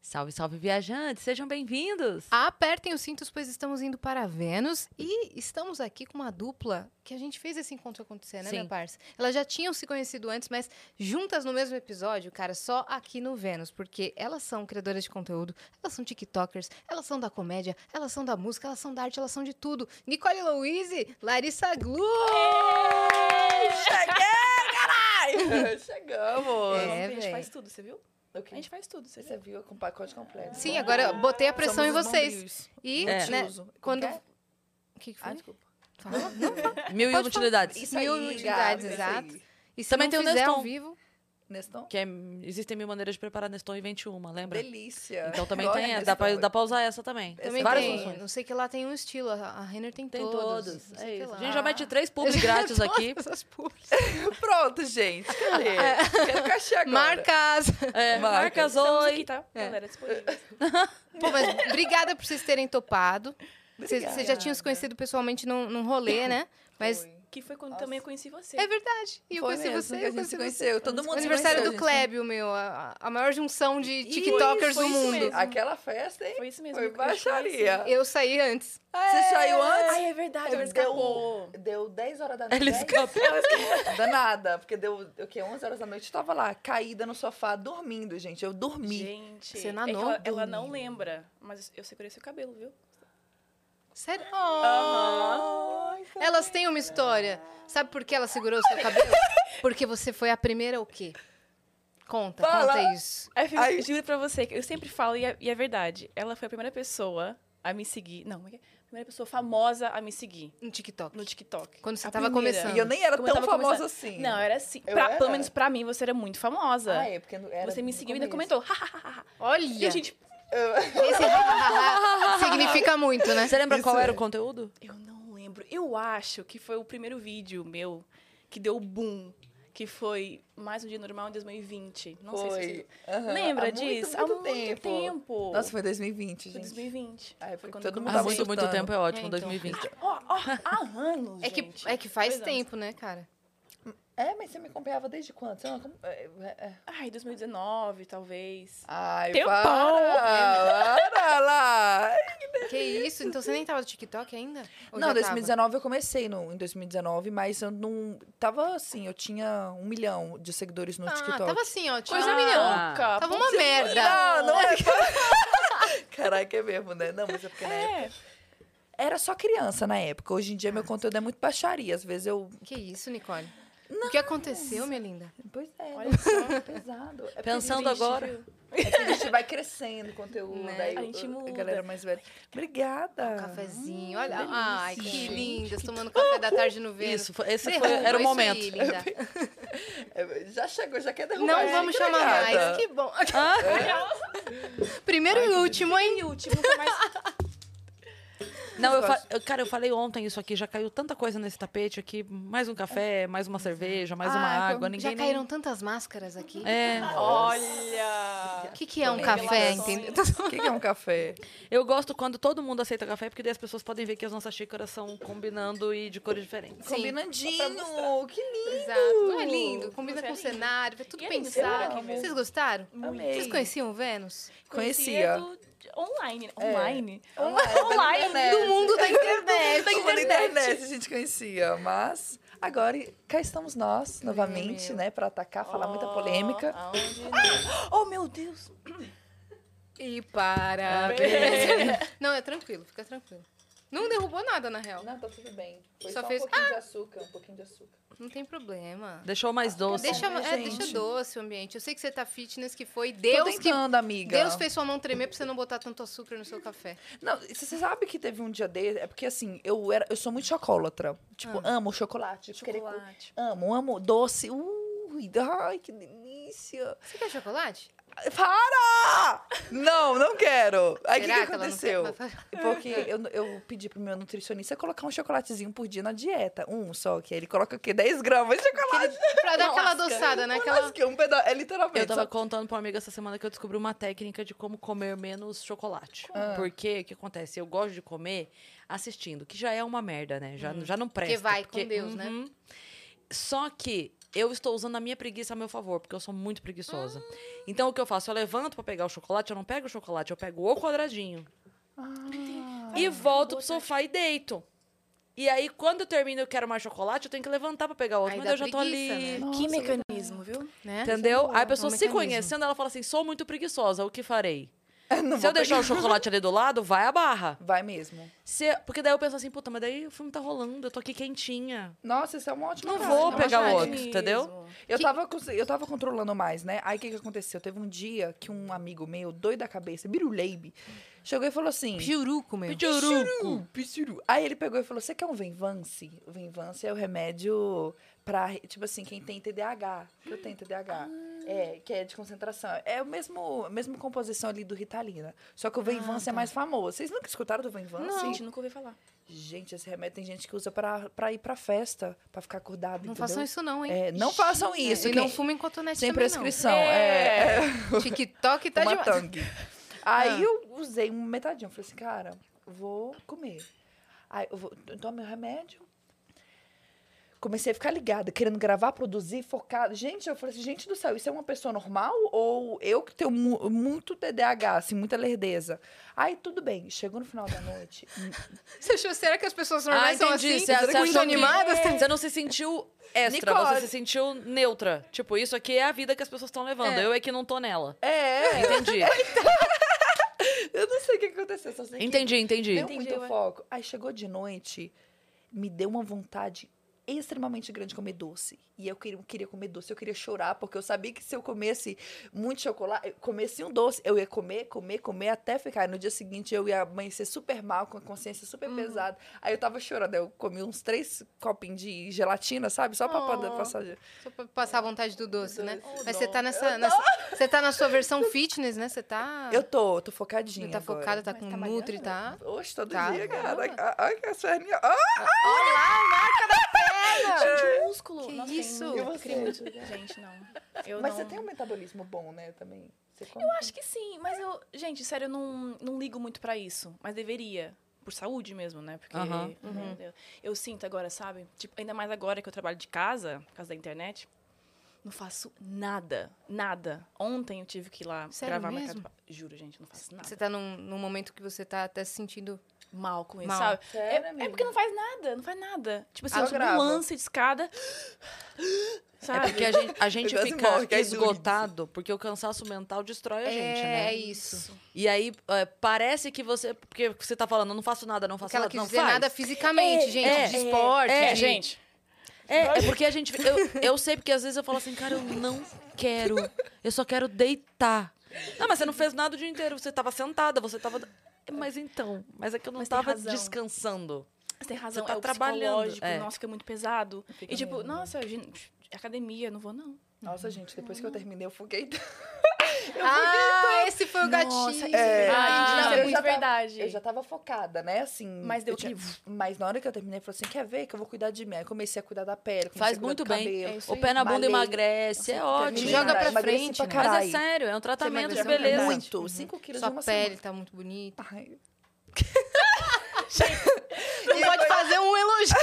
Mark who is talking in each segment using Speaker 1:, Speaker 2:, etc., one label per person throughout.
Speaker 1: Salve, salve, viajantes! Sejam bem-vindos!
Speaker 2: Apertem os cintos, pois estamos indo para Vênus e estamos aqui com uma dupla que a gente fez esse encontro acontecer, né,
Speaker 1: Sim.
Speaker 2: minha parça? Elas já tinham se conhecido antes, mas juntas no mesmo episódio, cara, só aqui no Vênus, porque elas são criadoras de conteúdo, elas são TikTokers, elas são da comédia, elas são da música, elas são da arte, elas são de tudo. Nicole Louise, Larissa Glu!
Speaker 3: Cheguei, caralho! Chegamos!
Speaker 2: É,
Speaker 3: a gente
Speaker 2: véi.
Speaker 3: faz tudo, você viu? A gente faz tudo, você, viu? Com pacote completo.
Speaker 2: Sim, agora botei a pressão
Speaker 3: Somos
Speaker 2: em
Speaker 3: os
Speaker 2: vocês.
Speaker 3: Bombrios.
Speaker 2: E,
Speaker 1: É.
Speaker 2: né,
Speaker 3: Multiuso. Como
Speaker 2: quando...
Speaker 3: que é?
Speaker 2: O que, que foi?
Speaker 3: Ah, desculpa.
Speaker 2: Fala.
Speaker 1: Mil e uma
Speaker 2: Ah, Pode falar.
Speaker 1: utilidades.
Speaker 3: Isso aí,
Speaker 2: Mil
Speaker 3: Gabi,
Speaker 2: utilidades,
Speaker 3: isso
Speaker 2: exato.
Speaker 3: aí.
Speaker 2: E se
Speaker 1: Também
Speaker 2: não
Speaker 1: tem o
Speaker 2: fizer ao
Speaker 1: Neston.
Speaker 2: vivo...
Speaker 3: Neston?
Speaker 1: Que é- existem mil maneiras de preparar Neston e 21, lembra?
Speaker 3: Delícia.
Speaker 1: Então também
Speaker 3: Olha
Speaker 1: tem
Speaker 3: esse
Speaker 1: essa. Dá pra,
Speaker 3: sabor.
Speaker 1: dá pra usar essa também.
Speaker 2: Também
Speaker 1: Várias
Speaker 2: tem,
Speaker 1: funções.
Speaker 2: não sei que lá tem um estilo, a a Renner tem,
Speaker 1: Tem
Speaker 2: todos.
Speaker 1: todos.
Speaker 2: não sei
Speaker 1: É
Speaker 2: que
Speaker 1: isso.
Speaker 2: lá.
Speaker 1: A gente já mete três pubs grátis aqui.
Speaker 2: Todas as pubs.
Speaker 3: Pronto, gente. Cadê? Quero cachê agora.
Speaker 2: Marcas!
Speaker 1: É, marcas
Speaker 3: Estamos
Speaker 1: oi.
Speaker 3: aqui, tá?
Speaker 2: É.
Speaker 3: Galera, disponível.
Speaker 2: Pô, mas obrigada por vocês terem topado. Vocês
Speaker 3: Obrigada.
Speaker 2: vocês já tinham se conhecido pessoalmente num, num rolê, né? Mas
Speaker 3: Foi.
Speaker 4: Que foi quando
Speaker 3: Nossa.
Speaker 4: também eu conheci você.
Speaker 2: é verdade. E eu
Speaker 3: Foi
Speaker 2: conheci
Speaker 3: mesmo
Speaker 2: você,
Speaker 3: que a
Speaker 2: eu
Speaker 3: gente se
Speaker 2: conheci você.
Speaker 3: conheceu. Todo mundo se
Speaker 2: Aniversário do
Speaker 3: conheceu, gente.
Speaker 2: Clébio, meu. A, a maior junção de
Speaker 4: Ih,
Speaker 2: tiktokers
Speaker 4: foi
Speaker 2: do
Speaker 4: isso
Speaker 2: mundo.
Speaker 4: mesmo.
Speaker 3: Aquela festa, hein?
Speaker 4: Foi isso mesmo.
Speaker 3: Foi
Speaker 4: que eu te conheci.
Speaker 3: baixaria.
Speaker 2: Eu saí antes.
Speaker 3: Você saiu antes?
Speaker 4: Ai, é verdade,
Speaker 3: Deu- um
Speaker 4: ela escapou.
Speaker 3: Deu 10 horas da noite.
Speaker 1: Ele
Speaker 3: 10?
Speaker 1: escapou.
Speaker 3: Danada, porque deu o quê? 11 horas da noite. Eu tava lá, caída no sofá, dormindo, gente. Eu dormi.
Speaker 4: Gente,
Speaker 2: Você
Speaker 4: é que
Speaker 2: nanou,
Speaker 4: ela, ela
Speaker 2: dormiu.
Speaker 4: não lembra, mas eu segurei seu cabelo, viu?
Speaker 2: Sério? Oh.
Speaker 3: Aham.
Speaker 2: Elas têm uma história. Sabe por que ela segurou o seu cabelo? Porque você foi a primeira o quê? Conta,
Speaker 3: Fala.
Speaker 2: conta isso.
Speaker 4: Aí, eu
Speaker 3: Ai.
Speaker 4: juro pra você, que eu sempre falo, e é, e é verdade. Ela foi a primeira pessoa a me seguir. Não, como é que é? primeira pessoa famosa a me seguir
Speaker 2: No TikTok.
Speaker 4: no TikTok.
Speaker 2: Quando você
Speaker 4: A
Speaker 2: tava
Speaker 4: primeira.
Speaker 2: começando.
Speaker 3: E eu nem era
Speaker 4: Como eu
Speaker 3: tão
Speaker 4: tava
Speaker 3: famosa
Speaker 4: começando.
Speaker 3: assim.
Speaker 4: Não, era assim.
Speaker 3: Eu
Speaker 4: pra-
Speaker 3: era.
Speaker 4: Pelo menos pra mim, você era muito famosa.
Speaker 3: Ah, é, porque não- era
Speaker 4: você me seguiu e
Speaker 3: no
Speaker 4: ainda
Speaker 3: começo.
Speaker 4: comentou. "Hahaha".
Speaker 2: Olha!
Speaker 4: e a gente,
Speaker 2: Esse hahaha significa muito, né?
Speaker 1: Você lembra
Speaker 3: Isso
Speaker 1: qual era
Speaker 3: é.
Speaker 1: o conteúdo?
Speaker 4: Eu não lembro. Eu acho que foi o primeiro vídeo meu que deu boom. Que foi mais um dia normal em 2020. Não sei se
Speaker 3: Foi.
Speaker 4: você...
Speaker 3: Aham.
Speaker 4: Lembra
Speaker 3: Há muito, Muito,
Speaker 4: disso? Há muito tempo.
Speaker 3: Nossa, foi 2020,
Speaker 4: Foi
Speaker 3: gente.
Speaker 4: 2020.
Speaker 3: Ah, eu fiquei-
Speaker 4: quando
Speaker 3: todo
Speaker 4: eu
Speaker 3: mundo
Speaker 1: Há
Speaker 3: tava
Speaker 4: comecei.
Speaker 1: Tá, muito, muito
Speaker 3: surtando.
Speaker 1: tempo é ótimo,
Speaker 2: É, então.
Speaker 1: 2020.
Speaker 4: Tipo, Ó, ó, há anos,
Speaker 2: É que,
Speaker 4: gente.
Speaker 2: é que faz
Speaker 4: Dois anos.
Speaker 2: tempo, né, cara?
Speaker 3: É, mas você me acompanhava desde quando? Sei lá, como... é, é, é.
Speaker 4: Ai, 2019, talvez.
Speaker 3: Ai,
Speaker 4: Tempão.
Speaker 3: para! Para lá!
Speaker 2: Que isso? Então você nem tava no TikTok ainda? Ou já tava?
Speaker 3: Não, 2019 eu comecei no, em 2019, mas eu não. Tava assim, eu tinha um milhão de seguidores no
Speaker 2: Ah,
Speaker 3: TikTok.
Speaker 2: tava assim, ó. Tinha...
Speaker 4: Coisa
Speaker 1: Ah,
Speaker 4: minhoca.
Speaker 2: tava
Speaker 4: pô,
Speaker 2: uma
Speaker 4: você-
Speaker 2: merda.
Speaker 3: Não, não é. Caraca, é mesmo, né? Não, mas é porque na época.
Speaker 4: É.
Speaker 3: Era só criança na época. Hoje em dia meu conteúdo é muito baixaria. Às vezes eu.
Speaker 2: Que isso, Nicole? O que aconteceu, minha linda?
Speaker 3: Pois é,
Speaker 4: Olha
Speaker 3: Olha só, pesado. É porque
Speaker 1: Pensando
Speaker 3: a gente-
Speaker 1: agora.
Speaker 3: É que a gente vai crescendo o conteúdo.
Speaker 2: Né?
Speaker 3: daí
Speaker 4: A gente
Speaker 3: o-
Speaker 4: muda.
Speaker 3: A galera mais velha. Obrigada.
Speaker 1: Ah.
Speaker 2: Cafezinho, olha. Ai, que
Speaker 3: delícia.
Speaker 2: lindas, tomando café da tarde no Vênus.
Speaker 1: Isso, foi- esse
Speaker 2: Você
Speaker 1: foi, era
Speaker 2: arrumou
Speaker 1: o
Speaker 2: isso
Speaker 1: momento.
Speaker 2: aí, linda.
Speaker 3: É, Já chegou, já quer derrubar.
Speaker 2: Não
Speaker 3: a gente,
Speaker 2: vamos chamar
Speaker 3: obrigada.
Speaker 2: mais. Que bom. Primeiro e último, hein?
Speaker 4: E o último foi mais...
Speaker 1: Não, eu
Speaker 3: Gosto.
Speaker 1: fa- eu- cara, eu falei ontem isso aqui, já caiu tanta coisa nesse tapete aqui. Mais um café, mais uma cerveja, mais uma
Speaker 2: Ah,
Speaker 1: água.
Speaker 2: Já
Speaker 1: Ninguém nem-
Speaker 2: caíram tantas máscaras aqui.
Speaker 1: É,
Speaker 4: Olha!
Speaker 2: O que, que é um
Speaker 4: Revelações.
Speaker 2: café, entendeu?
Speaker 3: O que que é um café?
Speaker 1: eu gosto quando todo mundo aceita café, porque daí as pessoas podem ver que as nossas xícaras são combinando e de cores diferentes.
Speaker 2: Sim.
Speaker 3: Combinandinho, que lindo.
Speaker 2: Exato. Não é lindo? Combina
Speaker 4: Você
Speaker 2: com
Speaker 4: é
Speaker 2: o
Speaker 4: lindo.
Speaker 2: cenário, foi tudo
Speaker 4: E é lindo,
Speaker 2: pensado.
Speaker 3: eu amo.
Speaker 2: Vocês gostaram?
Speaker 3: Amei.
Speaker 2: Vocês conheciam o Vênus?
Speaker 3: Conhecia.
Speaker 4: Conhecia do- de- Online. né? Online? né?
Speaker 3: Online.
Speaker 4: Online.
Speaker 2: Do mundo da internet.
Speaker 3: Como na internet a gente conhecia, mas agora cá estamos nós novamente,
Speaker 2: meu.
Speaker 3: né, Pra atacar, falar muita polêmica.
Speaker 4: Aonde- Ah! Oh, meu Deus!
Speaker 2: E parabéns. Não, é tranquilo, fica tranquilo. Não derrubou nada, na real.
Speaker 3: Não, tá tudo bem. Foi
Speaker 2: Só fez- Ah!
Speaker 3: pouquinho de açúcar, um pouquinho de açúcar.
Speaker 2: Não tem problema.
Speaker 1: Deixou mais doce.
Speaker 2: Deixa,
Speaker 3: né,
Speaker 2: é,
Speaker 3: gente?
Speaker 2: deixa doce o ambiente. Eu sei que você tá fitness, que foi
Speaker 3: Tô
Speaker 2: Deus que...
Speaker 3: tentando, amiga.
Speaker 2: Deus fez sua mão tremer pra você não botar tanto açúcar no seu café.
Speaker 3: Não, e você sabe que teve um dia dele, é porque assim, eu era, eu sou muito chocólatra. Tipo,
Speaker 2: Ah.
Speaker 3: amo chocolate, querer co-
Speaker 4: Chocolate.
Speaker 3: Amo, amo doce. Ui, ai, que delícia.
Speaker 2: Você quer chocolate?
Speaker 3: Para! Não, não quero. Aí o que,
Speaker 2: Será
Speaker 3: que
Speaker 2: ela não
Speaker 3: aconteceu?
Speaker 2: quer? Mas-
Speaker 3: Porque eu, eu pedi pro meu nutricionista colocar um chocolatezinho por dia na dieta. Um só, que ele coloca o quê? 10 gramas de chocolate.
Speaker 2: Pra dar
Speaker 4: Não,
Speaker 2: aquela
Speaker 4: lasca.
Speaker 2: adoçada, né? Aquela...
Speaker 3: Nossa, que é um pedaço. É literalmente.
Speaker 1: Eu tava
Speaker 3: só-
Speaker 1: contando pra uma amiga essa semana que eu descobri uma técnica de como comer menos chocolate.
Speaker 2: Ah.
Speaker 1: Porque o que acontece? Eu gosto de comer assistindo, que já é uma merda, né? Já, já não presta.
Speaker 2: vai Hum. com
Speaker 1: porque-
Speaker 2: Deus, né?
Speaker 1: Só que eu estou usando a minha preguiça a meu favor, porque eu sou muito preguiçosa.
Speaker 2: Ah.
Speaker 1: Então o que eu faço? Eu levanto pra pegar o chocolate, eu não pego o chocolate, eu pego o quadradinho.
Speaker 2: Ah.
Speaker 1: e volto pro sofá e deito. E aí, quando eu termino, eu quero mais chocolate, eu tenho que levantar pra pegar outro.
Speaker 2: Aí
Speaker 1: mas
Speaker 2: dá
Speaker 1: eu já tô
Speaker 2: preguiça,
Speaker 1: ali.
Speaker 2: né?
Speaker 4: Que mecanismo, viu?
Speaker 2: né?
Speaker 1: Entendeu? Aí a pessoa
Speaker 2: É um
Speaker 1: se
Speaker 2: mecanismo.
Speaker 1: conhecendo, ela fala assim: sou muito preguiçosa, o que farei?
Speaker 3: Não
Speaker 1: Se eu
Speaker 3: vou
Speaker 1: deixar o chocolate ali do lado, vai a barra.
Speaker 3: pegar. Vai mesmo.
Speaker 1: Se- porque daí eu penso assim, puta, mas daí o filme tá rolando, eu tô aqui quentinha.
Speaker 3: Nossa, isso é uma ótima
Speaker 1: Não
Speaker 3: frase.
Speaker 1: vou
Speaker 4: um
Speaker 3: É uma
Speaker 1: pegar
Speaker 3: ótima
Speaker 1: o outro,
Speaker 3: dica.
Speaker 1: entendeu?
Speaker 3: Eu
Speaker 2: Que-
Speaker 3: tava, cons- eu tava controlando mais, né? Aí o que, que aconteceu? Teve um dia que um amigo meu, doido da cabeça, biruleibe, chegou e falou assim...
Speaker 2: Piruruco, meu.
Speaker 1: Pichuruco.
Speaker 3: Pichuru. Aí ele pegou e falou: Você quer um Venvance? O Venvance é o remédio pra, tipo assim, quem tem TDAH. que Eu tenho
Speaker 2: Ah.
Speaker 3: TDAH. É, que é de concentração. É o mesmo, a mesma composição ali do Ritalina. Só que o Venvance
Speaker 2: Ah, tá.
Speaker 3: é mais famoso. Vocês nunca escutaram do Venvance?
Speaker 4: Gente, nunca ouvi falar.
Speaker 3: Gente, esse remédio tem gente que usa pra, pra ir pra festa, pra ficar acordado.
Speaker 2: Não
Speaker 3: entendeu?
Speaker 2: façam isso, não, hein?
Speaker 3: É, não façam
Speaker 2: É,
Speaker 3: isso.
Speaker 2: E
Speaker 3: quem-
Speaker 2: não fumem cotonete
Speaker 3: sem
Speaker 2: também,
Speaker 3: prescrição. É.
Speaker 2: não. TikTok tá
Speaker 3: uma
Speaker 2: demais.
Speaker 3: tangue. Aí eu usei um metadinho. Falei assim, cara, vou comer. Aí eu vou, tomo meu remédio. Comecei a ficar ligada, querendo gravar, produzir, focar. Gente, eu falei assim, gente do céu, isso é uma pessoa normal? Ou eu que tenho mu- muito TDAH, assim, muita lerdeza? Aí tudo bem, chegou no final da noite.
Speaker 2: Você achou, será que as pessoas
Speaker 1: Ah,
Speaker 2: normais são
Speaker 1: entendi.
Speaker 2: assim?
Speaker 1: Você você
Speaker 2: muito
Speaker 1: achou que-
Speaker 2: animadas?
Speaker 1: Você não se sentiu extra,
Speaker 3: Nicole.
Speaker 1: você se sentiu neutra. Tipo, isso aqui é a vida que as pessoas estão levando.
Speaker 2: É.
Speaker 1: Eu é que não tô nela.
Speaker 3: é,
Speaker 1: Entendi.
Speaker 3: eu não sei o que aconteceu, só sei que-
Speaker 1: Entendi, entendi.
Speaker 3: Deu
Speaker 4: Entendi,
Speaker 3: muito
Speaker 4: ué.
Speaker 2: é.
Speaker 3: foco. Aí chegou de noite, me deu uma vontade extremamente grande de comer doce. E eu queria, queria comer doce, eu queria chorar, porque eu sabia que se eu comesse muito chocolate, eu comesse um doce, eu ia comer, comer, comer até ficar. No dia seguinte eu ia amanhecer super mal, com a consciência
Speaker 2: Uhum.
Speaker 3: super pesada. Aí eu tava chorando, eu comi uns três copinhos de gelatina, sabe? Só pra poder
Speaker 2: Oh.
Speaker 3: passar.
Speaker 2: Só pra passar a vontade do doce, né?
Speaker 4: doce.
Speaker 2: Mas você tá nessa. nessa- Você tá na sua versão fitness, né? Você tá.
Speaker 3: Eu tô, tô focadinha.
Speaker 2: Você tá
Speaker 3: agora.
Speaker 2: focada, tá
Speaker 4: Mas
Speaker 2: com
Speaker 4: tá
Speaker 2: Nutri, tá?
Speaker 3: Oxe, todo
Speaker 2: Tá,
Speaker 3: dia, cara.
Speaker 2: caramba.
Speaker 3: Olha que as perninhas. Ah!
Speaker 4: Gente, músculo.
Speaker 2: Que
Speaker 4: Nossa,
Speaker 2: isso?
Speaker 4: Tem...
Speaker 3: E
Speaker 4: muito-
Speaker 3: você?
Speaker 4: muito- Gente, não. Eu
Speaker 3: Mas
Speaker 4: não...
Speaker 3: você tem um metabolismo bom, né? Também. Você come
Speaker 4: Eu acho que sim, mas eu... Gente, sério, eu não, não ligo muito pra isso. Mas deveria. Por saúde mesmo, né? Porque...
Speaker 1: Aham.
Speaker 4: meu Deus. Eu sinto agora, sabe? Tipo, ainda mais agora que eu trabalho de casa, por causa da internet. Não faço nada. Nada. Ontem eu tive que ir lá
Speaker 2: Sério
Speaker 4: gravar
Speaker 2: mesmo?
Speaker 4: mercado. Pa- Juro, gente, não faço nada.
Speaker 2: Você tá num, num momento que você tá até se sentindo.
Speaker 4: mal com isso,
Speaker 2: Mal.
Speaker 4: sabe?
Speaker 3: Sério,
Speaker 4: é, é
Speaker 3: amiga?
Speaker 4: porque não faz nada, não faz nada. Tipo assim,
Speaker 3: Ah,
Speaker 4: eu
Speaker 3: eu
Speaker 4: subo um
Speaker 3: gravo.
Speaker 4: lance de escada. É
Speaker 1: É
Speaker 4: Sabe?
Speaker 1: porque a gente, a gente
Speaker 3: Eu gosto
Speaker 1: fica
Speaker 3: morre, que é duro.
Speaker 1: esgotado, porque o cansaço mental destrói a gente,
Speaker 2: é,
Speaker 1: né?
Speaker 2: é isso.
Speaker 1: E aí, é, parece que você... Porque você tá falando, não faço nada, não faço
Speaker 2: Porque ela
Speaker 1: nada,
Speaker 2: quis
Speaker 1: não
Speaker 2: dizer
Speaker 1: faz.
Speaker 2: nada fisicamente,
Speaker 1: É,
Speaker 2: gente.
Speaker 1: é,
Speaker 2: de esporte.
Speaker 1: é,
Speaker 4: É,
Speaker 2: de-
Speaker 4: gente.
Speaker 1: É, é porque a gente. Eu, eu sei, porque às vezes eu falo assim, cara, eu não quero. Eu só quero deitar. Não, mas você não fez nada o dia inteiro. Você tava sentada, você tava. Mas então, mas é que eu não
Speaker 4: Mas tem
Speaker 1: tava
Speaker 4: razão.
Speaker 1: descansando.
Speaker 4: Você tem razão,
Speaker 1: tá
Speaker 4: é o
Speaker 1: trabalhando,
Speaker 4: psicológico,
Speaker 1: é.
Speaker 4: nossa, fica muito pesado.
Speaker 3: Fica
Speaker 4: e tipo,
Speaker 3: mesmo.
Speaker 1: né?
Speaker 4: nossa, gente, academia, não vou não.
Speaker 3: Nossa, gente, depois que eu terminei, eu foguei.
Speaker 2: Ah, esse foi o gatinho.
Speaker 4: Nossa, isso é verdade.
Speaker 2: Ah,
Speaker 4: Não,
Speaker 3: eu
Speaker 4: isso é
Speaker 3: já
Speaker 4: muito
Speaker 3: tava-
Speaker 4: verdade.
Speaker 3: Eu já tava focada, né? Assim.
Speaker 4: Mas deu
Speaker 3: eu tinha-
Speaker 4: aquele-
Speaker 3: Mas na hora que eu terminei, eu falei assim: quer ver que eu vou cuidar de mim? Aí comecei a cuidar da pele. comecei
Speaker 1: Faz
Speaker 3: a cuidar
Speaker 1: muito
Speaker 3: do
Speaker 1: bem.
Speaker 3: cabelo.
Speaker 4: É isso
Speaker 1: O
Speaker 4: aí.
Speaker 1: pé na bunda
Speaker 3: Malhei.
Speaker 1: emagrece, é
Speaker 3: Terminei,
Speaker 1: ótimo.
Speaker 2: Te joga pra
Speaker 3: emagreci
Speaker 2: frente, né?
Speaker 1: Mas é
Speaker 3: caralho.
Speaker 1: sério, é um tratamento de
Speaker 2: emagreceu pra
Speaker 1: beleza.
Speaker 2: caralho.
Speaker 3: Muito. 5 quilos
Speaker 2: Sua
Speaker 3: em uma
Speaker 2: pele
Speaker 3: semana.
Speaker 2: tá muito bonita.
Speaker 3: Ai,
Speaker 2: Não pode fazer um elogio.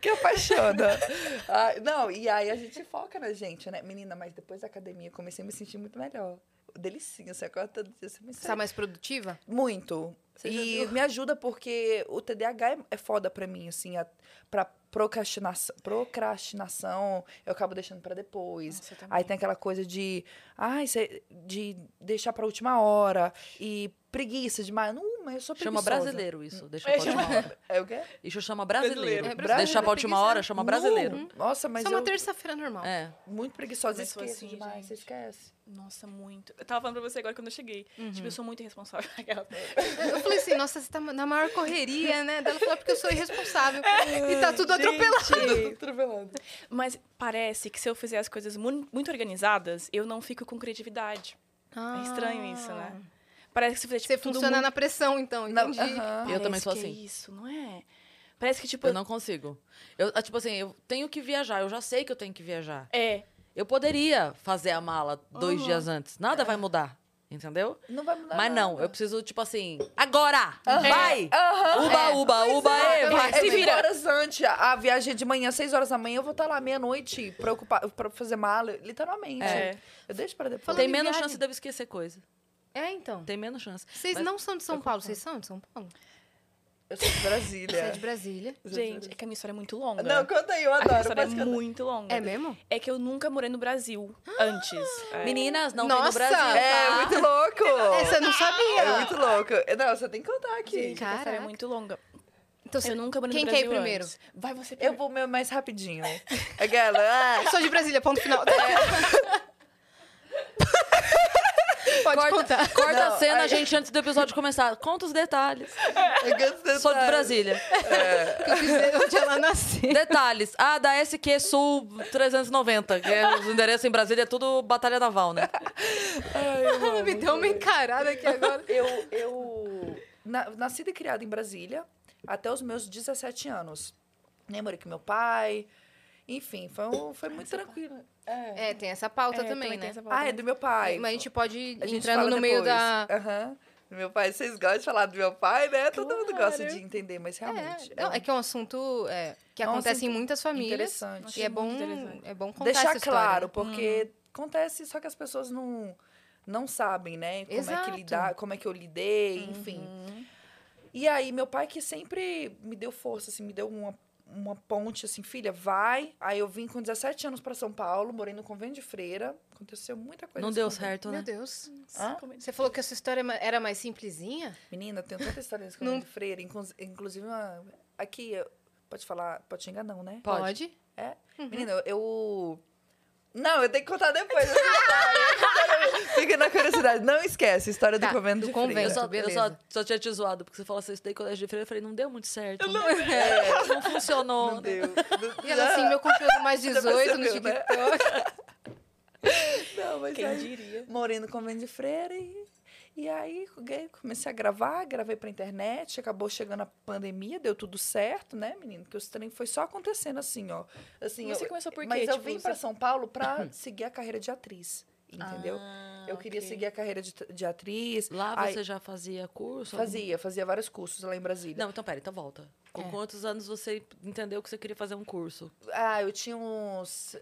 Speaker 3: que apaixona. Ai, não, e aí a gente foca na gente, né? Menina, mas depois da academia eu comecei a me sentir muito melhor. Delicinha, você acorda todo dia, você me
Speaker 2: Você tá mais produtiva?
Speaker 3: Muito.
Speaker 2: Você já
Speaker 3: e me ajuda porque o TDAH é- é foda pra mim, assim, a, pra procrastinação, procrastinação, eu acabo deixando pra depois.
Speaker 4: Nossa, eu
Speaker 3: Aí
Speaker 4: também.
Speaker 3: tem aquela coisa de, ai, cê- de deixar pra última hora e preguiça demais. Não, mas eu sou
Speaker 1: Chama
Speaker 3: preguiçosa.
Speaker 1: brasileiro isso. Deixa
Speaker 4: É,
Speaker 1: pra última hora.
Speaker 3: É o quê?
Speaker 1: Isso chama brasileiro.
Speaker 4: Brasileiro.
Speaker 2: É, brasileiro. Uhum.
Speaker 1: Deixar pra última hora, chama brasileiro.
Speaker 3: Não. Nossa, mas
Speaker 2: Isso é uma
Speaker 3: eu
Speaker 2: terça-feira normal.
Speaker 1: É.
Speaker 3: muito preguiçosa,
Speaker 4: Começou
Speaker 3: esqueço
Speaker 4: assim,
Speaker 3: demais, você
Speaker 4: gente.
Speaker 3: esquece.
Speaker 4: Nossa, muito. Eu tava falando pra você agora quando eu cheguei.
Speaker 1: Uhum.
Speaker 4: Tipo, eu sou muito irresponsável. Aquela-
Speaker 2: Eu falei assim, nossa, você tá na maior correria, né? Ela falou, porque eu sou irresponsável. e tá tudo atropelado.
Speaker 3: Tudo atropelado.
Speaker 4: Mas parece que se eu fizer as coisas mu- muito organizadas, eu não fico com criatividade.
Speaker 1: Ah.
Speaker 4: É estranho isso, né? Parece que se fizer, tipo,
Speaker 2: Você
Speaker 4: tudo
Speaker 2: funciona
Speaker 4: muito...
Speaker 2: na pressão, então,
Speaker 3: Não,
Speaker 2: entendi.
Speaker 3: aham.
Speaker 1: Eu também
Speaker 4: Parece
Speaker 1: sou
Speaker 4: que é
Speaker 1: assim.
Speaker 4: isso, não é? Parece que, tipo...
Speaker 1: Eu não consigo. Eu, ah, tipo assim, eu tenho que viajar, eu já sei que eu tenho que viajar.
Speaker 4: É,
Speaker 1: Eu poderia fazer a mala dois
Speaker 4: Uhum.
Speaker 1: dias antes. Nada vai mudar. Entendeu?
Speaker 3: Não vai mudar Uhum. É.
Speaker 1: Mas não,
Speaker 3: nada.
Speaker 1: eu preciso, tipo assim, agora! Vai!
Speaker 3: Aham.
Speaker 1: Uba, uba, uba,
Speaker 3: Ah,
Speaker 1: é,
Speaker 2: é, pelo Mas
Speaker 3: Seis
Speaker 4: se vira.
Speaker 3: horas antes, a a viagem é de manhã, seis horas da manhã, eu vou estar lá meia-noite pra, ocupar- pra fazer mala, literalmente.
Speaker 4: É.
Speaker 3: Eu deixo pra depois.
Speaker 2: Falando
Speaker 1: Tem
Speaker 2: em
Speaker 1: menos
Speaker 2: viagem.
Speaker 1: chance de eu esquecer coisa.
Speaker 2: É, então.
Speaker 1: Tem menos chance.
Speaker 2: Vocês
Speaker 1: Mas-
Speaker 2: não são de São Paulo, vocês são de São Paulo?
Speaker 3: Eu sou de
Speaker 2: Você é
Speaker 3: Brasília.
Speaker 2: de Brasília.
Speaker 4: Gente, é que a minha história é muito longa.
Speaker 3: Não, conta aí, eu
Speaker 4: a minha
Speaker 3: adoro.
Speaker 4: história é
Speaker 3: Pode contar.
Speaker 4: muito longa.
Speaker 2: É mesmo?
Speaker 4: É que eu nunca morei no Brasil antes. É.
Speaker 1: Meninas, não
Speaker 2: Nossa!
Speaker 1: tem no Brasil.
Speaker 3: É,
Speaker 1: tá?
Speaker 3: muito louco.
Speaker 2: Essa eu É, não sabia.
Speaker 3: É muito louco. Não, você tem que contar aqui.
Speaker 4: Gente, a minha história é
Speaker 2: Caraca.
Speaker 4: muito longa.
Speaker 2: Então, você...
Speaker 4: Eu nunca morei
Speaker 2: Quem
Speaker 4: no
Speaker 2: quer ir
Speaker 4: Brasil
Speaker 2: primeiro?
Speaker 4: antes. Vai você
Speaker 3: Eu
Speaker 4: primeiro.
Speaker 3: vou meu mais rapidinho. Aquela. ah,
Speaker 2: Sou de Brasília, ponto final. Pode
Speaker 1: Corta-
Speaker 2: contar.
Speaker 1: Corta
Speaker 3: Não,
Speaker 1: a cena,
Speaker 3: aí-
Speaker 1: gente, antes do episódio começar. Conta os detalhes.
Speaker 3: eu gosto dessa-
Speaker 1: Sou de Brasília.
Speaker 2: Eu quis dizer onde ela nasceu.
Speaker 1: Detalhes. Ah, da SQ Sul 390, que é, os endereços em Brasília é tudo Batalha Naval, né?
Speaker 2: Ela me deu uma encarada aqui agora.
Speaker 3: Eu, eu na- nascida e criada em Brasília até os meus 17 anos. Nem morei com meu pai. Enfim, foi, um- foi muito tranquilo. É.
Speaker 2: É, tem essa pauta
Speaker 4: É,
Speaker 2: também, né?
Speaker 4: tem essa pauta.
Speaker 3: Ah, é do meu pai.
Speaker 2: Mas a gente pode ir
Speaker 3: A gente
Speaker 2: entrando
Speaker 3: fala
Speaker 2: no meio
Speaker 3: depois.
Speaker 2: da...
Speaker 3: Aham. Do meu pai. Vocês gostam de falar do meu pai, né? Todo mundo gosta
Speaker 4: Claro.
Speaker 3: de entender, mas realmente.
Speaker 2: É, não, é que é um assunto é, que
Speaker 3: É um
Speaker 2: acontece em
Speaker 3: assunto
Speaker 2: muitas famílias.
Speaker 3: interessante.
Speaker 2: E é
Speaker 4: Muito
Speaker 2: bom,
Speaker 4: interessante.
Speaker 2: é bom contar essa
Speaker 3: deixar
Speaker 2: história,
Speaker 3: claro,
Speaker 2: né?
Speaker 3: porque acontece, só que as pessoas não, não sabem, né? Como é
Speaker 2: Exato. Uhum.
Speaker 3: que lidar, como é que eu lidei, enfim. E aí, meu pai que sempre me deu força, assim, me deu uma, uma ponte, assim, filha, vai. Aí eu vim com 17 anos pra São Paulo, morei no convento de freira. Aconteceu muita coisa.
Speaker 1: Não
Speaker 3: nesse
Speaker 1: deu
Speaker 3: convento.
Speaker 1: certo,
Speaker 2: Meu
Speaker 1: né?
Speaker 2: Deus.
Speaker 3: Hã?
Speaker 2: Você falou que a sua história é ma- era mais simplesinha?
Speaker 3: Menina, tem tanta história nesse
Speaker 2: Não-
Speaker 3: convento de freira. inclus- Inclusive, uma- aqui, eu- pode falar, pode xingar não, né?
Speaker 4: Uhum.
Speaker 3: Menina, eu- eu. Não, eu tenho que contar depois essa história. Fica na curiosidade. Não esquece, história
Speaker 2: Tá,
Speaker 3: do convento
Speaker 2: do
Speaker 3: de
Speaker 2: convento.
Speaker 1: Eu
Speaker 3: freira.
Speaker 1: só, eu
Speaker 2: beleza.
Speaker 1: só, só tinha te zoado, porque você falou assim, eu estudei colégio de freira, eu falei, não deu muito certo. né? Não, funcionou.
Speaker 3: Não
Speaker 1: né?
Speaker 3: deu.
Speaker 2: E ela assim, meu conteúdo mais
Speaker 3: Você
Speaker 2: 18 no
Speaker 3: percebeu, né?
Speaker 2: TikTok.
Speaker 3: Não, mas
Speaker 4: Quem
Speaker 3: aí,
Speaker 4: diria?
Speaker 3: morei no convento de freira e, e aí gue- comecei a gravar, gravei pra internet, acabou chegando a pandemia, deu tudo certo, né, menino? Porque os treinos foi só acontecendo assim, ó. Assim,
Speaker 4: Você
Speaker 3: eu-
Speaker 4: começou por quê?
Speaker 3: Mas eu
Speaker 4: Tipo,
Speaker 3: vim
Speaker 4: você- Uhum.
Speaker 3: pra São Paulo pra seguir a carreira de atriz, entendeu?
Speaker 4: Ah,
Speaker 3: eu queria
Speaker 4: ok.
Speaker 3: seguir a carreira de, de atriz.
Speaker 1: Lá
Speaker 3: aí-
Speaker 1: você já fazia curso? algum-
Speaker 3: Fazia, fazia vários cursos lá em Brasília.
Speaker 1: Não, então pera, então volta. Com
Speaker 2: É.
Speaker 1: quantos anos você entendeu que você queria fazer um curso?
Speaker 3: Ah, eu tinha uns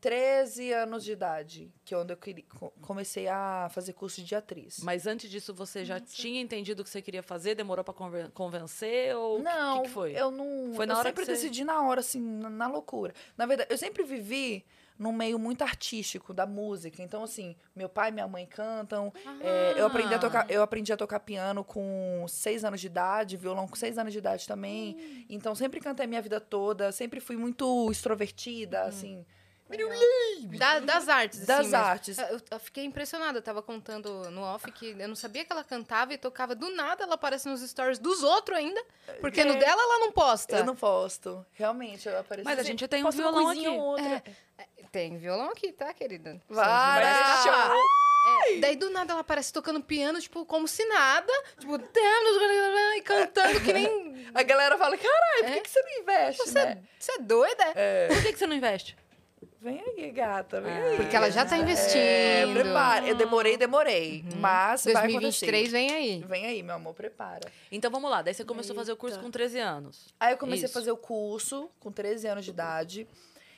Speaker 3: 13 anos de idade, que é onde eu queria, co- comecei a fazer curso de atriz.
Speaker 1: Mas antes disso, você já tinha entendido o que você queria fazer? Demorou pra conven- convencer? Ou o que-
Speaker 3: não,
Speaker 1: que, que foi?
Speaker 3: eu não.
Speaker 1: Foi na
Speaker 3: eu
Speaker 1: hora
Speaker 3: sempre
Speaker 1: que você-
Speaker 3: decidi na hora, assim, na, na loucura. Na verdade, eu sempre vivi num meio muito artístico da música. Então, assim, meu pai e minha mãe cantam. É, eu, aprendi a
Speaker 1: Ah.
Speaker 3: tocar, eu aprendi a tocar piano com seis anos de idade, violão com seis anos de idade também.
Speaker 1: Hum.
Speaker 3: Então, sempre cantei a minha vida toda, sempre fui muito extrovertida,
Speaker 1: Hum.
Speaker 3: assim.
Speaker 2: Da- das artes, assim
Speaker 3: Das
Speaker 2: mesmo.
Speaker 3: artes.
Speaker 2: Eu, eu fiquei impressionada. Eu tava contando no off que eu não sabia que ela cantava e tocava. Do nada ela aparece nos stories dos outros ainda. Porque no dela ela não posta.
Speaker 3: Eu não posto. Realmente, eu assim. apareci.
Speaker 1: Mas a gente tem um
Speaker 4: Posso uma
Speaker 1: violão aqui.
Speaker 4: coisinha ou outra.
Speaker 2: Tem violão aqui, tá, querida?
Speaker 3: Para!
Speaker 2: É, daí do nada ela aparece tocando piano, tipo, como se nada. Tipo, e cantando que nem.
Speaker 3: A galera fala, caralho, por
Speaker 2: É?
Speaker 3: que, que você não investe,
Speaker 2: Você
Speaker 3: né?
Speaker 2: é, você é doida?
Speaker 1: Por que, que você não investe?
Speaker 3: Vem aí, gata, vem
Speaker 1: Ah.
Speaker 3: aí.
Speaker 2: Porque ela já tá investindo. Uhum.
Speaker 3: É, prepara. Eu demorei, demorei. Mas vai
Speaker 2: 2023 vem aí.
Speaker 3: acontecer. Vem aí, meu amor, prepara.
Speaker 1: Então vamos lá, daí você começou a fazer o curso com 13 anos.
Speaker 3: Aí eu comecei
Speaker 1: Isso.
Speaker 3: a fazer o curso com 13 anos de idade.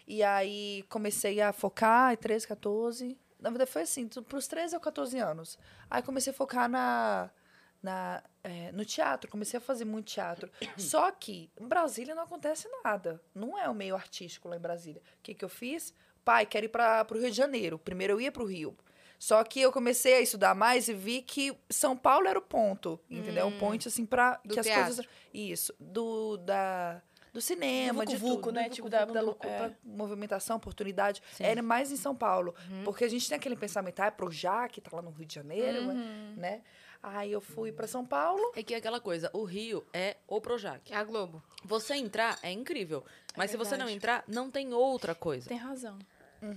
Speaker 3: E aí comecei a focar, e 13, 14. Na verdade, foi assim, tu- pros 13 ou 14 anos. Aí comecei a focar na, na, é, no teatro, comecei a fazer muito teatro. Só que em Brasília não acontece nada. Não é o meio artístico lá em Brasília. O que, que eu fiz? Pai, quero ir para o Rio de Janeiro. Primeiro eu ia para o Rio. Só que eu comecei a estudar mais e vi que São Paulo era o ponto, entendeu? Um ponto, assim, para
Speaker 2: Hum, Do
Speaker 3: que as
Speaker 2: teatro.
Speaker 3: coisas... Isso, do, da, do cinema,
Speaker 4: Do
Speaker 3: de
Speaker 4: vucu-vucu,
Speaker 3: tudo.
Speaker 4: né?
Speaker 3: Do
Speaker 4: Tipo,
Speaker 3: vucu-vucu,
Speaker 4: da-
Speaker 3: da
Speaker 4: do-
Speaker 3: loucura,
Speaker 4: é.
Speaker 3: pra movimentação, oportunidade.
Speaker 1: Sim.
Speaker 3: Era mais em São Paulo. Porque a gente tem aquele pensamento, ah, é pro Já, que tá lá no Rio de Janeiro, né? Aí eu fui para São Paulo.
Speaker 1: É que é aquela coisa, o Rio é o Projac.
Speaker 2: É a Globo.
Speaker 1: Você entrar é incrível, mas se você não
Speaker 4: verdade.
Speaker 1: entrar, não tem outra coisa.
Speaker 4: Tem razão.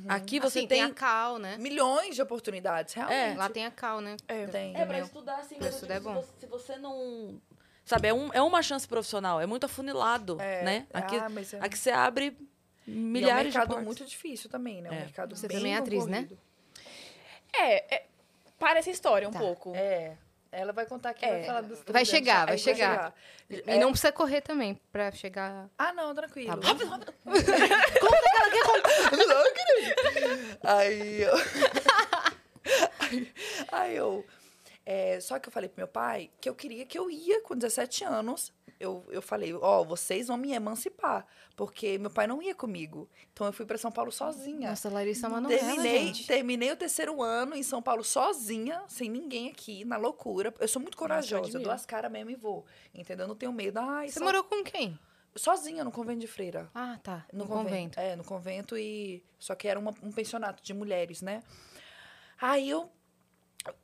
Speaker 1: Aqui você
Speaker 2: Assim,
Speaker 1: tem...
Speaker 2: a Cal, né?
Speaker 3: milhões de oportunidades, realmente.
Speaker 2: Lá tem a Cal, né?
Speaker 4: É.
Speaker 3: Tem.
Speaker 1: É, pra
Speaker 2: Meu,
Speaker 1: estudar, assim,
Speaker 2: pra
Speaker 1: mas eu
Speaker 2: estudar
Speaker 1: digo,
Speaker 2: é bom.
Speaker 1: Se, você, se você não... Sabe, é, um- é uma chance profissional, é muito afunilado, né? Aqui,
Speaker 3: Ah, mas é-
Speaker 1: aqui você abre
Speaker 3: E
Speaker 1: milhares
Speaker 3: é um
Speaker 1: de
Speaker 3: mercado
Speaker 1: portas.
Speaker 3: muito difícil também, né? É. Um
Speaker 1: É.
Speaker 3: mercado
Speaker 2: Você
Speaker 3: bem
Speaker 2: também é atriz, né?
Speaker 3: concorrido.
Speaker 4: É, é- parece a história um
Speaker 2: Tá.
Speaker 4: pouco.
Speaker 3: É. Ela vai contar aqui,
Speaker 1: É.
Speaker 3: vai falar dos
Speaker 2: Vai
Speaker 3: três
Speaker 2: chegar,
Speaker 3: anos.
Speaker 2: vai
Speaker 3: Aí
Speaker 2: chegar. E é. não precisa correr também pra chegar.
Speaker 3: Ah, não, tranquilo.
Speaker 2: Tá bom.
Speaker 3: rápido, rápido. Não, querido. Aí eu... Aí- Aí eu... é, só que eu falei pro meu pai que eu queria que eu ia com 17 anos. Eu, eu falei, ó, vocês vão me emancipar. Porque meu pai não ia comigo. Então eu fui pra São Paulo sozinha.
Speaker 2: Nossa, Larissa é uma novela,
Speaker 3: Terminei,
Speaker 2: gente.
Speaker 3: terminei o terceiro ano em São Paulo sozinha, sem ninguém aqui, na loucura. Eu sou muito corajosa, eu
Speaker 4: admiro.
Speaker 3: dou as caras mesmo e vou. Entendeu? Eu Não tenho medo. Ai,
Speaker 2: Você
Speaker 3: só-
Speaker 2: morou com quem?
Speaker 3: sozinha no convento de freira.
Speaker 2: Ah, tá.
Speaker 3: No, convento. É, no convento e. Só que era uma- um pensionato de mulheres, né? Aí eu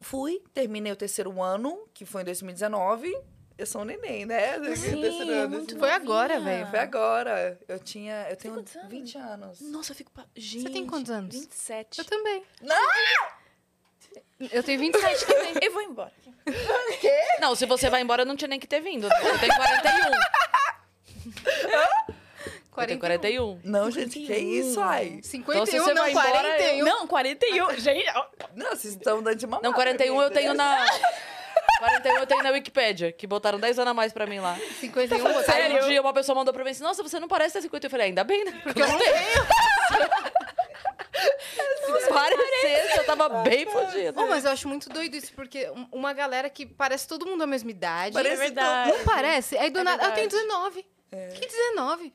Speaker 3: fui, terminei o terceiro ano, que foi em 2019. Eu sou um neném, né?
Speaker 4: Sim,
Speaker 3: Terceiro
Speaker 4: é
Speaker 3: ano,
Speaker 4: muito
Speaker 2: Foi agora,
Speaker 4: novinha.
Speaker 2: velho.
Speaker 3: Foi agora. Eu tinha. Eu tenho
Speaker 4: quantos anos?
Speaker 3: 20 anos.
Speaker 4: Nossa, eu fico. pa- Gente,
Speaker 2: tem quantos anos?
Speaker 4: 27.
Speaker 2: Eu também.
Speaker 3: Não!
Speaker 2: Eu tenho 27 também.
Speaker 4: Eu vou embora.
Speaker 1: Não, se você vai embora, não tinha nem que ter vindo. Eu tenho 41. Eu
Speaker 2: um.
Speaker 1: tenho 41.
Speaker 3: Não, gente, que
Speaker 4: 51.
Speaker 3: isso, ai?
Speaker 2: 51,
Speaker 1: Então, se você
Speaker 2: não,
Speaker 1: vai embora,
Speaker 2: 41.
Speaker 4: Não, 41. Gente, ó,
Speaker 3: Não, vocês estão dando de mamar.
Speaker 1: Não,
Speaker 3: pra
Speaker 1: 41
Speaker 3: mim,
Speaker 1: eu tenho
Speaker 3: né?
Speaker 1: na. 41 eu tenho na Wikipédia, que botaram 10 anos a mais pra mim lá.
Speaker 2: 51, botaram-
Speaker 1: Aí um dia uma pessoa mandou pra mim assim: Nossa, você não parece ter 50. Eu falei: Ainda bem, né? Porque eu não tenho. Se parecesse, eu tava bem fodida.
Speaker 2: Ô,
Speaker 4: É.
Speaker 2: mas eu acho muito doido isso, porque um- uma galera que parece todo mundo da mesma idade.
Speaker 3: Parece
Speaker 4: é verdade.
Speaker 2: Não parece? Aí do
Speaker 4: É
Speaker 2: nada. Eu tenho
Speaker 4: verdade. É.
Speaker 2: 19. Que 19?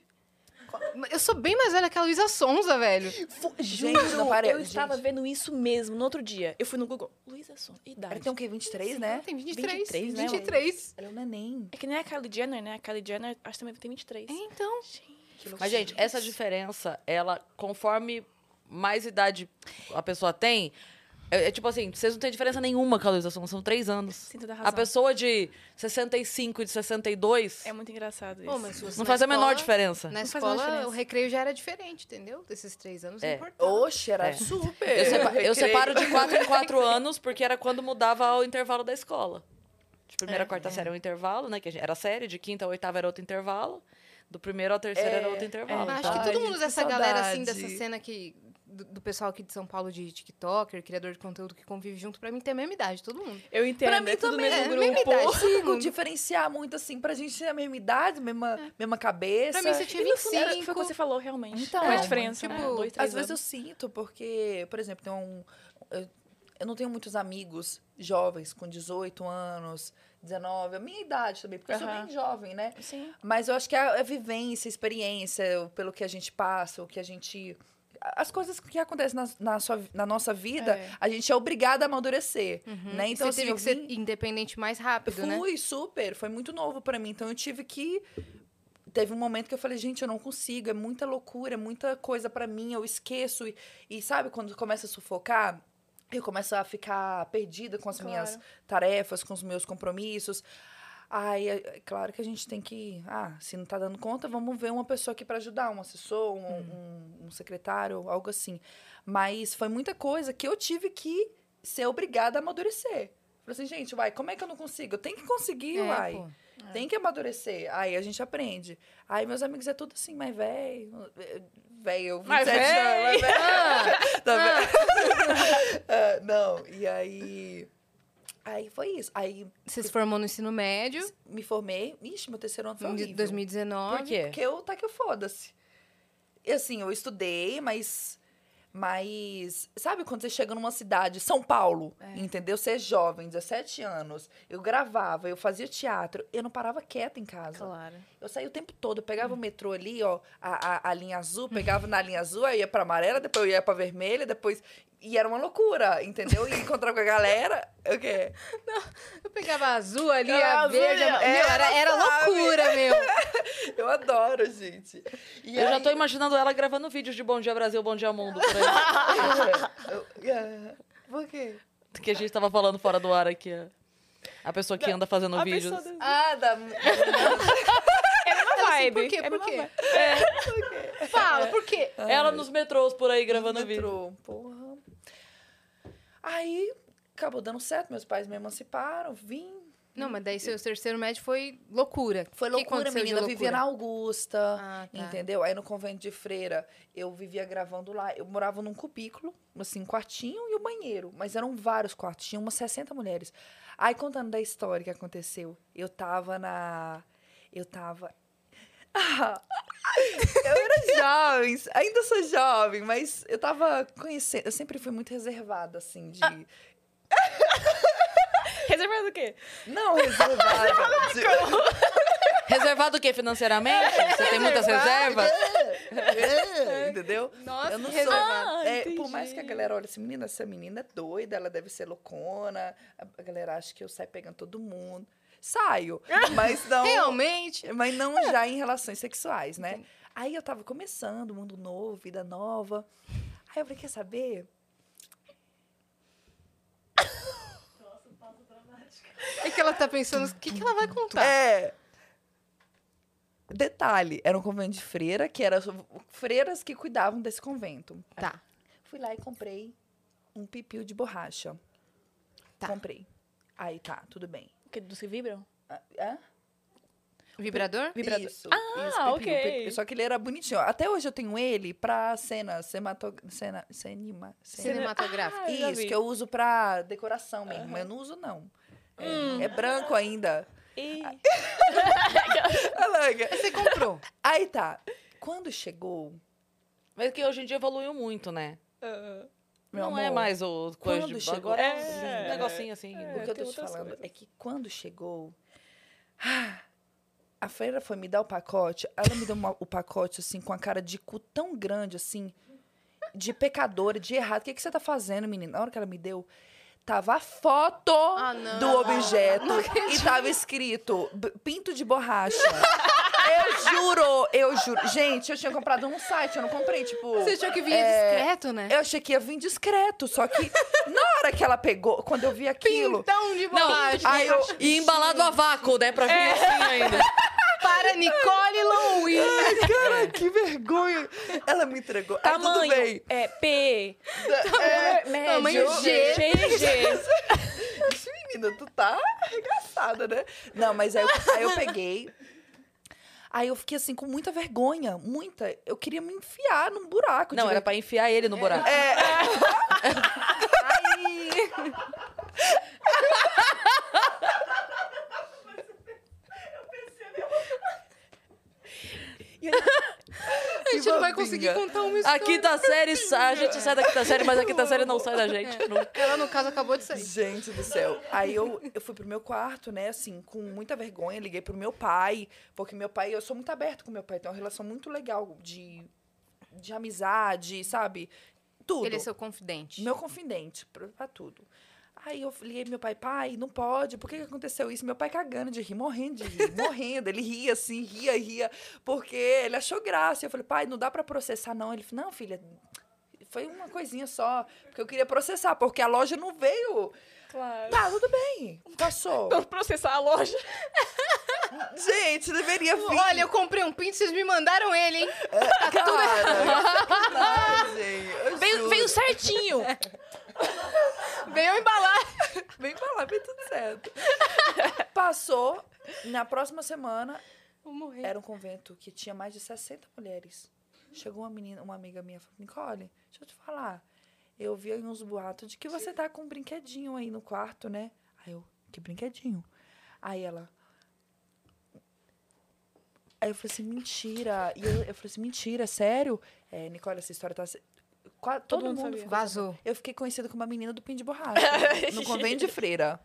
Speaker 2: Eu sou bem mais velha que a Luísa Sonza, velho.
Speaker 4: Fu-
Speaker 3: Gente,
Speaker 4: Juro,
Speaker 3: não pare-
Speaker 4: eu
Speaker 3: gente.
Speaker 4: estava vendo isso mesmo no outro dia. Eu fui no Google. Luísa Sonza, idade.
Speaker 3: Ela tem o quê? 23, né?
Speaker 2: Ela tem 23.
Speaker 4: 23, né, mãe?
Speaker 2: 23.
Speaker 3: Ela é um neném.
Speaker 4: É que nem a Kylie Jenner, né? A Kylie Jenner, acho que também tem 23.
Speaker 2: É, então.
Speaker 3: Que loucura.
Speaker 1: Mas, gente, essa diferença, ela, conforme mais idade a pessoa tem, é, é tipo assim, vocês não têm diferença nenhuma com a Luísa Sonza, são três anos.
Speaker 4: Sinto da razão.
Speaker 1: A pessoa de 65 e de 62
Speaker 4: É muito engraçado isso.
Speaker 2: Pô, mas se você
Speaker 1: não
Speaker 2: na
Speaker 1: faz a menor
Speaker 2: escola-
Speaker 1: diferença.
Speaker 2: Na
Speaker 4: Não faz a menor
Speaker 2: escola,
Speaker 4: diferença.
Speaker 2: o recreio já era diferente, entendeu? Desses três anos,
Speaker 1: É.
Speaker 2: não importava.
Speaker 3: Oxe, era
Speaker 1: É.
Speaker 3: super.
Speaker 1: Eu, sepa- eu
Speaker 3: recreio.
Speaker 1: separo de quatro em quatro anos, porque era quando mudava o intervalo da escola. De primeira a
Speaker 4: É.
Speaker 1: quarta série era um intervalo, né? Que a gente- era série, de quinta a oitava era outro intervalo, do primeiro ao terceiro
Speaker 3: É,
Speaker 1: era outro intervalo.
Speaker 2: Ah,
Speaker 1: É,
Speaker 2: acho
Speaker 4: tá,
Speaker 2: que
Speaker 3: Ai,
Speaker 2: todo
Speaker 3: gente,
Speaker 2: mundo
Speaker 3: que
Speaker 2: dessa galera, assim,
Speaker 3: saudade.
Speaker 2: dessa cena que. Do, do pessoal aqui de São Paulo de TikToker, criador de conteúdo que convive junto, pra mim tem a mesma idade, todo mundo.
Speaker 4: Eu entendo.
Speaker 3: Pra mim
Speaker 4: é tudo
Speaker 3: também,
Speaker 4: mesmo
Speaker 2: é,
Speaker 4: grupo.
Speaker 2: mesma
Speaker 3: Eu
Speaker 2: idade.
Speaker 3: consigo Tipo, diferenciar muito, assim, pra gente ter a mesma idade, mesma, mesma cabeça.
Speaker 2: Pra mim, você tinha
Speaker 4: E no fundo, era- Foi o
Speaker 2: 25.
Speaker 4: que você falou, realmente.
Speaker 3: Então,
Speaker 4: Qual é a diferença,
Speaker 2: tipo,
Speaker 4: né? Dois, três
Speaker 3: Às vezes eu
Speaker 4: anos.
Speaker 3: sinto, porque, por exemplo, tem um. Eu, eu não tenho muitos amigos jovens com 18 anos, 19, a minha idade também, porque eu sou
Speaker 4: Aham.
Speaker 3: bem jovem, né?
Speaker 4: Sim.
Speaker 3: Mas eu acho que a, a vivência, a experiência, o- pelo que a gente passa, o que a gente. As coisas que acontecem na, na, sua, na nossa vida,
Speaker 4: É.
Speaker 3: a gente é obrigada a amadurecer. Né? Então,
Speaker 2: você
Speaker 3: assim,
Speaker 2: teve
Speaker 3: eu
Speaker 2: que ser
Speaker 3: vim-
Speaker 2: independente mais
Speaker 3: Eu
Speaker 2: rápido, né?
Speaker 3: fui super, foi muito novo pra mim. Então eu tive que. Teve um momento que eu falei, gente, eu não consigo, é muita loucura, é muita coisa pra mim, eu esqueço. E, e sabe quando começa a sufocar? Eu começo a ficar perdida com as
Speaker 4: Claro.
Speaker 3: minhas tarefas, com os meus compromissos. Aí, é é claro que a gente tem que. Ah, se não tá dando conta, vamos ver uma pessoa aqui pra ajudar, um assessor, um,
Speaker 2: Hum.
Speaker 3: um- um secretário, algo assim. Mas foi muita coisa que eu tive que ser obrigada a amadurecer. Falei assim, gente, uai, como é que eu não consigo? Eu tenho que conseguir,
Speaker 2: É,
Speaker 3: uai.
Speaker 2: pô.
Speaker 3: Tem que amadurecer. Aí a gente aprende. Aí meus amigos é tudo assim, mas véi. Véi, eu.
Speaker 1: Mas
Speaker 3: 27 anos, mas véi.
Speaker 2: Ah,
Speaker 3: Tá vendo? Ah, não, e aí. Aí foi isso. Aí
Speaker 2: você se formou no ensino médio,
Speaker 3: me formei. Ixi, meu terceiro ano foi
Speaker 2: em
Speaker 3: horrível.
Speaker 2: 2019.
Speaker 1: Por quê?
Speaker 3: Porque eu tá que eu foda-se. E assim, eu estudei, mas. Mas. Sabe quando você chega numa cidade, São Paulo, entendeu? Você é jovem, 17 anos. Eu gravava, eu fazia teatro. Eu não parava quieta em casa.
Speaker 4: Claro.
Speaker 3: Eu saía o tempo todo, eu pegava
Speaker 1: Hum.
Speaker 3: o metrô ali, ó, a, a, a linha azul, pegava na linha azul, aí ia pra amarela, depois eu ia pra vermelha, depois. E era uma loucura, entendeu? E encontrar com a galera. O quê?
Speaker 2: Eu pegava a azul ali,
Speaker 3: Ah,
Speaker 2: a
Speaker 3: azul,
Speaker 2: verde, a...
Speaker 3: é,
Speaker 2: meu, era, era
Speaker 3: sabe?
Speaker 2: loucura, meu.
Speaker 3: Eu adoro, gente. E
Speaker 1: Eu já
Speaker 3: aí-
Speaker 1: tô imaginando ela gravando vídeos de Bom Dia Brasil, Bom Dia Mundo, por aí,
Speaker 3: Eu- é, Por quê?
Speaker 1: que a gente tava falando fora do ar aqui. ó. A pessoa que anda fazendo
Speaker 4: A
Speaker 1: vídeos.
Speaker 4: pessoa desse-
Speaker 3: Ah, da.
Speaker 4: É uma
Speaker 2: Assim,
Speaker 4: vibe.
Speaker 2: por quê?
Speaker 4: É
Speaker 2: Por
Speaker 4: uma
Speaker 2: quê?
Speaker 4: vibe.
Speaker 2: Fala, por quê?
Speaker 1: Ela nos metrôs por aí gravando vídeo.
Speaker 3: Metrô, porra. Aí acabou dando certo, meus pais me emanciparam, vim.
Speaker 2: Não, mas daí seu terceiro médio foi loucura.
Speaker 3: Foi
Speaker 2: O que
Speaker 3: loucura,
Speaker 2: aconteceu de
Speaker 3: menina. Eu vivia na
Speaker 2: loucura?
Speaker 3: Augusta.
Speaker 2: Ah,
Speaker 1: É.
Speaker 2: tá.
Speaker 3: Entendeu? Aí no convento de freira, eu vivia gravando lá. Eu morava um num cubículo, assim, um quartinho e o banheiro. Mas eram vários quartos, tinha umas 60 mulheres. Aí, contando da história que aconteceu, eu tava na. Eu tava. Ah, eu era jovem, ainda sou jovem, mas eu tava conhecendo. Eu sempre fui muito reservada, assim, de.
Speaker 4: Reservado o quê?
Speaker 3: Não reservada. de-
Speaker 1: Reservado o quê? Financeiramente? Você tem muitas reservas?
Speaker 3: É, Entendeu?
Speaker 2: Nossa,
Speaker 3: eu não sou.
Speaker 2: reservada.
Speaker 4: Ah,
Speaker 3: é, por
Speaker 4: entendi.
Speaker 3: mais que a galera olhe assim, menina, essa menina é doida, ela deve ser loucona. A a galera acha que eu saio pegando todo mundo. Saio, mas não.
Speaker 2: Realmente.
Speaker 3: Mas não já em relações sexuais, né? Aí eu tava começando, um mundo novo, vida nova. Aí eu falei, quer saber?
Speaker 2: É que ela tá pensando, o que, que ela vai contar?
Speaker 3: É. Detalhe, era um convento de freira, que era freiras que cuidavam desse convento.
Speaker 2: Tá.
Speaker 3: Fui lá e comprei um pipiu de borracha.
Speaker 2: Tá.
Speaker 3: Comprei. Aí tá, tudo bem.
Speaker 4: O quê? Dos que vibram?
Speaker 3: Ah, Hã?
Speaker 2: Vibrador?
Speaker 4: Vibrador. Ah,
Speaker 3: Isso, isso, pipiu,
Speaker 4: ok.
Speaker 3: pipiu. Só que ele era bonitinho. Até hoje eu tenho ele pra cena, cemato... cena... cinema...
Speaker 2: Cinematográfico.
Speaker 4: Ah, eu já
Speaker 3: Isso,
Speaker 4: vi.
Speaker 3: que eu uso pra decoração mesmo. mas Eu não uso, não. É,
Speaker 4: Hum.
Speaker 3: é branco ainda.
Speaker 4: Ih,
Speaker 2: Você comprou.
Speaker 3: Aí tá. Quando chegou,
Speaker 1: Mas que hoje em dia evoluiu muito, né?
Speaker 4: ah,
Speaker 3: meu
Speaker 1: não
Speaker 3: amor,
Speaker 1: é mais o coisa
Speaker 3: quando
Speaker 1: de
Speaker 3: chegou-
Speaker 1: agora.
Speaker 4: É.
Speaker 1: um negocinho assim.
Speaker 4: É.
Speaker 3: o que eu tô
Speaker 4: tem
Speaker 3: te
Speaker 4: outras
Speaker 3: falando
Speaker 4: coisas.
Speaker 3: é que quando chegou, ah, a freira foi me dar o pacote. Ela me deu uma- o pacote, assim, com a cara de cu tão grande, assim, de pecadora, de errado. O que, que você tá fazendo, menina? Na hora que ela me deu, tava a foto
Speaker 2: Ah, não.
Speaker 3: do objeto e tava escrito b- pinto de borracha. eu juro, eu juro. Gente, eu tinha comprado num site, eu não comprei, tipo.
Speaker 2: Você achou que vinha
Speaker 3: É,
Speaker 2: discreto, né?
Speaker 3: Eu achei que ia vir discreto, só que na hora que ela pegou, quando eu vi aquilo.
Speaker 2: Pintão de
Speaker 1: Não,
Speaker 2: borracha.
Speaker 3: Aí eu-
Speaker 1: E embalado a vácuo, né? Pra vir assim ainda.
Speaker 2: Para Nicole Louis.
Speaker 3: Ai, cara, que vergonha! Ela me entregou. Aí tudo
Speaker 4: Tamanho
Speaker 3: bem.
Speaker 4: é P,
Speaker 3: É,
Speaker 4: médio,
Speaker 2: tamanho G.
Speaker 4: G.
Speaker 3: Ixi, menina, tu tá arregaçada, né? Não, mas aí eu, aí eu peguei. Aí eu fiquei assim com muita vergonha, muita. Eu queria me enfiar num buraco.
Speaker 1: Não,
Speaker 3: de
Speaker 1: era pra enfiar ele no buraco.
Speaker 2: A gente não vai conseguir
Speaker 3: bobinha.
Speaker 2: contar uma
Speaker 1: A
Speaker 2: história.
Speaker 1: quinta série, sa- a gente sai da quinta série, mas a quinta série não sai da gente. Não-
Speaker 2: Ela, no caso, acabou de sair.
Speaker 3: Gente do céu. Aí eu, eu fui pro meu quarto, né, assim, com muita vergonha, liguei pro meu pai, porque meu pai, eu sou muito aberto com meu pai, tem uma relação muito legal de, de amizade, sabe? Tudo.
Speaker 2: Ele é seu confidente.
Speaker 3: Meu confidente, pra, pra tudo. Aí eu liguei pro meu pai, pai, não pode, por que, que aconteceu isso? Meu pai cagando de rir, morrendo de rir, morrendo. Ele ria assim, ria, ria, porque ele achou graça. Eu falei, pai, não dá pra processar, não. Ele falou, não, filha, foi uma coisinha só, porque eu queria processar, porque a loja não veio.
Speaker 4: Claro.
Speaker 3: Tá, tudo bem, passou.
Speaker 4: Pra processar a loja.
Speaker 3: Gente, deveria vir.
Speaker 2: Olha, eu comprei um pinto, vocês me mandaram ele, hein?
Speaker 3: cara, gente,
Speaker 4: Veio, veio certinho.
Speaker 2: Veio um embalar.
Speaker 3: Vem pra lá, vem tudo certo. Passou, na próxima semana,
Speaker 2: Vou morrer.
Speaker 3: Era um convento que tinha mais de 60 mulheres. Chegou uma menina, uma amiga minha, falou: Nicole, deixa eu te falar. Eu vi aí uns boatos de que você tá com um brinquedinho aí no quarto, né? Aí eu, que brinquedinho? Aí ela. Aí eu falei assim, mentira. E eu, eu falei assim, mentira, sério? É, Nicole, essa história tá. se- Qua- todo,
Speaker 4: mundo
Speaker 3: mundo.
Speaker 4: sabia.
Speaker 3: ficou-
Speaker 2: É, Vazou.
Speaker 3: Eu fiquei conhecida como a menina do pin de borracha. no convento de freira.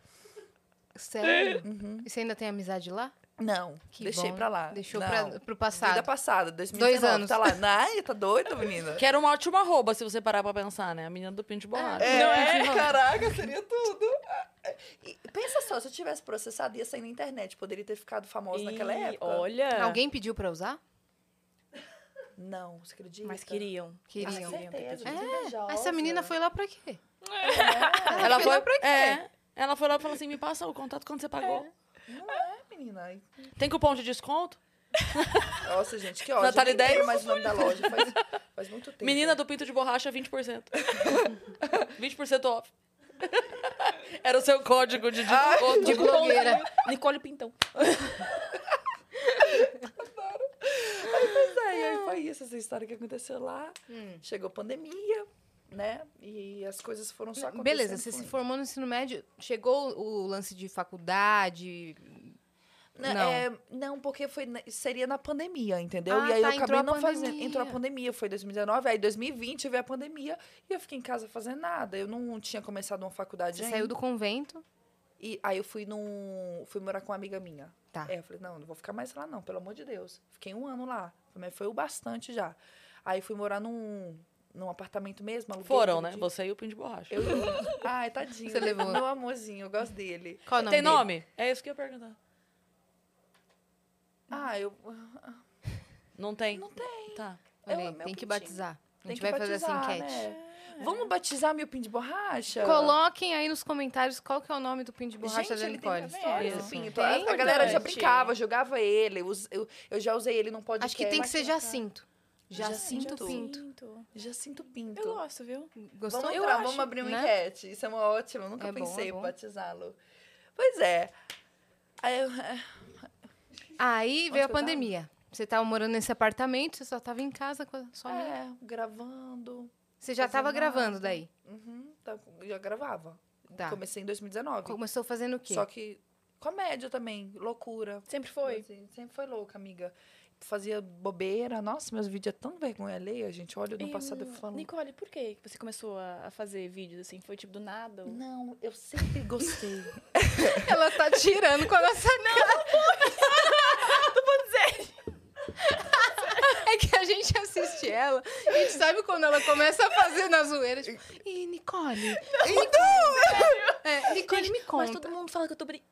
Speaker 2: Sério? E você ainda tem amizade lá?
Speaker 3: Não,
Speaker 2: Que
Speaker 3: deixei
Speaker 2: bom.
Speaker 3: pra lá.
Speaker 2: Deixou
Speaker 3: Ah, Não.
Speaker 2: pra, pro
Speaker 3: Vida
Speaker 2: passado.
Speaker 3: passada, 2019.
Speaker 2: Dois anos.
Speaker 3: Tá lá. Ai, tá doido, menina?
Speaker 1: Que era uma ótima rouba, se você parar pra pensar, né? A menina do pinto de borracha.
Speaker 3: É,
Speaker 4: Não é?
Speaker 3: Caraca, seria tudo. E pensa só, se eu tivesse processado, ia sair na internet. Poderia ter ficado famosa naquela
Speaker 4: Ih,
Speaker 3: época.
Speaker 4: Olha.
Speaker 2: Alguém pediu pra usar?
Speaker 3: Não, você acredita?
Speaker 4: Mas queriam.
Speaker 2: Queriam.
Speaker 3: Ah, certeza,
Speaker 2: É,
Speaker 3: muito invejosa.
Speaker 2: Essa menina foi lá pra quê?
Speaker 3: É,
Speaker 1: Ela
Speaker 2: foi
Speaker 1: foi,
Speaker 2: lá pra quê?
Speaker 1: é, ela foi lá e falou assim: me passa o contato quando você pagou.
Speaker 3: Não é, menina.
Speaker 1: Tem cupom de desconto?
Speaker 3: Nossa, gente, que ódio.
Speaker 1: Natália
Speaker 3: Eu nem lembro
Speaker 1: Ideia.
Speaker 3: mais o nome da loja. Faz, faz muito tempo.
Speaker 1: Menina do pinto de borracha, 20%. 20% off. Era o seu código Ah, de desconto.
Speaker 2: De blogueira.
Speaker 4: Tipo Nicole Pintão.
Speaker 3: Mas aí, aí foi isso, essa história que aconteceu lá. Chegou pandemia. né? E as coisas foram só acontecendo.
Speaker 2: Beleza, você se
Speaker 3: foram.
Speaker 2: formou no ensino médio, chegou o lance de faculdade.
Speaker 3: Não,
Speaker 2: Não.
Speaker 3: é, não, porque foi, na- seria na pandemia, entendeu?
Speaker 2: Ah,
Speaker 3: e aí
Speaker 2: tá,
Speaker 3: eu
Speaker 2: entrou
Speaker 3: acabei
Speaker 2: a
Speaker 3: não fazendo.
Speaker 2: pandemia.
Speaker 3: Entrou a pandemia, foi 2019, aí 2020 veio a pandemia e eu fiquei em casa fazendo nada. Eu não tinha começado uma faculdade
Speaker 2: Você
Speaker 3: ainda.
Speaker 2: saiu do convento.
Speaker 3: E aí eu fui num. fui morar com uma amiga minha.
Speaker 2: Tá.
Speaker 3: É, eu falei, não, não vou ficar mais lá, não, pelo amor de Deus. Fiquei um ano lá. Mas foi o bastante já. Aí fui morar num, num apartamento mesmo, aluguei,
Speaker 1: Foram, né?
Speaker 3: vendi.
Speaker 1: Você e o Pinho de Borracha.
Speaker 3: Eu... Ai, tadinho. né?
Speaker 2: Você levou.
Speaker 3: Meu amorzinho, eu gosto dele.
Speaker 2: Qual é o nome
Speaker 1: Tem
Speaker 2: dele?
Speaker 1: nome? É isso que eu ia perguntar.
Speaker 3: Ah, eu.
Speaker 1: Não tem?
Speaker 3: Não
Speaker 1: tem. Tá.
Speaker 3: É o
Speaker 2: Olha aí,
Speaker 3: meu
Speaker 2: tem que
Speaker 3: pintinho.
Speaker 2: batizar. A
Speaker 3: Tem
Speaker 2: gente
Speaker 3: que
Speaker 2: vai
Speaker 3: batizar,
Speaker 2: fazer essa enquete. É.
Speaker 3: né? Vamos batizar meu pin de borracha?
Speaker 2: Coloquem aí nos comentários qual que é o nome do pinho de borracha
Speaker 3: Gente,
Speaker 2: da
Speaker 3: ele
Speaker 2: Nicole.
Speaker 3: tem história,
Speaker 1: Isso.
Speaker 3: assim,
Speaker 2: Tem,
Speaker 3: a galera já
Speaker 4: verdade.
Speaker 3: brincava, jogava ele. us- Eu, eu já usei ele num podcast.
Speaker 2: Acho que tem que ser
Speaker 3: já
Speaker 2: Jacinto. Jacinto
Speaker 3: Jacinto.
Speaker 2: Pinto.
Speaker 3: Jacinto
Speaker 4: Eu
Speaker 3: Pinto.
Speaker 4: gosto, viu?
Speaker 2: Gostou?
Speaker 3: Vamos
Speaker 2: Eu
Speaker 3: entrar,
Speaker 2: acho,
Speaker 3: vamos abrir uma
Speaker 2: né?
Speaker 3: enquete. Isso é uma ótima, eu nunca
Speaker 2: É bom,
Speaker 3: pensei
Speaker 2: é
Speaker 3: em
Speaker 2: bom.
Speaker 3: batizá-lo. Pois é. Aí eu- é,
Speaker 2: Ah, Aí veio a
Speaker 3: que eu tava?
Speaker 2: pandemia. Você tava morando nesse apartamento, você só tava em casa com a sua amiga.
Speaker 3: é, gravando.
Speaker 2: Você já tava
Speaker 3: fazendo
Speaker 2: gravando
Speaker 3: nada.
Speaker 2: daí.
Speaker 3: Uhum, tá- já gravava.
Speaker 2: Tá. é
Speaker 3: Comecei em 2019.
Speaker 2: Começou fazendo o quê?
Speaker 3: Só que comédia também, loucura.
Speaker 4: Sempre foi.
Speaker 3: Assim, sempre foi louca, amiga. Fazia bobeira. Nossa, meus vídeos é tão vergonha alheia, gente. Olha no passado eu falo.
Speaker 4: Nicole, por que você começou a a fazer vídeos assim? Foi tipo do nada?
Speaker 2: Uhum.
Speaker 4: ou-
Speaker 3: Não, eu sempre gostei.
Speaker 2: Ela tá tirando com a nossa cara. É que a gente assiste ela, a gente sabe quando ela começa a fazer na zoeira, tipo, e Nicole, Nicole, é, Nicole me
Speaker 4: Mas
Speaker 2: conta.
Speaker 4: todo mundo fala que eu tô brincando.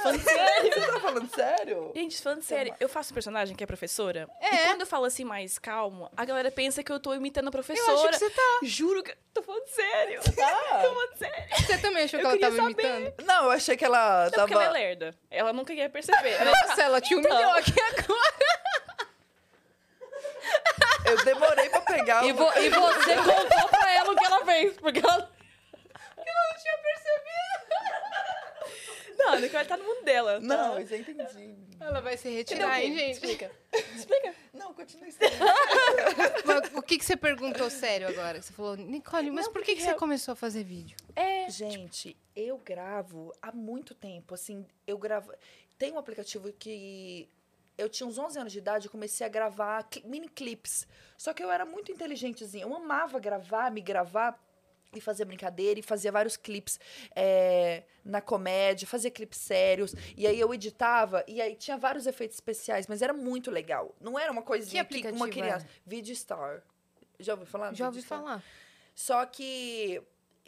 Speaker 4: Falando sério.
Speaker 3: Você tá falando sério?
Speaker 4: Gente, falando sério, eu faço um personagem que é professora.
Speaker 2: É.
Speaker 4: E quando eu falo assim mais calmo, a galera pensa que eu tô imitando a
Speaker 2: Eu acho que
Speaker 4: professora.
Speaker 2: você, tá,
Speaker 4: Juro que. Tô falando sério. Tô
Speaker 3: Tá.
Speaker 4: falando sério.
Speaker 2: você também achou que
Speaker 4: Eu
Speaker 2: ela
Speaker 4: queria
Speaker 2: tava
Speaker 4: saber.
Speaker 2: imitando?
Speaker 3: Não, eu achei que ela
Speaker 4: Não, porque ela é
Speaker 3: tava.
Speaker 4: lerda. Ela nunca ia perceber. Ela- é-
Speaker 2: Nossa, ela te humilhou aqui agora.
Speaker 3: Eu demorei pra pegar.
Speaker 1: E,
Speaker 3: o-
Speaker 1: vo- e você contou pra ela o que ela fez, porque ela...
Speaker 4: Não, a Nicole tá no mundo dela.
Speaker 3: Não, eu já entendi.
Speaker 2: Ela vai se retirar, hein, Então, gente?
Speaker 3: Não, continua estranho.
Speaker 2: Mas o que, que você perguntou sério agora? Você falou, Nicole, mas
Speaker 4: Não,
Speaker 2: por que, que
Speaker 4: porque
Speaker 2: você
Speaker 4: eu-
Speaker 2: começou a fazer vídeo?
Speaker 4: É.
Speaker 3: Gente, eu gravo há muito tempo, assim, eu gravo... Tem um aplicativo que eu tinha uns 11 anos de idade, eu comecei a gravar cli- mini clips. Só que eu era muito inteligentezinha, eu amava gravar, me gravar e fazer brincadeira, e fazia vários clipes é, na comédia, fazia clipes sérios, e aí eu editava, e aí tinha vários efeitos especiais, mas era muito legal. Não era uma coisinha que,
Speaker 2: aplicativo
Speaker 3: uma criança... Video Star. Já ouviu falar?
Speaker 2: Já ouvi
Speaker 3: Videostar?
Speaker 2: falar.
Speaker 3: Só que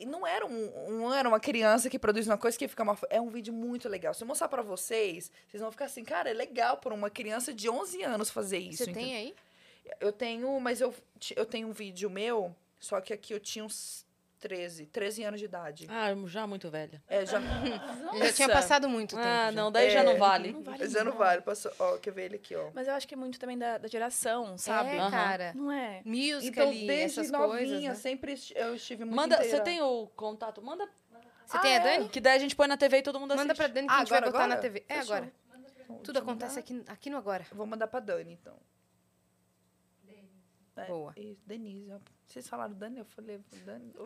Speaker 3: não era, um, não era uma criança que produz uma coisa que fica uma. fo- É um vídeo muito legal. Se eu mostrar pra vocês, vocês vão ficar assim, cara, é legal pra uma criança de 11 anos fazer isso.
Speaker 2: você
Speaker 3: entendeu?
Speaker 2: tem aí?
Speaker 3: Eu tenho, mas eu, ti- eu tenho um vídeo meu, só que aqui eu tinha uns 13, 13 anos de idade.
Speaker 1: Ah, eu já muito velha.
Speaker 3: É, já, é,
Speaker 2: Já tinha passado muito tempo.
Speaker 1: Ah,
Speaker 2: já.
Speaker 1: não, daí já não vale.
Speaker 4: Não vale
Speaker 3: já não vale. Passou, ó, quer ver ele aqui, ó.
Speaker 4: Mas eu acho que é muito também da, da geração,
Speaker 2: Sabe?
Speaker 4: sabe?
Speaker 1: Aham.
Speaker 2: É, cara.
Speaker 4: Não é?
Speaker 2: Musical,
Speaker 3: Então,
Speaker 2: ali,
Speaker 3: desde
Speaker 2: essas
Speaker 3: novinha, assim.
Speaker 2: coisas. né?
Speaker 3: sempre esti- eu estive muito
Speaker 1: Manda,
Speaker 3: inteira.
Speaker 1: você tem o contato? Manda.
Speaker 2: Você tem a
Speaker 3: Ah, é?
Speaker 2: Dani?
Speaker 1: Que daí a gente põe na TV e todo mundo
Speaker 2: Manda pra
Speaker 1: assiste.
Speaker 2: Dani que
Speaker 3: Ah,
Speaker 2: a gente vai
Speaker 3: agora,
Speaker 2: botar na
Speaker 3: agora?
Speaker 2: TV. É
Speaker 3: Fechou.
Speaker 2: agora.
Speaker 3: Vou te
Speaker 2: Tudo
Speaker 3: mandar.
Speaker 2: acontece aqui, aqui no agora.
Speaker 3: Vou mandar pra Dani, então. É,
Speaker 2: Boa.
Speaker 3: e Denise, ó. vocês falaram Dani, eu falei Dani. ô.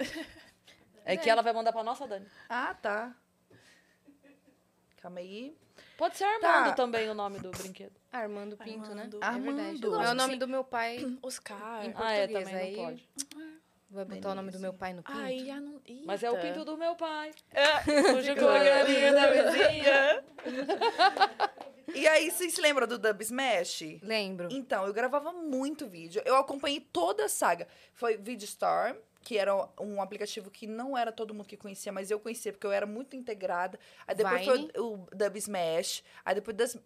Speaker 1: É que ela vai mandar pra nossa Dani.
Speaker 3: Ah, tá. Calma aí.
Speaker 1: Pode ser Armando
Speaker 3: Tá.
Speaker 1: também o nome do brinquedo.
Speaker 2: Armando Pinto,
Speaker 4: Armando.
Speaker 2: né? É verdade.
Speaker 3: Armando.
Speaker 2: É o nome do meu pai.
Speaker 4: Oscar.
Speaker 2: Em
Speaker 1: Ah, é,
Speaker 2: português,
Speaker 1: também
Speaker 2: aí-
Speaker 1: não pode.
Speaker 2: Vai botar o nome do meu pai no Pinto.
Speaker 4: Ai, já não. Eita. Ah,
Speaker 1: Mas é o pinto do meu pai.
Speaker 4: Conjugou
Speaker 1: Conjugou a galinha da vizinha.
Speaker 3: E aí, vocês lembram do Dub Smash?
Speaker 2: Lembro.
Speaker 3: Então, eu gravava muito vídeo. Eu acompanhei toda a saga. Foi VidStar, que era um aplicativo que não era todo mundo que conhecia, mas eu conhecia, porque eu era muito integrada. Aí depois
Speaker 2: Vine.
Speaker 3: foi o, o Dub Smash. Aí depois das...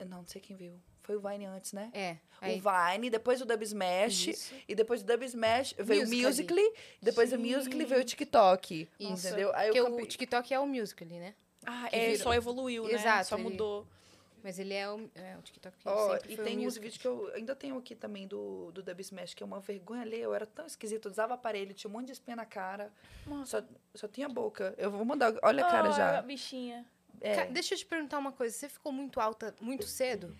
Speaker 3: Não, não sei quem viu. Foi o Vine antes, né?
Speaker 2: É. Aí,
Speaker 3: O Vine, depois o Dub Smash.
Speaker 2: Isso.
Speaker 3: E depois do Dub Smash veio o
Speaker 2: Musical.ly.
Speaker 3: Musical.ly. Depois do Musical.ly veio o TikTok.
Speaker 2: Isso.
Speaker 3: Entendeu? Aí
Speaker 2: porque
Speaker 3: eu
Speaker 2: o TikTok é o musical, ali, né?
Speaker 4: Ah,
Speaker 2: Que
Speaker 4: é,
Speaker 2: virou.
Speaker 4: só evoluiu, né?
Speaker 2: Exato,
Speaker 4: Só
Speaker 2: ele-
Speaker 4: mudou.
Speaker 2: Mas ele é o, é, o TikTok
Speaker 3: Ó,
Speaker 2: sempre
Speaker 3: e
Speaker 2: foi o
Speaker 3: tem uns
Speaker 2: musical.
Speaker 3: vídeos que eu ainda tenho aqui também do, do Dub Smash, que é uma vergonha ali. Eu era tão esquisita, eu usava aparelho, tinha um monte de espinha na cara. Só, só tinha boca. Eu vou mandar. Olha a cara
Speaker 4: Ah,
Speaker 3: já.
Speaker 4: Bichinha.
Speaker 3: É,
Speaker 2: Ca- Deixa eu te perguntar uma coisa. Você ficou muito alta muito cedo?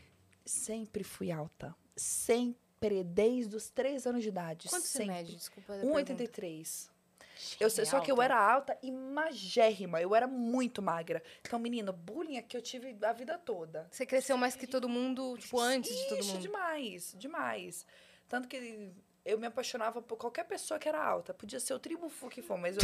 Speaker 3: sempre fui alta. Sempre. Perê desde os 3 anos de idade.
Speaker 2: Quanto você
Speaker 3: sempre.
Speaker 2: mede? Desculpa. a pergunta. é
Speaker 3: 1,83. Eu sei, só que eu
Speaker 4: alta.
Speaker 3: era alta e magérrima. Eu era muito magra. Então, menina, bullying é que eu tive a vida toda.
Speaker 2: Você cresceu mais que todo mundo, tipo, antes de todo
Speaker 3: Ixi,
Speaker 2: mundo.
Speaker 3: demais, demais. Tanto que eu me apaixonava por qualquer pessoa que era alta. Podia ser o tribufu que for, mas eu,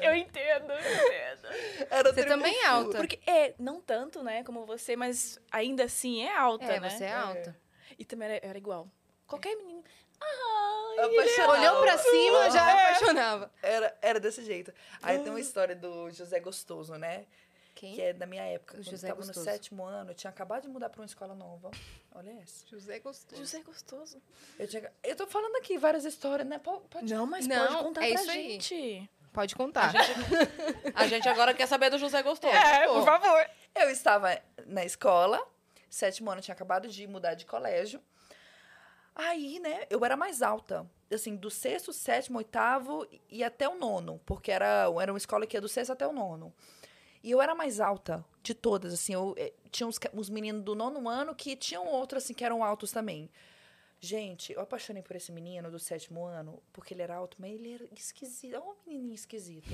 Speaker 4: Eu entendo, eu entendo.
Speaker 3: eu era o
Speaker 2: Você
Speaker 3: tribufu.
Speaker 2: também é alta.
Speaker 4: Porque é, não tanto, né, como você, mas ainda assim é alta,
Speaker 2: É,
Speaker 4: né?
Speaker 2: você é alta.
Speaker 4: E também era, era igual. Qualquer menino.
Speaker 3: Eu
Speaker 4: Ai,
Speaker 3: É. apaixonava.
Speaker 2: Olhou pra cima, já Ah.
Speaker 3: É.
Speaker 2: apaixonava.
Speaker 3: Era, era desse jeito. Aí tem uma história do José Gostoso, né?
Speaker 2: Quem?
Speaker 3: Que é da minha época.
Speaker 2: O
Speaker 3: Quando
Speaker 2: José
Speaker 3: eu tava
Speaker 2: Gostoso.
Speaker 3: no sétimo ano, eu tinha acabado de mudar pra uma escola nova. Olha essa.
Speaker 2: José Gostoso.
Speaker 4: José é gostoso.
Speaker 3: Eu, tinha- eu tô falando aqui várias histórias, né? Po- Pode
Speaker 4: Não, mas
Speaker 2: Não,
Speaker 4: pode contar
Speaker 2: é
Speaker 4: pra
Speaker 2: isso aí.
Speaker 4: gente.
Speaker 2: Pode contar.
Speaker 1: A gente agora quer saber do José Gostoso.
Speaker 4: É,
Speaker 1: Pô.
Speaker 4: por favor.
Speaker 3: Eu estava na escola, sétimo ano, eu tinha acabado de mudar de colégio. Aí, né, eu era mais alta. Assim, do sexto, sétimo, oitavo e até o nono. Porque era, era uma escola que ia do sexto até o nono. E eu era mais alta de todas, assim. Eu, eh, tinha uns, ca- uns meninos do nono ano que tinham outros, assim, que eram altos também. Gente, eu apaixonei por esse menino do sétimo ano, porque ele era alto, mas ele era esquisito. Olha um menininho esquisito.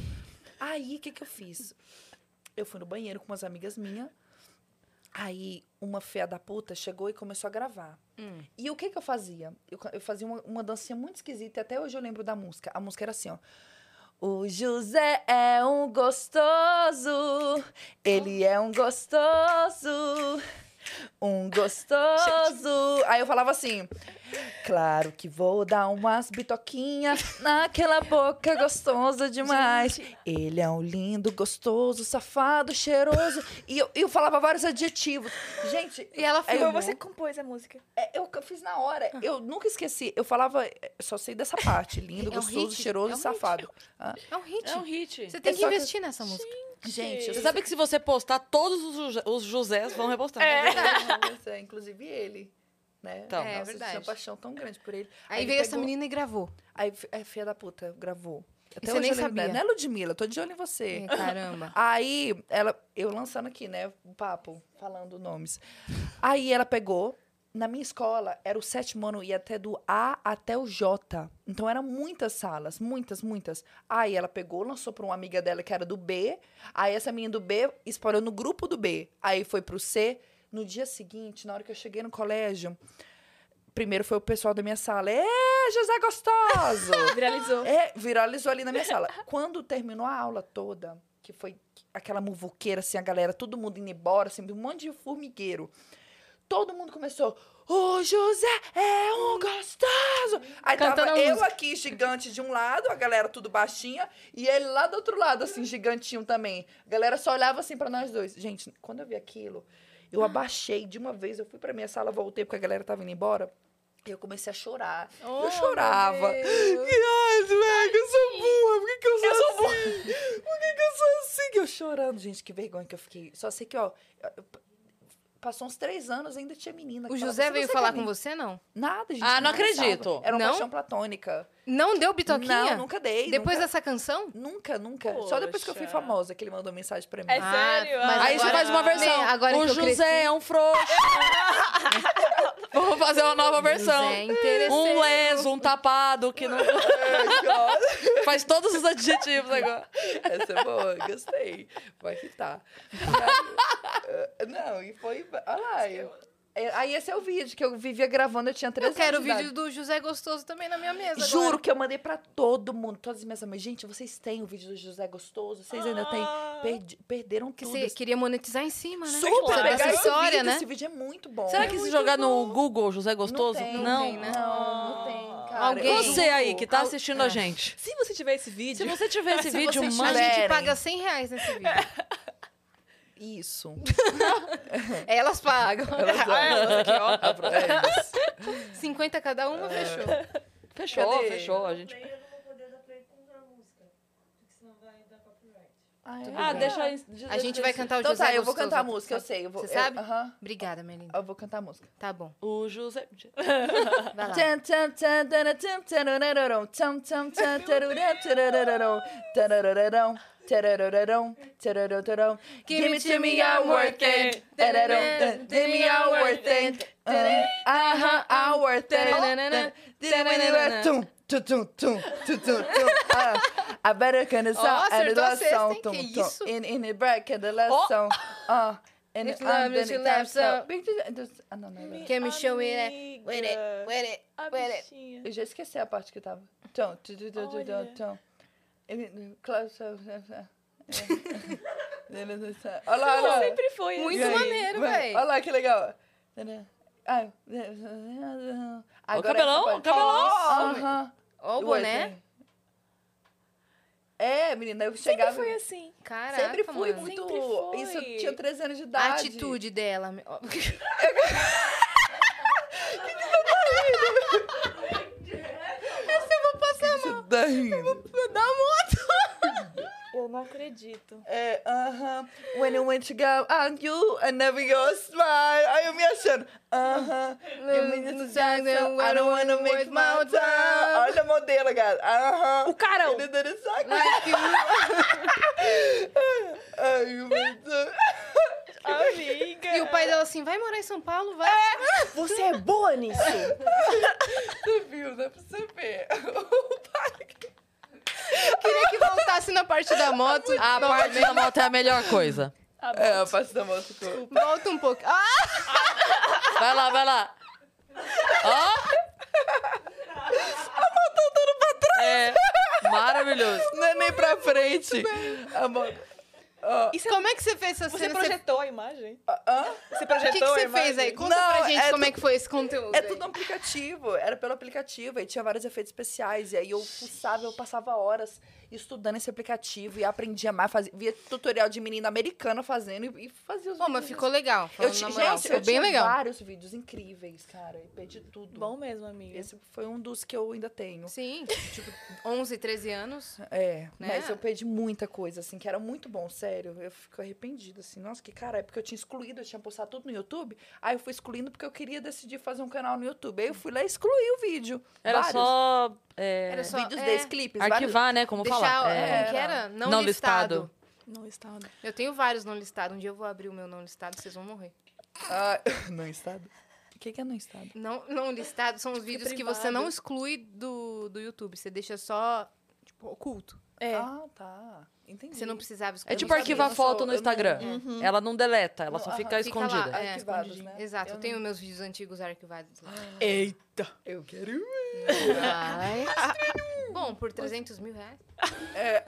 Speaker 3: Aí, o que, que eu fiz? Eu fui no banheiro com umas amigas minhas. Aí, uma feia da puta chegou e começou a gravar.
Speaker 2: Hum.
Speaker 3: E o que, que eu fazia? Eu, ca- eu fazia uma, uma dancinha muito esquisita, e até hoje eu lembro da música. A música era assim, ó. O José é um gostoso, ele é um gostoso, um gostoso. Aí eu falava assim, Claro que vou dar umas bitoquinhas naquela boca gostosa demais. Ele é um lindo, gostoso, safado, cheiroso. E eu, eu falava vários adjetivos. Gente,
Speaker 2: E ela
Speaker 4: Aí
Speaker 2: filmou.
Speaker 4: É você compôs a música.
Speaker 3: é, eu c- fiz na hora. Eu nunca esqueci. Eu falava, é, só sei dessa parte. Lindo,
Speaker 2: É um
Speaker 3: gostoso,
Speaker 2: hit,
Speaker 3: cheiroso
Speaker 2: é um
Speaker 3: e safado.
Speaker 2: É um hit.
Speaker 4: É um hit.
Speaker 2: Você tem
Speaker 3: É
Speaker 2: que
Speaker 3: só que-
Speaker 2: investir nessa música.
Speaker 3: Gente,
Speaker 1: Você
Speaker 3: eu sabe
Speaker 1: sabe que se você postar, todos os, José- os Josés vão repostar. né?
Speaker 3: que é inclusive ele. Né?
Speaker 1: Então.
Speaker 2: É,
Speaker 3: Nossa, eu
Speaker 2: verdade.
Speaker 3: tinha paixão tão grande por ele.
Speaker 2: Aí
Speaker 3: ele
Speaker 2: veio essa
Speaker 3: pegou-
Speaker 2: menina e gravou.
Speaker 3: Aí, f- é, filha da puta, gravou. Até
Speaker 2: você
Speaker 3: hoje
Speaker 2: nem
Speaker 3: eu lembro dela.
Speaker 2: sabia.
Speaker 3: Né, Ludmilla? Tô de olho em você.
Speaker 2: É, Caramba.
Speaker 3: Aí, ela, eu lançando aqui, né, um papo, falando nomes. Aí ela pegou, na minha escola, era o sétimo ano, ia até do A até o J. Então, eram muitas salas, muitas, muitas. Aí ela pegou, lançou pra uma amiga dela que era do B. Aí essa menina do B espalhou no grupo do B. Aí foi pro C. No dia seguinte, na hora que eu cheguei no colégio, primeiro foi o pessoal da minha sala. Ê, José Gostoso!
Speaker 4: Viralizou.
Speaker 3: É, viralizou ali na minha sala. Quando terminou a aula toda, que foi aquela muvuqueira, assim, a galera, todo mundo indo embora, assim, um monte de formigueiro. Todo mundo começou. O José é um gostoso! Aí
Speaker 2: Cantando a
Speaker 3: tava eu
Speaker 2: música.
Speaker 3: aqui, gigante de um lado, a galera tudo baixinha, e ele lá do outro lado, assim, gigantinho também. A galera só olhava assim pra nós dois. Gente, quando eu vi aquilo, eu abaixei de uma vez, eu fui pra minha sala, voltei, porque a galera tava indo embora. E eu comecei a chorar. eu
Speaker 4: Oh,
Speaker 3: chorava. Ai, velho, eu sou burra. Por que, que eu sou assim? Por que, que eu sou assim? Eu chorando, gente, que vergonha que eu fiquei. Só sei que, ó. eu- Passou uns três anos, ainda tinha menina. que
Speaker 2: O
Speaker 3: é falava,
Speaker 2: José
Speaker 3: "Você
Speaker 2: veio
Speaker 3: quer
Speaker 2: falar
Speaker 3: mim?"
Speaker 2: com você, não?
Speaker 3: Nada, gente.
Speaker 1: Ah, não
Speaker 3: conversava.
Speaker 1: acredito.
Speaker 3: Era uma
Speaker 2: Não?
Speaker 3: paixão platônica.
Speaker 2: Não deu bitoquinha?
Speaker 3: Não, nunca dei.
Speaker 2: Depois
Speaker 3: nunca,
Speaker 2: dessa canção?
Speaker 3: Nunca, nunca. Só depois que eu fui
Speaker 4: Poxa.
Speaker 3: famosa que ele mandou mensagem pra mim.
Speaker 4: É sério?
Speaker 2: Ah, mas
Speaker 1: Aí você
Speaker 2: agora-
Speaker 1: faz uma versão.
Speaker 2: Bem, agora
Speaker 1: o
Speaker 2: que eu
Speaker 1: José
Speaker 2: cresci-
Speaker 1: é um frouxo. Vamos fazer uma nova versão.
Speaker 2: José é interesseiro.
Speaker 1: um leso, um tapado, que não...
Speaker 2: é
Speaker 3: Ai, que ódio.
Speaker 1: faz todos os adjetivos agora.
Speaker 3: Essa é boa, gostei. Vai irritar. eh, Não, e foi. Olha lá. eu- é, Aí esse é o vídeo que eu vivia gravando, eu tinha três
Speaker 2: Eu quero o
Speaker 3: anos de idade.
Speaker 2: vídeo do José Gostoso também na minha mesa.
Speaker 3: Juro
Speaker 2: agora.
Speaker 3: que eu mandei pra todo mundo, todas as minhas amigas. Gente, vocês têm o vídeo do José Gostoso? Vocês ainda têm?
Speaker 2: Ah.
Speaker 4: Ah,
Speaker 3: Perdi- perderam
Speaker 2: Que
Speaker 3: tudo.
Speaker 2: você queria monetizar em cima, né?
Speaker 3: Super
Speaker 2: Você
Speaker 3: legal
Speaker 2: dessa
Speaker 3: esse
Speaker 2: história,
Speaker 3: vídeo,
Speaker 2: né?
Speaker 3: Esse vídeo é muito bom.
Speaker 1: Será que se jogar no Google José é Gostoso?
Speaker 3: Não, tem,
Speaker 2: Não.
Speaker 3: tem, né? Não,
Speaker 2: Ah.
Speaker 3: não tem, cara.
Speaker 2: Alguém.
Speaker 3: Eu
Speaker 1: Você
Speaker 3: juro. Ah,
Speaker 1: aí que tá
Speaker 2: Al-
Speaker 1: assistindo a gente.
Speaker 4: Se você tiver esse
Speaker 1: Se
Speaker 4: vídeo,
Speaker 1: você tiver esse
Speaker 3: Se
Speaker 1: vídeo,
Speaker 3: vocês
Speaker 2: A
Speaker 1: manda.
Speaker 2: gente
Speaker 3: tiverem.
Speaker 2: paga 100 reais nesse vídeo.
Speaker 3: É. Isso.
Speaker 2: É, Elas pagam.
Speaker 3: Ah, pronto, é isso.
Speaker 2: 50 cada
Speaker 3: É.
Speaker 2: uma, fechou.
Speaker 1: Fechou,
Speaker 3: Cadê?
Speaker 1: fechou. A gente...
Speaker 5: Daí eu não vou poder dar play contra a música. Porque senão vai dar copyright.
Speaker 3: Ah, é
Speaker 1: Ah,
Speaker 3: verdade.
Speaker 1: deixa aí.
Speaker 2: A gente vai cantar o
Speaker 3: Então
Speaker 2: José
Speaker 3: tá, eu vou
Speaker 2: Gostoso.
Speaker 3: cantar a música, eu sei. Eu vou,
Speaker 2: Você
Speaker 3: eu-
Speaker 2: sabe?
Speaker 3: Aham.
Speaker 2: Obrigada, minha linda.
Speaker 3: Eu vou cantar a música.
Speaker 2: Tá bom.
Speaker 1: O José.
Speaker 2: Vai lá.
Speaker 3: Tan, tan, tan, tan, tan, tarararam, tam, tam, tan, tarará, tarararam, tararararam, tararararam, tararararam. Give it to me, I'm worth it. Tarararam, give me, I'm worth it. Aham, hour.
Speaker 2: Taranana, taranana.
Speaker 3: Tum, tum, tum, tum, tum, tum, tum. Ah, A baracana
Speaker 2: Ó,
Speaker 3: só a
Speaker 2: acertou a sexta,
Speaker 3: relação.
Speaker 2: hein?
Speaker 3: Tum,
Speaker 2: Que
Speaker 3: tum.
Speaker 2: isso?
Speaker 3: In, in the break, the lesson. Ah, in
Speaker 2: If love is your love song.
Speaker 3: Big dis- Ah, não, não, não.
Speaker 2: Can we show it?
Speaker 4: Amiga.
Speaker 2: Wait it, wait it,
Speaker 4: A
Speaker 2: wait it.
Speaker 4: bichinha.
Speaker 3: Eu já esqueci a parte que tava. Tum, tum, tum, tum, tum, tum,
Speaker 4: Olha.
Speaker 3: tum. In- close, uh, uh, uh. Olha lá, olha lá.
Speaker 4: Sempre foi assim.
Speaker 2: Muito
Speaker 3: E aí,
Speaker 2: maneiro,
Speaker 3: mano,
Speaker 2: véi.
Speaker 3: Olha lá que legal. Ah,
Speaker 1: Ó o cabelão, ó o cabelão.
Speaker 3: Aham.
Speaker 2: Ó o
Speaker 3: Ué,
Speaker 2: boné.
Speaker 3: tem- É, menina, eu
Speaker 4: Sempre
Speaker 3: chegava.
Speaker 4: foi assim.
Speaker 2: Caraca,
Speaker 3: Sempre fui
Speaker 2: mano.
Speaker 3: muito.
Speaker 4: Sempre foi.
Speaker 3: Isso eu tinha 13 anos de
Speaker 2: A
Speaker 3: idade.
Speaker 2: atitude dela. me- ó.
Speaker 3: Isso daí.
Speaker 4: Eu não acredito.
Speaker 3: É, aham. When you went to go and you and never your smile. Aí eu me achando. Aham. Eu me desgraçando. I don't wanna make my time. Olha a modelo, cara. Aham.
Speaker 4: O Carol.
Speaker 3: Ele dando saco.
Speaker 2: Like you.
Speaker 3: Ai, eu me-
Speaker 4: Amiga.
Speaker 2: E o pai dela assim, vai morar em São Paulo? Vai.
Speaker 4: Você é boa nisso.
Speaker 3: Você viu, dá pra você ver.
Speaker 2: Queria que voltasse na parte da moto.
Speaker 1: A parte da moto é a melhor coisa.
Speaker 3: É, a parte da moto ficou.
Speaker 2: Volta um pouco. Ah!
Speaker 1: Vai lá, vai lá. Ó. A moto andando pra trás. É. Maravilhoso.
Speaker 3: Não é nem pra frente. A moto. Ó,
Speaker 2: Como é que você fez essa
Speaker 4: Você
Speaker 2: cena? Você-
Speaker 4: projetou a imagem?
Speaker 3: Ah, hã?
Speaker 4: Você
Speaker 2: O que, que
Speaker 4: projetou a
Speaker 2: você
Speaker 4: imagem?
Speaker 2: fez aí? Conta
Speaker 3: Não,
Speaker 2: pra gente
Speaker 3: é
Speaker 2: como é que foi esse conteúdo.
Speaker 3: É
Speaker 2: aí.
Speaker 3: tudo um aplicativo, era pelo aplicativo, e tinha vários efeitos especiais. E aí eu pulsava, eu passava horas estudando esse aplicativo e aprendia mais, fazia, via tutorial de menina americana fazendo e, e fazia os
Speaker 2: Pô, mas
Speaker 3: vídeos.
Speaker 2: ficou legal.
Speaker 3: Eu,
Speaker 2: falando
Speaker 3: ti-
Speaker 2: na moral,
Speaker 3: gente,
Speaker 2: ficou
Speaker 3: eu
Speaker 2: bem
Speaker 3: tinha
Speaker 2: legal.
Speaker 3: vários vídeos incríveis, cara. E perdi tudo.
Speaker 4: Bom mesmo, amiga.
Speaker 3: Esse foi um dos que eu ainda tenho.
Speaker 2: Sim, tipo, 11, 13 anos.
Speaker 3: É,
Speaker 2: Né?
Speaker 3: mas eu perdi muita coisa, assim, que era muito bom, sério. Eu fico arrependida, assim. Nossa, que cara, é porque eu tinha excluído, eu tinha postado tudo no YouTube. Aí eu fui excluindo porque eu queria decidir fazer um canal no YouTube. Aí eu fui lá e excluí o vídeo.
Speaker 1: Era
Speaker 3: Vários.
Speaker 1: só, é,
Speaker 2: Era só
Speaker 3: Vídeos
Speaker 2: é,
Speaker 3: 10 clipes, vários.
Speaker 1: arquivar, né? Como
Speaker 2: deixar,
Speaker 1: falar.
Speaker 2: é,
Speaker 1: É.
Speaker 2: como que era? Não,
Speaker 1: Não
Speaker 2: listado.
Speaker 1: listado.
Speaker 4: Não estava.
Speaker 2: Eu tenho vários não listados. Um dia eu vou abrir o meu não listado, vocês vão morrer.
Speaker 3: Ah, não estado? O que, que é não estado?
Speaker 2: Não, não listado são os vídeos que você
Speaker 4: privado.
Speaker 2: não exclui do, do YouTube. Você deixa só, tipo, oculto.
Speaker 4: É.
Speaker 3: Ah, tá. Entendi.
Speaker 2: Você não precisava excluir.
Speaker 1: É
Speaker 3: Eu
Speaker 1: tipo
Speaker 3: não
Speaker 1: arquivar
Speaker 3: sabia, eu
Speaker 1: foto
Speaker 3: sou-
Speaker 1: no
Speaker 3: eu não-
Speaker 1: Instagram. Ela não deleta, ela só
Speaker 3: Não,
Speaker 1: fica
Speaker 3: aham,
Speaker 2: fica lá,
Speaker 1: escondida.
Speaker 2: é.
Speaker 3: Arquivados, né?
Speaker 2: Exato, eu
Speaker 3: não-
Speaker 2: tenho meus vídeos antigos arquivados lá.
Speaker 3: Eita! Eu quero ir.
Speaker 2: Mas- Bom, por 300 mil reais.
Speaker 3: É.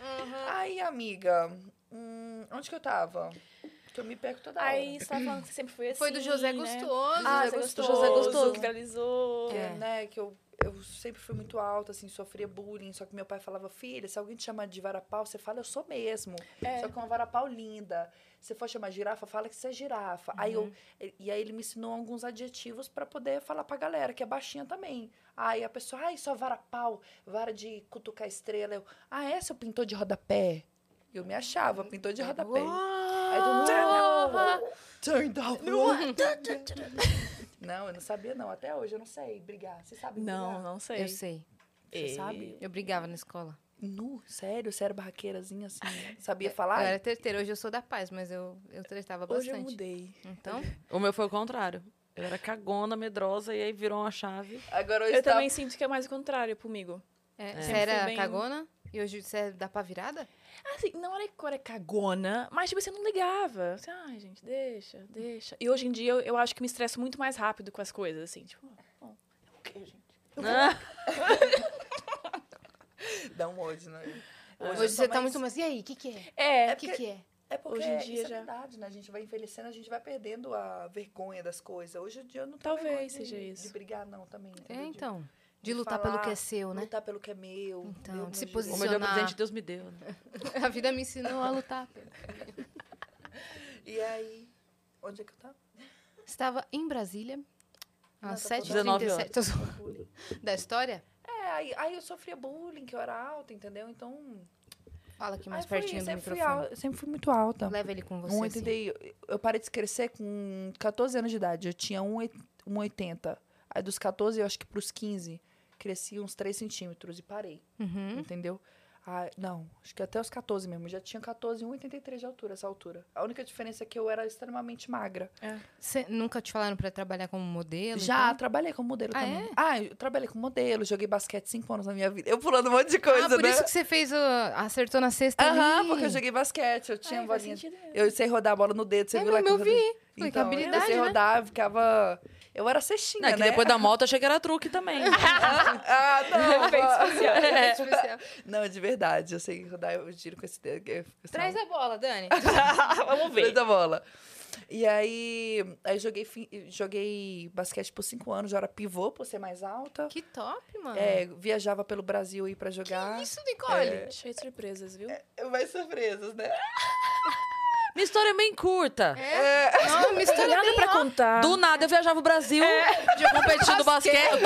Speaker 3: Aham. Aí, Hum. amiga, hum, onde que eu tava? Que eu me perco toda hora.
Speaker 4: Aí você tava falando que você sempre foi assim.
Speaker 2: Foi do José
Speaker 4: né?
Speaker 2: Gostoso.
Speaker 3: Ah,
Speaker 4: José
Speaker 3: gostoso.
Speaker 4: Gostoso.
Speaker 1: José Gostoso.
Speaker 4: Que viralizou.
Speaker 3: que,
Speaker 2: É.
Speaker 3: né, que eu, eu sempre fui muito alta, assim, sofria bullying. Só que meu pai falava, filha, se alguém te chama de varapau, você fala, eu sou mesmo.
Speaker 4: É.
Speaker 3: Só que é uma varapau linda. Se for chamar girafa, fala que você é girafa. Aí eu, e aí ele me ensinou alguns adjetivos pra poder falar pra galera, que é baixinha também. Aí a pessoa, ai, só varapau, vara de cutucar estrela. Eu, ah, é, seu pintor de rodapé? Eu me achava, pintor de rodapé. Aí todo mundo, Turn down. Não, eu não sabia, não. Até hoje eu não sei brigar. Você sabe
Speaker 4: Não, é.
Speaker 3: brigar?
Speaker 4: não sei.
Speaker 2: Eu sei.
Speaker 3: Você
Speaker 4: Ei.
Speaker 3: sabe?
Speaker 2: Eu brigava na escola.
Speaker 3: Nu, sério? Você era barraqueirazinha assim?
Speaker 4: É,
Speaker 3: Sabia falar?
Speaker 2: Eu era treteira. Hoje eu sou da paz, mas eu, eu tretava
Speaker 3: hoje eu
Speaker 2: bastante.
Speaker 3: mudei.
Speaker 2: Então,
Speaker 3: é.
Speaker 1: O meu foi o contrário. Eu era cagona, medrosa, e aí virou uma chave.
Speaker 3: Agora
Speaker 4: Eu
Speaker 3: hoje tá-
Speaker 4: também sinto que é mais o contrário comigo.
Speaker 2: é, você
Speaker 4: Sempre
Speaker 2: era
Speaker 4: fui bem-
Speaker 2: cagona e hoje você é da pá virada?
Speaker 4: Assim, não era que eu era cagona, mas tipo, você não ligava. Assim, ai, gente, deixa, deixa. E hoje em dia eu, eu acho que me estresso muito mais rápido com as coisas, assim. Tipo, bom, é o quê, gente?
Speaker 1: Ah,
Speaker 3: Dá um ódio, né?
Speaker 2: Hoje,
Speaker 3: eu sou
Speaker 2: você tá
Speaker 3: mais-
Speaker 2: muito mais. E aí, o que, que é?
Speaker 4: É,
Speaker 2: O que, que é?
Speaker 3: É porque
Speaker 4: Hoje em dia
Speaker 3: isso é
Speaker 4: já-
Speaker 3: verdade, né? A gente vai envelhecendo, a gente vai perdendo a vergonha das coisas. Hoje em dia eu não tenho
Speaker 4: Talvez
Speaker 3: vergonha de-
Speaker 4: seja
Speaker 3: De
Speaker 4: isso.
Speaker 3: brigar, não, também.
Speaker 2: É,
Speaker 3: entendeu? De-
Speaker 2: então. De lutar pelo que é seu, né?
Speaker 3: Lutar pelo que é meu.
Speaker 2: Então,
Speaker 3: meu,
Speaker 2: de
Speaker 3: meu
Speaker 2: se
Speaker 3: direito.
Speaker 1: o
Speaker 2: posicionar.
Speaker 1: melhor presente Deus me deu. né?
Speaker 2: A vida me ensinou a lutar.
Speaker 3: E aí, onde é que eu tava?
Speaker 2: Estava em Brasília, às
Speaker 3: Não, tá
Speaker 2: 7h37. Tô zoando. Da história?
Speaker 3: É, aí, aí eu sofria bullying, que eu era alta, entendeu? Então.
Speaker 2: Fala aqui mais
Speaker 3: aí foi
Speaker 2: pertinho
Speaker 3: isso,
Speaker 2: do
Speaker 3: sempre fui
Speaker 2: microfone. Então,
Speaker 3: al- sempre fui muito alta.
Speaker 2: Leva ele com você.
Speaker 3: Um
Speaker 2: assim.
Speaker 3: 80 e- Eu parei de crescer com 14 anos de idade. Eu tinha 1,80. Aí dos 14, eu acho que pros 15, cresci uns 3 centímetros e parei.
Speaker 2: Uhum.
Speaker 3: Entendeu? Ah, não, acho que até os 14 mesmo. Eu Já tinha 14 e 1,83 de altura essa altura. A única diferença é que eu era extremamente magra.
Speaker 2: Cê nunca te falaram pra trabalhar como modelo?
Speaker 3: Já
Speaker 2: então?
Speaker 3: trabalhei como modelo
Speaker 2: Ah,
Speaker 3: também.
Speaker 2: é?
Speaker 3: Ah, eu trabalhei como modelo, joguei basquete cinco anos na minha vida. Eu pulando um monte de
Speaker 2: Ah,
Speaker 3: coisa,
Speaker 2: por
Speaker 3: né?
Speaker 2: isso que você fez o... Acertou na sexta
Speaker 3: Aham,
Speaker 2: ali.
Speaker 3: porque eu joguei basquete, eu tinha
Speaker 4: Ai, faz
Speaker 3: bolinha.
Speaker 4: sentido mesmo.
Speaker 3: Eu sei rodar a bola no dedo, você
Speaker 2: É
Speaker 3: viu lá
Speaker 2: mesmo, eu
Speaker 3: rodei?
Speaker 2: vi. Falei, que
Speaker 3: Então, eu
Speaker 2: habilidade,
Speaker 3: sei
Speaker 2: né?
Speaker 3: rodar, eu ficava. Eu era cestinha,
Speaker 1: Não, é que
Speaker 3: né?
Speaker 1: depois da moto eu achei que era truque também.
Speaker 3: Ah, não.
Speaker 2: É. Especial.
Speaker 3: Não, de verdade, eu sei rodar, eu giro com esse dedo. eu fico assim,
Speaker 2: Traz a bola, Dani.
Speaker 4: Vamos
Speaker 3: Frente
Speaker 4: ver.
Speaker 3: da bola. E aí, aí joguei, fi- joguei basquete por cinco anos, já era pivô por ser mais alta.
Speaker 2: que top, mano.
Speaker 3: É, viajava pelo Brasil aí pra jogar.
Speaker 2: Ah. Isso, Nicole.
Speaker 4: Cheio de surpresas, viu?
Speaker 3: Mais surpresas, né?
Speaker 1: Minha história é bem curta.
Speaker 2: Não, uma
Speaker 4: Tem
Speaker 2: história
Speaker 4: nada
Speaker 2: bem
Speaker 4: pra contar.
Speaker 1: Do nada eu viajava o Brasil
Speaker 3: É.
Speaker 1: competindo basquete.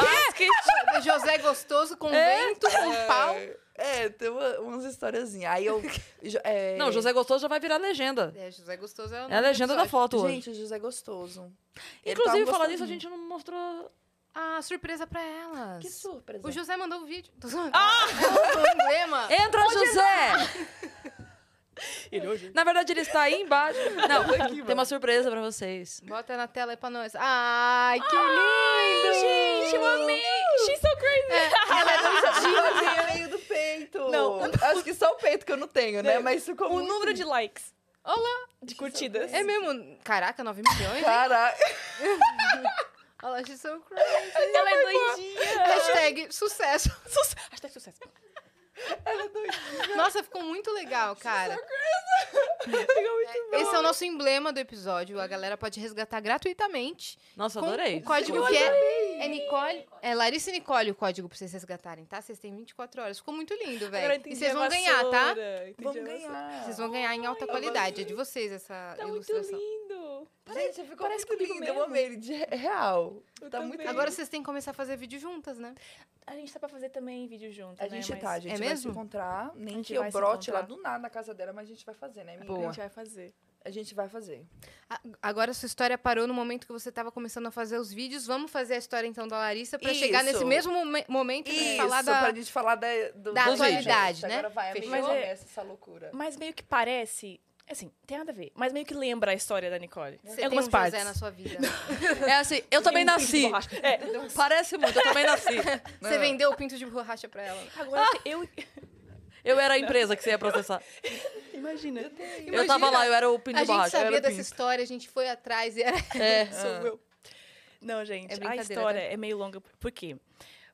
Speaker 2: ó. José Gostoso com vento, com pau.
Speaker 3: É, tem uma- umas historiazinhas. Aí eu. jo- é,
Speaker 1: Não, José Gostoso já vai virar legenda.
Speaker 2: É, José Gostoso é o
Speaker 1: É a
Speaker 2: nome do
Speaker 1: legenda da
Speaker 2: episódio.
Speaker 1: foto hoje.
Speaker 3: Gente, o José é gostoso. Ele
Speaker 1: Inclusive,
Speaker 3: tava
Speaker 1: falar nisso, a
Speaker 3: gostosinho.
Speaker 1: gente não mostrou.
Speaker 2: Ah, surpresa pra elas.
Speaker 3: Que surpresa.
Speaker 2: O José mandou o vídeo. Tô zoando. É um problema.
Speaker 1: Entra, José! Na verdade, ele está aí embaixo. Não, tem uma surpresa pra vocês.
Speaker 2: Bota na tela aí pra nós. Ai, que lindo!
Speaker 4: Gente, eu amei! She's so crazy!
Speaker 3: José Tá meio do peito. Não, acho que só o peito que eu não tenho, né? Mas isso como.
Speaker 4: O número de likes. Olá! De curtidas.
Speaker 2: É mesmo? Caraca, 9 milhões? hein?
Speaker 3: Caraca.
Speaker 2: Olha lá, she's so crazy.
Speaker 4: Ela é doidinha!
Speaker 2: Hashtag sucesso.
Speaker 4: Sus- Hashtag sucesso.
Speaker 2: Nossa, ficou muito legal, cara. Esse é o nosso emblema do episódio. A galera pode resgatar gratuitamente.
Speaker 1: Nossa,
Speaker 2: Com
Speaker 1: adorei.
Speaker 2: O código que é, é Nicole. É Larissa e Nicole o código pra vocês resgatarem, tá? Vocês têm 24 horas. Ficou muito lindo,
Speaker 4: Agora eu
Speaker 2: velho. E
Speaker 4: entendi
Speaker 2: vocês
Speaker 4: a
Speaker 2: vão ganhar, tá?
Speaker 4: vassoura, entendi
Speaker 3: Vamos
Speaker 4: a vassoura.
Speaker 3: ganhar.
Speaker 2: Vocês vão ganhar em alta qualidade. É de vocês essa
Speaker 4: Tá muito
Speaker 2: ilustração.
Speaker 4: lindo!
Speaker 3: Gente, ficou
Speaker 4: parece
Speaker 3: muito
Speaker 4: comigo
Speaker 3: lindo.
Speaker 4: mesmo.
Speaker 3: Eu amei ele de é real.
Speaker 4: Eu
Speaker 3: tá muito
Speaker 4: também.
Speaker 2: Agora vocês têm que começar a fazer vídeo juntas, né?
Speaker 4: A gente tá pra fazer também vídeo junto,
Speaker 3: A
Speaker 4: né?
Speaker 3: gente
Speaker 4: Mas
Speaker 3: tá, a gente
Speaker 2: É
Speaker 3: vai se
Speaker 2: mesmo?
Speaker 3: encontrar.
Speaker 4: A
Speaker 3: Nem
Speaker 4: gente
Speaker 3: que eu
Speaker 4: vai se
Speaker 3: brote lá
Speaker 4: encontrar.
Speaker 3: do nada na casa dela, mas a gente vai fazer, né, amiga?
Speaker 4: A
Speaker 2: Boa.
Speaker 4: gente vai fazer.
Speaker 3: A gente vai fazer.
Speaker 2: A- Agora sua história parou no momento que você estava começando a fazer os vídeos. Vamos fazer a história então da Larissa pra chegar
Speaker 3: Isso.
Speaker 2: nesse mesmo momen- momento e
Speaker 3: Isso,
Speaker 2: falar da.
Speaker 3: pra gente falar da, do,
Speaker 2: da
Speaker 3: dos vídeos.
Speaker 2: atualidade, né?
Speaker 3: Agora vai, amiga,
Speaker 4: Fechou?
Speaker 3: começa essa loucura.
Speaker 4: Mas meio que parece... Assim, tem nada a ver. Mas meio que lembra a história da Nicole.
Speaker 2: Você
Speaker 4: Em
Speaker 2: tem um
Speaker 4: algumas partes.
Speaker 2: José na sua vida.
Speaker 1: É assim, eu também
Speaker 4: Tem um pinto de
Speaker 1: nasci.
Speaker 4: borracha. É,
Speaker 1: Parece muito, eu também nasci.
Speaker 4: Ah.
Speaker 2: Você vendeu o pinto de borracha pra ela.
Speaker 4: agora eu...
Speaker 1: Eu era a empresa que você ia processar.
Speaker 4: Imagina.
Speaker 1: eu tava lá, eu era o pinto
Speaker 2: A
Speaker 1: de
Speaker 2: gente
Speaker 1: borracha. eu era
Speaker 2: sabia
Speaker 1: o
Speaker 2: dessa
Speaker 1: pinto.
Speaker 2: história, a gente foi atrás e era.
Speaker 1: É.
Speaker 3: Ah.
Speaker 4: Sou eu. Não, gente,
Speaker 2: É
Speaker 4: a
Speaker 2: brincadeira,
Speaker 4: história
Speaker 2: né?
Speaker 4: é meio longa. Por quê?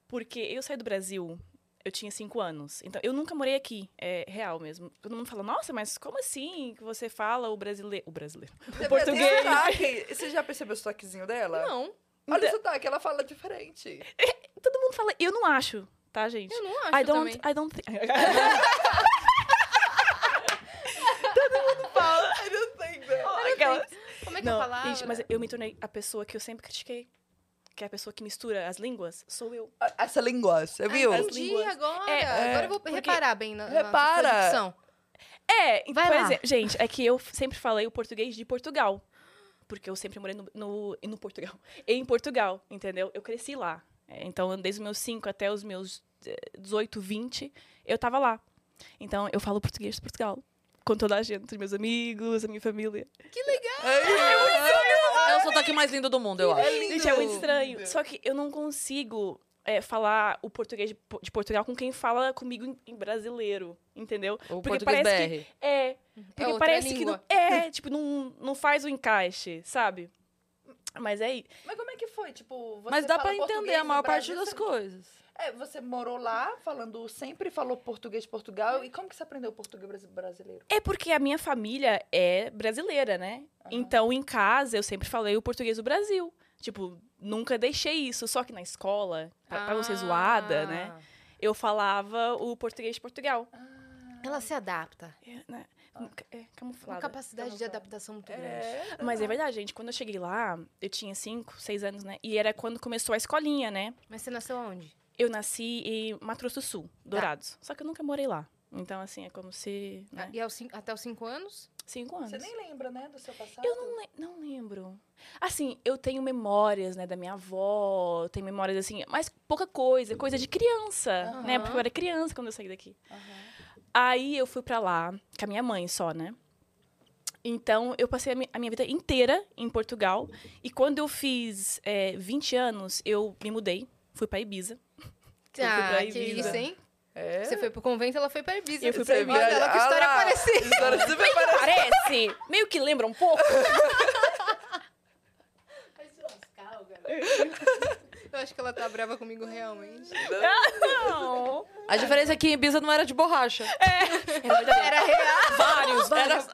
Speaker 4: Porque eu saí do Brasil, eu tinha cinco anos. Então, eu nunca morei aqui. É real mesmo. Todo mundo fala, nossa, mas como assim que você fala o brasileiro... O brasileiro.
Speaker 3: Você
Speaker 4: português.
Speaker 3: tem sotaque. Você já percebeu o sotaquezinho dela?
Speaker 2: Não, Então-
Speaker 3: Olha o sotaque, ela fala diferente.
Speaker 4: Todo mundo fala... Eu não acho, tá, gente?
Speaker 2: eu não acho
Speaker 4: I don't...
Speaker 2: também.
Speaker 4: I don't think...
Speaker 3: I don't think that.
Speaker 4: Aquela-
Speaker 2: Como é que
Speaker 4: Não,
Speaker 2: é a palavra?
Speaker 4: gente, mas eu me tornei a pessoa que eu sempre critiquei. Que é a pessoa que mistura as línguas. Sou eu.
Speaker 3: Essa língua, você viu?
Speaker 2: Ah,
Speaker 4: as
Speaker 2: entendi
Speaker 4: línguas.
Speaker 2: agora.
Speaker 4: É,
Speaker 2: agora eu vou
Speaker 4: porque-
Speaker 2: reparar bem na,
Speaker 3: Repara.
Speaker 2: na sua dicção.
Speaker 4: É,
Speaker 2: Vai
Speaker 4: por
Speaker 2: lá.
Speaker 4: exemplo, gente, é que eu sempre falei o português de Portugal. Porque eu sempre morei no, no, no Portugal. Em Portugal, entendeu? Eu cresci lá. É, Então, desde os meus 5 até os meus eh, 18, 20, eu tava lá. Então, eu falo português de Portugal. Com toda a gente, meus amigos, a minha família.
Speaker 1: É o sotaque mais lindo do mundo, eu acho.
Speaker 4: Gente, é muito estranho. Só que eu não consigo eh, falar o português de, Po- de Portugal com quem fala comigo em, em brasileiro, entendeu?
Speaker 1: O
Speaker 4: Porque
Speaker 1: português
Speaker 4: parece que-
Speaker 1: BR.
Speaker 4: É. Porque
Speaker 2: outra
Speaker 4: parece
Speaker 2: língua.
Speaker 4: que não. É, tipo, não, não faz o encaixe, sabe? Mas é.
Speaker 3: Mas como é que foi? Tipo, você
Speaker 1: Mas dá pra
Speaker 3: fala
Speaker 1: entender
Speaker 3: português
Speaker 1: a
Speaker 3: no
Speaker 1: maior parte
Speaker 3: Brasil,
Speaker 1: das
Speaker 3: você-
Speaker 1: coisas.
Speaker 3: É, você morou lá, falando sempre, falou português de Portugal. E como que você aprendeu o português brasi- brasileiro?
Speaker 4: É porque a minha família é brasileira, né? Então, em casa, eu sempre falei o português do Brasil. Tipo, nunca deixei isso. Só que na escola, pra, pra não
Speaker 2: Ah.
Speaker 4: ser zoada, né? Eu falava o português de Portugal.
Speaker 2: Ah. Ela se adapta.
Speaker 4: É, né?
Speaker 2: Ah.
Speaker 4: É,
Speaker 2: Uma
Speaker 4: camuflada.
Speaker 2: capacidade de adaptação muito grande.
Speaker 4: Mas é verdade, gente. Quando eu cheguei lá, eu tinha 5, 6 anos, né? E era quando começou a escolinha, né?
Speaker 2: Mas você nasceu aonde?
Speaker 4: Eu nasci em Mato Grosso do Sul, Dourados. Só que eu nunca morei lá. Então, assim, é como se.
Speaker 2: Ah,
Speaker 4: Né?
Speaker 2: E aos cin- até os cinco anos?
Speaker 4: Cinco anos.
Speaker 3: Você nem lembra, né, do seu passado?
Speaker 4: Eu não, le- não lembro. Assim, eu tenho memórias, né, da minha avó, eu tenho memórias assim, mas pouca coisa, coisa de criança, né?
Speaker 2: Aham.
Speaker 4: Porque eu era criança quando eu saí daqui.
Speaker 3: Aham.
Speaker 4: Aí eu fui pra lá, com a minha mãe só, né? Então, eu passei a, mi- a minha vida inteira em Portugal. E quando eu fiz é, 20 anos, eu me mudei. Fui pra Ibiza. fui pra
Speaker 2: Ah, que
Speaker 4: Ibiza.
Speaker 2: isso, hein?
Speaker 3: É.
Speaker 2: Você foi pro convento, ela foi pra Ibiza.
Speaker 4: Eu fui pra
Speaker 2: Olha
Speaker 4: Ibiza.
Speaker 2: ela, que história
Speaker 3: Ah lá,
Speaker 2: parecida.
Speaker 3: História super parecida.
Speaker 4: Parece! Meio que lembra um pouco.
Speaker 2: Eu acho que ela tá brava comigo realmente.
Speaker 4: Não.
Speaker 1: A diferença é que Ibiza não era de borracha.
Speaker 2: Era real.
Speaker 4: Vários, vários.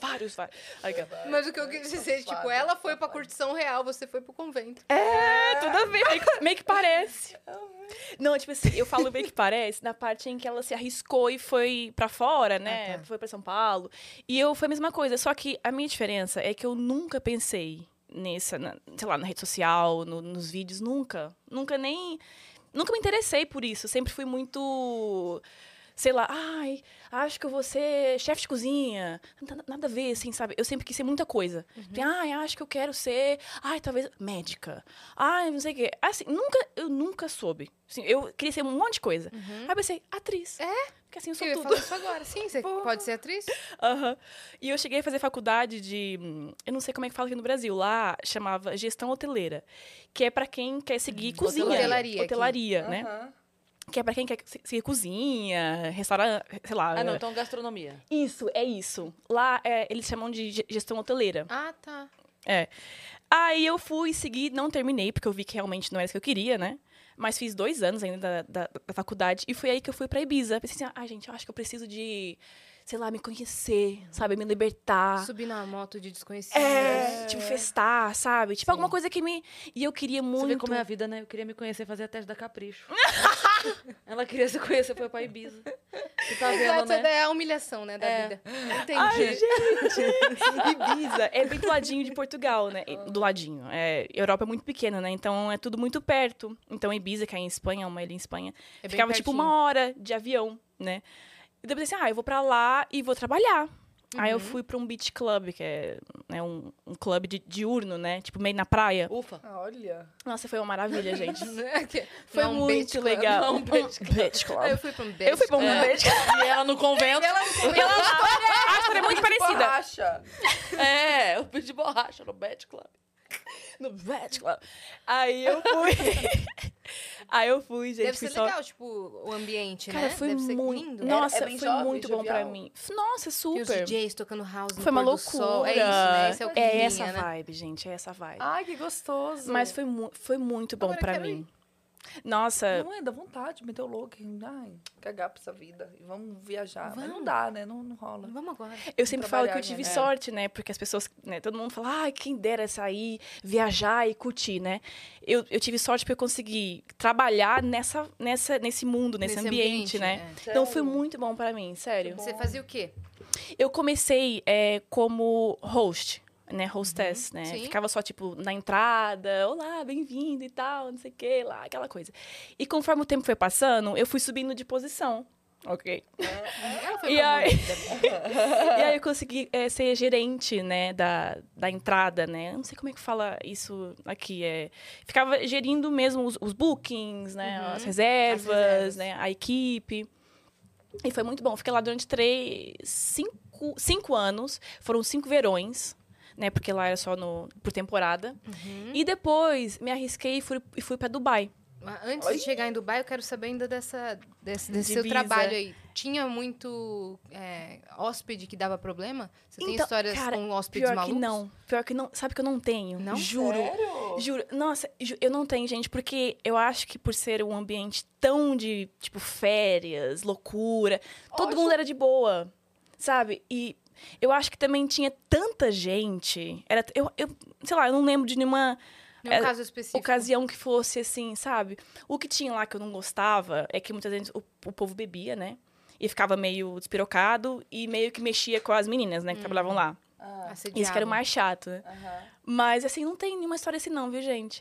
Speaker 4: Vários, vários. Ai, cara.
Speaker 2: Mas o que eu quis dizer, tipo, ela foi pra curtição real, você foi pro convento.
Speaker 4: É, tudo a ver. Meio que, meio que parece.
Speaker 2: É
Speaker 4: Não, tipo assim, eu falo meio que parece na parte em que ela se arriscou e foi pra fora, né?
Speaker 2: Ah, tá.
Speaker 4: Foi pra São Paulo. E eu foi a mesma coisa, só que a minha diferença é que eu nunca pensei nessa, na- sei lá, na rede social, no- nos vídeos, nunca. Nunca nem. Nunca me interessei por isso. Sempre fui muito. Sei lá, ai, acho que eu vou ser chefe de cozinha. Nada- Nada a ver, assim, sabe? Eu sempre quis ser muita coisa.
Speaker 2: Uhum.
Speaker 4: Tem, Ai, acho que eu quero ser. Ai, talvez médica. Ai, não sei o quê. Assim, nunca, eu nunca soube. Assim, eu queria ser um monte de coisa.
Speaker 2: Uhum.
Speaker 4: Aí eu pensei, atriz. É? Porque assim eu sou
Speaker 2: eu ia
Speaker 4: tudo.
Speaker 2: falar isso agora. Sim, você pode ser atriz?
Speaker 4: Aham. E eu cheguei a fazer faculdade de. hum, Eu não sei como é que fala aqui no Brasil. Lá chamava gestão hoteleira. Que é pra quem quer seguir cozinha.
Speaker 2: Hotelaria aqui.
Speaker 4: Hotelaria, né?
Speaker 3: Aham.
Speaker 4: Que é pra quem quer se- seguir cozinha, restaurante, sei lá.
Speaker 1: Ah, não, então gastronomia.
Speaker 4: Isso, é isso. Lá é, eles chamam de ge- gestão hoteleira.
Speaker 2: Ah, tá.
Speaker 4: É. Aí eu fui seguir, não terminei, porque eu vi que realmente não era isso que eu queria, né? Mas fiz dois anos ainda da, da, da faculdade e foi aí que eu fui pra Ibiza. Pensei assim, ah, gente, eu acho que eu preciso de, sei lá, me conhecer, sabe? Me libertar.
Speaker 2: Subir na moto de desconhecido. né?
Speaker 4: É, tipo, festar, sabe? Tipo, alguma coisa que me. E eu queria
Speaker 1: Você vê
Speaker 4: muito.
Speaker 1: como é a vida, né? Eu queria me conhecer e fazer a teste da Capricho. Ela queria se conhecer, foi pra Ibiza. Você tá vendo,
Speaker 2: Exato,
Speaker 1: né?
Speaker 2: é a humilhação, né, da
Speaker 1: É.
Speaker 2: vida.
Speaker 4: Ai,
Speaker 2: Entendi.
Speaker 4: gente! Ibiza é bem do ladinho de Portugal, né? E- Do ladinho. É, Europa é muito pequena, né? Então é tudo muito perto. Então Ibiza, que é em Espanha, uma ilha em Espanha,
Speaker 2: É bem
Speaker 4: ficava tipo
Speaker 2: pertinho.
Speaker 4: uma hora de avião, né? E depois eu pensei, ah, eu vou pra lá e vou trabalhar. Aí eu fui pra um beach club, que é né, um, um clube de, diurno, né? Tipo, meio na praia.
Speaker 1: Ufa.
Speaker 3: Ah, Olha.
Speaker 4: Nossa, foi uma maravilha, gente. Foi
Speaker 2: Não, um beach
Speaker 4: muito
Speaker 2: club.
Speaker 4: legal.
Speaker 1: Não, um beach
Speaker 4: beach club.
Speaker 2: Ah, Eu fui pra um É.
Speaker 4: Eu fui pra um
Speaker 1: É.
Speaker 4: beach club.
Speaker 1: E ela no convento.
Speaker 4: Ela- A história é muito parecida.
Speaker 3: Borracha.
Speaker 1: É, eu pedi borracha no Bat Club.
Speaker 4: No Bat Club. Aí eu fui. Aí eu fui, gente.
Speaker 2: Deve
Speaker 4: fui
Speaker 2: ser
Speaker 4: só...
Speaker 2: legal, tipo, o ambiente,
Speaker 4: Cara,
Speaker 2: né?
Speaker 4: foi
Speaker 2: Deve ser
Speaker 4: muito.
Speaker 2: lindo.
Speaker 4: Nossa,
Speaker 3: Era- é bem
Speaker 4: foi
Speaker 3: jovem,
Speaker 4: muito bom pra
Speaker 3: jovial.
Speaker 4: mim. Nossa,
Speaker 2: E
Speaker 4: é
Speaker 2: os
Speaker 4: super.
Speaker 2: DJs tocando house no
Speaker 4: Foi uma
Speaker 2: pôr do
Speaker 4: loucura.
Speaker 2: sol. É isso, né? Esse é o climinha,
Speaker 4: essa
Speaker 2: né?
Speaker 4: vibe, gente. É essa vibe.
Speaker 3: Ai, que gostoso.
Speaker 4: Mas foi, mu- foi muito bom
Speaker 3: Agora
Speaker 4: pra
Speaker 3: quero
Speaker 4: mim. Nossa,
Speaker 3: Não é, dá vontade, meteu louco. Ai, cagar pra essa vida. E vamos viajar. Mas não dá, né? Não, não rola.
Speaker 2: Vamos agora.
Speaker 4: eu sempre falo que
Speaker 3: trabalhar,
Speaker 4: eu tive
Speaker 3: né? É.
Speaker 4: sorte, né? Porque as pessoas, né? Todo mundo fala, ai, quem dera sair, viajar e curtir, né? Eu, eu tive sorte porque eu consegui trabalhar nessa, nessa, nesse mundo, nesse, ambiente, né?
Speaker 3: é.
Speaker 4: Então foi muito bom pra mim, sério.
Speaker 2: é. Você fazia o quê?
Speaker 4: Eu comecei é, como host, né? Hostess, né?
Speaker 2: Sim.
Speaker 4: Ficava só, tipo, na entrada, olá, bem-vindo e tal, não sei o que, lá, aquela coisa. E conforme o tempo foi passando, eu fui subindo de posição. Ok.
Speaker 2: Ela foi
Speaker 4: E
Speaker 2: pra
Speaker 4: aí-
Speaker 2: Bermuda.
Speaker 4: E aí eu consegui é, ser gerente, né, da, da entrada, né? Eu Não sei como é que fala isso aqui. É... Ficava gerindo mesmo os, os bookings, né?
Speaker 2: Uhum.
Speaker 4: As,
Speaker 2: As
Speaker 4: reservas,
Speaker 2: reservas.
Speaker 4: né? A equipe. E foi muito bom. Fiquei lá durante três, cinco, cinco anos. Foram cinco verões, né? Porque lá era só no, por temporada. E depois me arrisquei e fui, e fui para Dubai.
Speaker 2: Mas Antes de chegar em Dubai, eu quero saber ainda dessa, desse, desse
Speaker 4: De
Speaker 2: seu
Speaker 4: visa.
Speaker 2: trabalho aí. Tinha muito é, hóspede que dava problema? Você tem
Speaker 4: Então,
Speaker 2: histórias
Speaker 4: cara,
Speaker 2: com hóspedes
Speaker 4: Pior
Speaker 2: malucos?
Speaker 4: que não. Pior que não. Sabe que eu não tenho?
Speaker 2: Não?
Speaker 4: Juro. Juro. Nossa, ju- eu não tenho, gente, porque eu acho que por ser um ambiente tão de, tipo, férias, loucura, todo mundo era de boa, sabe? E eu acho que também tinha tanta gente. Era, eu, eu, sei lá, eu não lembro de nenhuma
Speaker 2: Nenhum
Speaker 4: É,
Speaker 2: um caso específico.
Speaker 4: ocasião que fosse assim, sabe? O que tinha lá que eu não gostava é que muitas vezes o, o povo bebia, né? E ficava meio despirocado e meio que mexia com as meninas, né, que trabalhavam lá.
Speaker 3: Ah,
Speaker 2: Assediado.
Speaker 4: Isso que era o mais chato, né?
Speaker 3: aham.
Speaker 4: Mas, assim, não tem nenhuma história assim, não, viu, gente?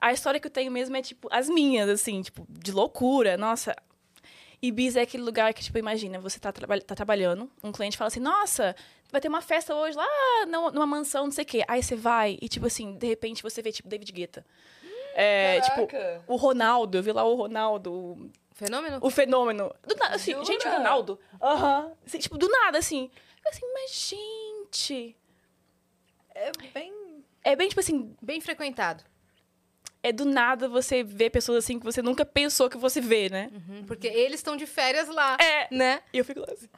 Speaker 4: A história que eu tenho mesmo é, tipo, as minhas, assim, tipo, de loucura. Nossa. Ibiza é aquele lugar que, tipo, imagina, você tá, traba- tá trabalhando, um cliente fala assim, nossa, vai ter uma festa hoje lá na- numa mansão, não sei o quê. Aí você vai e, tipo assim, de repente você vê, tipo, David Guetta. É, tipo,
Speaker 3: Caraca.
Speaker 4: o Ronaldo, eu vi lá o Ronaldo, o
Speaker 2: Um Fenômeno?
Speaker 4: O fenômeno. Do nada, assim,
Speaker 3: Jura?
Speaker 4: gente, o Ronaldo. Aham. Assim, tipo, do nada, assim. Eu assim, mas gente.
Speaker 3: É bem.
Speaker 4: É bem tipo assim,
Speaker 2: Bem frequentado.
Speaker 4: é do nada você ver pessoas assim que você nunca pensou que você vê, né?
Speaker 2: Uhum, Porque eles estão de férias lá,
Speaker 4: É.
Speaker 2: né?
Speaker 4: E eu fico lá assim.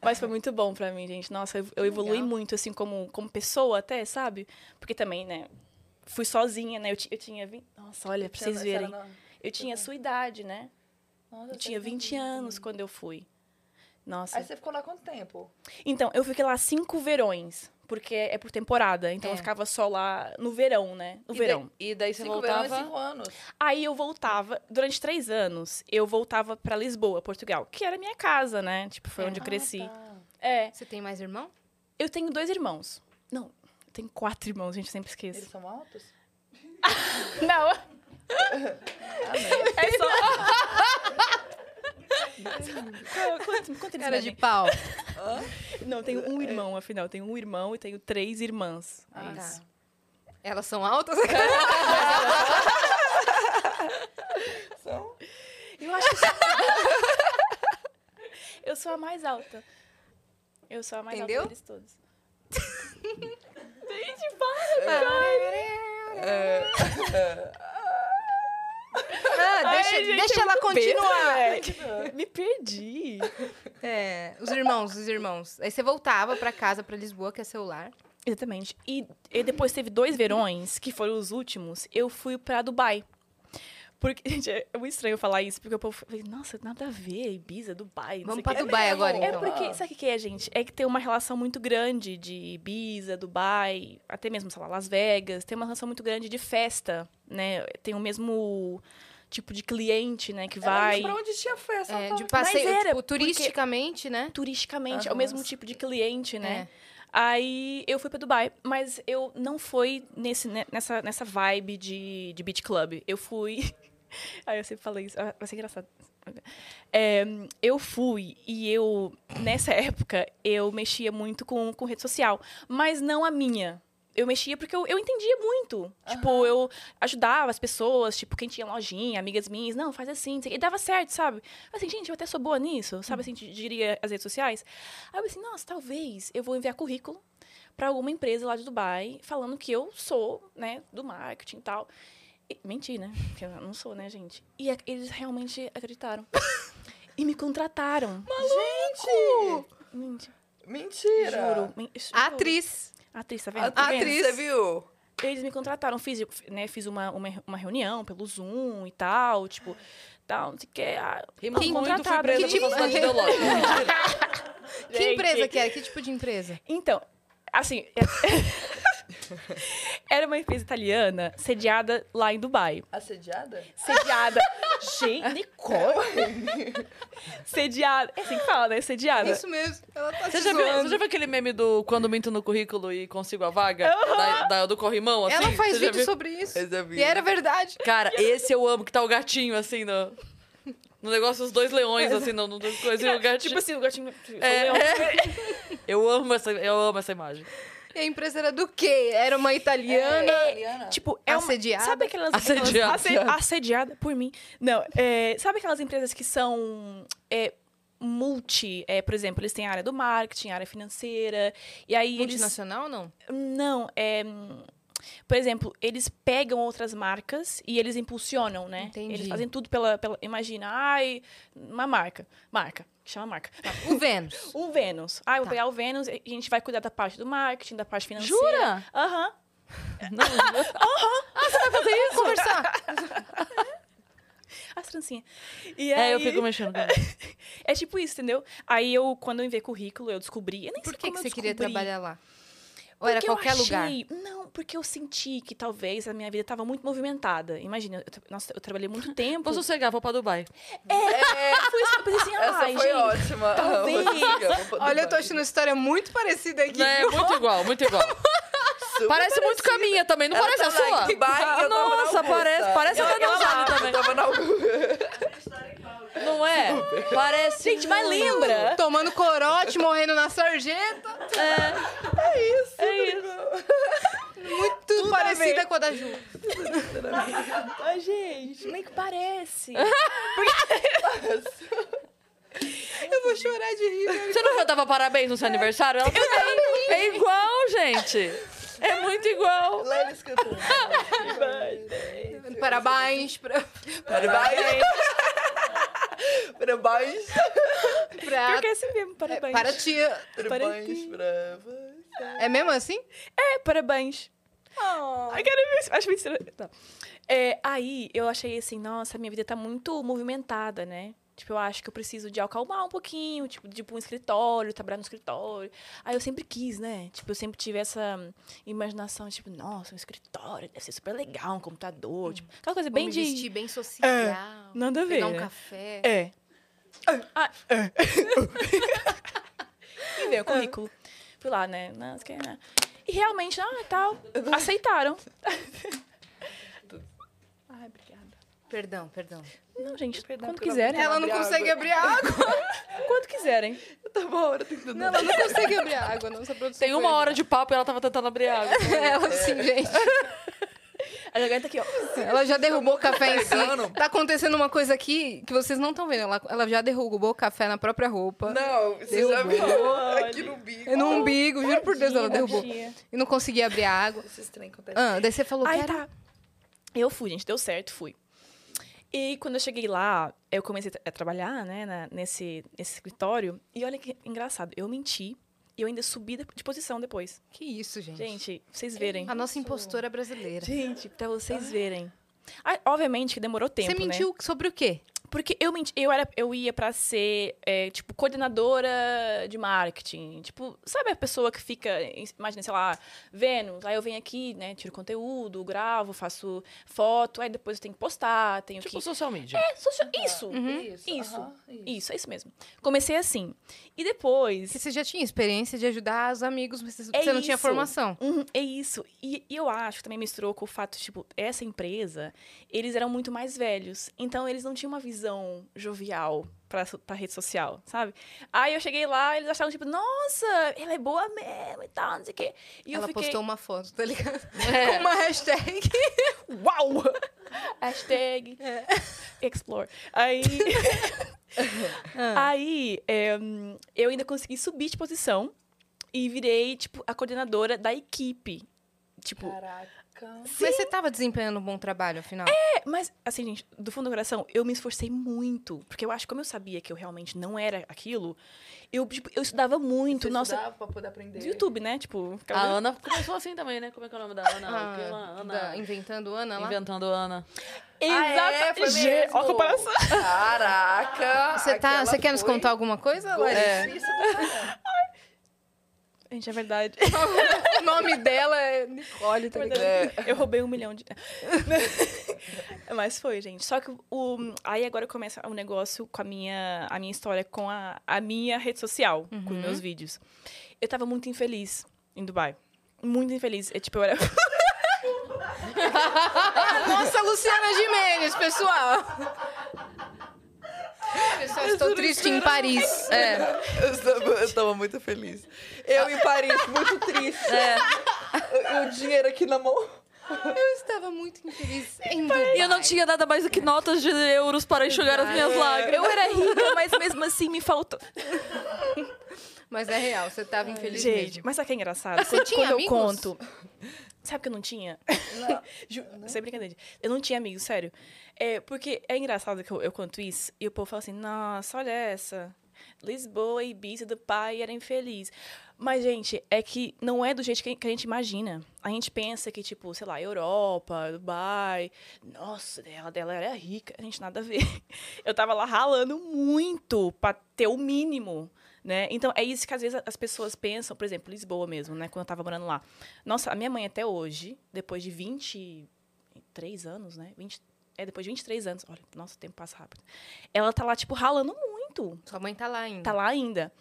Speaker 4: Mas foi muito bom pra mim, gente. Nossa, eu, eu evolui
Speaker 2: Legal.
Speaker 4: muito, assim, como, como pessoa até, sabe? Porque também, né? Fui sozinha, né? Eu, ti- eu tinha. vin- Nossa, olha, pra vocês verem. Eu tinha a sua idade, né? Eu tinha 20 anos quando eu fui. Nossa.
Speaker 3: Aí você ficou lá quanto tempo?
Speaker 4: Então, eu fiquei lá cinco verões, porque é por temporada. Então
Speaker 2: É.
Speaker 4: eu ficava só lá no verão, né? No
Speaker 1: E
Speaker 4: verão.
Speaker 1: daí- E daí você
Speaker 3: cinco verões,
Speaker 1: voltava.
Speaker 3: cinco anos.
Speaker 4: Aí eu voltava, durante três anos, eu voltava pra Lisboa, Portugal, que era minha casa, né? Tipo, foi
Speaker 2: É.
Speaker 4: onde eu
Speaker 3: Ah,
Speaker 4: cresci.
Speaker 3: tá.
Speaker 4: É.
Speaker 2: Você tem mais irmão?
Speaker 4: Eu tenho dois irmãos. Não, eu tenho quatro irmãos, gente, eu sempre
Speaker 3: Eles
Speaker 4: esqueço.
Speaker 3: são altos?
Speaker 4: Não,
Speaker 3: Ah, né?
Speaker 4: é só. Qu- Quanto, quanto eles
Speaker 2: Cara de
Speaker 4: medem?
Speaker 2: pau.
Speaker 4: Não, eu tenho um irmão, afinal. eu Tenho um irmão e tenho três irmãs.
Speaker 3: Ah,
Speaker 2: Tá.
Speaker 3: isso.
Speaker 2: Elas são altas?
Speaker 4: É.
Speaker 3: São?
Speaker 4: Eu acho que. eu sou- eu sou a mais alta. Eu sou a mais
Speaker 2: Entendeu?
Speaker 4: alta deles todos.
Speaker 2: Ah, deixa
Speaker 4: Ai, gente,
Speaker 2: deixa
Speaker 4: eu
Speaker 2: ela
Speaker 4: me
Speaker 2: continuar.
Speaker 4: perdi, velho. Me perdi.
Speaker 2: É, os irmãos, os irmãos. Aí você voltava pra casa, pra Lisboa, que é seu lar.
Speaker 4: Exatamente. E, e depois teve dois verões, que foram os últimos, eu fui pra Dubai. Porque, gente, é muito estranho falar isso, porque o povo fala, nossa, nada a ver, Ibiza, Dubai,
Speaker 2: Vamos
Speaker 4: não sei o
Speaker 2: pra
Speaker 4: quê."
Speaker 2: Dubai
Speaker 3: mesmo?
Speaker 2: agora,
Speaker 4: É
Speaker 2: então.
Speaker 4: porque, sabe o que que é, gente? É que tem uma relação muito grande de Ibiza, Dubai, até mesmo, sei lá, Las Vegas. Tem uma relação muito grande de festa, né? Tem o mesmo tipo de cliente, né, que vai...
Speaker 3: É, Pra onde tinha festa?
Speaker 2: É,
Speaker 3: tá?
Speaker 2: de passeio,
Speaker 4: era,
Speaker 2: tipo,
Speaker 4: porque-
Speaker 2: turisticamente, né?
Speaker 4: Turisticamente, é o
Speaker 3: Aham.
Speaker 4: mesmo tipo de cliente, né?
Speaker 2: É.
Speaker 4: Aí eu fui pra Dubai, mas eu não fui nesse, né, nessa, nessa vibe de, de beach club. Eu fui. Aí eu sempre falei isso, ah, vai ser engraçado. É, eu fui e eu, nessa época, eu mexia muito com, com rede social, mas não a minha. Eu mexia porque eu, eu entendia muito. Tipo, eu ajudava as pessoas, tipo, quem tinha lojinha, amigas minhas, não, faz assim, não sei o quê. e dava certo, sabe? Assim, gente, eu até sou boa nisso, sabe? Assim, di- diria as redes sociais. Aí eu pensei, nossa, talvez eu vou enviar currículo para alguma empresa lá de Dubai, falando que eu sou, né, do marketing e tal. E, menti, né? Porque eu não sou, né, gente? E a- eles realmente acreditaram. e me contrataram.
Speaker 3: Gente!
Speaker 4: Gente,
Speaker 3: Mentira!
Speaker 4: juro. men- juro.
Speaker 2: Atriz.
Speaker 4: Atriz, tá vendo? Tá vendo?
Speaker 3: Atriz, você viu?
Speaker 4: Eles me contrataram, fiz, né, fiz uma, uma, uma reunião pelo Zoom e tal, tipo, tal, não sei o que. Ah,
Speaker 1: Rimo
Speaker 4: Que
Speaker 1: muito, fui
Speaker 4: contratado.
Speaker 1: presa
Speaker 2: Que
Speaker 1: por
Speaker 2: tipo-
Speaker 1: falsidade
Speaker 3: é
Speaker 1: ideológica. Mentira.
Speaker 2: Que
Speaker 4: gente.
Speaker 2: empresa que era? Que tipo de empresa?
Speaker 4: Então, assim. é- Era uma empresa italiana sediada lá em Dubai.
Speaker 3: Assediada?
Speaker 4: Sediada. Gente, Nicole! sediada. É assim que fala, né? Sediada.
Speaker 2: Isso mesmo. Ela tá
Speaker 1: Você
Speaker 2: te
Speaker 1: já, viu,
Speaker 2: zoando.
Speaker 1: você já viu aquele meme do quando minto no currículo e consigo a vaga? Da- da- do corrimão, assim?
Speaker 2: Ela faz
Speaker 1: Você já
Speaker 2: vídeo
Speaker 1: viu?
Speaker 2: sobre isso.
Speaker 3: Eu já vi.
Speaker 2: E era verdade.
Speaker 1: Cara, esse eu amo, que tá o gatinho, assim, no... No negócio, os dois leões, assim, no, no no coisa, e o gatinho...
Speaker 4: Tipo assim, o gatinho.
Speaker 1: É,
Speaker 4: Eu-
Speaker 1: é. Eu amo essa, eu amo essa imagem.
Speaker 2: E a empresa era do quê? Era uma italiana.
Speaker 3: Mariana?
Speaker 4: Tipo, é uma-
Speaker 2: Assediada?
Speaker 4: sabe aquelas
Speaker 1: Assediada.
Speaker 4: asse- assediada por mim. Não, é, sabe aquelas empresas que são é, multi, é, por exemplo, eles têm a área do marketing, a área financeira, e aí eles
Speaker 2: Multinacional, não?
Speaker 4: É, não, é, hum, por exemplo, eles pegam outras marcas e eles impulsionam, né?
Speaker 2: Entendi.
Speaker 4: Eles fazem tudo pela, pela imagina, ai, uma marca, marca, chama marca.
Speaker 2: Tipo, O Vênus.
Speaker 4: O Vênus. Ah, eu vou
Speaker 2: Tá.
Speaker 4: pegar o Vênus e a gente vai cuidar da parte do marketing, da parte financeira.
Speaker 2: Jura?
Speaker 4: Aham.
Speaker 2: Vamos conversar.
Speaker 4: As trancinhas. E aí...
Speaker 1: É, eu fico mexendo. com
Speaker 4: É tipo isso, entendeu? Aí eu, quando eu enviei currículo, eu descobri. Eu nem
Speaker 2: Por
Speaker 4: sei
Speaker 2: que,
Speaker 4: como
Speaker 2: que
Speaker 4: eu
Speaker 2: você queria
Speaker 4: descobri.
Speaker 2: trabalhar lá? Ou era
Speaker 4: Porque eu
Speaker 2: qualquer lugar?
Speaker 4: achei- Não, porque eu senti que talvez a minha vida estava muito movimentada. Imagina, eu, tra- nossa, eu trabalhei muito tempo.
Speaker 1: Vou sossegar, vou pra Dubai.
Speaker 4: Ah, foi isso que eu pensei assim,
Speaker 3: É, Essa
Speaker 4: ai,
Speaker 3: foi
Speaker 4: gente.
Speaker 3: ótima.
Speaker 4: talvez.
Speaker 2: Olha, eu tô achando uma história muito parecida aqui.
Speaker 1: É, muito igual, muito igual. Parece muito com a minha também, não
Speaker 3: Ela tá
Speaker 1: parece a
Speaker 3: tava em
Speaker 1: sua?
Speaker 3: Dubai e eu tava na
Speaker 1: Nossa,
Speaker 3: Augusta.
Speaker 1: parece, parece a
Speaker 3: Eu-
Speaker 1: da
Speaker 3: eu
Speaker 1: Nelzane
Speaker 3: tava-
Speaker 1: também.
Speaker 3: Eu tava na Augusta.
Speaker 1: Não é? Parece
Speaker 4: Gente, mas
Speaker 1: muito.
Speaker 4: lembra?
Speaker 2: Tomando corote, morrendo na sarjeta.
Speaker 1: É.
Speaker 2: Muito
Speaker 3: Tudo
Speaker 2: parecida com a da Ju.
Speaker 4: Ai, gente, nem que parece.
Speaker 2: Eu vou chorar de rir.
Speaker 1: Você não cantava parabéns no seu aniversário? Ela também. É igual, gente. É muito igual.
Speaker 3: Lelis cantando.
Speaker 2: Parabéns pra,
Speaker 3: Parabéns. Parabéns.
Speaker 2: pra,
Speaker 4: Porque é assim mesmo, parabéns.
Speaker 2: para ti.
Speaker 3: Parabéns pra você.
Speaker 2: É mesmo assim?
Speaker 4: É, parabéns. Ai, cara, eu acho mentira. Não. É, aí eu achei assim, nossa, minha vida tá muito movimentada, né? Tipo, eu acho que eu preciso de acalmar um pouquinho, tipo, de ir pra um escritório, trabalhar no escritório. Aí eu sempre quis, né? Tipo, eu sempre tive essa imaginação, tipo, nossa, um escritório, deve ser super legal, um computador, tipo, aquela coisa bem
Speaker 2: Vou me
Speaker 4: de...
Speaker 2: vestir É bem social.
Speaker 4: Nada a ver,
Speaker 2: Pegar um
Speaker 4: né?
Speaker 2: café.
Speaker 4: É. Ah, e veio o currículo. Fui lá, né? Nossa, que- né? E realmente, ah, tal. Aceitaram. Ai, obrigada.
Speaker 2: Perdão, perdão.
Speaker 4: Não, gente,
Speaker 3: Perdão
Speaker 4: quando
Speaker 3: pela oportunidade.
Speaker 4: quiserem.
Speaker 2: Ela não
Speaker 3: Abre água.
Speaker 2: consegue abrir água.
Speaker 4: Quando quiserem.
Speaker 3: Tá uma hora tentando.
Speaker 2: Não, ela não consegue abrir água. Nossa produção.
Speaker 1: Tem uma hora de papo e ela tava tentando abrir água.
Speaker 2: Ela assim, gente.
Speaker 4: A garganta aqui, ó.
Speaker 2: Ela já derrubou o café em si.
Speaker 3: Pegando.
Speaker 2: Tá acontecendo uma coisa aqui que vocês não estão vendo. Ela, ela já derrubou o café na própria roupa. É
Speaker 3: Não, você já me
Speaker 4: Derrubou.
Speaker 3: aqui no bico.
Speaker 2: No umbigo, juro por Deus, ela
Speaker 4: Tadinha,
Speaker 2: derrubou.
Speaker 4: bichinha.
Speaker 2: E não conseguia abrir a água.
Speaker 3: Esse trem acontece.
Speaker 2: Ah, daí você falou que
Speaker 4: Aí
Speaker 2: era...
Speaker 4: tá. Eu fui, gente, deu certo, fui. E quando eu cheguei lá, eu comecei a trabalhar, né, na- nesse, nesse escritório. E olha que engraçado, eu menti e eu ainda subi de de posição depois.
Speaker 2: Que isso, tá gente.
Speaker 4: Gente, pra vocês verem.
Speaker 2: A nossa impostora brasileira.
Speaker 4: Gente, pra vocês verem. Ah, obviamente que demorou tempo,
Speaker 2: você
Speaker 4: né?
Speaker 2: mentiu sobre o quê?
Speaker 4: Porque eu menti, eu era, eu ia pra ser é, tipo coordenadora de marketing, tipo, sabe a pessoa que fica, imagina, sei lá, Vênus, aí eu venho aqui, né, tiro conteúdo, gravo, faço foto, aí depois eu tenho que postar, tenho
Speaker 1: Tipo
Speaker 4: que
Speaker 1: social media.
Speaker 4: É, social- isso.
Speaker 2: Uhum.
Speaker 3: Isso.
Speaker 4: Isso.
Speaker 3: aham, isso.
Speaker 4: Isso, é isso mesmo. Comecei assim. E
Speaker 2: Porque
Speaker 4: depois,
Speaker 2: você já tinha experiência de ajudar os amigos, mas você
Speaker 4: É
Speaker 2: você não tinha
Speaker 4: isso.
Speaker 2: formação.
Speaker 4: Uhum, é isso. E, e eu acho que também misturou com o fato, tipo, essa empresa, eles eram muito mais velhos. Então, eles não tinham uma visão jovial pra, so- pra rede social, sabe? Aí eu cheguei lá, eles achavam, tipo, nossa, ela é boa mesmo e tal, não sei o quê. E
Speaker 2: ela
Speaker 4: eu fiquei,
Speaker 2: postou uma foto, tá ligado? Com
Speaker 1: É.
Speaker 2: uma hashtag. um
Speaker 4: uau! Hashtag
Speaker 2: É.
Speaker 4: explore. Aí, aí é, hum, eu ainda consegui subir de posição e virei, tipo, a coordenadora da equipe. Tipo,
Speaker 3: Caraca.
Speaker 2: Mas você tava desempenhando um bom trabalho, afinal.
Speaker 4: Mas, assim, gente, do fundo do coração, eu me esforcei muito. Porque eu acho que como eu sabia que eu realmente não era aquilo, eu, tipo, eu estudava muito.
Speaker 3: Você
Speaker 4: nossa,
Speaker 3: estudava pra poder aprender.
Speaker 4: do YouTube, né? Tipo, ficava
Speaker 1: A
Speaker 4: vendo-
Speaker 1: Ana começou assim também, né? Como é que é o nome da Ana?
Speaker 2: Ah,
Speaker 1: Aquela Ana.
Speaker 2: da- inventando Ana lá.
Speaker 1: Inventando Ana.
Speaker 3: Ah, é?
Speaker 4: Exata-
Speaker 3: Foi
Speaker 4: Gê-
Speaker 3: mesmo?
Speaker 4: Ó a comparação.
Speaker 3: Caraca.
Speaker 2: Você, tá,
Speaker 3: aquela
Speaker 2: você quer nos
Speaker 3: foi é
Speaker 2: contar alguma coisa, É. Larissa?
Speaker 3: Gordíssima do caralho.
Speaker 4: Gente, é verdade.
Speaker 2: O nome dela é Nicole,
Speaker 4: É
Speaker 2: tá ligado?
Speaker 4: verdade. Eu roubei um milhão de. Mas foi, gente. Só que o. Aí agora começa o negócio com a minha, a minha história com a, a minha rede social, com os meus vídeos. Eu tava muito infeliz em Dubai. Muito infeliz. É, tipo, eu era.
Speaker 2: Nossa, Luciana Gimenez, pessoal. Pessoal, estou triste em Paris. É.
Speaker 3: Eu estava, eu estava muito feliz. Eu em Paris, muito triste. E o dinheiro aqui na mão.
Speaker 2: Eu estava muito infeliz em
Speaker 1: E eu não
Speaker 2: Dubai.
Speaker 1: tinha nada mais do que notas de euros para enxugar as minhas lágrimas.
Speaker 4: Eu era rica, mas mesmo assim me faltou.
Speaker 2: Mas é real, você estava infeliz
Speaker 4: Gente,
Speaker 2: mesmo.
Speaker 4: mas sabe o que é engraçado?
Speaker 2: Você
Speaker 4: quando
Speaker 2: tinha
Speaker 4: quando eu
Speaker 2: amigos?
Speaker 4: conto. Sabe que eu não tinha? Ju-
Speaker 3: Né?
Speaker 4: Sem brincadeira. Eu não tinha amigos, sério. É, porque é engraçado que eu, eu conto isso e o povo fala assim: nossa, olha essa. Lisboa e Ibiza do pai era infeliz. Mas, gente, é que não é do jeito que que a gente imagina. A gente pensa que, tipo, sei lá, Europa, Dubai. Nossa, ela dela era rica. A gente nada a ver. Eu tava lá ralando muito pra ter o mínimo né? Então, é isso que às vezes as pessoas pensam, por exemplo, Lisboa mesmo, né? Quando eu tava morando lá. Nossa, a minha mãe até hoje, depois de 23 anos, né? 20, é, depois de 23 anos, olha, nossa, o tempo passa rápido. Ela tá lá, tipo, ralando muito.
Speaker 2: Sua mãe tá lá ainda.
Speaker 4: Tá lá ainda.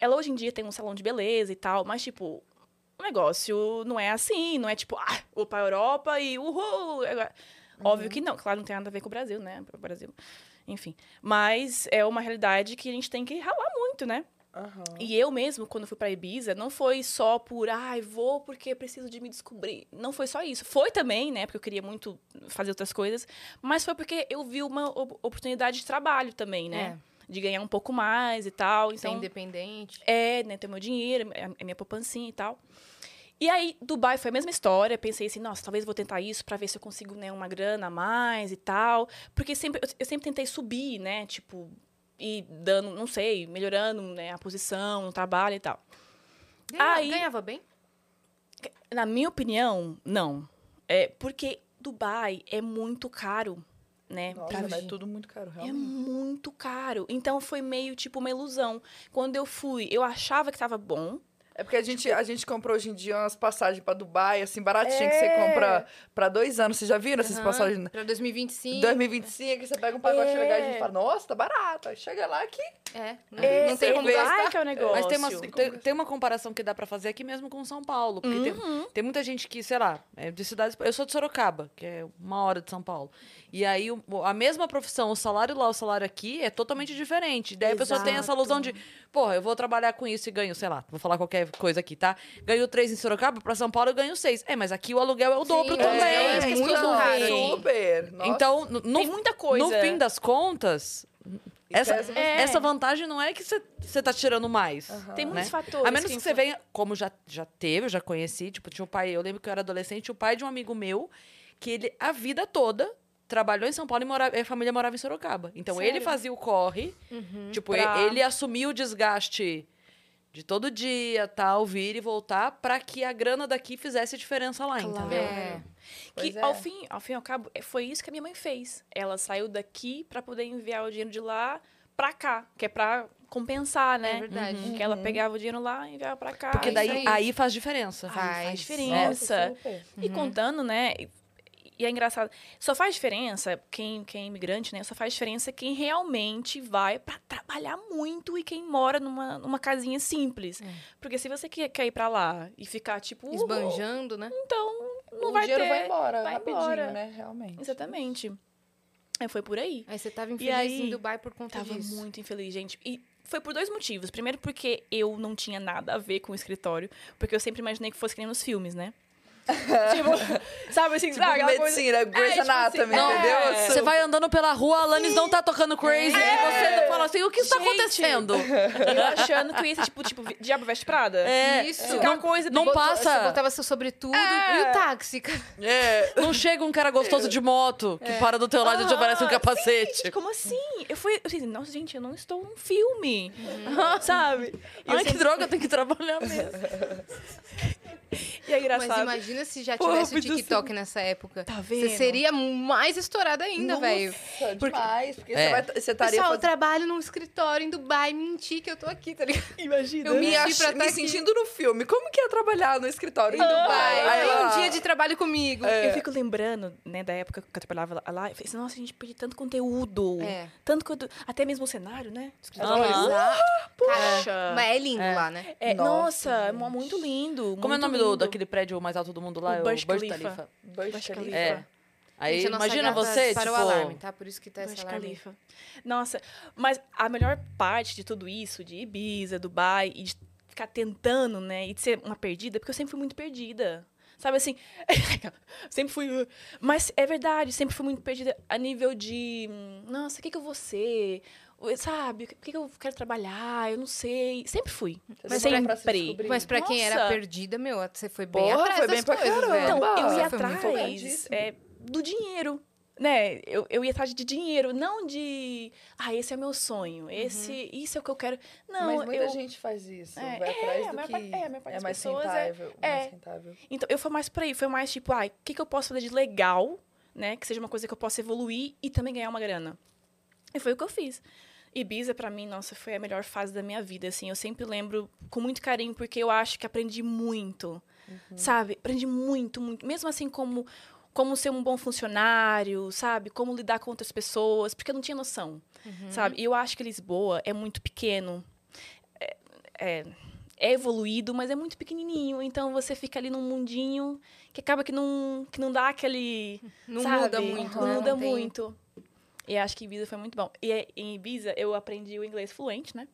Speaker 4: Ela hoje em dia tem um salão de beleza e tal, mas, tipo, o negócio não é assim, não é tipo, ah, vou pra Europa e uhul! Agora- Óbvio que não, claro, não tem nada a ver com o Brasil, né? O Brasil. Enfim. Mas é uma realidade que a gente tem que ralar muito, né?
Speaker 3: Aham.
Speaker 4: E eu mesmo, quando fui pra Ibiza, não foi só por, ai, vou porque preciso de me descobrir. Não foi só isso. Foi também, né? Porque eu queria muito fazer outras coisas. Mas foi porque eu vi uma op- oportunidade de trabalho também, né? De ganhar um pouco mais e tal.
Speaker 2: Ser
Speaker 4: Então,
Speaker 2: independente.
Speaker 4: é, né? Ter meu dinheiro, a a minha poupancinha e tal. E aí, Dubai foi a mesma história. Pensei assim, nossa, talvez eu vou tentar isso pra ver se eu consigo, né, uma grana a mais e tal. Porque sempre, eu- eu sempre tentei subir, né? Tipo, e dando, não sei, melhorando né, a posição, o trabalho e tal.
Speaker 2: Ganhava,
Speaker 4: Aí-
Speaker 2: ganhava bem?
Speaker 4: Na minha opinião, não. É porque Dubai é muito caro, né? pra
Speaker 3: Nossa, mas é
Speaker 4: vir.
Speaker 3: tudo muito caro,
Speaker 4: É
Speaker 3: realmente.
Speaker 4: muito caro. Então foi meio tipo uma ilusão. Quando eu fui, eu achava que tava bom.
Speaker 3: É, porque a gente, a gente compra hoje em dia umas passagens pra Dubai, assim, baratinha, que É. você compra pra dois anos. Vocês já viram essas
Speaker 2: Aham,
Speaker 4: né?
Speaker 3: passagens?
Speaker 2: Pra 2025.
Speaker 3: 2025, que você pega um pacote
Speaker 4: É.
Speaker 3: legal e a gente fala, nossa, tá barato. Aí chega lá que
Speaker 2: É. Não,
Speaker 4: É,
Speaker 2: não tem como
Speaker 4: você vê.
Speaker 2: gastar.
Speaker 4: Ai, que é o negócio.
Speaker 1: Mas tem, umas- tem, tem uma comparação que dá pra fazer aqui mesmo com São Paulo. Porque tem- tem, muita gente que, sei lá, é de cidades. Eu sou de Sorocaba, que é uma hora de São Paulo. E aí o- a mesma profissão, o salário lá, o salário aqui é totalmente diferente. Daí a pessoa tem essa ilusão de, porra, eu vou trabalhar com isso e ganho, sei lá, vou falar qualquer coisa aqui, tá? Ganho três em Sorocaba, pra São Paulo eu ganho seis. É, mas aqui o aluguel é o
Speaker 2: Sim,
Speaker 1: dobro
Speaker 2: é,
Speaker 1: também.
Speaker 2: é
Speaker 1: As
Speaker 2: muito
Speaker 1: pessoas não
Speaker 2: caro.
Speaker 1: veem.
Speaker 2: hein?
Speaker 3: super. Nossa.
Speaker 1: Então, no, no-
Speaker 4: Tem muita coisa.
Speaker 1: no fim das contas,
Speaker 3: Isso
Speaker 1: essa,
Speaker 3: é-
Speaker 4: É.
Speaker 1: essa vantagem não é que você tá tirando mais.
Speaker 4: Tem
Speaker 1: né?
Speaker 4: muitos fatores.
Speaker 1: A menos que você
Speaker 4: influ-
Speaker 1: venha, como já, já teve, eu já conheci, tipo, tinha um pai, eu lembro que eu era adolescente, o pai de um amigo meu, que ele, a vida toda, trabalhou em São Paulo e morava, a família morava em Sorocaba. Então, ele
Speaker 4: Sério?
Speaker 1: fazia o corre, tipo,
Speaker 4: Pra-
Speaker 1: ele, ele assumia o desgaste de todo dia, tal, vir e voltar, pra que a grana daqui fizesse diferença lá,
Speaker 4: Claro.
Speaker 1: entendeu?
Speaker 2: É.
Speaker 3: Pois
Speaker 4: Que
Speaker 3: é.
Speaker 4: ao, fim, ao fim e ao cabo, é- foi isso que a minha mãe fez. Ela saiu daqui pra poder enviar o dinheiro de lá pra cá, que é pra compensar,
Speaker 2: É
Speaker 4: né?
Speaker 2: verdade.
Speaker 4: Que ela pegava o dinheiro lá e enviava pra cá.
Speaker 1: Porque
Speaker 4: e
Speaker 1: daí
Speaker 2: isso aí.
Speaker 1: aí. faz diferença.
Speaker 2: Ah,
Speaker 4: Ai,
Speaker 2: Faz.
Speaker 4: faz
Speaker 3: Nossa,
Speaker 4: diferença.
Speaker 3: super.
Speaker 4: E contando, né? e- E é engraçado. Só faz diferença quem, quem é imigrante, né? Só faz diferença quem realmente vai pra trabalhar muito e quem mora numa, numa casinha simples. Porque se você quer, quer ir pra lá e ficar tipo. uhul,
Speaker 2: Esbanjando, né?
Speaker 4: Então, não
Speaker 3: o
Speaker 4: vai
Speaker 3: Um dinheiro
Speaker 4: ter.
Speaker 3: vai embora,
Speaker 4: vai
Speaker 3: rapidinho,
Speaker 4: embora. tá
Speaker 3: né? Realmente.
Speaker 4: Exatamente. É, foi por aí.
Speaker 2: Aí você tava infeliz
Speaker 4: aí,
Speaker 2: em Dubai por conta
Speaker 4: Tava
Speaker 2: disso.
Speaker 4: muito infeliz, gente. E foi por dois motivos. Primeiro, porque eu não tinha nada a ver com o escritório, porque eu sempre imaginei que fosse que nem nos filmes, né? tipo, sabe assim,
Speaker 3: Tipo,
Speaker 4: sabe, aquela coisa-
Speaker 3: medicina, Grey's
Speaker 4: tipo assim,
Speaker 3: Anatomy,
Speaker 4: não,
Speaker 3: entendeu?
Speaker 4: é.
Speaker 1: Você tá vai andando pela rua, a Alanis não tá tocando crazy, e você não fala assim, o que está
Speaker 4: Gente.
Speaker 1: acontecendo?
Speaker 4: Eu achando que eu ia ser tipo, tipo, vi- Diabo Veste Prada.
Speaker 1: É,
Speaker 2: Isso.
Speaker 1: Não,
Speaker 4: coisa
Speaker 1: não
Speaker 2: Botou- Você
Speaker 1: passa.
Speaker 2: botava seu sobretudo e o táxi. cara.
Speaker 3: É.
Speaker 1: Não chega um cara gostoso de moto que para do teu lado e te
Speaker 4: Aham,
Speaker 1: oferece um capacete.
Speaker 4: Gente, como assim? Eu fui, eu pensei, nossa, gente, eu não estou num filme,
Speaker 2: Uhum.
Speaker 4: sabe? E, eu
Speaker 1: Ai, que
Speaker 4: sempre-
Speaker 1: droga, tem que trabalhar mesmo.
Speaker 4: e é
Speaker 2: Mas
Speaker 4: engraçado.
Speaker 2: imagina se já
Speaker 4: Porra,
Speaker 2: tivesse o
Speaker 4: podia ser-
Speaker 2: TikTok nessa época.
Speaker 4: Tá vendo?
Speaker 2: Você seria mais estourada ainda, velho.
Speaker 3: Nossa, demais. Porque
Speaker 1: É.
Speaker 3: você, vai, você estaria
Speaker 2: Pessoal, eu
Speaker 3: fazendo...
Speaker 2: trabalho num escritório em Dubai, mentir que eu tô aqui, tá ligado?
Speaker 4: Imagina.
Speaker 2: Eu me
Speaker 3: me,
Speaker 2: menti
Speaker 3: ach...
Speaker 2: pra tá
Speaker 3: me
Speaker 2: aqui.
Speaker 3: sentindo no filme. Como que é trabalhar no escritório em Dubai?
Speaker 2: Vai,
Speaker 3: Aí
Speaker 2: vem um
Speaker 3: lá-
Speaker 2: dia de trabalho comigo.
Speaker 4: É.
Speaker 1: É.
Speaker 4: Eu fico lembrando, né, da época que eu trabalhava lá- lá, eu falei assim, nossa, a gente perde tanto conteúdo.
Speaker 2: É.
Speaker 4: Tanto conteúdo. Até mesmo o cenário, né?
Speaker 1: Aham.
Speaker 4: Puxa.
Speaker 2: Mas é lindo lá, né?
Speaker 4: É,
Speaker 3: Nossa,
Speaker 4: nossa, é mu- muito lindo.
Speaker 1: Como é o
Speaker 4: muito
Speaker 1: nome do,
Speaker 4: lindo.
Speaker 1: daquele prédio mais alto do mundo lá?
Speaker 4: O
Speaker 1: É o
Speaker 4: Burj
Speaker 1: Burj
Speaker 4: Khalifa.
Speaker 1: Khalifa.
Speaker 3: Burj
Speaker 4: Burj
Speaker 3: Khalifa.
Speaker 4: Khalifa.
Speaker 1: É. Aí
Speaker 2: Gente, a nossa
Speaker 1: imagina
Speaker 2: gata
Speaker 1: você,
Speaker 2: disparou
Speaker 1: tipo...
Speaker 2: o alarme, tá? Por isso que tá
Speaker 4: Burj
Speaker 2: esse alarme.
Speaker 4: Khalifa. Nossa, mas a melhor parte de tudo isso, de Ibiza, Dubai, e de ficar tentando, né, e de ser uma perdida, porque eu sempre fui muito perdida. Sabe assim, sempre fui. uh, Mas é verdade, sempre fui muito perdida a nível de. hum, Nossa, o que, que eu vou ser? O- Sabe, o que, que eu quero trabalhar? Eu não sei. Sempre fui.
Speaker 3: Você
Speaker 4: Mas
Speaker 3: demorou pra se
Speaker 4: sempre.
Speaker 3: descobrir.
Speaker 2: Mas pra quem era
Speaker 4: Nossa.
Speaker 2: perdida, meu, você foi bem
Speaker 3: Porra,
Speaker 2: atrás
Speaker 3: foi
Speaker 2: das
Speaker 3: bem pra
Speaker 2: coisas,
Speaker 3: caramba.
Speaker 2: velho.
Speaker 4: Então,
Speaker 3: Caramba!
Speaker 4: eu ia
Speaker 2: Você foi muito
Speaker 4: atrás
Speaker 3: folgadíssima.
Speaker 4: é, do dinheiro, né? Eu, eu ia atrás de dinheiro, não de... Ah, esse é meu sonho, esse, isso é o que eu quero. Não,
Speaker 3: Uhum. Mas muita
Speaker 4: eu...
Speaker 3: gente faz isso.
Speaker 4: É,
Speaker 3: vai
Speaker 4: é,
Speaker 3: atrás
Speaker 4: a
Speaker 3: do
Speaker 4: maior
Speaker 3: que
Speaker 4: parte- é, a maior parte das
Speaker 3: mais
Speaker 4: pessoas é-
Speaker 3: rentável. Mais
Speaker 4: é.
Speaker 3: rentável.
Speaker 4: Então, eu fui mais por aí, foi mais tipo, ah, o que, que eu posso fazer de legal, né? Que seja uma coisa que eu possa evoluir e também ganhar uma grana. E foi o que eu fiz. Ibiza, pra mim, nossa, foi a melhor fase da minha vida, assim. Eu sempre lembro com muito carinho, porque eu acho que aprendi muito, sabe? Aprendi muito, muito. Mesmo assim, como, como ser um bom funcionário, sabe? Como lidar com outras pessoas, porque eu não tinha noção, sabe? E eu acho que Lisboa é muito pequeno. É, é, é evoluído, mas é muito pequenininho. Então, você fica ali num mundinho que acaba que não, que não dá aquele...
Speaker 2: Não
Speaker 4: Sabe?
Speaker 2: muda muito,
Speaker 4: Não
Speaker 2: né?
Speaker 4: muda
Speaker 2: tem-
Speaker 4: muito. E acho que Ibiza foi muito bom. E é, em Ibiza eu aprendi o inglês fluente, né?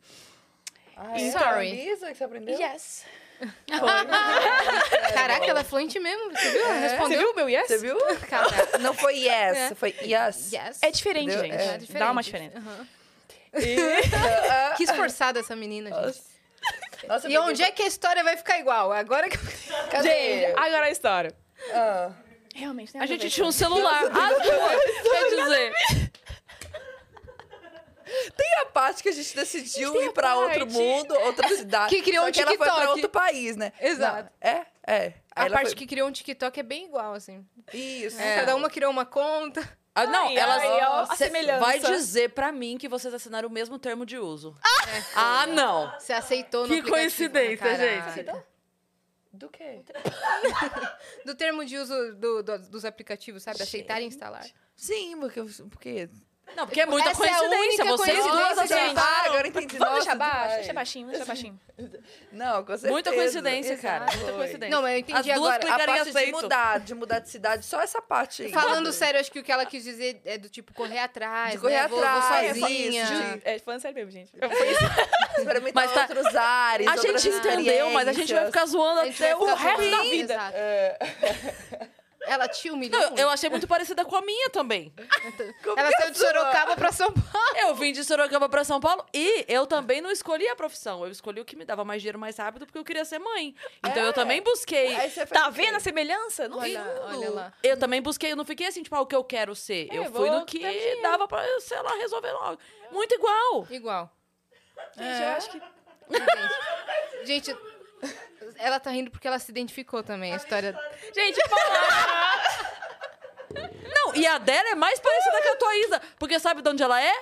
Speaker 3: Ah,
Speaker 4: E-
Speaker 3: é?
Speaker 2: Sorry.
Speaker 3: Foi a Lisa que você aprendeu?
Speaker 4: Yes.
Speaker 2: Caraca, ela é fluente mesmo, você viu? Ela
Speaker 4: Você
Speaker 2: respondeu.
Speaker 4: viu o meu yes?
Speaker 3: Você viu?
Speaker 2: Caraca.
Speaker 3: Não foi yes, foi yes.
Speaker 2: Yes.
Speaker 4: É diferente,
Speaker 3: Entendeu?
Speaker 4: gente.
Speaker 3: É.
Speaker 4: Dá uma diferença.
Speaker 2: Aham.
Speaker 4: E-
Speaker 2: Que esforçada essa menina, gente.
Speaker 3: Ah, Nossa,
Speaker 2: E onde é que a história vai ficar igual? Agora que
Speaker 3: Cadê?
Speaker 4: Gente, agora a história.
Speaker 3: Ah.
Speaker 4: Realmente, né?
Speaker 1: A gente tinha um celular. As duas, quer dizer.
Speaker 3: Tem a parte que a gente decidiu ir pra
Speaker 4: parte.
Speaker 3: outro mundo, outra cidade.
Speaker 2: Que criou
Speaker 3: Só
Speaker 2: um
Speaker 3: que ela foi pra
Speaker 2: TikTok.
Speaker 3: outro país, né?
Speaker 2: Exato.
Speaker 3: Não, é? É. Aí
Speaker 2: a
Speaker 3: ela
Speaker 2: parte
Speaker 3: foi-
Speaker 2: que criou um TikTok é bem igual, assim.
Speaker 3: Isso.
Speaker 2: Cada uma criou uma conta.
Speaker 1: Ah, não,
Speaker 4: Ai,
Speaker 1: elas.
Speaker 4: ai, ó, a
Speaker 1: cê
Speaker 4: semelhança.
Speaker 1: vai dizer pra mim que vocês assinaram o mesmo termo de uso. Ah, não.
Speaker 2: Você aceitou no
Speaker 1: Que
Speaker 2: aplicativo.
Speaker 1: coincidência,
Speaker 2: Ah,
Speaker 1: gente.
Speaker 2: caraca.
Speaker 1: Aceitou?
Speaker 3: Do quê?
Speaker 2: Do termo de uso do- do- dos aplicativos, sabe? Aceitar e instalar.
Speaker 3: Sim, porque... porque...
Speaker 1: Não, porque é muita
Speaker 2: Essa é a
Speaker 1: coincidência.
Speaker 2: única
Speaker 1: vocês
Speaker 2: coincidência
Speaker 1: duas
Speaker 2: que
Speaker 1: aceitaram.
Speaker 3: Ah, agora eu entendi.
Speaker 4: Vamos
Speaker 3: Nossa,
Speaker 4: deixar baixo,
Speaker 3: demais.
Speaker 4: deixa baixinho, deixa baixinho.
Speaker 3: Não, com certeza.
Speaker 1: Muita coincidência, cara.
Speaker 3: Exato.
Speaker 1: Muita coincidência.
Speaker 2: Não, mas eu
Speaker 1: As
Speaker 2: entendi
Speaker 1: duas
Speaker 2: agora.
Speaker 1: clicaram
Speaker 3: A
Speaker 1: Ficaria
Speaker 3: parte de
Speaker 1: aceito.
Speaker 3: mudar, de mudar de cidade, só essa parte aí.
Speaker 2: Falando sério, acho que o que ela quis dizer é do tipo correr atrás,
Speaker 3: De correr
Speaker 2: né? Vou- vou
Speaker 3: atrás,
Speaker 2: sozinha.
Speaker 3: isso, de-
Speaker 4: É, falando sério mesmo, gente.
Speaker 3: Experimentar
Speaker 1: Mas tá-
Speaker 3: outros ares,
Speaker 1: A gente
Speaker 3: outras
Speaker 1: entendeu, mas a gente vai
Speaker 3: experiências.
Speaker 1: ficar zoando
Speaker 2: A gente
Speaker 1: até
Speaker 2: vai
Speaker 1: o
Speaker 2: ficar
Speaker 1: resto da
Speaker 2: sozinha,
Speaker 1: vida.
Speaker 2: exato.
Speaker 3: É.
Speaker 2: Ela te humilhou
Speaker 1: Não,
Speaker 2: muito.
Speaker 1: eu achei muito parecida com a minha também.
Speaker 2: Ela saiu de Sorocaba pra São Paulo.
Speaker 1: Eu vim de Sorocaba pra São Paulo e eu também não escolhi a profissão. Eu escolhi o que me dava mais dinheiro mais rápido porque eu queria ser mãe. Então eu também busquei.
Speaker 3: Aí você faz
Speaker 4: Tá
Speaker 3: o quê?
Speaker 4: vendo a semelhança? Não
Speaker 2: Olha,
Speaker 4: vi.
Speaker 2: olha lá.
Speaker 1: Eu também busquei, eu não fiquei assim, tipo, ah, o que eu quero ser.
Speaker 4: É,
Speaker 1: eu fui
Speaker 4: vou
Speaker 1: no que
Speaker 4: dar dinheiro.
Speaker 1: dava pra, sei lá, resolver logo. Muito igual.
Speaker 2: Igual.
Speaker 4: Gente, eu acho que
Speaker 2: Gente, ela tá rindo porque ela se identificou também. A história.
Speaker 4: Gente, falar.
Speaker 1: Não, e a dela é mais parecida com a tua Isa. Porque sabe de onde ela é?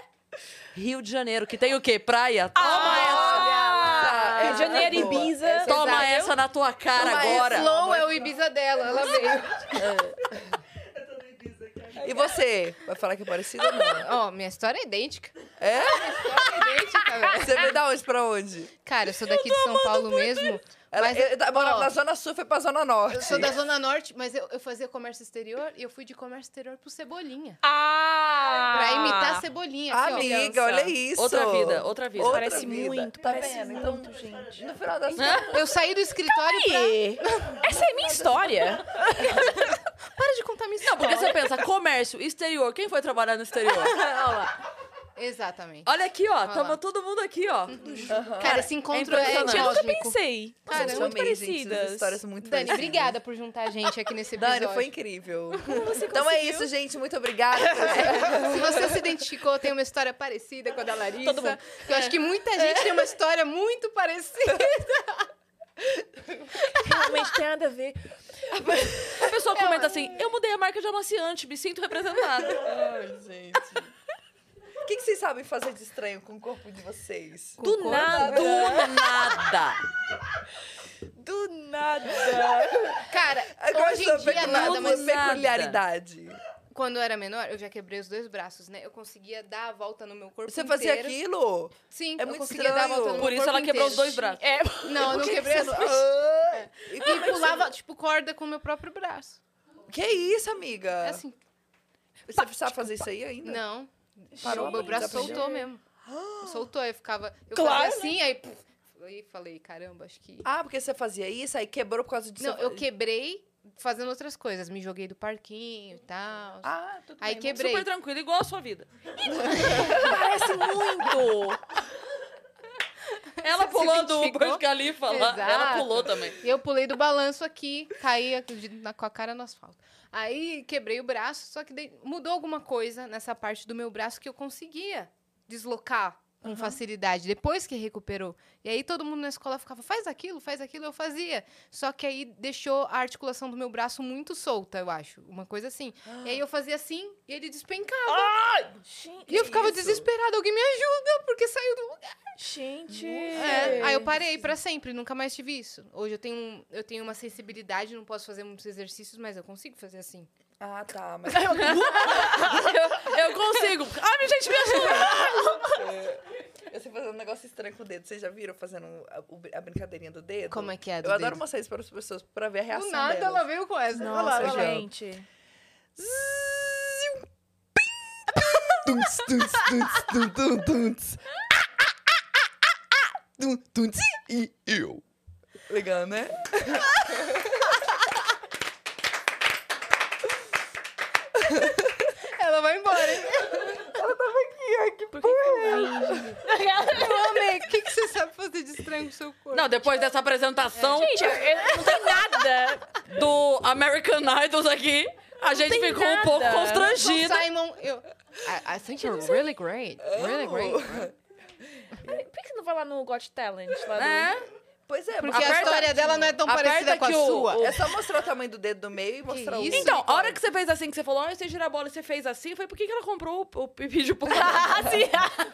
Speaker 1: Rio de Janeiro, que tem o quê? Praia? Toma essa!
Speaker 3: Ah,
Speaker 4: Rio de Janeiro,
Speaker 3: boa.
Speaker 4: Ibiza.
Speaker 1: Toma
Speaker 2: exato.
Speaker 1: essa é na tua cara
Speaker 3: Toma
Speaker 1: agora!
Speaker 3: essa.
Speaker 2: Slow é o Ibiza dela. Ela veio.
Speaker 5: Eu tô meio bis aqui agora.
Speaker 3: E você? Vai falar que é parecida ou não?
Speaker 2: Ó, minha história é idêntica.
Speaker 3: É?
Speaker 2: É idêntica, velho.
Speaker 3: Você veio da onde pra onde?
Speaker 2: Cara, eu sou daqui de São Paulo mesmo.
Speaker 3: Ela, é,
Speaker 2: Mas,
Speaker 3: eu, eu morava
Speaker 2: ó,
Speaker 3: na Zona Sul, foi pra Zona Norte.
Speaker 2: Eu sou da Zona Norte, mas eu, eu fazia comércio exterior e eu fui de comércio exterior pro Cebolinha.
Speaker 4: Ah!
Speaker 2: Pra imitar Cebolinha. Aqui, ó.
Speaker 3: Amiga, olha isso.
Speaker 1: Outra vida, outra vida.
Speaker 3: Outra
Speaker 4: Parece
Speaker 3: vida.
Speaker 4: muito,
Speaker 3: Tá
Speaker 4: parece
Speaker 3: vendo?
Speaker 4: muito,
Speaker 3: Então,
Speaker 4: gente.
Speaker 3: No final das contas...
Speaker 2: Eu saí do escritório pra...
Speaker 4: Essa é minha história.
Speaker 2: Para de contar minha
Speaker 1: Não, porque
Speaker 2: história.
Speaker 1: você pensa, comércio, exterior, quem foi trabalhar no exterior?
Speaker 2: Exatamente.
Speaker 1: Olha aqui, ó,
Speaker 2: lá.
Speaker 1: tava todo mundo aqui, ó.
Speaker 2: Cara, esse encontro é,
Speaker 1: impressionante.
Speaker 2: cósmico.
Speaker 4: Eu nunca pensei.
Speaker 2: Cara,
Speaker 3: Vocês
Speaker 2: eu-
Speaker 4: muito
Speaker 3: amei, gente,
Speaker 4: parecidas.
Speaker 3: essas histórias muito
Speaker 2: Dani,
Speaker 3: parecidas.
Speaker 2: obrigada por juntar a gente aqui nesse episódio.
Speaker 3: Dani, foi incrível. então é isso, gente. Muito obrigada.
Speaker 2: Se você se identificou, tem uma história parecida com a da Larissa.
Speaker 4: Todo mundo.
Speaker 2: Eu acho que muita gente tem uma história muito parecida.
Speaker 4: Realmente tem nada a ver.
Speaker 1: A pessoa comenta assim, eu mudei a marca de amaciante, me sinto representada.
Speaker 3: Ai, gente. O que, que vocês sabem fazer de estranho com o corpo de vocês?
Speaker 1: Do
Speaker 2: Concordo.
Speaker 1: nada. Do nada.
Speaker 4: Do nada.
Speaker 2: Cara,
Speaker 3: Agora
Speaker 2: hoje
Speaker 3: sou
Speaker 2: em dia
Speaker 3: peculiar-
Speaker 2: nada, mas
Speaker 1: nada.
Speaker 3: peculiaridade.
Speaker 2: quando eu era menor, eu já quebrei os dois braços, né? Eu conseguia dar a volta no meu corpo
Speaker 3: Você fazia
Speaker 2: inteiro.
Speaker 3: aquilo?
Speaker 2: Sim,
Speaker 3: É
Speaker 2: eu
Speaker 3: muito
Speaker 2: conseguia dar a volta
Speaker 3: estranho.
Speaker 2: no
Speaker 1: Por
Speaker 2: meu
Speaker 1: isso
Speaker 2: corpo
Speaker 1: ela quebrou
Speaker 2: inteiro.
Speaker 1: os dois braços.
Speaker 4: É,
Speaker 2: Não, eu não quebrei as duas.
Speaker 3: Ah, e
Speaker 2: E
Speaker 3: como é que
Speaker 2: pulava, tipo, corda com o meu próprio braço.
Speaker 3: você- Que isso, amiga?
Speaker 2: É assim, tipo,
Speaker 3: Você precisava fazer isso aí ainda?
Speaker 2: não.
Speaker 3: É.
Speaker 2: Tipo,
Speaker 3: Parou,
Speaker 2: meu
Speaker 3: amiga,
Speaker 2: braço
Speaker 3: desaprendeu?
Speaker 2: soltou mesmo. Soltou, eu ficava... Eu
Speaker 4: Claro,
Speaker 2: fazia assim, aí... puf, aí falei, caramba, acho que...
Speaker 3: Ah, porque você fazia isso, aí quebrou por causa disso.
Speaker 2: Não, eu quebrei fazendo outras coisas. Me joguei do parquinho e tal.
Speaker 3: Ah, tudo
Speaker 2: aí
Speaker 3: bem.
Speaker 2: quebrei.
Speaker 1: Super tranquilo, igual a sua vida.
Speaker 4: parece
Speaker 2: um-
Speaker 4: muito.
Speaker 1: Ela pulando o
Speaker 2: identificou?
Speaker 1: Burj Khalifa lá, ela
Speaker 2: Exato.
Speaker 1: pulou também.
Speaker 2: E eu pulei do balanço aqui, caí aqui de- na- com a cara no asfalto. Aí quebrei o braço, só que daí mudou alguma coisa nessa parte do meu braço que eu conseguia deslocar com facilidade, depois que recuperou. E aí todo mundo na escola ficava, faz aquilo, faz aquilo, eu fazia. Só que aí deixou a articulação do meu braço muito solta, eu acho. Uma coisa assim. E aí eu fazia assim e ele despencava.
Speaker 4: Gente.
Speaker 2: e eu ficava
Speaker 3: isso?
Speaker 2: desesperada, alguém me ajuda, porque saiu do lugar.
Speaker 4: Gente.
Speaker 2: É, aí eu parei pra sempre, nunca mais tive isso. Hoje eu tenho, um- eu tenho uma sensibilidade, não posso fazer muitos exercícios, mas eu consigo fazer assim.
Speaker 3: Ah, tá. Mas...
Speaker 1: Eu, eu consigo. Ah, Ai, minha gente, me ajuda.
Speaker 3: Eu sei fazer um negócio estranho com o dedo. Vocês já viram fazendo a, o- a brincadeirinha do dedo?
Speaker 2: Como é que é?
Speaker 3: Eu
Speaker 2: do
Speaker 3: adoro
Speaker 2: dedo?
Speaker 3: mostrar isso para as pessoas pra ver a reação
Speaker 2: Do nada
Speaker 3: delas.
Speaker 2: ela veio com essa. Olha lá,
Speaker 4: Nossa,
Speaker 2: olha lá.
Speaker 4: gente.
Speaker 3: Tunts, tunts, tunts, tum, tum, tunts. tum, tum, tsi, e eu. Legal, né?
Speaker 2: Ela vai embora, hein?
Speaker 4: Por que que
Speaker 2: Eu amei. O que, que você sabe fazer de estranho com o seu corpo?
Speaker 1: Não, depois dessa apresentação
Speaker 4: Gente, eu- não tem nada.
Speaker 1: do American Idols aqui, a gente
Speaker 4: tem
Speaker 1: ficou um
Speaker 4: nada.
Speaker 1: pouco
Speaker 2: Sou
Speaker 1: constrangida.
Speaker 2: Simon, eu... I, I think you're really great. Really great.
Speaker 4: Por que você não vai lá no Got Talent? Lá do-
Speaker 1: É.
Speaker 3: Pois é,
Speaker 2: Porque a
Speaker 1: Aperta
Speaker 2: história dela não é tão
Speaker 1: aperta
Speaker 2: parecida com a
Speaker 1: que o-
Speaker 2: sua.
Speaker 1: o-
Speaker 3: É só mostrar o tamanho do dedo do meio e mostrar o...
Speaker 2: isso?
Speaker 1: Então, a hora que você fez assim, que você falou, ah, você gira a bola e você fez assim, foi por que que ela comprou o, o vídeo por
Speaker 4: Ah, sim.
Speaker 3: Engraçado,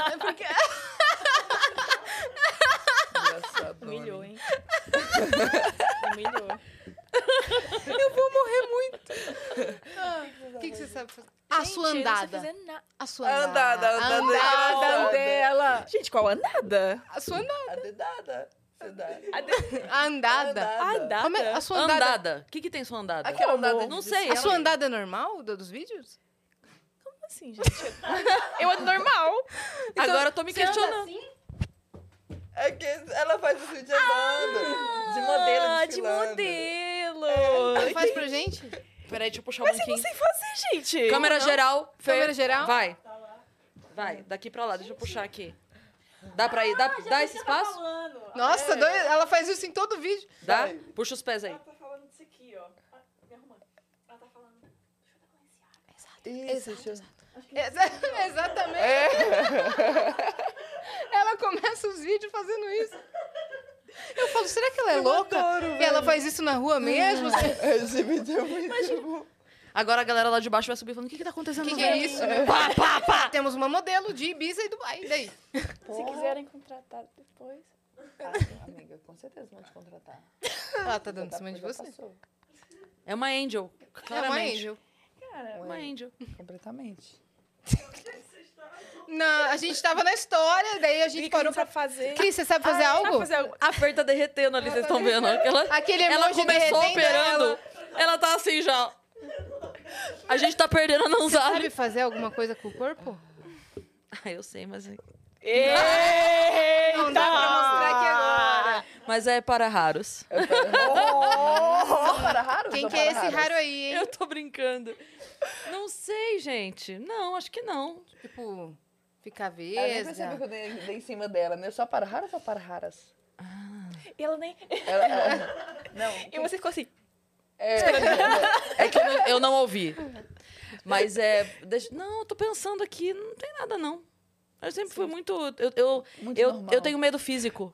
Speaker 3: né?
Speaker 4: Humilhou, hein? Humilhou.
Speaker 2: O que, que você sabe fazer? A sua
Speaker 4: Gente, eu não sei
Speaker 2: andada.
Speaker 4: fazer na-
Speaker 2: A sua
Speaker 3: Andada, andada,
Speaker 2: Andada.
Speaker 3: andada dela.
Speaker 4: Gente, qual é andada?
Speaker 2: A sua andada.
Speaker 3: A dedada. Você dá.
Speaker 2: A andada.
Speaker 3: Andada.
Speaker 4: Andada?
Speaker 2: Como é- A sua andada.
Speaker 1: Andada. O que que tem sua andada?
Speaker 3: Aquela andada de
Speaker 1: Não sei.
Speaker 2: A
Speaker 1: ela-
Speaker 2: sua andada é normal do- dos vídeos?
Speaker 4: Assim, gente. eu- Eu ando normal.
Speaker 2: Então,
Speaker 1: Agora eu tô me questionando.
Speaker 3: É que ela faz assim de andando. de modelo,
Speaker 4: Ah,
Speaker 3: de
Speaker 4: de É.
Speaker 3: filando.
Speaker 4: modelo.
Speaker 2: Ela faz pra gente?
Speaker 1: Peraí, deixa eu puxar um pouquinho.
Speaker 4: Sem fazer, gente.
Speaker 1: Câmera
Speaker 2: não?
Speaker 1: geral. Fê.
Speaker 2: Câmera geral?
Speaker 1: Vai. Vai, daqui pra lá, deixa eu puxar aqui. Dá pra ir? Dá,
Speaker 2: Ah,
Speaker 1: dá esse espaço?
Speaker 2: Nossa, dois- ela faz isso em todo vídeo.
Speaker 1: Dá? Puxa os pés aí.
Speaker 5: Ela tá falando disso aqui, ó. Ah, Me arrumando. Ela tá falando.
Speaker 3: Isso, deixa eu-
Speaker 2: Exa- Exatamente. É. Ela começa os vídeos fazendo isso. Eu falo, será que ela é louca? e ela faz isso na rua mesmo? O
Speaker 3: Esse vídeo é muito bom.
Speaker 1: Agora a galera lá de baixo vai subir falando: o que, que tá acontecendo
Speaker 2: que,
Speaker 1: no
Speaker 2: que é
Speaker 1: vídeo?"
Speaker 2: isso? meu?
Speaker 1: Pá, pá, pá!
Speaker 2: Temos uma modelo de Ibiza e Dubai. E daí?
Speaker 4: Se quiserem contratar depois.
Speaker 3: Ah, amiga, com certeza vão te contratar.
Speaker 2: Ela tá dando em cima de você.
Speaker 1: É uma angel. Claramente.
Speaker 2: É uma angel.
Speaker 4: Cara,
Speaker 1: Uma angel.
Speaker 3: Completamente.
Speaker 2: Não, a gente tava na história, daí a
Speaker 4: o que
Speaker 2: gente
Speaker 4: que a
Speaker 2: parou
Speaker 4: gente
Speaker 2: pra...
Speaker 4: sabe fazer?
Speaker 2: Cris, você é? sabe fazer
Speaker 4: Ah,
Speaker 2: algo?
Speaker 4: sabe fazer algo?
Speaker 1: A Fer tá derretendo ali, vocês estão vendo. Aquela...
Speaker 2: Aquele
Speaker 1: Ela
Speaker 2: emoji
Speaker 1: começou
Speaker 2: derretendo
Speaker 1: operando.
Speaker 2: ela.
Speaker 1: Ela. tá assim já. A gente tá perdendo a
Speaker 2: Você
Speaker 1: Nanzara.
Speaker 2: sabe fazer alguma coisa com o corpo?
Speaker 1: Ah, eu sei, mas.
Speaker 4: Eita!
Speaker 2: Não dá pra mostrar aqui agora.
Speaker 1: Mas é para raros.
Speaker 3: Oh! para raro?
Speaker 2: Quem que é esse raro aí, hein?
Speaker 1: Eu tô brincando. Não sei, gente. Não, acho que não.
Speaker 2: Tipo,
Speaker 1: Ah,
Speaker 2: fica
Speaker 3: Eu nem percebi que
Speaker 2: vesga.
Speaker 3: eu dei, dei em cima dela, né? Só para raras ou para raras?
Speaker 4: E ela nem.
Speaker 3: Ela, ela- não. é,
Speaker 4: E você ficou assim.
Speaker 1: É que eu não, eu não ouvi. Mas é. deixa- Não, eu tô pensando aqui, não tem nada, não. Eu sempre fui muito. Eu, eu,
Speaker 3: é, Muito
Speaker 1: eu,
Speaker 3: normal.
Speaker 1: eu tenho medo físico.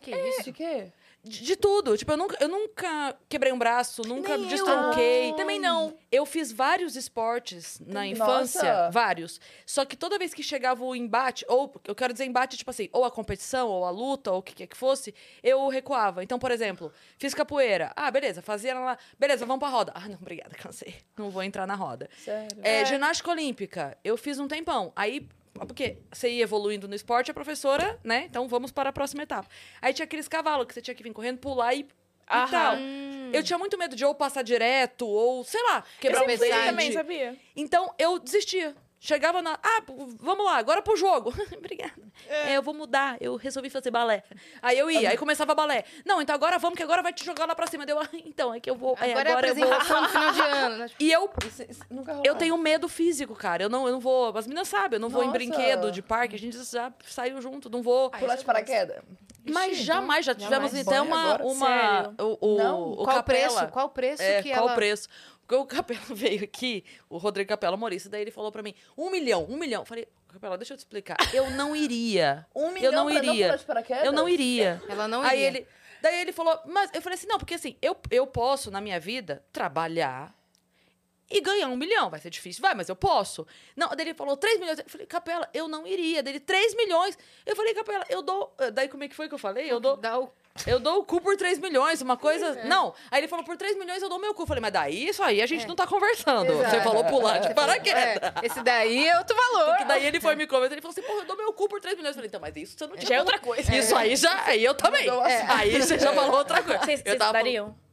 Speaker 2: Que
Speaker 1: é.
Speaker 2: isso?
Speaker 3: De quê?
Speaker 1: De, de tudo. Tipo, eu nunca, eu nunca quebrei um braço, nunca
Speaker 4: Nem eu. Ah.
Speaker 1: me destronquei.
Speaker 4: Também não.
Speaker 1: Eu fiz vários esportes na infância,
Speaker 3: Nossa.
Speaker 1: vários. Só que toda vez que chegava o embate, ou eu quero dizer embate, tipo assim, ou a competição, ou a luta, ou o que quer que fosse, eu recuava. Então, por exemplo, fiz capoeira. Ah, beleza, fazia lá. Beleza, vamos pra roda. Ah, não, obrigada, cansei. Não vou entrar na roda.
Speaker 3: Sério.
Speaker 1: É, Ginástica olímpica, eu fiz um tempão. Aí, porque você ia evoluindo no esporte, a professora, né? Então vamos para a próxima etapa. Aí tinha aqueles cavalos que você tinha que vir correndo, pular e. e
Speaker 4: Aham.
Speaker 1: tal. Eu tinha muito medo de ou passar direto, ou, sei lá, quebrar
Speaker 2: Eu
Speaker 1: o
Speaker 2: sempre
Speaker 1: dente.
Speaker 2: fui
Speaker 4: também, sabia?
Speaker 1: Então eu desistia. Chegava na. Ah, p- vamos lá, agora pro jogo. Obrigada. É, eu vou mudar. Eu resolvi fazer balé. Aí eu ia, aí começava balé. Não, então agora vamos, que agora vai te jogar lá pra cima. Deu, ah, então, é que eu vou. é,
Speaker 2: Agora, é
Speaker 1: agora eu vou.
Speaker 2: apresentação no final de ano. né?
Speaker 1: E eu
Speaker 3: Isso- isso nunca rolou.
Speaker 1: eu tenho medo físico, cara. Eu não, eu não vou. As meninas sabem, eu não vou em
Speaker 3: Nossa.
Speaker 1: brinquedo de parque, a gente já saiu junto, não vou.
Speaker 3: Ah, Pular de paraquedas?
Speaker 1: Mas jamais, já tivemos
Speaker 3: jamais.
Speaker 1: até
Speaker 3: Bom, e
Speaker 1: uma.
Speaker 3: agora?
Speaker 1: uma
Speaker 4: Sério?
Speaker 1: o, o,
Speaker 3: Não?
Speaker 1: o
Speaker 2: qual o
Speaker 1: Capela.
Speaker 2: preço? Qual o preço
Speaker 1: É,
Speaker 2: que
Speaker 1: qual
Speaker 2: ela...
Speaker 1: o preço? Porque o Capela veio aqui, o Rodrigo Capela Maurício, daí ele falou pra mim: um milhão, um milhão. Eu falei, Capela, deixa eu te explicar. Eu não iria.
Speaker 3: Um
Speaker 1: eu
Speaker 3: milhão
Speaker 1: não
Speaker 3: pra não
Speaker 1: iria.
Speaker 3: pular de paraquedas?
Speaker 1: eu não iria.
Speaker 2: Ela não
Speaker 1: Aí
Speaker 2: iria.
Speaker 1: ele. Daí ele falou, mas eu falei assim, não, porque assim, eu, eu posso, na minha vida, trabalhar e ganhar um milhão. Vai ser difícil, vai, mas eu posso. Não, daí ele falou, três milhões. Eu falei, Capela, eu não iria. Daí ele, três milhões. Eu falei, Capela, eu dou. Daí como é que foi que eu falei? Eu dou.
Speaker 2: Dá o...
Speaker 1: Eu dou o cu por 3 milhões, uma coisa. Não. Aí ele falou, por 3 milhões eu dou meu cu. Eu falei, mas daí isso aí a gente não tá conversando. Você
Speaker 2: Exato.
Speaker 1: falou pular de paraquedas.
Speaker 2: É, esse daí é outro valor.
Speaker 1: Porque daí ele foi me conversar. Ele falou assim, porra, eu dou meu cu por 3 milhões. Eu falei, então, mas isso você não tinha.
Speaker 4: Já é
Speaker 1: falado.
Speaker 4: outra coisa.
Speaker 1: Isso aí já. Aí eu também.
Speaker 2: Então, assim,
Speaker 3: Mudou o assunto.
Speaker 1: Aí você já falou outra coisa.
Speaker 4: Vocês,
Speaker 1: eu
Speaker 4: vocês
Speaker 1: tava falando-
Speaker 4: dariam?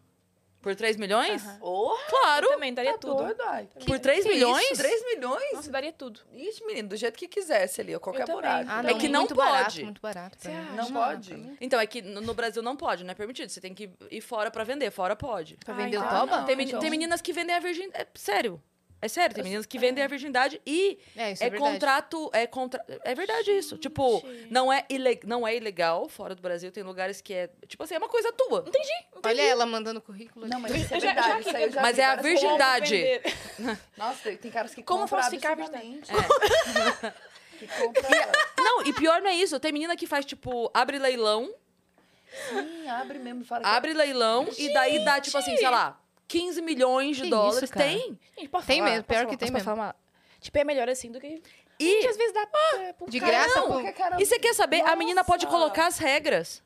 Speaker 1: Por 3 milhões?
Speaker 4: Aham.
Speaker 3: Ô,
Speaker 1: Claro.
Speaker 4: Eu também daria
Speaker 3: tá
Speaker 4: tudo.
Speaker 3: doido, ai.
Speaker 1: Por 3
Speaker 2: que
Speaker 1: milhões?
Speaker 3: 3 milhões?
Speaker 4: Nossa, eu daria tudo.
Speaker 3: Ixi, menino, do jeito que quisesse ali, ó, qualquer
Speaker 4: também.
Speaker 3: buraco.
Speaker 4: Ah,
Speaker 1: É que não
Speaker 2: muito
Speaker 1: pode.
Speaker 2: Barato, muito barato. pra
Speaker 4: Você
Speaker 2: mim.
Speaker 4: acha?
Speaker 3: Não pode?
Speaker 2: pra mim.
Speaker 1: Então, é que no no Brasil não pode, não é permitido. Você tem que ir fora pra vender. Fora pode.
Speaker 2: Pra
Speaker 4: Ah,
Speaker 2: vender o
Speaker 4: então
Speaker 2: toba?
Speaker 3: não.
Speaker 1: Tem, meni-
Speaker 3: então.
Speaker 1: tem meninas que vendem a virgindade. É sério. É sério, tem meninas que vendem a virgindade e
Speaker 2: É, isso
Speaker 1: é,
Speaker 2: é, verdade.
Speaker 1: contrato. É, contra... é verdade isso. Tipo, não é, ile... não é ilegal fora do Brasil, tem lugares que é. Tipo assim, é uma coisa tua.
Speaker 2: Olha ela mandando currículo.
Speaker 3: Não,
Speaker 2: aqui.
Speaker 3: mas isso é
Speaker 4: Eu já-
Speaker 3: verdade,
Speaker 4: já
Speaker 3: isso aí eu já
Speaker 1: Mas
Speaker 3: vi
Speaker 1: é a
Speaker 3: várias
Speaker 1: virgindade.
Speaker 4: Vender.
Speaker 3: pessoas. Nossa, tem, tem caras que
Speaker 4: Como
Speaker 3: compram
Speaker 4: falsificar a
Speaker 3: absurdamente. É. que compra...
Speaker 1: Não, e pior não é isso. Tem menina que faz, tipo, abre leilão,
Speaker 3: Sim, abre mesmo e fala que- é
Speaker 1: abre leilão e daí dá, tipo assim, sei lá, 15 milhões de
Speaker 2: Que isso,
Speaker 1: dólares.
Speaker 2: cara?
Speaker 1: tem.
Speaker 4: Gente, posso
Speaker 2: Tem
Speaker 4: falar?
Speaker 2: mesmo,
Speaker 4: Posso
Speaker 2: pior
Speaker 4: falar?
Speaker 2: que tem
Speaker 4: Posso
Speaker 2: mesmo.
Speaker 4: falar? Tipo, é melhor assim do que...
Speaker 1: E,
Speaker 4: Gente, às vezes dá pra- pra um
Speaker 2: De
Speaker 4: cara.
Speaker 2: graça,
Speaker 1: Não, é
Speaker 2: pô.
Speaker 3: Porque, é cara,
Speaker 1: e você quer saber? A menina pode
Speaker 3: nossa.
Speaker 1: colocar as regras.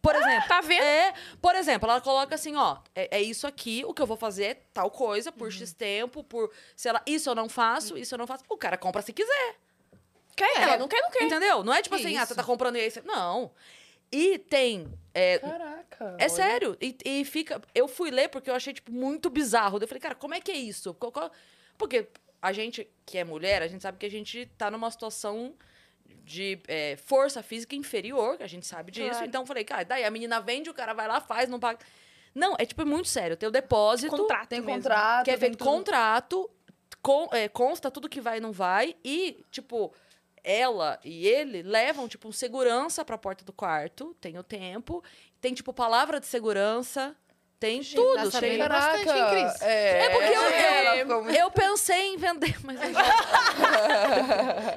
Speaker 1: Por
Speaker 2: Ah,
Speaker 1: exemplo.
Speaker 4: Tá vendo?
Speaker 1: É, por exemplo, ela coloca assim, ó, é, é isso aqui, o que eu vou fazer é tal coisa,
Speaker 2: Uhum.
Speaker 1: por X tempo, por, sei lá, isso eu não
Speaker 2: Hum.
Speaker 1: faço, isso eu não faço. O cara compra se quiser,
Speaker 4: Quer,
Speaker 1: É.
Speaker 4: ela não quer, não quer.
Speaker 1: entendeu? Não é tipo
Speaker 2: Que
Speaker 1: assim, ah, você
Speaker 2: isso?
Speaker 1: tá comprando e aí você... Não. E tem... É,
Speaker 3: Caraca.
Speaker 1: é
Speaker 3: olha.
Speaker 1: sério. E, e fica... Eu fui ler porque eu achei, tipo, muito bizarro. Daí Eu falei, cara, como é que é isso? Qual- qual- Porque a gente que é mulher, a gente sabe que a gente tá numa situação de é, força física inferior, que a gente sabe disso.
Speaker 4: Claro.
Speaker 1: Então eu falei, cara, daí a menina vende, o cara vai lá, faz, não paga... Não, é tipo, é muito sério. Tem o depósito...
Speaker 4: um Contrato
Speaker 3: Tem
Speaker 4: mesmo.
Speaker 3: contrato.
Speaker 1: Que é
Speaker 3: tem
Speaker 1: feito
Speaker 3: tudo.
Speaker 1: contrato, con- é, consta tudo que vai e não vai, e, tipo, ela e ele levam, tipo, um segurança pra porta do quarto, tem o tempo, tem, tipo, palavra de segurança, tem
Speaker 2: tá
Speaker 1: tudo.
Speaker 2: sabendo
Speaker 1: Tem...
Speaker 2: bastante, hein, Cris?
Speaker 3: É,
Speaker 1: É porque eu,
Speaker 3: é,
Speaker 1: eu-
Speaker 3: ela ficou muito-
Speaker 1: eu pensei em vender, mas eu-
Speaker 2: Ela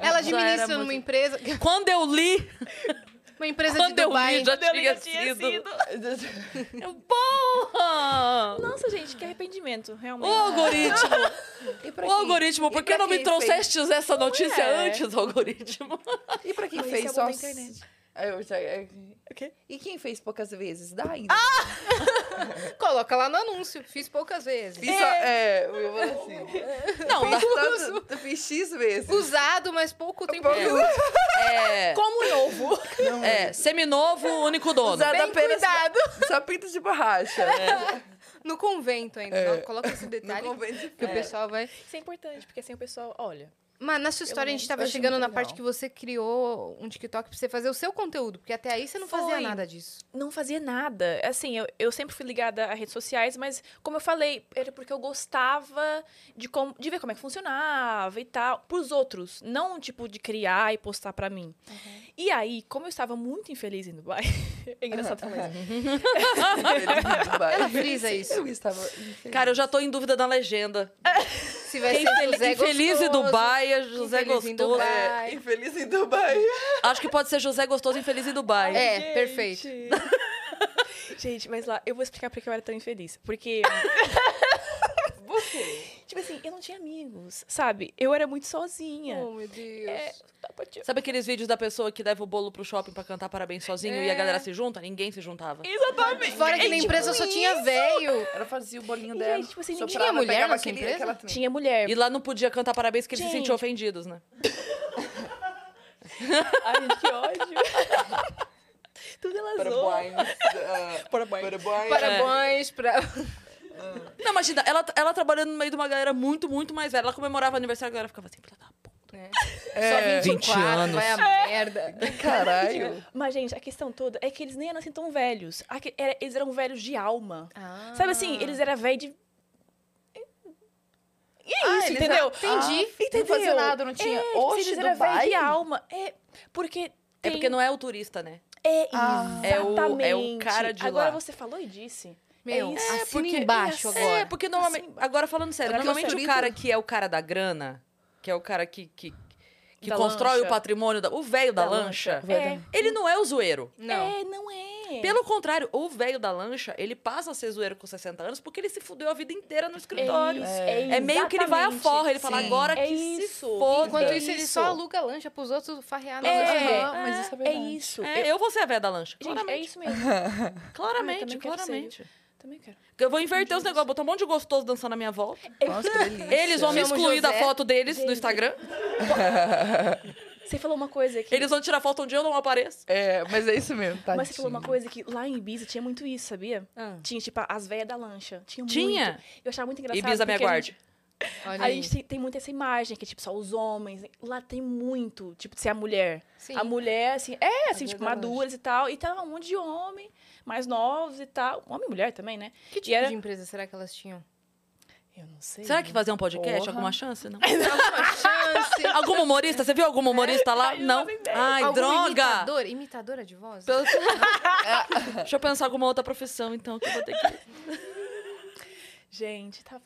Speaker 1: Já era
Speaker 2: administra
Speaker 1: muito-
Speaker 2: numa empresa,
Speaker 1: quando eu li,
Speaker 2: uma empresa
Speaker 1: quando
Speaker 2: de
Speaker 1: eu
Speaker 2: Dubai.
Speaker 1: li, já
Speaker 4: Entendeu?
Speaker 1: tinha,
Speaker 4: Já tinha
Speaker 1: sido.
Speaker 4: sido.
Speaker 1: Eu, Porra!
Speaker 4: Nossa, gente, que arrependimento, realmente.
Speaker 1: O algoritmo,
Speaker 3: E pra
Speaker 1: o
Speaker 3: quem-
Speaker 1: é. algoritmo, por
Speaker 3: e
Speaker 1: que
Speaker 3: pra
Speaker 1: não me
Speaker 3: quem
Speaker 1: trouxeste essa notícia
Speaker 4: é.
Speaker 1: antes, algoritmo?
Speaker 3: fez- E pra quem
Speaker 4: Mas
Speaker 3: fez
Speaker 4: isso é
Speaker 3: só...
Speaker 4: bom da internet.
Speaker 3: É, eu já- é-
Speaker 4: quê?
Speaker 3: E quem fez poucas vezes? Dá ainda.
Speaker 1: Ah,
Speaker 2: então, Coloca lá no anúncio. Fiz poucas vezes.
Speaker 3: Fiz só- é, eu vou assim.
Speaker 1: Não, dá-
Speaker 3: Fiz tanto- eu fiz X vezes.
Speaker 2: Usado, mas pouco tempo.
Speaker 3: Poucas-
Speaker 1: é...
Speaker 4: Como novo.
Speaker 3: Não,
Speaker 1: É, seminovo, único dono.
Speaker 3: Usado
Speaker 2: Bem
Speaker 3: apenas
Speaker 2: cuidado.
Speaker 3: só pinta de borracha.
Speaker 2: No convento ainda.
Speaker 3: É.
Speaker 2: não? Coloca esse
Speaker 3: Não
Speaker 2: detalhe
Speaker 3: convém de
Speaker 2: que o pessoal vai...
Speaker 4: Isso é importante, porque assim o pessoal, olha...
Speaker 2: Mas na sua história a gente
Speaker 3: eu
Speaker 2: tava
Speaker 3: achei
Speaker 2: chegando
Speaker 3: muito
Speaker 2: na
Speaker 3: legal.
Speaker 2: parte que você criou um TikTok pra você fazer o seu conteúdo. Porque até aí você não fazia
Speaker 4: Foi.
Speaker 2: nada disso.
Speaker 4: não fazia nada. Assim, eu, eu sempre fui ligada a redes sociais, mas como eu falei, era porque eu gostava de, como, de ver como é que funcionava e tal, pros outros, não tipo de criar e postar pra mim. E aí, como eu estava muito infeliz em Dubai, é engraçado falar isso.
Speaker 2: Ela frisa isso.
Speaker 3: Eu estava...
Speaker 1: Cara, eu já tô em dúvida da legenda.
Speaker 2: Se vai
Speaker 1: Quem
Speaker 2: ser
Speaker 1: fel-
Speaker 2: José
Speaker 1: infeliz em
Speaker 2: Gostoso,
Speaker 1: Dubai é José
Speaker 2: Infeliz em
Speaker 1: Gostoso. É.
Speaker 2: Dubai.
Speaker 3: É, infeliz em Dubai.
Speaker 1: Acho que pode ser José Gostoso infeliz em Dubai.
Speaker 2: É, perfeito.
Speaker 4: Gente, mas lá, eu vou explicar porque eu era tão infeliz. Porque,
Speaker 3: Você.
Speaker 4: tipo assim, eu não tinha amigos, sabe? Eu era muito sozinha.
Speaker 2: Oh, meu Deus.
Speaker 4: É, dá pra te-
Speaker 1: Sabe aqueles vídeos da pessoa que leva o bolo pro shopping pra cantar parabéns sozinho e a
Speaker 4: É.
Speaker 1: galera se junta? Ninguém se juntava.
Speaker 4: Exatamente.
Speaker 2: Fora que
Speaker 4: É
Speaker 2: na
Speaker 4: tipo
Speaker 2: empresa só tinha velho.
Speaker 3: Ela fazia o bolinho
Speaker 4: E,
Speaker 3: dela.
Speaker 4: gente, tipo assim,
Speaker 3: soprava,
Speaker 2: tinha mulher
Speaker 3: pegava
Speaker 2: na sua empresa?
Speaker 3: aquela...
Speaker 4: Tinha mulher.
Speaker 1: E lá não podia cantar parabéns porque eles se
Speaker 4: É. Gente.
Speaker 1: sentiam ofendidos, né?
Speaker 4: Ai, que ódio. Tudo Tipo, ela zoa.
Speaker 3: Parabéns. ah, Parabéns.
Speaker 2: Parabéns pra...
Speaker 1: Não, imagina, ela, ela trabalhando no meio de uma galera muito, muito mais velha. Ela comemorava aniversário, a galera ficava assim, filha da puta.
Speaker 2: Né?
Speaker 3: É.
Speaker 2: Só 24,
Speaker 1: 20 anos.
Speaker 2: vai a merda.
Speaker 3: Caralho.
Speaker 4: Mas, gente, a questão toda é que eles nem eram assim tão velhos. Aque- era- eles eram velhos de alma. Sabe assim,
Speaker 1: Ah.
Speaker 2: Ah.
Speaker 4: eles eram velhos de... E é isso,
Speaker 3: Ah, eles
Speaker 4: entendeu?
Speaker 2: Entendi.
Speaker 3: Não fazia
Speaker 4: Entendeu?
Speaker 3: nada, não tinha.
Speaker 4: É,
Speaker 3: Oxe,
Speaker 4: se eles eram
Speaker 3: Dubai?
Speaker 4: velhos de alma. É, porque...
Speaker 1: É
Speaker 4: tem-
Speaker 1: porque não é o turista, né?
Speaker 4: É,
Speaker 3: Ah.
Speaker 1: É o- é o
Speaker 4: exatamente.
Speaker 1: cara de lá.
Speaker 4: Agora você falou e disse.
Speaker 2: Meu,
Speaker 4: É isso.
Speaker 2: assina
Speaker 1: porque-
Speaker 2: embaixo
Speaker 4: é,
Speaker 2: agora.
Speaker 1: É, porque normalmente. Agora falando sério,
Speaker 3: É porque
Speaker 1: normalmente
Speaker 3: o
Speaker 1: o
Speaker 3: turista-
Speaker 1: cara que é o cara da grana, que é o cara que, que, que
Speaker 4: Da
Speaker 1: constrói
Speaker 4: lancha.
Speaker 1: o patrimônio, da- o velho da,
Speaker 4: Da
Speaker 1: lancha,
Speaker 4: lancha.
Speaker 1: é, ele não é o zoeiro.
Speaker 2: Não.
Speaker 4: É, não é.
Speaker 1: Pelo contrário, o velho da lancha, ele passa a ser zoeiro com 60 anos porque ele se fudeu a vida inteira no
Speaker 4: É,
Speaker 1: escritório.
Speaker 4: isso,
Speaker 3: É.
Speaker 1: É, meio que ele vai à
Speaker 4: exatamente.
Speaker 1: forra, ele fala
Speaker 3: Sim.
Speaker 1: agora
Speaker 4: É
Speaker 1: que se
Speaker 4: isso.
Speaker 1: foda.
Speaker 2: Enquanto isso, ele
Speaker 1: Isso.
Speaker 2: só aluga lancha pros outros farrear na
Speaker 4: É,
Speaker 2: lancha.
Speaker 3: Aham, mas isso é
Speaker 4: é
Speaker 3: verdade.
Speaker 4: isso.
Speaker 1: É, eu vou ser a velha da lancha.
Speaker 4: Gente, é
Speaker 1: claramente,
Speaker 4: isso mesmo. Ah, eu
Speaker 1: claramente,
Speaker 4: também quero ser.
Speaker 1: claramente.
Speaker 4: Também quero.
Speaker 1: Porque Eu vou inverter os negócios, botar um monte de gostoso dançando na minha volta.
Speaker 3: Nossa, que delícia.
Speaker 1: Eles vão me
Speaker 2: Chama o
Speaker 1: excluir da
Speaker 2: José.
Speaker 1: foto deles no Instagram.
Speaker 4: Você falou uma coisa que.
Speaker 1: Eles vão tirar foto onde eu não apareço.
Speaker 3: É, mas é isso mesmo, tá?
Speaker 4: Mas você falou uma coisa que lá em Ibiza tinha muito isso, sabia?
Speaker 1: Ah.
Speaker 4: Tinha, tipo, as velhas da lancha. Tinha,
Speaker 1: Tinha?
Speaker 4: muito. Eu achava muito engraçado.
Speaker 1: Ibiza me
Speaker 4: porque a gente-
Speaker 1: aguarde.
Speaker 2: Olha
Speaker 4: A
Speaker 2: aí.
Speaker 4: gente tem, tem muito essa imagem, que, tipo, só os homens. né? Lá tem muito, tipo, de ser a mulher.
Speaker 2: Sim.
Speaker 4: A mulher, assim, é, assim,
Speaker 3: As
Speaker 4: tipo,
Speaker 3: verdadeiras.
Speaker 4: maduras e tal. E tá um monte de homem, mais novos e tal. Homem e mulher também, né?
Speaker 2: Que tipo
Speaker 4: era-
Speaker 2: de empresa será que elas tinham?
Speaker 4: Eu não sei. né?
Speaker 1: Será que fazer um podcast?
Speaker 3: Porra.
Speaker 1: Alguma chance? Não.
Speaker 2: Alguma chance?
Speaker 1: Algum humorista? Você viu algum humorista lá?
Speaker 4: Ai, eu
Speaker 1: Não.
Speaker 4: não tenho
Speaker 1: Ai,
Speaker 2: Algum
Speaker 1: droga!
Speaker 2: Imitador? Imitadora de voz?
Speaker 1: Deixa eu pensar alguma outra profissão, então, que eu vou ter que.
Speaker 4: Gente, tava.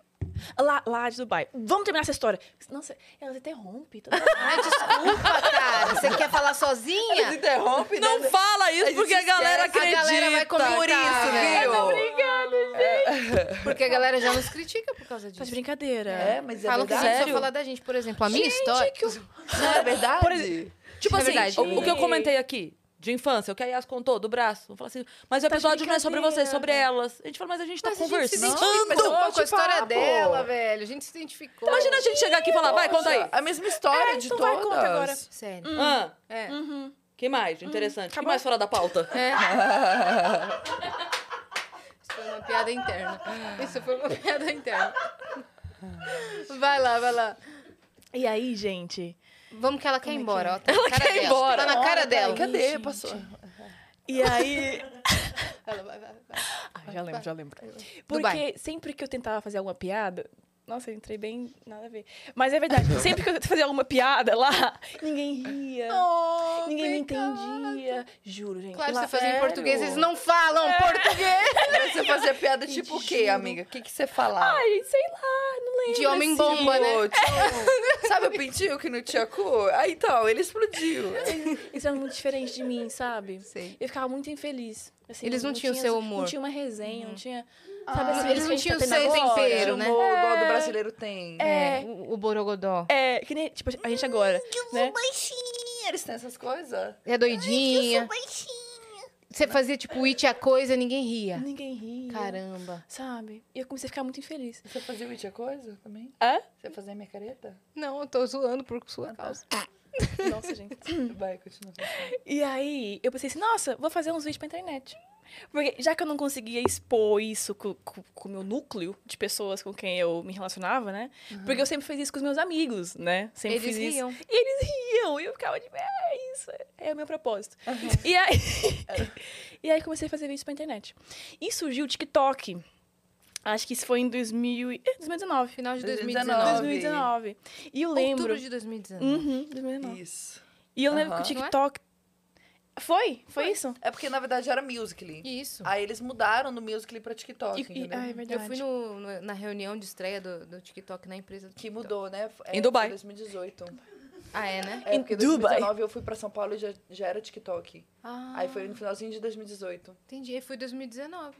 Speaker 4: Lá, lá de Dubai. Vamos terminar essa história. Nossa, elas interrompem. Toda... hora.
Speaker 2: Ai, desculpa, cara. Você quer falar sozinha?
Speaker 3: Interrompe,
Speaker 1: Não
Speaker 3: né?
Speaker 1: fala
Speaker 3: A
Speaker 1: isso
Speaker 3: gente
Speaker 1: porque a galera
Speaker 2: esquece,
Speaker 1: acredita.
Speaker 2: a galera vai comentar,
Speaker 1: Por isso,
Speaker 2: né?
Speaker 1: viu?
Speaker 2: Porque a galera já nos critica por causa
Speaker 4: Tá de
Speaker 2: disso.
Speaker 4: brincadeira.
Speaker 3: É, mas é
Speaker 2: Falam que a gente só
Speaker 1: Sério?
Speaker 2: fala da gente. Por exemplo, a minha história...
Speaker 3: Não, é verdade?
Speaker 1: Tipo
Speaker 2: É
Speaker 1: assim,
Speaker 2: verdade.
Speaker 1: o, o que eu comentei aqui de infância, o que a Yas contou, do braço. Vamos falar assim, mas o
Speaker 4: Tá de
Speaker 1: episódio não é sobre você, é
Speaker 4: brincadeira.
Speaker 1: sobre elas. A gente fala, mas a gente tá
Speaker 2: Mas a gente se
Speaker 1: conversando.
Speaker 2: identificou com a história
Speaker 3: bate-papo.
Speaker 2: dela, velho. A gente se
Speaker 1: Então,
Speaker 2: identificou.
Speaker 1: Imagina a gente chegar aqui e falar, Ah, vai, conta aí.
Speaker 3: A mesma história de
Speaker 4: então
Speaker 3: todas.
Speaker 4: vai, conta agora.
Speaker 2: Sério.
Speaker 1: Ah,
Speaker 2: É.
Speaker 1: que mais? de Interessante. que
Speaker 4: acabou?
Speaker 1: mais fora da pauta?
Speaker 2: É. Isso foi uma piada interna. Isso foi uma piada interna. Vai lá, vai lá.
Speaker 4: E aí, gente?
Speaker 2: Vamos que ela quer ir embora, ó. Tá
Speaker 1: Ela
Speaker 2: na cara
Speaker 1: quer ir
Speaker 2: dela.
Speaker 1: embora.
Speaker 2: Tá na cara dela.
Speaker 3: É, Cadê? Passou.
Speaker 4: E aí.
Speaker 2: Ela vai, vai, vai.
Speaker 4: ah, já lembro, já lembro. Porque
Speaker 2: Dubai.
Speaker 4: sempre que eu tentava fazer alguma piada. Nossa, eu entrei bem. Nada a ver. Mas é verdade. sempre que eu fazia alguma piada lá, ninguém ria. ninguém me entendia. Juro, gente.
Speaker 2: Oh, Claro,
Speaker 4: lá, é
Speaker 2: você fazia em
Speaker 3: sério?
Speaker 2: português, eles não falam português.
Speaker 3: Mas você fazia piada tipo o quê, amiga? O que, que você falava?
Speaker 4: Ai, sei lá, não lembro.
Speaker 2: De homem
Speaker 4: assim.
Speaker 2: bomba, né?
Speaker 3: Pô, tipo, sabe o pintinho que não tinha cor? Aí então, ele explodiu.
Speaker 4: Eles eram muito diferentes de mim, sabe?
Speaker 2: Sei.
Speaker 4: Eu ficava muito infeliz. assim,
Speaker 2: Eles não tinham seu humor. Uhum.
Speaker 4: Não tinha uma resenha, não tinha. Sabe assim,
Speaker 2: eles
Speaker 4: isso
Speaker 2: não
Speaker 4: que a
Speaker 2: tinham
Speaker 4: gente tá
Speaker 2: seu
Speaker 4: tendo agora.
Speaker 2: tempero, né?
Speaker 3: Chamou igual do brasileiro tem.
Speaker 4: É.
Speaker 2: O, o Borogodó.
Speaker 4: É, que nem, tipo, a gente agora, né?
Speaker 3: Baixinha, eles têm essas coisas?
Speaker 2: É doidinha. Você fazia tipo it a coisa, ninguém ria.
Speaker 4: Ninguém ria.
Speaker 2: Caramba.
Speaker 4: Sabe? E eu comecei a ficar muito infeliz.
Speaker 3: Você fazia o Itia coisa também?
Speaker 4: Hã?
Speaker 3: Você fazia minha careta?
Speaker 2: Não, eu tô zoando por sua causa.
Speaker 4: Nossa, gente.
Speaker 3: Vai, continua.
Speaker 4: E aí, eu pensei assim, nossa, vou fazer uns vídeos pra internet. Porque já que eu não conseguia expor isso co- co- com o meu núcleo de pessoas com quem eu me relacionava, né? Porque eu sempre fiz isso com os meus amigos, né? Sempre
Speaker 2: Uhum. Eles
Speaker 4: fiz isso.
Speaker 2: riam.
Speaker 4: E eles riam, e eu ficava tipo, é isso, é o meu propósito. E aí, e aí comecei a fazer vídeos pra internet. E surgiu o TikTok. Acho que isso foi em 2000, e- é, 2019.
Speaker 2: Final de
Speaker 3: 2019.
Speaker 2: 2019.
Speaker 4: 2019. E eu lembro.
Speaker 2: Outubro de 2019.
Speaker 4: Uhum, 2019.
Speaker 3: Isso.
Speaker 4: E eu lembro
Speaker 3: Aham.
Speaker 4: que o TikTok. Foi? Foi isso?
Speaker 3: É porque, na verdade, era Musical.ly.
Speaker 2: Isso.
Speaker 3: Aí eles mudaram do Musical.ly pra TikTok,
Speaker 4: E- e-
Speaker 3: entendeu?
Speaker 4: ah, é
Speaker 2: Eu
Speaker 4: verdade.
Speaker 2: fui no- no- na reunião de estreia do, do TikTok na empresa. do
Speaker 3: Que
Speaker 2: TikTok.
Speaker 3: mudou, né? É,
Speaker 1: Em Dubai.
Speaker 3: foi 2018.
Speaker 2: Ah, é, né?
Speaker 3: É,
Speaker 4: Em
Speaker 3: porque em
Speaker 4: Dubai.
Speaker 3: 2019 eu fui pra São Paulo e já, já era TikTok.
Speaker 2: Ah,
Speaker 3: Aí foi no finalzinho de 2018.
Speaker 2: entendi. Aí foi 2019.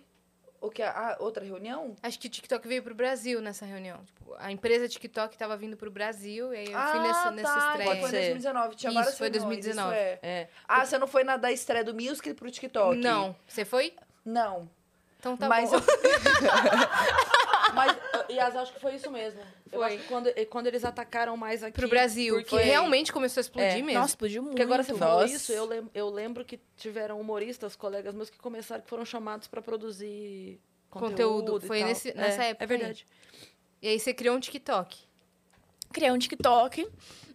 Speaker 3: O que? Ah, outra reunião?
Speaker 2: Acho que o TikTok veio pro Brasil nessa reunião. Tipo, a empresa TikTok tava vindo pro Brasil e aí eu fui nessa,
Speaker 3: ah,
Speaker 2: nessa
Speaker 3: tá,
Speaker 2: estreia.
Speaker 3: Foi
Speaker 1: ser.
Speaker 3: 2019. Tinha
Speaker 2: Isso,
Speaker 3: várias
Speaker 2: foi
Speaker 3: reuniões,
Speaker 2: 2019.
Speaker 3: Isso é.
Speaker 1: É.
Speaker 3: Ah, você não foi na da estreia do Musical.ly pro TikTok?
Speaker 2: Não. Você foi?
Speaker 3: Não.
Speaker 2: Então tá
Speaker 3: mas
Speaker 2: bom.
Speaker 3: eu...
Speaker 1: Mas, ah, Yas, acho que foi isso mesmo. Eu
Speaker 2: Foi.
Speaker 1: acho que quando, eh, quando eles atacaram mais aqui.
Speaker 2: Pro Brasil,
Speaker 1: porque-
Speaker 2: que realmente começou a explodir
Speaker 1: É.
Speaker 2: mesmo.
Speaker 4: Nossa, explodiu muito.
Speaker 1: Porque agora você
Speaker 3: Muito.
Speaker 1: falou
Speaker 3: Nossa.
Speaker 1: isso, eu, lem- eu lembro que tiveram humoristas, colegas meus, que começaram, que foram chamados pra produzir conteúdo.
Speaker 2: Conteúdo,
Speaker 1: e
Speaker 2: foi
Speaker 1: tal.
Speaker 2: nesse- nessa
Speaker 1: É,
Speaker 2: época
Speaker 1: É verdade.
Speaker 2: E aí você criou um TikTok.
Speaker 4: criei um TikTok.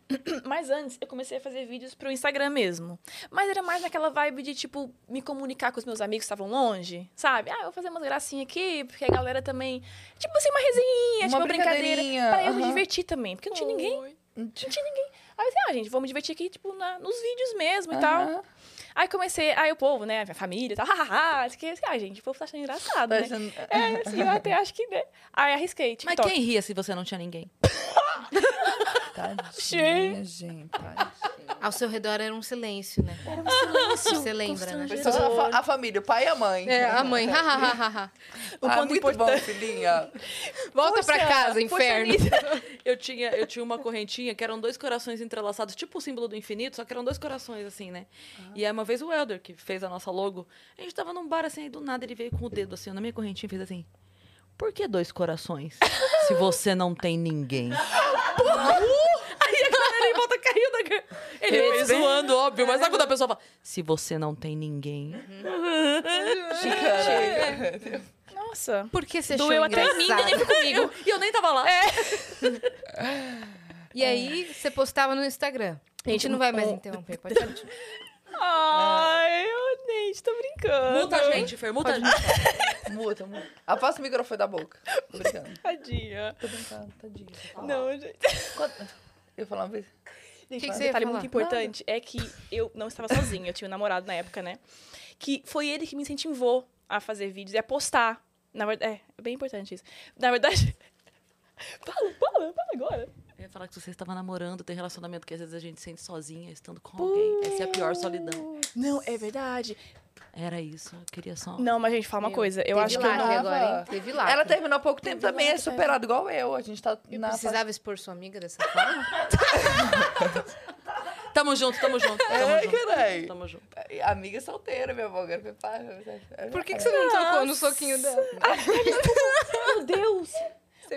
Speaker 4: Mas antes eu comecei a fazer vídeos pro Instagram mesmo. Mas era mais naquela vibe de, tipo, me comunicar com os meus amigos que estavam longe, sabe? Ah, eu vou fazer umas gracinhas aqui, porque a galera também. Tipo assim, uma resenha,
Speaker 3: Uma
Speaker 4: tipo uma brincadeira.
Speaker 3: brincadeirinha,
Speaker 4: Pra eu me
Speaker 3: aham.
Speaker 4: divertir também, porque não
Speaker 1: É.
Speaker 4: tinha ninguém. Aí eu pensei, ah, gente, vou me divertir aqui, tipo, na- nos vídeos mesmo e tal.
Speaker 3: Aham.
Speaker 4: Aí comecei, aí o povo, né, minha família e tal, hahaha, isso aqui, isso aqui. ah, gente, o povo tá achando engraçado,
Speaker 3: Tá
Speaker 4: né?
Speaker 3: achando-
Speaker 4: É, assim, eu até acho que, né? Aí arrisquei,
Speaker 1: Mas
Speaker 4: TikTok.
Speaker 1: quem ria se você não tinha ninguém?
Speaker 3: Tadinha, gente. Tadinha.
Speaker 2: Ao seu redor era um silêncio, né?
Speaker 4: Era um silêncio
Speaker 2: Você lembra, né?
Speaker 3: Foi
Speaker 4: constrangedor.
Speaker 3: só a, fa- a família, o pai e a mãe.
Speaker 2: É, a mãe. Ha, ha, ha, ha, ha.
Speaker 4: Um
Speaker 3: ah,
Speaker 4: ponto
Speaker 3: muito bom,
Speaker 4: importante.
Speaker 3: filhinha.
Speaker 2: Volta
Speaker 4: Força,
Speaker 2: pra casa,
Speaker 4: força,
Speaker 2: inferno.
Speaker 4: Anitta.
Speaker 1: Eu tinha, eu tinha uma correntinha que eram dois corações entrelaçados, tipo o símbolo do infinito, só que eram dois corações, assim, né? E aí uma vez o Helder, que fez a nossa logo, a gente tava num bar assim, aí do nada ele veio com o dedo assim, na minha correntinha e fez assim. Por que dois corações? se você não tem ninguém. aí a galera em volta caiu da. Ele,
Speaker 3: Esse
Speaker 1: meio zoando, óbvio. Mas sabe quando a pessoa fala, se você não tem ninguém...
Speaker 4: Nossa.
Speaker 2: Por que você achou
Speaker 4: Doeu até em mim,
Speaker 2: engraçado?
Speaker 4: nem comigo.
Speaker 1: E eu nem tava lá.
Speaker 2: E aí, você postava no Instagram. A gente não vai mais interromper, pode continuar.
Speaker 4: Ai, eu nem estou brincando.
Speaker 1: Multa a gente, Fer, multa a gente.
Speaker 3: Muta, muta. Afasta o microfone da boca. Tô brincando.
Speaker 4: Tadinha.
Speaker 3: Tô brincando, tadinha.
Speaker 4: Não, gente.
Speaker 3: Quanto- Eu falar uma vez.
Speaker 4: Gente,
Speaker 2: que
Speaker 4: um
Speaker 2: você ia
Speaker 4: detalhe
Speaker 2: falar?
Speaker 4: muito importante é que eu não estava sozinha, eu tinha um namorado na época, né? Que foi ele que me incentivou a fazer vídeos e a postar. Na verdade, é, é bem importante isso. Na verdade. Fala, fala, fala agora.
Speaker 1: Eu ia falar que se você estava namorando, tem relacionamento que às vezes a gente sente sozinha, estando com alguém. Essa é a pior solidão.
Speaker 4: Não, é verdade.
Speaker 1: Era isso, eu queria só...
Speaker 4: Não, mas, gente, fala uma
Speaker 2: Meu,
Speaker 4: coisa. Eu
Speaker 2: Teve
Speaker 4: acho que eu
Speaker 2: lacre
Speaker 4: não.
Speaker 3: não-
Speaker 2: agora, hein? Teve lacre.
Speaker 3: Ela terminou há pouco tempo também, é superada igual eu. A gente tá
Speaker 2: E
Speaker 3: na fase-
Speaker 2: precisava expor sua amiga dessa forma?
Speaker 1: Tamo junto, tamo junto. Tamo
Speaker 3: É,
Speaker 1: junto,
Speaker 3: carai.
Speaker 1: Tamo junto.
Speaker 3: É, Amiga solteira, minha avó. Agora prepara.
Speaker 2: Por que, que você não tocou no soquinho dela? Ah,
Speaker 4: Meu Deus!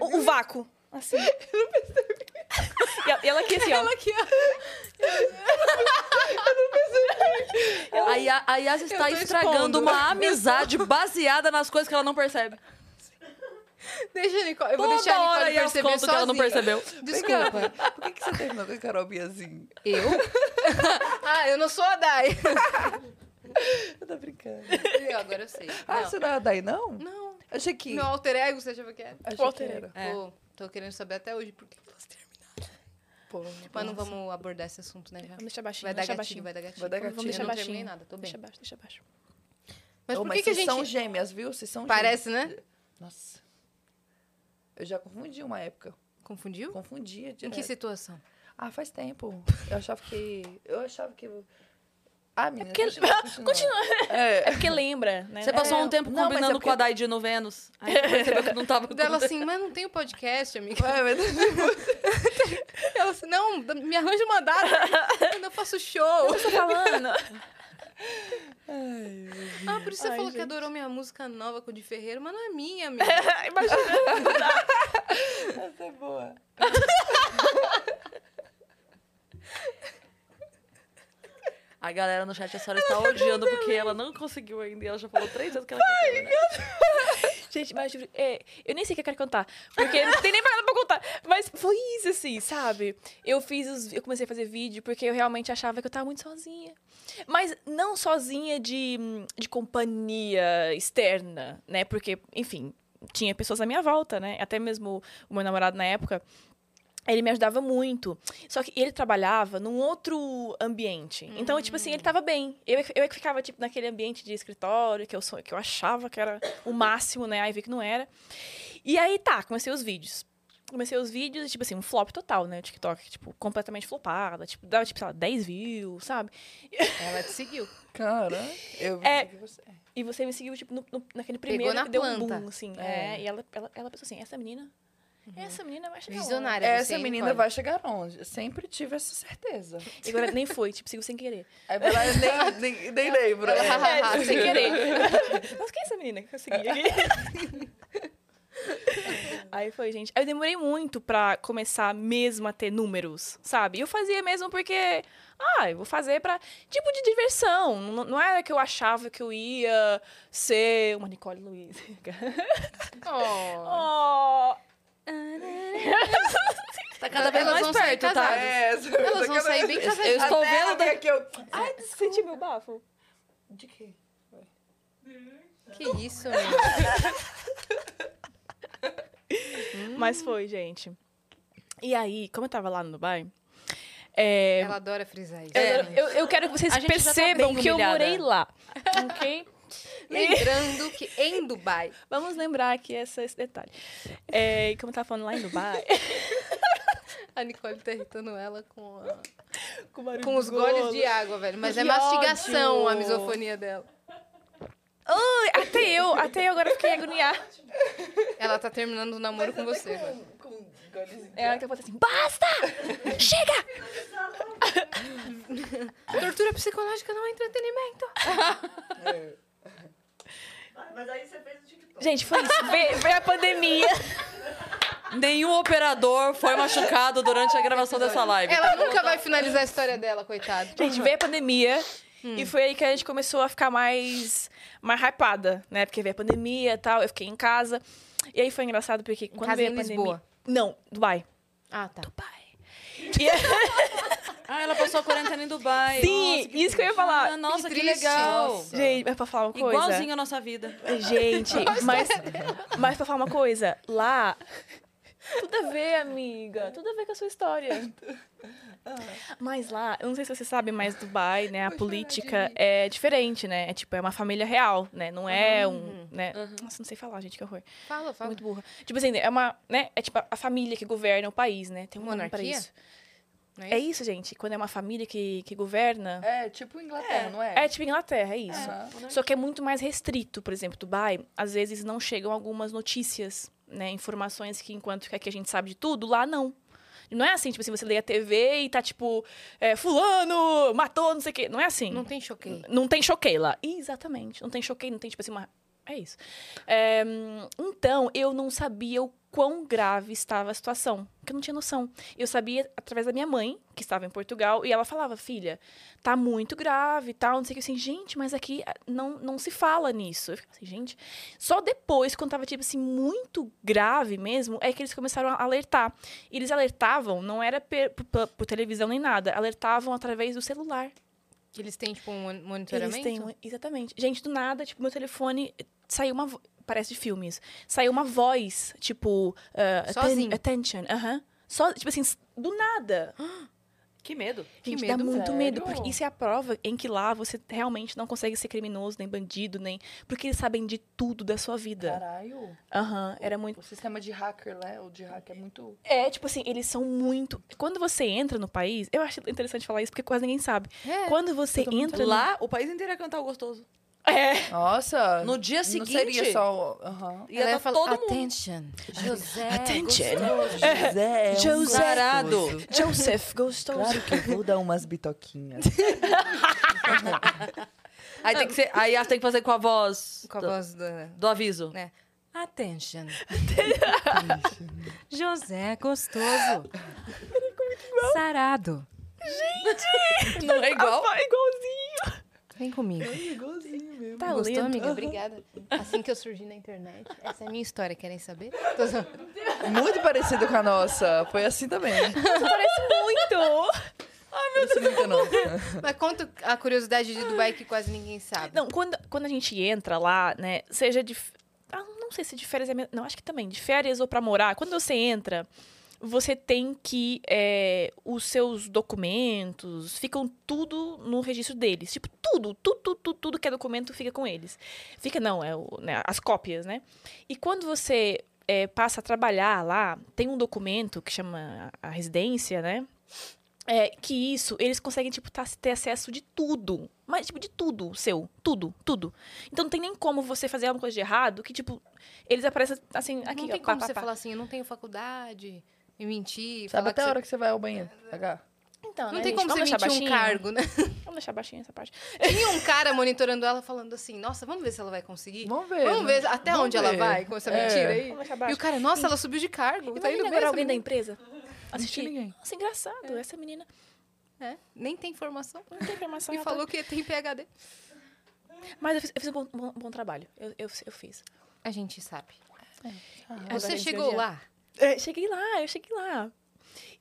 Speaker 4: O, o vácuo. Assim. Eu não percebi. E ela, e ela aqui, assim, ó.
Speaker 1: A, Ya- a Yas está
Speaker 2: Eu tô
Speaker 1: estragando
Speaker 2: expondo.
Speaker 1: uma amizade baseada nas coisas que ela não percebe.
Speaker 2: Deixa a Nicole. Eu vou
Speaker 1: Toda
Speaker 2: deixar a
Speaker 1: hora
Speaker 2: Nicole
Speaker 1: Yas
Speaker 2: perceber
Speaker 1: conta que ela não
Speaker 2: sozinha.
Speaker 1: percebeu.
Speaker 2: Desculpa.
Speaker 3: Por que, que você terminou com a Carol Biazin?
Speaker 2: Eu? ah, eu não sou a Dai.
Speaker 3: Eu tô brincando.
Speaker 2: Eu, agora eu sei.
Speaker 3: Ah,
Speaker 2: Não.
Speaker 3: você não é a Daí, não?
Speaker 2: Não.
Speaker 3: Achei que.
Speaker 2: Meu alter ego, você achava que era?
Speaker 3: Achei
Speaker 4: Qual
Speaker 3: que
Speaker 4: alter ego?
Speaker 3: era.
Speaker 1: É.
Speaker 2: Pô, tô querendo saber até hoje por que que elas terminaram.
Speaker 3: Pô,
Speaker 2: Mas Tipo, ah, não vamos abordar esse assunto, né? Já.
Speaker 4: Vamos deixar baixinho,
Speaker 2: Vai dar
Speaker 4: deixa
Speaker 2: gatinho,
Speaker 4: baixinho.
Speaker 2: vai dar gatinho.
Speaker 3: Vai dar
Speaker 2: Eu
Speaker 3: gatinho.
Speaker 4: Vamos deixar
Speaker 2: não terminei
Speaker 4: baixinho.
Speaker 2: nada, tô bem.
Speaker 4: Deixa baixo, deixa baixo.
Speaker 2: Mas
Speaker 3: Ô,
Speaker 2: por que, que a gente...
Speaker 3: vocês são gêmeas, viu? Vocês são gêmeas.
Speaker 2: Parece, né?
Speaker 3: Nossa. Eu já confundi uma época.
Speaker 2: Confundiu? É.
Speaker 3: Confundia
Speaker 2: Em
Speaker 3: direto.
Speaker 2: que situação?
Speaker 3: Ah, faz tempo. Eu achava que. Eu achava que. Ah, menina.
Speaker 4: porque-
Speaker 3: Continua. continua.
Speaker 4: É porque lembra, né?
Speaker 1: Você passou
Speaker 3: É.
Speaker 1: um tempo
Speaker 3: Não, mas é
Speaker 1: combinando com a
Speaker 3: porque-
Speaker 1: Daid no Vênus. Aí você percebeu que não tava...
Speaker 2: Dela assim, mas não tem o podcast, amiga.
Speaker 3: É, mas-
Speaker 2: Ela assim, não, me arranja uma data. Ainda eu faço show.
Speaker 4: Você tá falando?
Speaker 2: Ah, por isso você
Speaker 4: Ai,
Speaker 2: falou que
Speaker 4: gente.
Speaker 2: adorou minha música nova com o de Ferreiro, mas não é minha, amiga.
Speaker 4: Imagina.
Speaker 3: Essa é boa.
Speaker 1: A galera no chat, a senhora está odiando porque ela não conseguiu ainda. E ela já falou três vezes que ela quer terminar.
Speaker 4: Gente, mas juro, é, eu nem sei o que eu quero contar. Porque não tem nem nada pra contar. Mas foi isso, assim, sabe? Eu fiz os. Eu comecei a fazer vídeo porque eu realmente achava que eu tava muito sozinha. Mas não sozinha de, de companhia externa, né? Porque, enfim, tinha pessoas à minha volta, né? Até mesmo o meu namorado na época. Ele me ajudava muito. Só que ele trabalhava num outro ambiente. Então, tipo assim, ele tava
Speaker 2: Hum.
Speaker 4: bem. Eu, é que- eu é que ficava, tipo, naquele ambiente de escritório, que eu, sou- que eu achava que era o máximo, né? Aí vi que não era. E aí, tá, comecei os vídeos. Comecei os vídeos e, tipo assim, um flop total, né? TikTok, tipo, completamente flopada. Tipo, dava, tipo, sei lá, 10 views, sabe?
Speaker 2: Ela te seguiu.
Speaker 3: Cara, eu vi
Speaker 4: É.
Speaker 3: que você.
Speaker 4: E você me seguiu, tipo, no, no- naquele
Speaker 2: Pegou
Speaker 4: primeiro
Speaker 2: na
Speaker 4: que deu
Speaker 2: planta. Uhum.
Speaker 4: um boom, assim.
Speaker 3: É.
Speaker 4: É. e ela, ela, ela pensou assim, essa menina... Essa menina é vai chegar longe."
Speaker 2: Visionária. você,
Speaker 3: Essa
Speaker 2: hein,
Speaker 3: menina
Speaker 2: Nicole?
Speaker 3: vai chegar longe. Eu Sempre tive essa certeza.
Speaker 4: E agora nem foi, tipo, seguiu sem querer.
Speaker 3: Aí pra lá, eu É, nem, nem, nem lembro. É.
Speaker 4: É, tipo, sem querer. Mas quem é essa menina que eu segui aqui? Aí foi, gente. Aí eu demorei muito pra começar mesmo a ter números, sabe? Eu fazia mesmo porque, ah, eu vou fazer pra. Tipo de diversão. Não, não era que eu achava que eu ia ser uma Nicole Luiz.
Speaker 2: Oh.
Speaker 4: oh,
Speaker 1: Tá cada vez
Speaker 2: Oh. Elas
Speaker 1: mais
Speaker 2: vão sair
Speaker 1: perto, tá?
Speaker 2: casadas.
Speaker 3: É, essa-
Speaker 2: Elas vão
Speaker 3: aquela-
Speaker 2: sair bem casadas.
Speaker 1: Eu estou
Speaker 3: Até
Speaker 1: vendo.
Speaker 3: a minha que eu...
Speaker 4: ai, senti meu bafo.
Speaker 3: De quê?
Speaker 2: Que isso, meu.
Speaker 4: Mas foi, gente. E aí, como eu tava lá no Dubai. É,
Speaker 2: Ela adora frisar isso.
Speaker 4: Eu,
Speaker 2: né?
Speaker 4: eu- eu quero que vocês
Speaker 1: A gente já tá
Speaker 4: percebam
Speaker 1: bem
Speaker 4: que eu
Speaker 1: humilhada.
Speaker 4: morei lá. Ok?
Speaker 2: Lembrando que em Dubai...
Speaker 4: Vamos lembrar aqui essa- esse detalhe. É, como eu tava falando lá em Dubai,
Speaker 2: A Nicole tá irritando ela com, a-
Speaker 4: com, o barulho
Speaker 2: com os
Speaker 4: do golo.
Speaker 2: goles de água, velho. Mas é
Speaker 4: Que
Speaker 2: mastigação
Speaker 4: ódio.
Speaker 2: a misofonia dela.
Speaker 4: Ai, Até eu, até eu agora fiquei agoniada.
Speaker 2: Ela tá terminando o namoro com você. velho.
Speaker 3: Com, com golezinho.
Speaker 4: É ela que eu falei assim: basta! Chega!
Speaker 2: Tortura psicológica não é entretenimento.
Speaker 3: É.
Speaker 5: Mas aí você fez o TikTok.
Speaker 4: Gente, foi isso. Veio, veio a pandemia.
Speaker 1: Nenhum operador foi machucado durante a gravação dessa live.
Speaker 2: Ela tá. nunca vai finalizar a história dela, coitada.
Speaker 4: Gente, veio a pandemia. E foi aí que a gente começou a ficar mais, mais hypada, né? Porque veio a pandemia e tal, eu fiquei em casa. E aí foi engraçado porque quando
Speaker 2: casa
Speaker 4: veio a
Speaker 2: em
Speaker 4: pandemia.
Speaker 2: Lisboa?
Speaker 4: Não, Dubai.
Speaker 2: Ah, tá.
Speaker 4: Dubai. E- é
Speaker 1: Ah, ela passou a quarentena em Dubai.
Speaker 4: Sim,
Speaker 1: Nossa,
Speaker 4: assim, isso que eu ia falar.
Speaker 1: Ah, nossa, que,
Speaker 2: triste.
Speaker 1: legal.
Speaker 2: Nossa.
Speaker 4: Gente, mas pra falar uma coisa.
Speaker 1: Igualzinho a nossa vida.
Speaker 4: Gente, mas, mas pra falar uma coisa, lá. Tudo a ver, amiga. Tudo a ver com a sua história. Ah. Mas lá, eu não sei se você sabe, mas Dubai, né? A política é diferente, né? É tipo, é uma família real, né? Não é um. Né? Nossa, não sei falar, gente, que horror.
Speaker 2: Fala, fala.
Speaker 4: Muito burra. Tipo assim, é uma. Né? É tipo a família que governa o país, né? Tem um nome pra
Speaker 2: Monarquia?
Speaker 4: isso.
Speaker 2: Não é
Speaker 4: É isso, gente. Quando é uma família que, que governa.
Speaker 3: É, tipo Inglaterra, não é?
Speaker 4: É tipo Inglaterra, é isso. Só que é muito mais restrito, por exemplo, Dubai, às vezes não chegam algumas notícias, né? Informações que enquanto que aqui a gente sabe de tudo, lá não. Não é assim, tipo assim, você lê a TV e tá tipo, é, fulano, matou, não sei o quê. Não é assim.
Speaker 2: Não tem choquei.
Speaker 4: Não tem choquei lá. Exatamente. Não tem choquei, não tem, tipo assim, uma. É isso. É, hum, então, eu não sabia o quão grave estava a situação. Porque eu não tinha noção. Eu sabia através da minha mãe, que estava em Portugal, e ela falava, filha, tá muito grave e tal. Não sei o que. Assim, gente, mas aqui ah, não, não se fala nisso. Eu ficava assim, gente. Só depois, quando tava, tipo assim, muito grave mesmo, é que eles começaram a alertar. E eles alertavam, não era pe- por- por televisão nem nada, alertavam através do celular.
Speaker 2: Que eles têm, tipo, um mon- monitoramento?
Speaker 4: Eles têm, um- exatamente. Gente, do nada, tipo, meu telefone saiu uma. vo- Parece de filmes. Saiu uma voz, tipo. ah, atten-
Speaker 2: Sozinho. Ah,
Speaker 4: Attention. Aham. Só, tipo assim, s- do nada.
Speaker 1: Que medo.
Speaker 2: Que
Speaker 4: Gente, dá
Speaker 2: medo,
Speaker 4: muito
Speaker 3: sério?
Speaker 4: medo. Porque isso é a prova em que lá você realmente não consegue ser criminoso, nem bandido, nem. Porque eles sabem de tudo da sua vida.
Speaker 3: Caralho.
Speaker 4: Aham. Era muito.
Speaker 3: O sistema de hacker, né? O de hacker é muito.
Speaker 4: É, tipo assim, eles são muito. Quando você entra no país, eu acho interessante falar isso porque quase ninguém sabe.
Speaker 2: É.
Speaker 4: Quando você entra no-
Speaker 1: Lá, o país inteiro ia cantar o gostoso.
Speaker 4: É.
Speaker 3: Nossa.
Speaker 1: No dia seguinte,
Speaker 3: Não seria só. Aham.
Speaker 1: ia
Speaker 2: Ela
Speaker 1: estar
Speaker 2: ia falar, "Ah,
Speaker 1: todo mundo.
Speaker 2: attention. José.
Speaker 4: Attention.
Speaker 3: É, José.
Speaker 4: José.
Speaker 1: Sarado.
Speaker 4: Joseph gostoso.
Speaker 3: que eu vou dar umas bitoquinhas.
Speaker 1: Aí tem que ser, aí ela tem que fazer com a voz
Speaker 2: Com a
Speaker 1: do,
Speaker 2: voz da...
Speaker 1: do aviso.
Speaker 2: né? Attention. José gostoso. Sarado.
Speaker 1: Não é igual?
Speaker 4: Ah, igualzinho.
Speaker 2: Vem comigo.
Speaker 3: Igualzinho mesmo.
Speaker 4: Tá
Speaker 2: Gostou,
Speaker 4: lendo?
Speaker 2: amiga? Obrigada. Assim que eu surgi na internet. Essa é a minha história, querem saber? Tô zoando.
Speaker 3: Muito parecido com a nossa. Foi assim também.
Speaker 4: Parece muito.
Speaker 3: Parece muito a nossa.
Speaker 2: Mas conta a curiosidade de Dubai que quase ninguém sabe.
Speaker 4: Não, quando, quando a gente entra lá, né, seja de... f- Ah, não sei se de férias é... me- Não, acho que também. De férias ou pra morar. Quando você entra, você tem que... é, os seus documentos ficam tudo no registro deles. Tipo, tudo, tudo, tudo, tudo, tudo que é documento fica com eles. Fica, não, é o- né, as cópias, né? E quando você é, passa a trabalhar lá, tem um documento que chama a a residência, né? É, que isso, eles conseguem, tipo, tá- ter acesso de tudo. Mas, tipo, de tudo seu. Tudo, tudo. Então não tem nem como você fazer alguma coisa de errado que, tipo, eles aparecem assim, aqui,
Speaker 2: não
Speaker 4: ó,
Speaker 2: tem
Speaker 4: pá,
Speaker 2: como
Speaker 4: pá,
Speaker 2: você
Speaker 4: pá.
Speaker 2: falar assim, eu não tenho faculdade, e mentir,
Speaker 3: Sabe
Speaker 2: falar
Speaker 3: até
Speaker 2: que
Speaker 3: a
Speaker 2: você-
Speaker 3: hora que você vai ao banheiro? Cagar?
Speaker 4: Então,
Speaker 2: Não
Speaker 4: né,
Speaker 2: tem
Speaker 4: gente?
Speaker 2: como você
Speaker 4: Vamos
Speaker 2: mentir
Speaker 4: deixar
Speaker 2: um
Speaker 4: baixinho?
Speaker 2: cargo, né?
Speaker 4: Vamos deixar baixinho essa parte.
Speaker 2: Tinha um cara monitorando ela falando assim, nossa, vamos ver se ela vai conseguir.
Speaker 3: Vamos ver.
Speaker 2: Vamos
Speaker 3: né?
Speaker 2: ver até
Speaker 3: Vamos
Speaker 2: onde ela
Speaker 3: ver.
Speaker 2: vai com essa
Speaker 3: É.
Speaker 2: mentira aí.
Speaker 4: Vamos deixar
Speaker 2: E
Speaker 4: baixo.
Speaker 2: o cara, nossa, ela subiu de cargo. Tá indo
Speaker 4: Imagina
Speaker 2: bem
Speaker 4: agora
Speaker 2: essa
Speaker 4: alguém da
Speaker 2: menina.
Speaker 4: empresa.
Speaker 3: tinha
Speaker 4: Assistir.
Speaker 3: ninguém.
Speaker 4: Nossa, engraçado. Essa menina
Speaker 2: É, nem tem formação.
Speaker 4: não tem informação.
Speaker 2: E
Speaker 4: ela tá-
Speaker 2: falou que tem PHD.
Speaker 4: Mas eu fiz, eu fiz um bom, bom- bom trabalho. Eu, eu, eu fiz.
Speaker 2: A gente sabe.
Speaker 4: Agora a
Speaker 2: Ah. Você
Speaker 4: gente
Speaker 2: chegou
Speaker 4: odia.
Speaker 2: lá.
Speaker 4: É, cheguei lá, eu cheguei lá.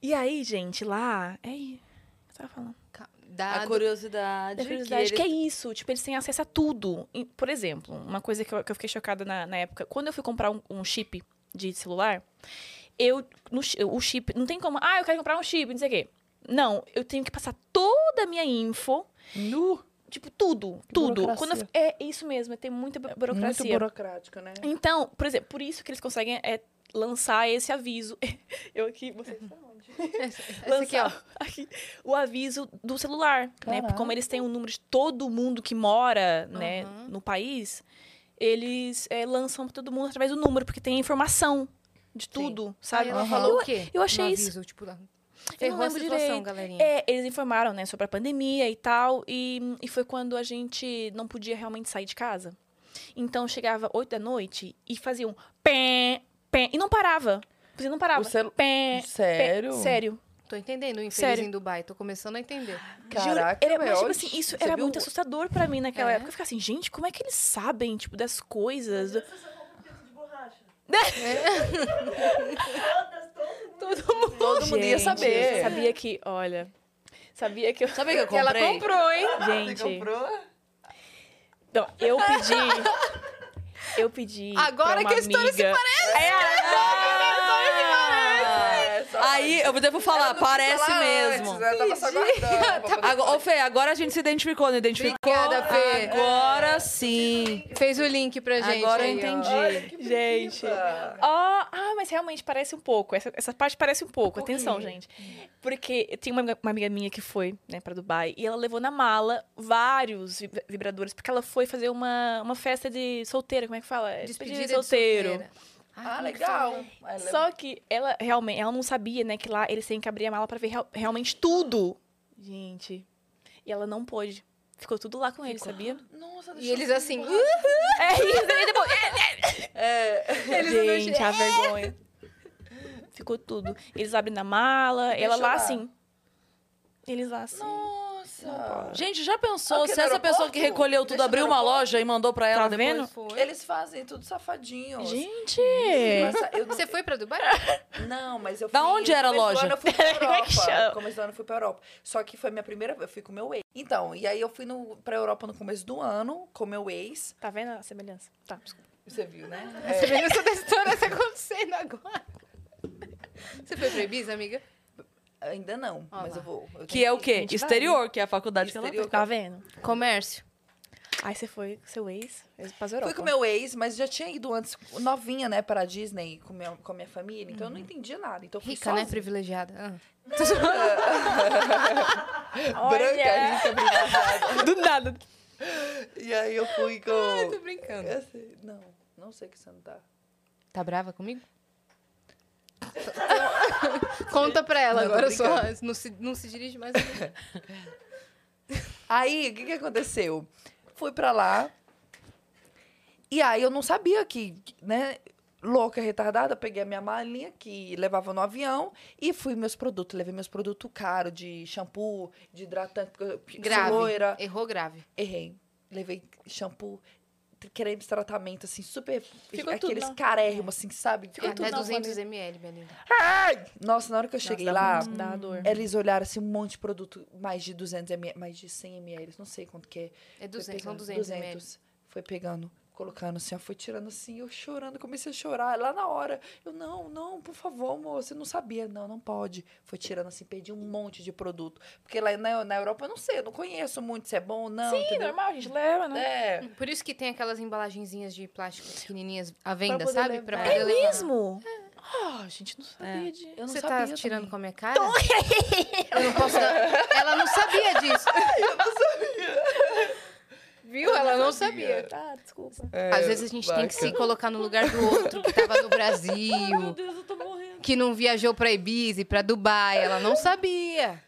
Speaker 4: E aí, gente, lá. É aí. O que eu tava falando?
Speaker 2: Ca-
Speaker 1: A
Speaker 2: Dado.
Speaker 1: curiosidade.
Speaker 4: Da curiosidade,
Speaker 1: que
Speaker 4: que, é isso. Tipo, eles têm acesso a tudo. E, Por exemplo, uma coisa que eu, que eu fiquei chocada na, na época. Quando eu fui comprar um, um chip de celular, eu... no chi- o chip... Não tem como... Ah, eu quero comprar um chip, não sei o quê. Não, eu tenho que passar toda a minha info.
Speaker 3: Nu.
Speaker 4: Tipo, tudo. tudo.
Speaker 3: burocracia.
Speaker 4: Quando eu- é isso mesmo. Tem muita bu- burocracia.
Speaker 3: Muito burocrático, né?
Speaker 4: Então, por exemplo, por isso que eles conseguem é, lançar esse aviso. Eu aqui, vocês estão onde?
Speaker 2: Essa, essa aqui, ó.
Speaker 4: aqui, o aviso do celular, né? Porque
Speaker 3: Caraca.
Speaker 4: como eles têm o número de todo mundo que mora, né,
Speaker 2: Aham.
Speaker 4: no país, eles é, lançam pra todo mundo através do núero, porque tem a informação de tudo, sabe?
Speaker 2: Aí ela
Speaker 3: Aham.
Speaker 2: falou o quê?
Speaker 4: eu achei
Speaker 2: No
Speaker 4: isso-
Speaker 2: aviso, Tipo, lá, ferrou a
Speaker 4: lembro
Speaker 2: situação,
Speaker 4: direito.
Speaker 2: galerinha.
Speaker 4: É, eles informaram, né, sobre a pandemia e tal, e, e foi quando a gente não podia realmente sair de casa. Então chegava 8 da noite e fazia um pé, pé, e não parava. Você não parava.
Speaker 6: O celu-
Speaker 4: Pé,
Speaker 6: Sério?
Speaker 4: pé- sério.
Speaker 2: Tô entendendo, o infeliz
Speaker 4: Sério.
Speaker 2: em Dubai. Tô começando a entender.
Speaker 6: Caraca,
Speaker 4: Juro, era, mas,
Speaker 6: Mel,
Speaker 4: tipo assim, isso
Speaker 6: você
Speaker 4: era
Speaker 6: viu?
Speaker 4: muito assustador pra mim naquela
Speaker 2: É.
Speaker 4: época. Eu ficava assim, gente, como é que eles sabem, tipo, das coisas? Do-
Speaker 5: Você é só compra peito de borracha.
Speaker 2: É.
Speaker 5: Todas, todo mundo.
Speaker 3: Todo mundo ia
Speaker 4: Gente,
Speaker 3: saber.
Speaker 4: eu Sabia que, olha... Sabia que eu...
Speaker 1: Sabe o que eu
Speaker 2: Ela
Speaker 1: comprei?
Speaker 2: comprou, hein?
Speaker 5: um
Speaker 4: Gente... Então, eu pedi... Eu pedi
Speaker 2: Agora
Speaker 4: pra uma
Speaker 2: que a história se
Speaker 4: amiga... parece!
Speaker 1: Ah!
Speaker 3: é
Speaker 1: Aí eu devo falar, parece mesmo.
Speaker 6: Eu tava só guardando. pra poder-
Speaker 1: Agora, ô, Fê, agora a gente se identificou, não identificou?
Speaker 2: Obrigada, Fê.
Speaker 1: Agora sim.
Speaker 2: Fez o link pra gente.
Speaker 1: agora eu
Speaker 2: aí, ó.
Speaker 1: entendi.
Speaker 4: Gente... Ó, ah, mas realmente parece um pouco. Essa, essa parte parece um pouco. Atenção, gente.
Speaker 2: Hum.
Speaker 4: Porque tem uma, amiga- uma amiga minha que foi, né, pra Dubai. E ela levou na mala vários vib- vibradores. Porque ela foi fazer uma, uma festa de solteira. Como é que fala? É,
Speaker 2: Despedida de solteira.
Speaker 3: Ah,
Speaker 2: como que
Speaker 3: legal.
Speaker 2: fala?
Speaker 3: Aí leva-
Speaker 4: Só que ela realmente... Ela não sabia, né, que lá eles têm que abrir a mala pra ver real- realmente tudo. Gente. E ela não pôde. Ficou tudo lá com eles, sabia?
Speaker 3: Nossa,
Speaker 2: E eles assim,
Speaker 4: É isso, aí depois...
Speaker 2: Eles não
Speaker 4: É. Gente, a vergonha. Ficou tudo. Eles abrem na mala, ela lá
Speaker 3: chorar.
Speaker 4: assim. Eles lá assim.
Speaker 3: Nossa.
Speaker 1: Gente, já pensou
Speaker 3: Aqui
Speaker 1: se
Speaker 3: no
Speaker 1: essa
Speaker 3: aeroporto?
Speaker 1: pessoa que recolheu tudo
Speaker 3: Deixa no
Speaker 1: abriu uma
Speaker 3: aeroporto.
Speaker 1: loja e mandou pra ela
Speaker 4: Tá
Speaker 1: depois?
Speaker 4: vendo?
Speaker 2: foi.
Speaker 3: Eles fazem tudo safadinho. assim.
Speaker 4: Gente!
Speaker 3: Nossa, eu
Speaker 2: Você foi pra Dubai?
Speaker 3: Não, mas eu fui.
Speaker 1: Da onde era a
Speaker 3: no começo do
Speaker 1: loja?
Speaker 3: ano Eu fui pra
Speaker 4: Como é que chama?
Speaker 3: Europa. começo do ano eu fui pra Europa. Só que foi minha primeira. Eu fui com meu ex. Então, e aí eu fui no, pra Europa no começo do ano com meu ex.
Speaker 4: Tá vendo a semelhança? Tá, desculpa.
Speaker 3: Você viu, né?
Speaker 2: Você vê essa história tá acontecendo agora. Você foi pra Ibiza, amiga?
Speaker 3: É, ainda não,
Speaker 2: Ó
Speaker 3: mas
Speaker 2: lá.
Speaker 3: eu vou. eu
Speaker 1: Que é o quê?
Speaker 2: tá
Speaker 4: Gente, vai.
Speaker 1: Exterior, que é a faculdade que ela
Speaker 3: Exterior.
Speaker 4: Tá vendo?
Speaker 2: Comércio.
Speaker 4: Aí você foi com seu ex, eles passou Europa.
Speaker 3: Fui com meu ex, mas já tinha ido antes, novinha, né, pra Disney com, minha, com a minha família. Então eu não entendia nada. Então eu fui
Speaker 2: Rica, né?
Speaker 3: sozinha.
Speaker 2: Privilegiada. Ah.
Speaker 3: Branca, rica, privilegiada.
Speaker 4: Do nada.
Speaker 3: E aí eu fui com.
Speaker 2: Tô brincando.
Speaker 3: Eu sei- Não, não sei que você não tá.
Speaker 2: Tá brava comigo? Conta pra ela
Speaker 3: Não, tô
Speaker 2: agora só. Não se, não se dirige mais. a mim.
Speaker 3: Aí, o que, que aconteceu? Fui pra lá. E aí eu não sabia que, né? Louca, retardada, peguei a minha malinha que levava no avião e fui meus produtos. Levei meus produtos caros de shampoo, de hidratante, porque eu sou
Speaker 2: Grave.
Speaker 3: loira.
Speaker 2: Errou grave.
Speaker 3: Errei. Levei shampoo, creme de tratamento, assim, super.
Speaker 4: Ficou
Speaker 3: aqueles
Speaker 4: tudo, né?
Speaker 3: carérrimos, assim, sabe?
Speaker 2: É até
Speaker 4: na
Speaker 2: 200 ml, minha linda.
Speaker 3: Nossa, na hora que eu cheguei lá.
Speaker 4: Dá dor.
Speaker 3: Eles olharam assim, um monte de produto, mais de 200 ml, mais de 100 ml, não sei quanto que é.
Speaker 2: É
Speaker 3: Foi
Speaker 2: 200, são
Speaker 3: pegando,
Speaker 2: 200, ml.
Speaker 3: Foi pegando, colocando assim, ó, foi tirando assim, eu chorando, comecei a chorar lá na hora. Eu, não, não, por favor, moça, eu não sabia. Não, não pode. Foi tirando assim, perdi um monte de produto. Porque lá na, na Europa eu não sei, eu não conheço muito se é bom ou não.
Speaker 4: Sim,
Speaker 3: entendeu?
Speaker 4: normal, a gente leva, né?
Speaker 3: É.
Speaker 2: Por isso que tem aquelas embalagenzinhas de plástico pequenininhas à venda,
Speaker 3: poder
Speaker 2: sabe?
Speaker 3: levar.
Speaker 2: Pra
Speaker 3: É
Speaker 2: poder levar.
Speaker 4: Mesmo? Ah, gente, não sabia de...
Speaker 3: Eu não
Speaker 2: Você tá
Speaker 3: sabia
Speaker 2: tirando
Speaker 3: também.
Speaker 2: com a minha cara? Eu não posso dar... Ela não sabia disso. Viu? Ela não sabia.
Speaker 4: Tá, desculpa.
Speaker 2: Às vezes a gente tem que se colocar no lugar do outro que tava no
Speaker 5: Meu
Speaker 2: Brasil,
Speaker 5: Deus, eu tô morrendo.
Speaker 2: que não viajou pra Ibiza e pra Dubai. Ela não sabia.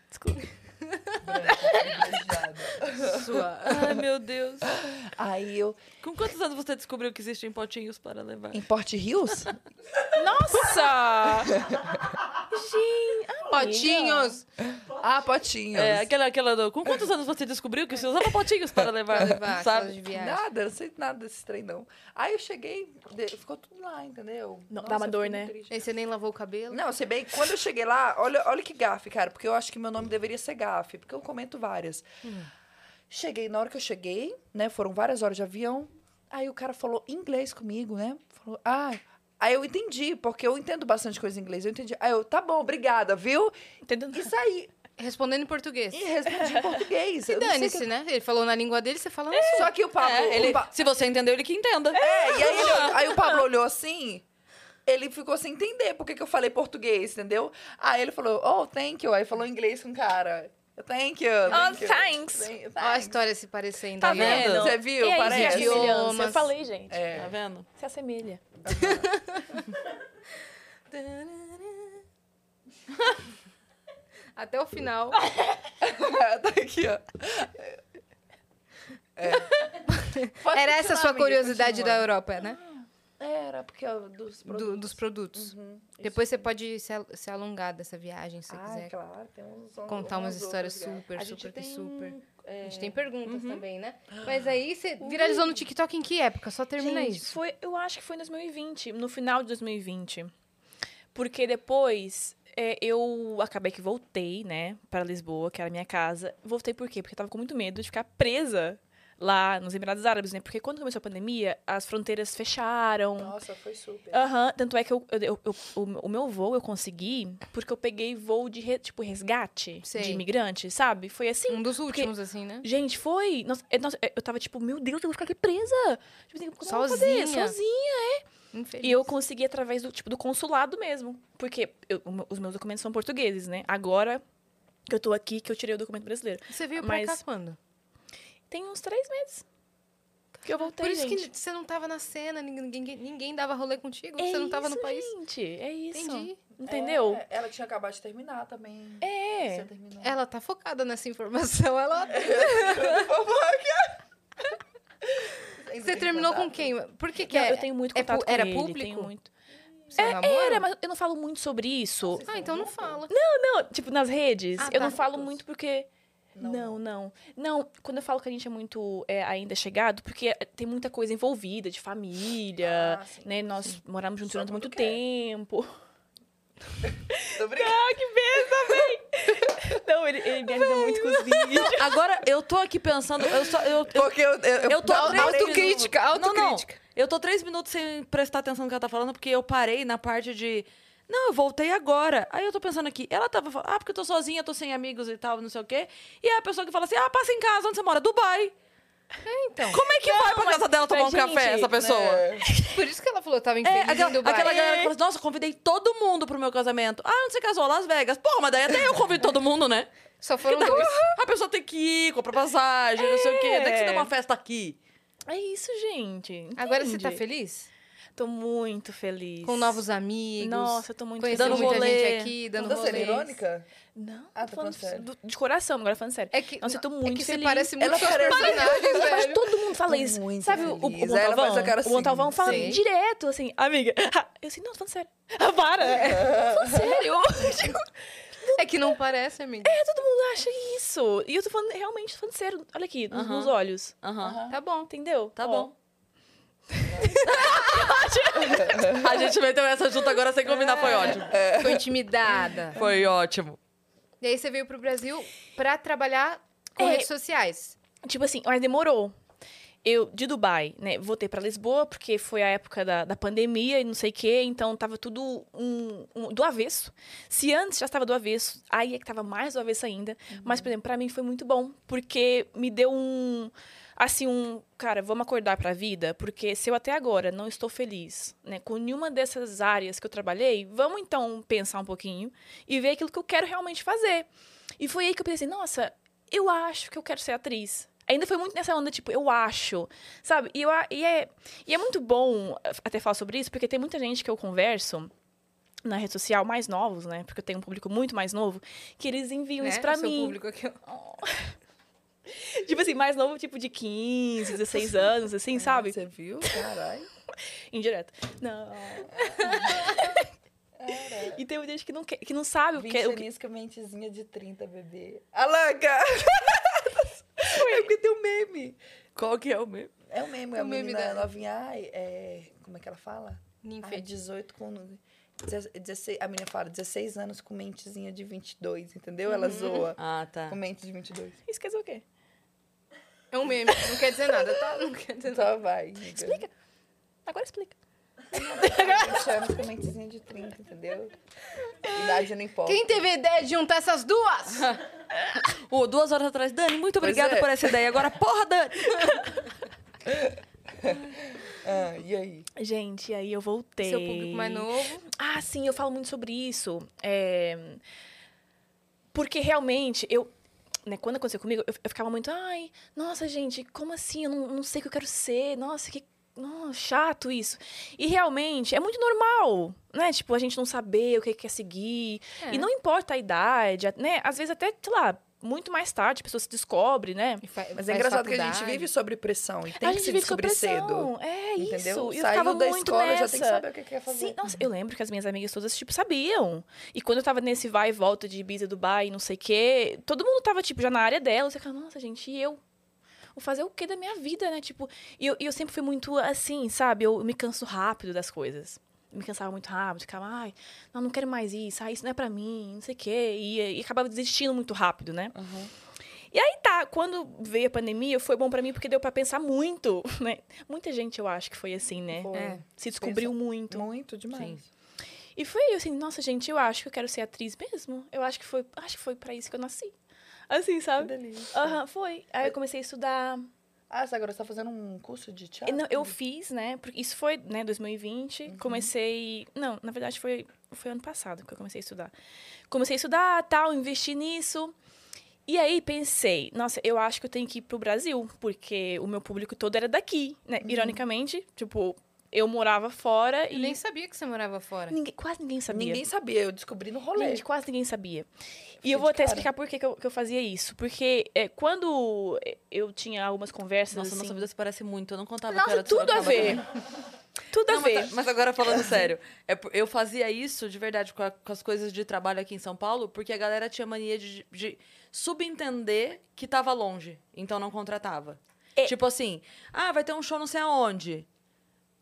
Speaker 1: Ai, meu Deus.
Speaker 3: Aí eu.
Speaker 1: Com quantos anos você descobriu que existem potinhos para levar?
Speaker 3: Em Port Rios?
Speaker 4: Nossa!
Speaker 2: Potinhos!
Speaker 3: ah, Potinhos.
Speaker 1: É, aquela, aquela do... Com quantos anos você descobriu que se usava potinhos para levar?
Speaker 2: Levar aquelas
Speaker 1: sabe?
Speaker 2: de viagem.
Speaker 3: Nada, não sei nada desse trem, não. Aí eu cheguei, de- ficou tudo lá, entendeu?
Speaker 4: Não, dá uma
Speaker 3: eu
Speaker 4: dor,
Speaker 3: fiquei
Speaker 4: né?
Speaker 3: muito triste.
Speaker 2: Aí você nem lavou o cabelo.
Speaker 3: Não, se bem que quando eu cheguei lá, olha, olha que gafe, cara, porque eu acho que meu nome deveria ser gafe, porque eu comento várias.
Speaker 1: Hum.
Speaker 3: Cheguei, na hora que eu cheguei, né, foram várias horas de avião, aí o cara falou inglês comigo, né? Falou, ah... Aí eu entendi, porque eu entendo bastante coisa em inglês. Eu entendi. Aí eu, tá bom, obrigada, viu?
Speaker 4: Entendeu?
Speaker 3: E saí.
Speaker 2: Respondendo em português.
Speaker 3: E respondi em português. Eu não sei o que-
Speaker 2: Dane-se, né? Ele falou na língua dele, você fala.
Speaker 3: Só que o Pablo...
Speaker 1: É,
Speaker 3: o
Speaker 1: ele,
Speaker 3: Pa-
Speaker 1: se você entendeu, ele que entenda.
Speaker 3: É, e aí, ele- aí o Pablo olhou assim, ele ficou sem entender porque que eu falei português, entendeu? Aí ele falou, oh, thank you. Aí falou em inglês com o cara. "Oh, Thank you.
Speaker 4: Tá
Speaker 3: Thank you.
Speaker 4: Ah, Oh, thanks.
Speaker 3: Thank-
Speaker 2: Ó a
Speaker 3: thanks.
Speaker 2: história se parecendo
Speaker 4: Tá
Speaker 2: aí, ó.
Speaker 4: vendo?
Speaker 3: Você viu?
Speaker 4: E aí,
Speaker 3: Parece.
Speaker 4: se assemelhança. Eu
Speaker 2: Idiomas.
Speaker 4: falei, gente.
Speaker 3: É.
Speaker 1: Tá vendo?
Speaker 4: Se assemelha.
Speaker 2: Até o final.
Speaker 3: tá aqui, ó. É. Pode
Speaker 2: Era essa a
Speaker 3: continuar,
Speaker 2: sua
Speaker 3: amiga,
Speaker 2: curiosidade da
Speaker 3: continua.
Speaker 2: Europa, né?
Speaker 3: Era, porque é dos
Speaker 2: do-
Speaker 3: produtos.
Speaker 2: dos produtos.
Speaker 3: Uhum, isso
Speaker 2: Depois você
Speaker 3: mesmo.
Speaker 2: pode se, al- se alongar dessa viagem, se você
Speaker 3: Ah,
Speaker 2: quiser
Speaker 3: claro, tem uns,
Speaker 2: contar umas
Speaker 3: outras
Speaker 2: histórias
Speaker 3: viagens.
Speaker 2: super,
Speaker 1: A gente
Speaker 2: super, que
Speaker 1: tem
Speaker 2: super.
Speaker 1: um,
Speaker 2: A
Speaker 1: é,
Speaker 2: gente tem perguntas
Speaker 4: Uhum.
Speaker 2: também, né? Mas aí você viralizou no TikTok em que época? Só termina
Speaker 4: Gente,
Speaker 2: isso.
Speaker 4: Foi, eu acho que foi em 2020, no final de 2020. Porque depois é, eu acabei que voltei, né, para Lisboa, que era a minha casa. Voltei por quê? Porque eu tava com muito medo de ficar presa lá nos Emirados Árabes, né? Porque quando começou a pandemia, as fronteiras fecharam.
Speaker 3: Nossa, foi super.
Speaker 4: Aham, tanto é que eu, eu- eu- eu- o, o meu voo eu consegui porque eu peguei voo de, re- tipo, resgate
Speaker 2: Sei.
Speaker 4: de imigrante, sabe? Foi assim.
Speaker 2: Um dos
Speaker 4: porque-
Speaker 2: últimos, assim, né?
Speaker 4: Gente, foi. Nossa, eu, nossa, eu tava tipo, meu Deus, eu vou ficar aqui presa. Tipo, assim, como eu vou fazer?
Speaker 2: Sozinha.
Speaker 4: Sozinha.
Speaker 2: Infeliz.
Speaker 4: E eu consegui através do, tipo, do consulado mesmo. Porque eu- o meu- os meus documentos são portugueses, né? Agora que eu tô aqui, que eu tirei o documento brasileiro.
Speaker 2: Você veio
Speaker 4: mas-
Speaker 2: pra cá quando?
Speaker 4: Tem uns três meses que eu voltei,
Speaker 2: Por isso
Speaker 4: gente.
Speaker 2: que você não tava na cena, ninguém, ninguém- ninguém dava rolê contigo, você não tava no
Speaker 4: É isso,
Speaker 2: país.
Speaker 4: Gente, é isso.
Speaker 2: Entendi.
Speaker 4: Entendeu?
Speaker 3: É, ela tinha acabado de terminar também.
Speaker 4: É.
Speaker 3: Você terminou.
Speaker 2: Ela tá focada nessa informação, ela...
Speaker 3: Ainda
Speaker 2: Você
Speaker 3: tem
Speaker 2: terminou com
Speaker 3: contato?
Speaker 2: quem? Por que que
Speaker 4: Não,
Speaker 2: é?
Speaker 4: eu tenho muito
Speaker 2: é pu-
Speaker 4: contato com
Speaker 2: era
Speaker 4: ele,
Speaker 2: público?
Speaker 4: tenho muito.
Speaker 2: Seu namoro?
Speaker 4: Era, mas eu não falo muito sobre isso.
Speaker 2: Ah, então não fala.
Speaker 4: Não, tipo, nas redes.
Speaker 2: Ah,
Speaker 4: eu
Speaker 2: tá.
Speaker 4: não falo muito porque...
Speaker 3: Não.
Speaker 4: Não, não. Não, quando eu falo que a gente é muito é, ainda chegado, porque é, tem muita coisa envolvida, de família,
Speaker 3: Ah, sim,
Speaker 4: né? Nós moramos juntos
Speaker 3: Só
Speaker 4: durante
Speaker 3: quando
Speaker 4: muito
Speaker 3: quer.
Speaker 4: tempo.
Speaker 3: Tô brincando.
Speaker 4: Não, ele, ele me ajuda muito com os vídeos.
Speaker 1: Agora, eu tô aqui pensando. Eu, só, eu, eu,
Speaker 6: Porque eu, eu,
Speaker 1: eu tô
Speaker 6: Au-
Speaker 1: três
Speaker 6: autocrítica,
Speaker 1: minutos- Não, não.
Speaker 6: autocrítica.
Speaker 1: Eu tô três minutos sem prestar atenção no que ela tá falando, porque eu parei na parte de. Não, eu voltei agora. Aí eu tô pensando aqui. Ela tava falando, ah, porque eu tô sozinha, tô sem amigos e tal, não sei o quê. E aí a pessoa que fala assim, ah, passa em casa, onde você mora? Dubai.
Speaker 2: Então,
Speaker 1: Como é que vai pra casa dela tomar um
Speaker 4: mas,
Speaker 1: café,
Speaker 4: gente,
Speaker 1: essa pessoa?
Speaker 3: É.
Speaker 2: por isso que ela falou, tava
Speaker 1: É,
Speaker 2: infeliz
Speaker 1: aquela,
Speaker 2: em Dubai.
Speaker 1: aquela galera que
Speaker 2: É.
Speaker 1: fala assim, nossa, eu convidei todo mundo pro meu casamento. Ah, onde você casou? Las Vegas. Pô, mas daí até eu convido todo mundo, né?
Speaker 2: É. Só foram dois.
Speaker 1: A pessoa tem que ir, comprar passagem, não sei o quê. Até que você deu uma festa aqui.
Speaker 4: É isso, gente. Entende?
Speaker 2: Agora você tá feliz?
Speaker 4: Tô muito feliz.
Speaker 2: Com novos amigos.
Speaker 4: Nossa, eu tô muito
Speaker 2: conhecendo
Speaker 1: Dando
Speaker 4: feliz.
Speaker 2: muita
Speaker 1: rolê.
Speaker 2: gente aqui, dando
Speaker 3: Não tá sendo
Speaker 2: rolê.
Speaker 3: irônica?
Speaker 4: Não,
Speaker 3: Ah,
Speaker 4: tô
Speaker 3: tá falando
Speaker 4: falando
Speaker 3: sério.
Speaker 4: do- de coração, agora falando sério.
Speaker 2: É que,
Speaker 4: Nossa, eu tô
Speaker 2: é
Speaker 4: muito
Speaker 2: que você
Speaker 4: feliz.
Speaker 2: parece muito
Speaker 3: Ela
Speaker 2: seus
Speaker 3: parece-
Speaker 2: personagens,
Speaker 4: Mas
Speaker 2: velho.
Speaker 4: todo mundo fala
Speaker 3: Tô
Speaker 4: isso.
Speaker 3: muito
Speaker 4: Sabe o, o, o
Speaker 3: feliz. Aí ela faz a cara
Speaker 4: Montalvão? O
Speaker 3: assim,
Speaker 4: Montalvão fala
Speaker 2: sei.
Speaker 4: direto, assim, amiga, eu assim, não, tô falando sério. Ah, para! é. Tô falando sério! Tipo,
Speaker 2: É que não parece, amiga.
Speaker 4: todo mundo acha isso. E eu tô falando, realmente, tô falando sério. Olha aqui, nos,
Speaker 1: Aham.
Speaker 4: nos olhos.
Speaker 1: Aham.
Speaker 4: Tá bom. Entendeu?
Speaker 1: Tá
Speaker 4: Ó.
Speaker 1: bom. A gente meteu essa junto agora sem combinar, foi ótimo.
Speaker 2: Ficou intimidada.
Speaker 1: Foi ótimo.
Speaker 2: E aí você veio pro Brasil pra trabalhar com
Speaker 4: É.
Speaker 2: redes sociais.
Speaker 4: Tipo assim, mas demorou. Eu, de Dubai, né, voltei pra Lisboa, porque foi a época da, da pandemia e não sei o quê, então tava tudo um- um- do avesso. Se antes já estava do avesso, aí é que tava mais do avesso ainda. Mas, por exemplo, pra mim foi muito bom, porque me deu um. Assim, um. Cara, vamos acordar pra vida, porque se eu até agora não estou feliz, né, com nenhuma dessas áreas que eu trabalhei, vamos então pensar um pouquinho e ver aquilo que eu quero realmente fazer. E foi aí que eu pensei, nossa, eu acho que eu quero ser atriz. Ainda foi muito nessa onda, tipo, eu acho, sabe? E, eu, a- e, é, e é muito bom eh, até falar sobre isso, porque tem muita gente que eu converso na rede social, mais novos, né? Porque eu tenho um público muito mais novo, que eles enviam
Speaker 2: né?
Speaker 4: isso pra
Speaker 2: O seu
Speaker 4: mim.
Speaker 2: público aqui, ó.
Speaker 4: Tipo assim, mais novo, tipo de 15, 16 anos, assim, sabe?
Speaker 3: Você viu? Caralho.
Speaker 4: Indireto. Não. E tem muita gente que não, quer, que não sabe o que, o que,
Speaker 3: Vitiliscamentezinha de 30, bebê. Alanca! é porque tem um meme.
Speaker 1: Qual que é o meu?
Speaker 3: É um meme,
Speaker 2: É
Speaker 3: é
Speaker 2: um
Speaker 3: um
Speaker 2: meme
Speaker 3: meme
Speaker 2: da-
Speaker 3: da novinha. Ai, é... Como é que ela fala? Ai,
Speaker 2: Ninfet.
Speaker 3: 18 com... 16, a menina fala 16 anos com mentezinha de 22, entendeu? Ela zoa
Speaker 1: Ah, tá.
Speaker 3: com mente de 22.
Speaker 4: Isso quer dizer o quê?
Speaker 2: É um meme, não quer dizer nada, tá? Não quer dizer nada.
Speaker 3: Só Então vai. Explica.
Speaker 4: Agora explica.
Speaker 3: 20 anos com mentezinha de 30, entendeu? Idade não importa.
Speaker 2: Quem teve a ideia de juntar essas duas?
Speaker 1: Ô, duas horas atrás, Dani, muito
Speaker 3: Pois
Speaker 1: obrigada
Speaker 3: é.
Speaker 1: por essa ideia. Agora, porra, Dani!
Speaker 3: Ah, e aí?
Speaker 4: Gente, aí eu voltei.
Speaker 2: Seu público mais novo.
Speaker 4: Ah, sim, eu falo muito sobre isso. É, Porque realmente eu. Né, quando aconteceu comigo, eu, eu ficava muito. Ai, nossa, gente, como assim? Eu não, não sei o que eu quero ser. Nossa, que. Nossa, chato isso. E realmente é muito normal, né? Tipo, a gente não saber o que que quer seguir.
Speaker 2: É.
Speaker 4: E não importa a idade, a- né? Às vezes até, sei lá, muito mais tarde, a pessoa se descobre, né?
Speaker 2: E fa-
Speaker 3: Mas é
Speaker 2: faz
Speaker 3: engraçado que a
Speaker 2: faculdade.
Speaker 3: gente vive sob pressão e tem
Speaker 4: a
Speaker 3: que
Speaker 4: gente
Speaker 3: se
Speaker 4: vive sob
Speaker 3: descobrir cedo.
Speaker 4: pressão. É isso.
Speaker 3: Entendeu?
Speaker 4: E eu
Speaker 3: Saiu
Speaker 4: ficava
Speaker 3: da
Speaker 4: muito
Speaker 3: escola,
Speaker 4: nessa.
Speaker 3: já tem que saber o que que quer fazer.
Speaker 4: Sim, nossa, eu lembro que as minhas amigas todas, tipo, sabiam. E quando eu tava nesse vai e volta de Ibiza, Dubai, não sei o quê, todo mundo tava, tipo, já na área dela. Você ficava, nossa, gente, e eu? Vou fazer o quê da minha vida, né? Tipo, e eu, e eu sempre fui muito assim, sabe? Eu me canso rápido das coisas. Eu me cansava muito rápido, ficava, ai, não, não quero mais isso, ai, isso não é pra mim, não sei o quê. E, e acabava desistindo muito rápido, né? E aí tá, quando veio a pandemia, foi bom pra mim porque deu pra pensar muito, né? Muita gente, eu acho que foi assim, né?
Speaker 3: Foi.
Speaker 2: É.
Speaker 4: Se descobriu muito.
Speaker 3: Muito demais.
Speaker 4: E foi eu assim, nossa, gente, eu acho que eu quero ser atriz mesmo. Eu acho que foi, acho que foi para isso que eu nasci. Assim, sabe?
Speaker 3: delícia.
Speaker 4: Aham, foi. Aí eu comecei a estudar.
Speaker 3: Ah, você agora está fazendo um curso de
Speaker 4: Eh,
Speaker 2: Tá,
Speaker 3: teatro?
Speaker 4: Não, eu fiz, né? Porque isso foi, né, 2020.
Speaker 2: Uhum.
Speaker 4: Comecei, não, na verdade foi foi ano passado que eu comecei a estudar. Comecei a estudar, tal, investi nisso. E aí pensei, nossa, eu acho que eu tenho que ir pro Brasil, porque o meu público todo era daqui, né? Ironicamente, tipo, eu morava fora
Speaker 2: Uhum. Eu
Speaker 4: e
Speaker 2: nem sabia que você morava fora.
Speaker 4: ninguém- quase ninguém sabia.
Speaker 3: Ninguém sabia, eu descobri no rolê.
Speaker 4: Gente, quase ninguém sabia.
Speaker 3: Fiquei
Speaker 4: E eu vou
Speaker 3: de
Speaker 4: até
Speaker 3: cara.
Speaker 4: explicar por que, que, eu, que eu fazia isso. Porque é, quando é, eu tinha algumas conversas,
Speaker 1: Nossa,
Speaker 4: assim...
Speaker 1: nossa vida se parece muito. Eu não contava que eu
Speaker 4: Nossa,
Speaker 1: era de
Speaker 4: tudo a
Speaker 1: Sorocaba
Speaker 4: ver.
Speaker 1: também.
Speaker 4: Tudo a
Speaker 1: Não,
Speaker 4: ver.
Speaker 1: mas, tá, mas agora falando sério, é por- eu fazia isso de verdade com, a- com as coisas de trabalho aqui em São Paulo, porque a galera tinha mania de, de subentender que tava longe, então não contratava.
Speaker 4: É.
Speaker 1: Tipo assim, ah, vai ter um show não sei aonde.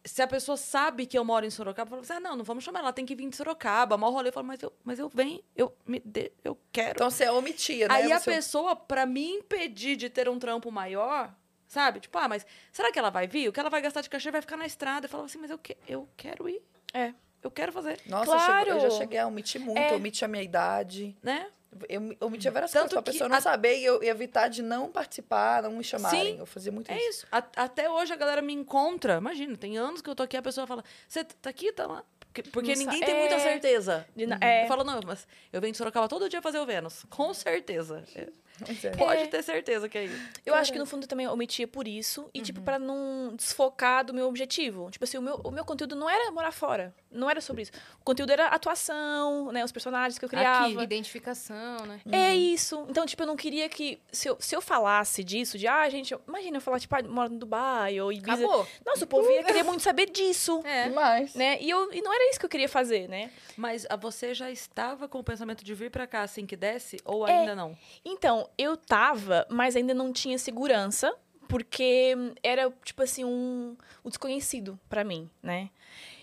Speaker 1: Se a pessoa sabe que eu moro em Sorocaba, fala assim, ah, não, não vamos chamar, ela tem que vir de Sorocaba, mal rolê. Eu falo, mas eu, mas eu venho, eu me dê, eu quero.
Speaker 3: Então você omitia, né?
Speaker 1: Aí a
Speaker 3: Você-
Speaker 1: pessoa, pra me impedir de ter um trampo maior, sabe? Tipo, ah, mas será que ela vai vir? O que ela vai gastar de cachê vai ficar na estrada. Eu falava assim, mas eu, que, eu quero ir.
Speaker 4: É.
Speaker 1: Eu quero fazer,
Speaker 3: Nossa,
Speaker 4: Claro!
Speaker 3: eu, chego- eu já cheguei a omitir muito,
Speaker 4: É.
Speaker 3: eu omiti a minha idade.
Speaker 1: né?
Speaker 3: Eu omitia várias
Speaker 1: Tanto
Speaker 3: coisas pra
Speaker 1: que
Speaker 3: pessoa não
Speaker 1: a-
Speaker 3: saber e eu e evitar de não participar, não me chamarem.
Speaker 1: Sim.
Speaker 3: Eu fazia muito
Speaker 1: É
Speaker 3: isso.
Speaker 1: isso. A- até hoje a galera me encontra. Imagina, tem anos que eu tô aqui, a pessoa fala, você tá aqui, tá lá? Porque, porque
Speaker 4: Não sa-
Speaker 1: ninguém tem muita
Speaker 4: é.
Speaker 1: certeza. Uhum.
Speaker 4: De na-
Speaker 1: Eu
Speaker 4: é.
Speaker 1: falo, não, mas eu venho de Sorocaba todo dia fazer o Vênus. Com certeza. É,
Speaker 3: Pois é.
Speaker 1: Pode ter certeza que é isso.
Speaker 4: Eu acho que no fundo eu também omitia por isso. E, tipo, pra não desfocar do meu objetivo. Tipo assim, o meu, o meu conteúdo não era morar fora. Não era sobre isso. O conteúdo era atuação, né? Os personagens que eu criava.
Speaker 2: Aqui, identificação, né?
Speaker 4: É isso. Então, tipo, eu não queria que. Se eu, se eu falasse disso, de, ah, gente, eu- imagina eu falar, tipo, ah, moro no Dubai ou Ibiza.
Speaker 2: Acabou.
Speaker 4: Nossa, o povo ia querer muito saber disso.
Speaker 2: É.
Speaker 3: Mas...
Speaker 4: Né? E, eu, e não era isso que eu queria fazer, né?
Speaker 1: Mas ah, você já estava com o pensamento de vir pra cá assim que desce?
Speaker 4: É.
Speaker 1: Ou ainda não?
Speaker 4: Então, eu tava, mas ainda não tinha segurança, porque era, tipo assim, um, um desconhecido pra mim, né?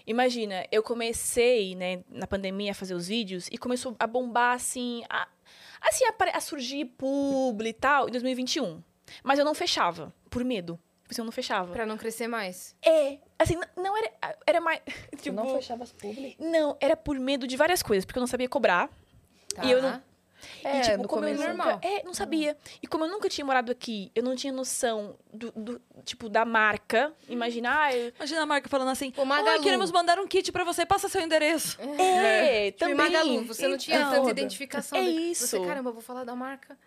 Speaker 4: Imagina, eu comecei, né, na pandemia a fazer os vídeos e começou a bombar, assim, a, assim, a, apare- a surgir publi e tal, em 2021. Mas eu não fechava, por medo. Tipo assim, eu não fechava.
Speaker 2: Pra não crescer mais.
Speaker 4: É, assim, n- não era, era mais,
Speaker 3: Você
Speaker 4: tipo...
Speaker 3: não fechava as públicas?
Speaker 4: Não, era por medo de várias coisas, porque eu não sabia cobrar.
Speaker 2: Tá.
Speaker 4: E eu não-
Speaker 3: É,
Speaker 4: e, tipo,
Speaker 3: no
Speaker 4: como eu
Speaker 3: começo...
Speaker 4: nunca,
Speaker 2: normal.
Speaker 4: É, não sabia. E como eu nunca tinha morado aqui, eu não tinha noção do, do- tipo, da marca. Imagina, ah, eu-
Speaker 1: Imagina a marca falando assim:
Speaker 2: O Magalu. É.
Speaker 1: Oi, queremos mandar um kit pra você, passa seu endereço.
Speaker 4: é,
Speaker 2: Tipo, em
Speaker 4: também.
Speaker 2: Magalu, você não tinha
Speaker 4: Então,
Speaker 2: tanta identificação.
Speaker 4: É
Speaker 2: do-
Speaker 4: isso.
Speaker 2: Você, caramba, eu vou falar da marca.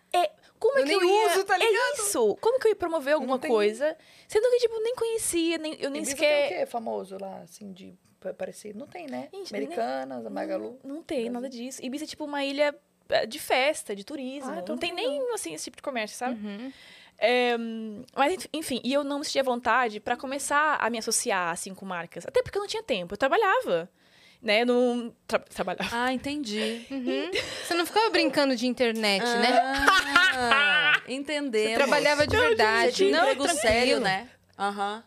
Speaker 4: Como é
Speaker 2: Eu
Speaker 4: que
Speaker 2: nem
Speaker 4: eu ia...
Speaker 2: uso, tá
Speaker 4: É isso. Como que eu ia promover alguma
Speaker 3: tem-
Speaker 4: coisa? Sendo que, tipo, nem conhecia, nem, eu nem
Speaker 3: Ibiza
Speaker 4: sequer...
Speaker 3: tem o quê famoso lá, assim, de pa- parecido? Não tem, né?
Speaker 4: Gente,
Speaker 3: Americanas, a Magalu.
Speaker 4: Não, não tem nada disso. Ibiza é tipo uma ilha eh, de festa, de turismo.
Speaker 3: Ah, então
Speaker 4: não tem
Speaker 3: não.
Speaker 4: nem, assim, esse tipo de comércio, sabe? É, hum, mas enf- enfim, e eu não me sentia à vontade pra começar a me associar assim com marcas, até porque eu não tinha tempo, eu trabalhava, né? Eu não tra- trabalhava.
Speaker 1: Ah, entendi.
Speaker 2: Uhum. Você não ficava brincando de internet, né?
Speaker 1: Ah, entendemos.
Speaker 2: Trabalhava de
Speaker 1: Você
Speaker 2: verdade.
Speaker 1: tinha um
Speaker 2: Não,
Speaker 1: emprego
Speaker 2: tranquilo. Uhum.
Speaker 1: sério, né? Aham.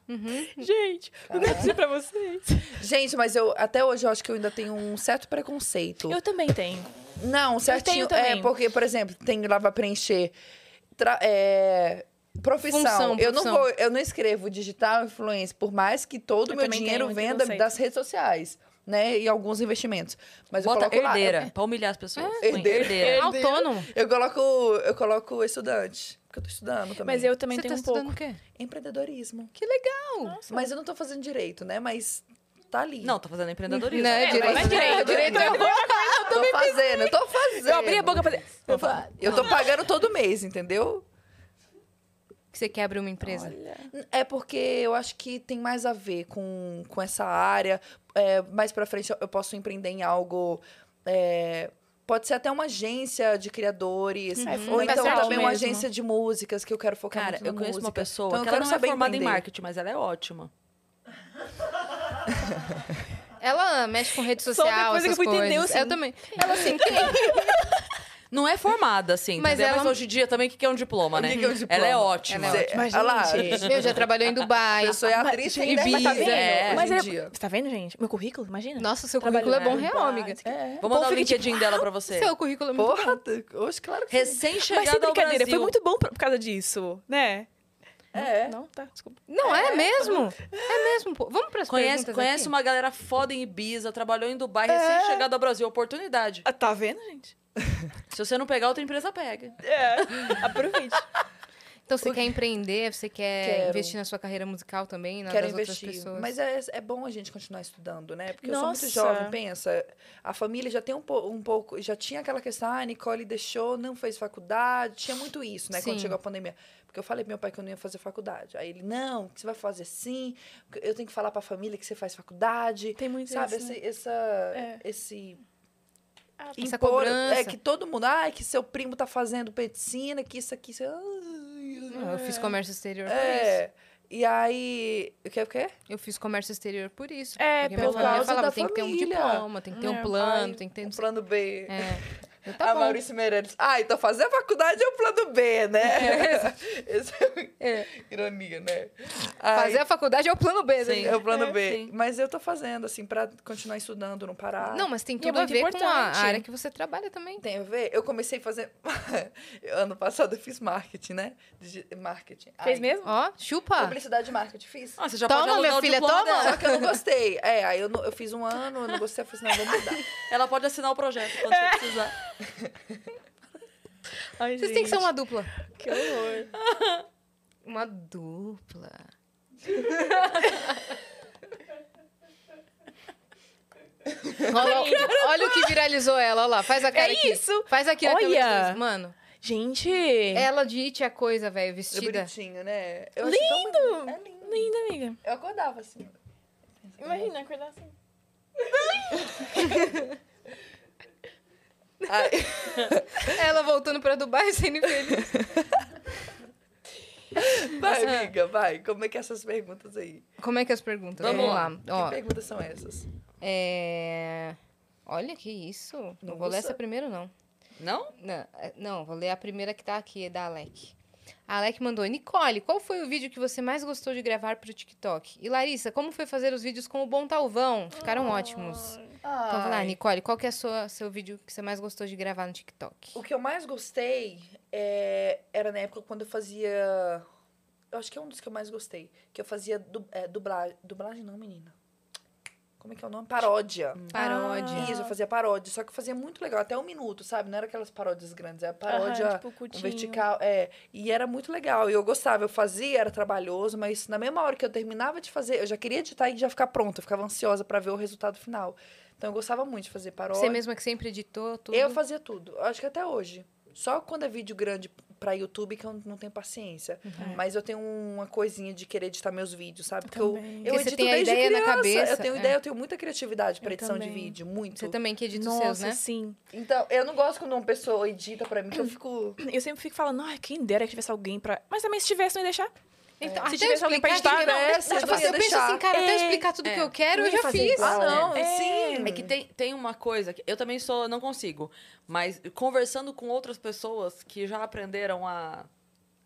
Speaker 4: Gente, eu não dizer pra vocês.
Speaker 3: Gente, mas eu até hoje eu acho que eu ainda tenho um certo preconceito.
Speaker 4: Eu também tenho.
Speaker 3: Não, certinho.
Speaker 4: tenho também.
Speaker 3: É, porque, por exemplo, tem lá pra preencher. tra- é, Profissão.
Speaker 2: Função,
Speaker 3: Eu não
Speaker 2: profissão.
Speaker 3: vou, eu não escrevo digital influencer, por mais que todo o
Speaker 4: Eu
Speaker 3: meu
Speaker 4: também
Speaker 3: dinheiro
Speaker 4: tenho um
Speaker 3: venda
Speaker 4: preconceito.
Speaker 3: das redes sociais, né? E alguns investimentos. Mas
Speaker 1: Bota
Speaker 3: eu coloco lá,
Speaker 1: herdeira, pra humilhar as pessoas. Põe
Speaker 3: Herdeira.
Speaker 1: herdeira.
Speaker 2: Autônomo.
Speaker 3: Eu, eu coloco, eu coloco estudante, porque eu tô estudando também.
Speaker 4: Mas eu também
Speaker 2: Você tá
Speaker 4: tenho um
Speaker 2: estudando
Speaker 4: pouco.
Speaker 2: o quê?
Speaker 3: empreendedorismo.
Speaker 2: Que legal.
Speaker 3: Mas eu não tô fazendo direito, né? Mas tá ali.
Speaker 1: Não, tá fazendo empreendedorismo.
Speaker 2: Não, é
Speaker 4: mas
Speaker 2: direito.
Speaker 4: não é
Speaker 1: né?
Speaker 4: direito.
Speaker 2: direito é horror.
Speaker 1: tá
Speaker 3: tô fazendo, eu tô fazendo.
Speaker 4: Eu abri a boca pra dizer.
Speaker 3: Eu fa- Eu tô pagando todo mês, entendeu?
Speaker 2: Que você quer abrir uma empresa.
Speaker 3: É porque eu acho que tem mais a ver com, com essa área. É, mais pra frente eu- eu posso empreender em algo é, Pode ser até uma agência de criadores.
Speaker 1: Uhum. É
Speaker 3: Ou então
Speaker 4: Pessoal
Speaker 3: também uma
Speaker 4: mesmo.
Speaker 3: agência de músicas que eu quero focar
Speaker 1: Cara,
Speaker 3: muito na
Speaker 1: eu conheço uma
Speaker 3: música.
Speaker 1: pessoa
Speaker 3: Então, eu
Speaker 1: que ela
Speaker 3: quero
Speaker 1: não é
Speaker 3: saber
Speaker 1: formada em
Speaker 3: entender.
Speaker 1: marketing, mas ela é ótima.
Speaker 2: Ela mexe com rede
Speaker 4: Só
Speaker 2: social,
Speaker 4: depois que eu
Speaker 2: essas
Speaker 4: fui entender,
Speaker 2: coisas.
Speaker 4: assim.
Speaker 2: é Eu também. Ela assim, quem?
Speaker 1: Não é formada, assim,
Speaker 2: Mas
Speaker 1: mas, entendeu?
Speaker 2: ela-
Speaker 1: mas hoje em dia também, o que que é um diploma, né?
Speaker 3: que que é um diploma?
Speaker 1: Ela é ótima.
Speaker 2: Ela é
Speaker 3: Você- Olha lá,
Speaker 2: Meu, já trabalhou em Dubai.
Speaker 3: a pessoa é atriz
Speaker 1: gente,
Speaker 3: tem
Speaker 1: mas
Speaker 3: dez-
Speaker 1: tá vendo? É.
Speaker 4: Mas
Speaker 3: hoje em
Speaker 4: é-
Speaker 3: dia.
Speaker 4: Você tá vendo, gente? Meu currículo, imagina.
Speaker 2: Nossa, seu currículo é bom
Speaker 1: Trabalhou,
Speaker 2: real, amiga.
Speaker 3: É.
Speaker 1: Vou mandar
Speaker 4: Pô,
Speaker 1: o
Speaker 4: fica de-
Speaker 1: LinkedIn dela pra você.
Speaker 2: Seu currículo é muito bom.
Speaker 3: Porra, tu- hoje, claro que sim.
Speaker 4: Mas sem
Speaker 1: Recém-chegada ao
Speaker 4: brincadeira,
Speaker 1: Brasil.
Speaker 4: foi muito bom por, por causa disso, né?
Speaker 3: É.
Speaker 4: Não, tá, desculpa.
Speaker 2: Não, é, mesmo? É mesmo, pô. Vamos pras
Speaker 1: Conhece,
Speaker 2: perguntas
Speaker 1: conhece
Speaker 2: aqui? É.
Speaker 1: uma galera foda em Ibiza, trabalhou em Dubai, recém-chegada ao Brasil. Oportunidade.
Speaker 4: Ah, tá vendo, gente?
Speaker 1: Se você não pegar, outra empresa pega.
Speaker 4: É, aproveite.
Speaker 2: Então, você quer empreender, você quer
Speaker 3: Quero.
Speaker 2: investir na sua carreira musical também, na
Speaker 3: Quero
Speaker 2: das outras
Speaker 3: investir.
Speaker 2: pessoas.
Speaker 3: Mas é, é bom a gente continuar estudando, né? Porque
Speaker 4: Nossa.
Speaker 3: eu sou muito jovem, pensa. A família já tem um, po- um pouco. Já tinha aquela questão, ah, a Nicole deixou, não fez faculdade. Tinha muito isso, né? Quando
Speaker 2: Sim.
Speaker 3: chegou a pandemia. Porque eu falei pro meu pai que eu não ia fazer faculdade. Aí ele, não, o que você vai fazer sim. Eu tenho que falar pra família que você faz faculdade.
Speaker 4: Tem muito
Speaker 3: Sabe,
Speaker 4: isso, né?
Speaker 3: esse, essa,
Speaker 4: É. Ah, tá.
Speaker 3: esse
Speaker 2: Essa
Speaker 3: impor-
Speaker 2: cobrança.
Speaker 3: É que todo mundo, ah, que seu primo tá fazendo medicina, que isso aqui. Isso... ai,
Speaker 2: Não, Eu fiz comércio exterior por isso.
Speaker 3: É. E aí. O que é o quê?
Speaker 2: Eu fiz comércio exterior por isso.
Speaker 4: É,
Speaker 2: porque minha
Speaker 4: pelo
Speaker 2: família
Speaker 3: causa
Speaker 2: falava,
Speaker 3: da
Speaker 2: tem que ter um
Speaker 3: família.
Speaker 2: diploma, tem que ter um
Speaker 4: É.
Speaker 2: plano,
Speaker 3: Ai,
Speaker 2: tem que ter...
Speaker 3: Um plano B.
Speaker 2: É. Eu, tá
Speaker 3: a
Speaker 2: bom.
Speaker 3: Maurício Meirelles. Ah, então fazer a faculdade é o plano B, né? Esse é, ironia, né? Ai,
Speaker 2: Fazer a faculdade é o plano B, né?
Speaker 3: é o plano B.
Speaker 1: sim.
Speaker 3: Mas eu tô fazendo, assim, pra continuar estudando, não parar.
Speaker 2: Não, mas tem
Speaker 4: E é
Speaker 2: tudo a
Speaker 4: muito
Speaker 2: ver com a
Speaker 4: importante.
Speaker 2: área que você trabalha também.
Speaker 3: Tem a ver? Eu comecei a fazer. ano passado eu fiz marketing, né? Digi- Marketing. assim, Ai,
Speaker 4: Fez mesmo?
Speaker 2: Ó, chupa.
Speaker 3: Publicidade e marketing, fiz.
Speaker 1: Ah, você já
Speaker 2: Toma,
Speaker 1: pode alugar
Speaker 2: minha
Speaker 1: o
Speaker 2: filha,
Speaker 1: diploma
Speaker 2: toma.
Speaker 1: dela.
Speaker 3: Só que eu não gostei. É, aí eu, não- eu fiz um ano, eu não gostei, eu falei assim, não, vou mudar.
Speaker 1: Ela pode assinar o projeto quando
Speaker 2: É.
Speaker 1: você precisar.
Speaker 4: Ai,
Speaker 2: Vocês têm que ser uma dupla.
Speaker 4: Que horror.
Speaker 2: Uma dupla. Olha, o- olha o que viralizou ela, olha lá. Faz a cara
Speaker 4: É
Speaker 2: aqui.
Speaker 4: isso.
Speaker 2: Faz aqui na
Speaker 4: Olha.
Speaker 2: câmera de vocês. Mano,
Speaker 4: Gente!
Speaker 2: ela de It é a coisa, velho,
Speaker 3: É
Speaker 2: vestida.
Speaker 3: bonitinho, né? Eu achei tão
Speaker 4: Lindo!
Speaker 3: bonito. É lindo.
Speaker 4: Linda, amiga.
Speaker 3: Eu acordava assim.
Speaker 4: Imagina acordar assim.
Speaker 3: Ai,
Speaker 2: Ela voltando pra Dubai sendo feliz.
Speaker 3: vai, amiga, vai. Como é que é essas perguntas aí?
Speaker 2: Como é que é as perguntas?
Speaker 1: Vamos lá.
Speaker 2: Ó,
Speaker 3: Que perguntas são essas?
Speaker 2: é... Olha que isso. Não vou ler
Speaker 3: Nossa.
Speaker 2: essa primeiro, não.
Speaker 1: Não?
Speaker 2: Não, é- não, vou ler a primeira que tá aqui, é da Alec. A Alec mandou: Nicole, qual foi o vídeo que você mais gostou de gravar pro TikTok? E Larissa, como foi fazer os vídeos com o Bom Talvão? Ficaram ótimos. Então vamos lá,
Speaker 3: Ai.
Speaker 2: Nicole, qual que é a sua, seu vídeo que você mais gostou de gravar no TikTok?
Speaker 3: O que eu mais gostei é, era na época quando eu fazia. Eu acho que é um dos que eu mais gostei. Que eu fazia du, é, dublagem. Dublagem não, menina. Como é que é o nome? Paródia.
Speaker 4: Hum.
Speaker 2: Paródia.
Speaker 3: Isso, eu fazia paródia. Só que eu fazia muito legal, até um minuto, sabe? Não era aquelas paródias grandes, era paródia.
Speaker 4: Aham, tipo,
Speaker 3: Um
Speaker 4: curtinho.
Speaker 3: vertical, é. E era muito legal. E eu gostava. Eu fazia, era trabalhoso, mas na mesma hora que eu terminava de fazer, eu já queria editar e já ficar pronta. Eu ficava ansiosa pra ver o resultado final. Então eu gostava muito de fazer paródia.
Speaker 2: Você mesma que sempre editou tudo?
Speaker 3: Eu fazia tudo. Eu Acho que até hoje. Só quando é vídeo grande pra YouTube que eu não tenho paciência.
Speaker 4: É.
Speaker 3: Mas eu tenho uma coisinha de querer editar meus vídeos, sabe? Porque eu,
Speaker 4: também.
Speaker 3: eu
Speaker 2: Porque você
Speaker 3: edito
Speaker 2: tem a
Speaker 3: desde
Speaker 2: ideia na
Speaker 3: criança.
Speaker 2: cabeça,
Speaker 3: eu tenho
Speaker 2: é.
Speaker 3: ideia, eu tenho muita criatividade pra
Speaker 4: Eu
Speaker 3: edição de
Speaker 4: também.
Speaker 3: vídeo, muito.
Speaker 2: Você também que edita os
Speaker 4: Nossa,
Speaker 2: seus, né?
Speaker 4: sim.
Speaker 3: Então, eu não gosto quando uma pessoa edita pra mim, que eu fico...
Speaker 4: Eu sempre fico falando, ai, quem dera que tivesse alguém pra... Mas também se tivesse, não ia deixar.
Speaker 2: Então, até
Speaker 4: Se
Speaker 2: eu
Speaker 4: tivesse alguém pra
Speaker 2: explicar,
Speaker 4: editar,
Speaker 2: não,
Speaker 3: né,
Speaker 2: eu
Speaker 3: você
Speaker 2: faço-
Speaker 3: ia
Speaker 2: eu penso
Speaker 3: deixar.
Speaker 2: assim, cara, até eu
Speaker 4: É,
Speaker 2: explicar tudo
Speaker 1: é.
Speaker 2: que eu quero,
Speaker 4: Não
Speaker 2: eu
Speaker 4: ia
Speaker 2: já
Speaker 4: fazer
Speaker 2: fiz.
Speaker 1: igual.
Speaker 3: Ah, não,
Speaker 4: É.
Speaker 3: sim.
Speaker 1: É que tem, tem uma coisa, que eu também sou, não consigo, mas conversando com outras pessoas que já aprenderam a,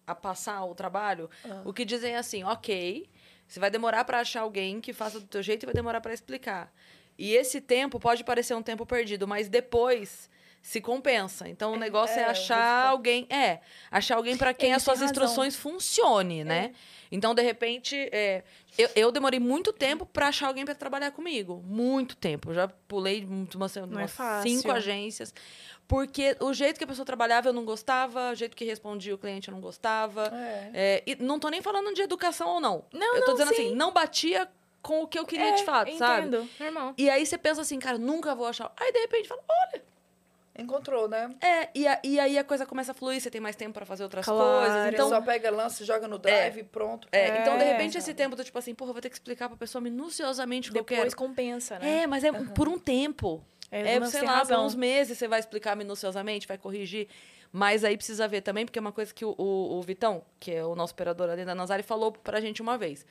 Speaker 1: a passar o trabalho, o que dizem é assim, ok, você vai demorar pra achar alguém que faça do teu jeito e vai demorar pra explicar. E esse tempo pode parecer um tempo perdido, mas depois se compensa. Então o negócio é,
Speaker 3: é, o
Speaker 1: achar alguém, é, achar alguém pra quem
Speaker 4: Eles
Speaker 1: as suas
Speaker 4: têm razão.
Speaker 1: instruções funcionem, né? Então, de repente, é, eu, eu demorei muito tempo pra achar alguém pra trabalhar comigo. Muito tempo. Eu já pulei muito, umas,
Speaker 4: é
Speaker 1: umas
Speaker 4: fácil.
Speaker 1: cinco agências. Porque o jeito que a pessoa trabalhava eu não gostava, o jeito que respondia o cliente eu não gostava.
Speaker 3: É.
Speaker 1: É, e não tô nem falando de educação ou não.
Speaker 4: Não,
Speaker 1: eu tô
Speaker 4: não,
Speaker 1: dizendo
Speaker 4: sim. É,
Speaker 1: assim, não batia com o que eu queria de fato, sabe?
Speaker 4: entendo.
Speaker 2: Normal.
Speaker 1: E aí você pensa assim, cara, nunca vou achar. Aí de repente fala, "Ó,
Speaker 3: Encontrou, né?
Speaker 1: é, e, a- e aí a coisa começa a fluir, você tem mais tempo pra fazer outras
Speaker 4: Claro.
Speaker 1: coisas. Então,
Speaker 3: Só pega, lança, joga no drive e pronto.
Speaker 1: é, então de
Speaker 4: É.
Speaker 1: repente esse tempo do tipo assim, porra, eu vou ter que explicar pra pessoa minuciosamente o que eu quero.
Speaker 4: Depois compensa, né?
Speaker 1: É, mas é por um tempo. É,
Speaker 4: mas
Speaker 1: sei
Speaker 4: tem
Speaker 1: lá,
Speaker 4: razão.
Speaker 1: por uns meses você vai explicar minuciosamente, vai corrigir. Mas aí precisa ver também, porque é uma coisa que o, o- o Vitão, que é o nosso operador ali da Nazari, falou pra gente uma vez.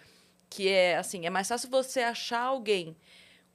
Speaker 1: Que é assim, é mais fácil você achar alguém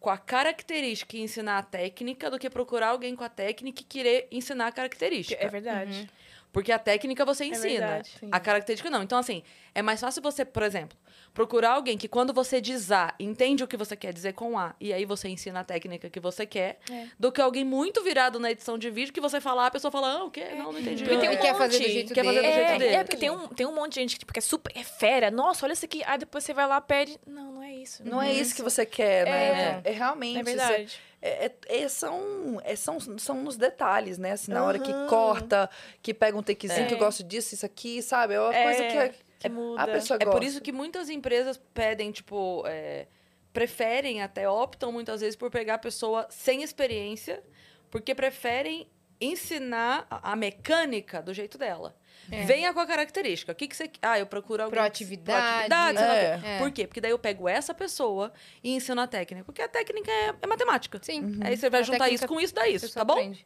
Speaker 1: com a característica e ensinar a técnica do que procurar alguém com a técnica e querer ensinar a característica.
Speaker 4: É verdade.
Speaker 1: Porque a técnica você ensina.
Speaker 4: É verdade.
Speaker 1: a característica não. Então, assim, é mais fácil você, por exemplo, procurar alguém que quando você diz A, entende o que você quer dizer com A, e aí você ensina a técnica que você quer,
Speaker 4: É.
Speaker 1: do que alguém muito virado na edição de vídeo que você fala A, a pessoa fala, ah, o quê? Não, não entendi.
Speaker 4: Porque tem um
Speaker 2: Ele quer fazer do
Speaker 4: monte,
Speaker 2: jeito
Speaker 1: quer fazer
Speaker 2: dele.
Speaker 1: do jeito
Speaker 4: É,
Speaker 1: dele.
Speaker 4: é, porque tem um, tem um monte de gente que, tipo, que é super é fera. Nossa, olha isso aqui. Aí depois você vai lá pede. Não, não é isso.
Speaker 3: Não é isso que você quer, né? É, realmente.
Speaker 4: É
Speaker 3: você-
Speaker 4: verdade.
Speaker 3: é- é- é- são, é- são, são nos detalhes, né? Assim, na hora que corta, que pega um takezinho,
Speaker 4: É.
Speaker 3: que eu gosto disso, isso aqui, sabe? É uma
Speaker 4: É,
Speaker 3: coisa que, a-
Speaker 4: que muda.
Speaker 3: a pessoa
Speaker 1: É
Speaker 3: gosta.
Speaker 1: por isso que muitas empresas pedem, tipo, é, preferem até, optam muitas vezes por pegar a pessoa sem experiência, porque preferem ensinar a a mecânica do jeito dela.
Speaker 2: É.
Speaker 1: Venha com a característica. O que, que você. Ah, eu procuro alguém.
Speaker 2: Proatividade.
Speaker 1: Proatividade, sei lá o quê.
Speaker 2: É.
Speaker 1: Por quê? Porque daí eu pego essa pessoa e ensino a técnica. Porque a técnica é, é matemática.
Speaker 2: Sim.
Speaker 1: Aí você vai
Speaker 2: A
Speaker 1: juntar
Speaker 2: técnica
Speaker 1: isso com isso, dá
Speaker 2: Você
Speaker 1: isso,
Speaker 2: só
Speaker 1: tá bom?
Speaker 2: aprende.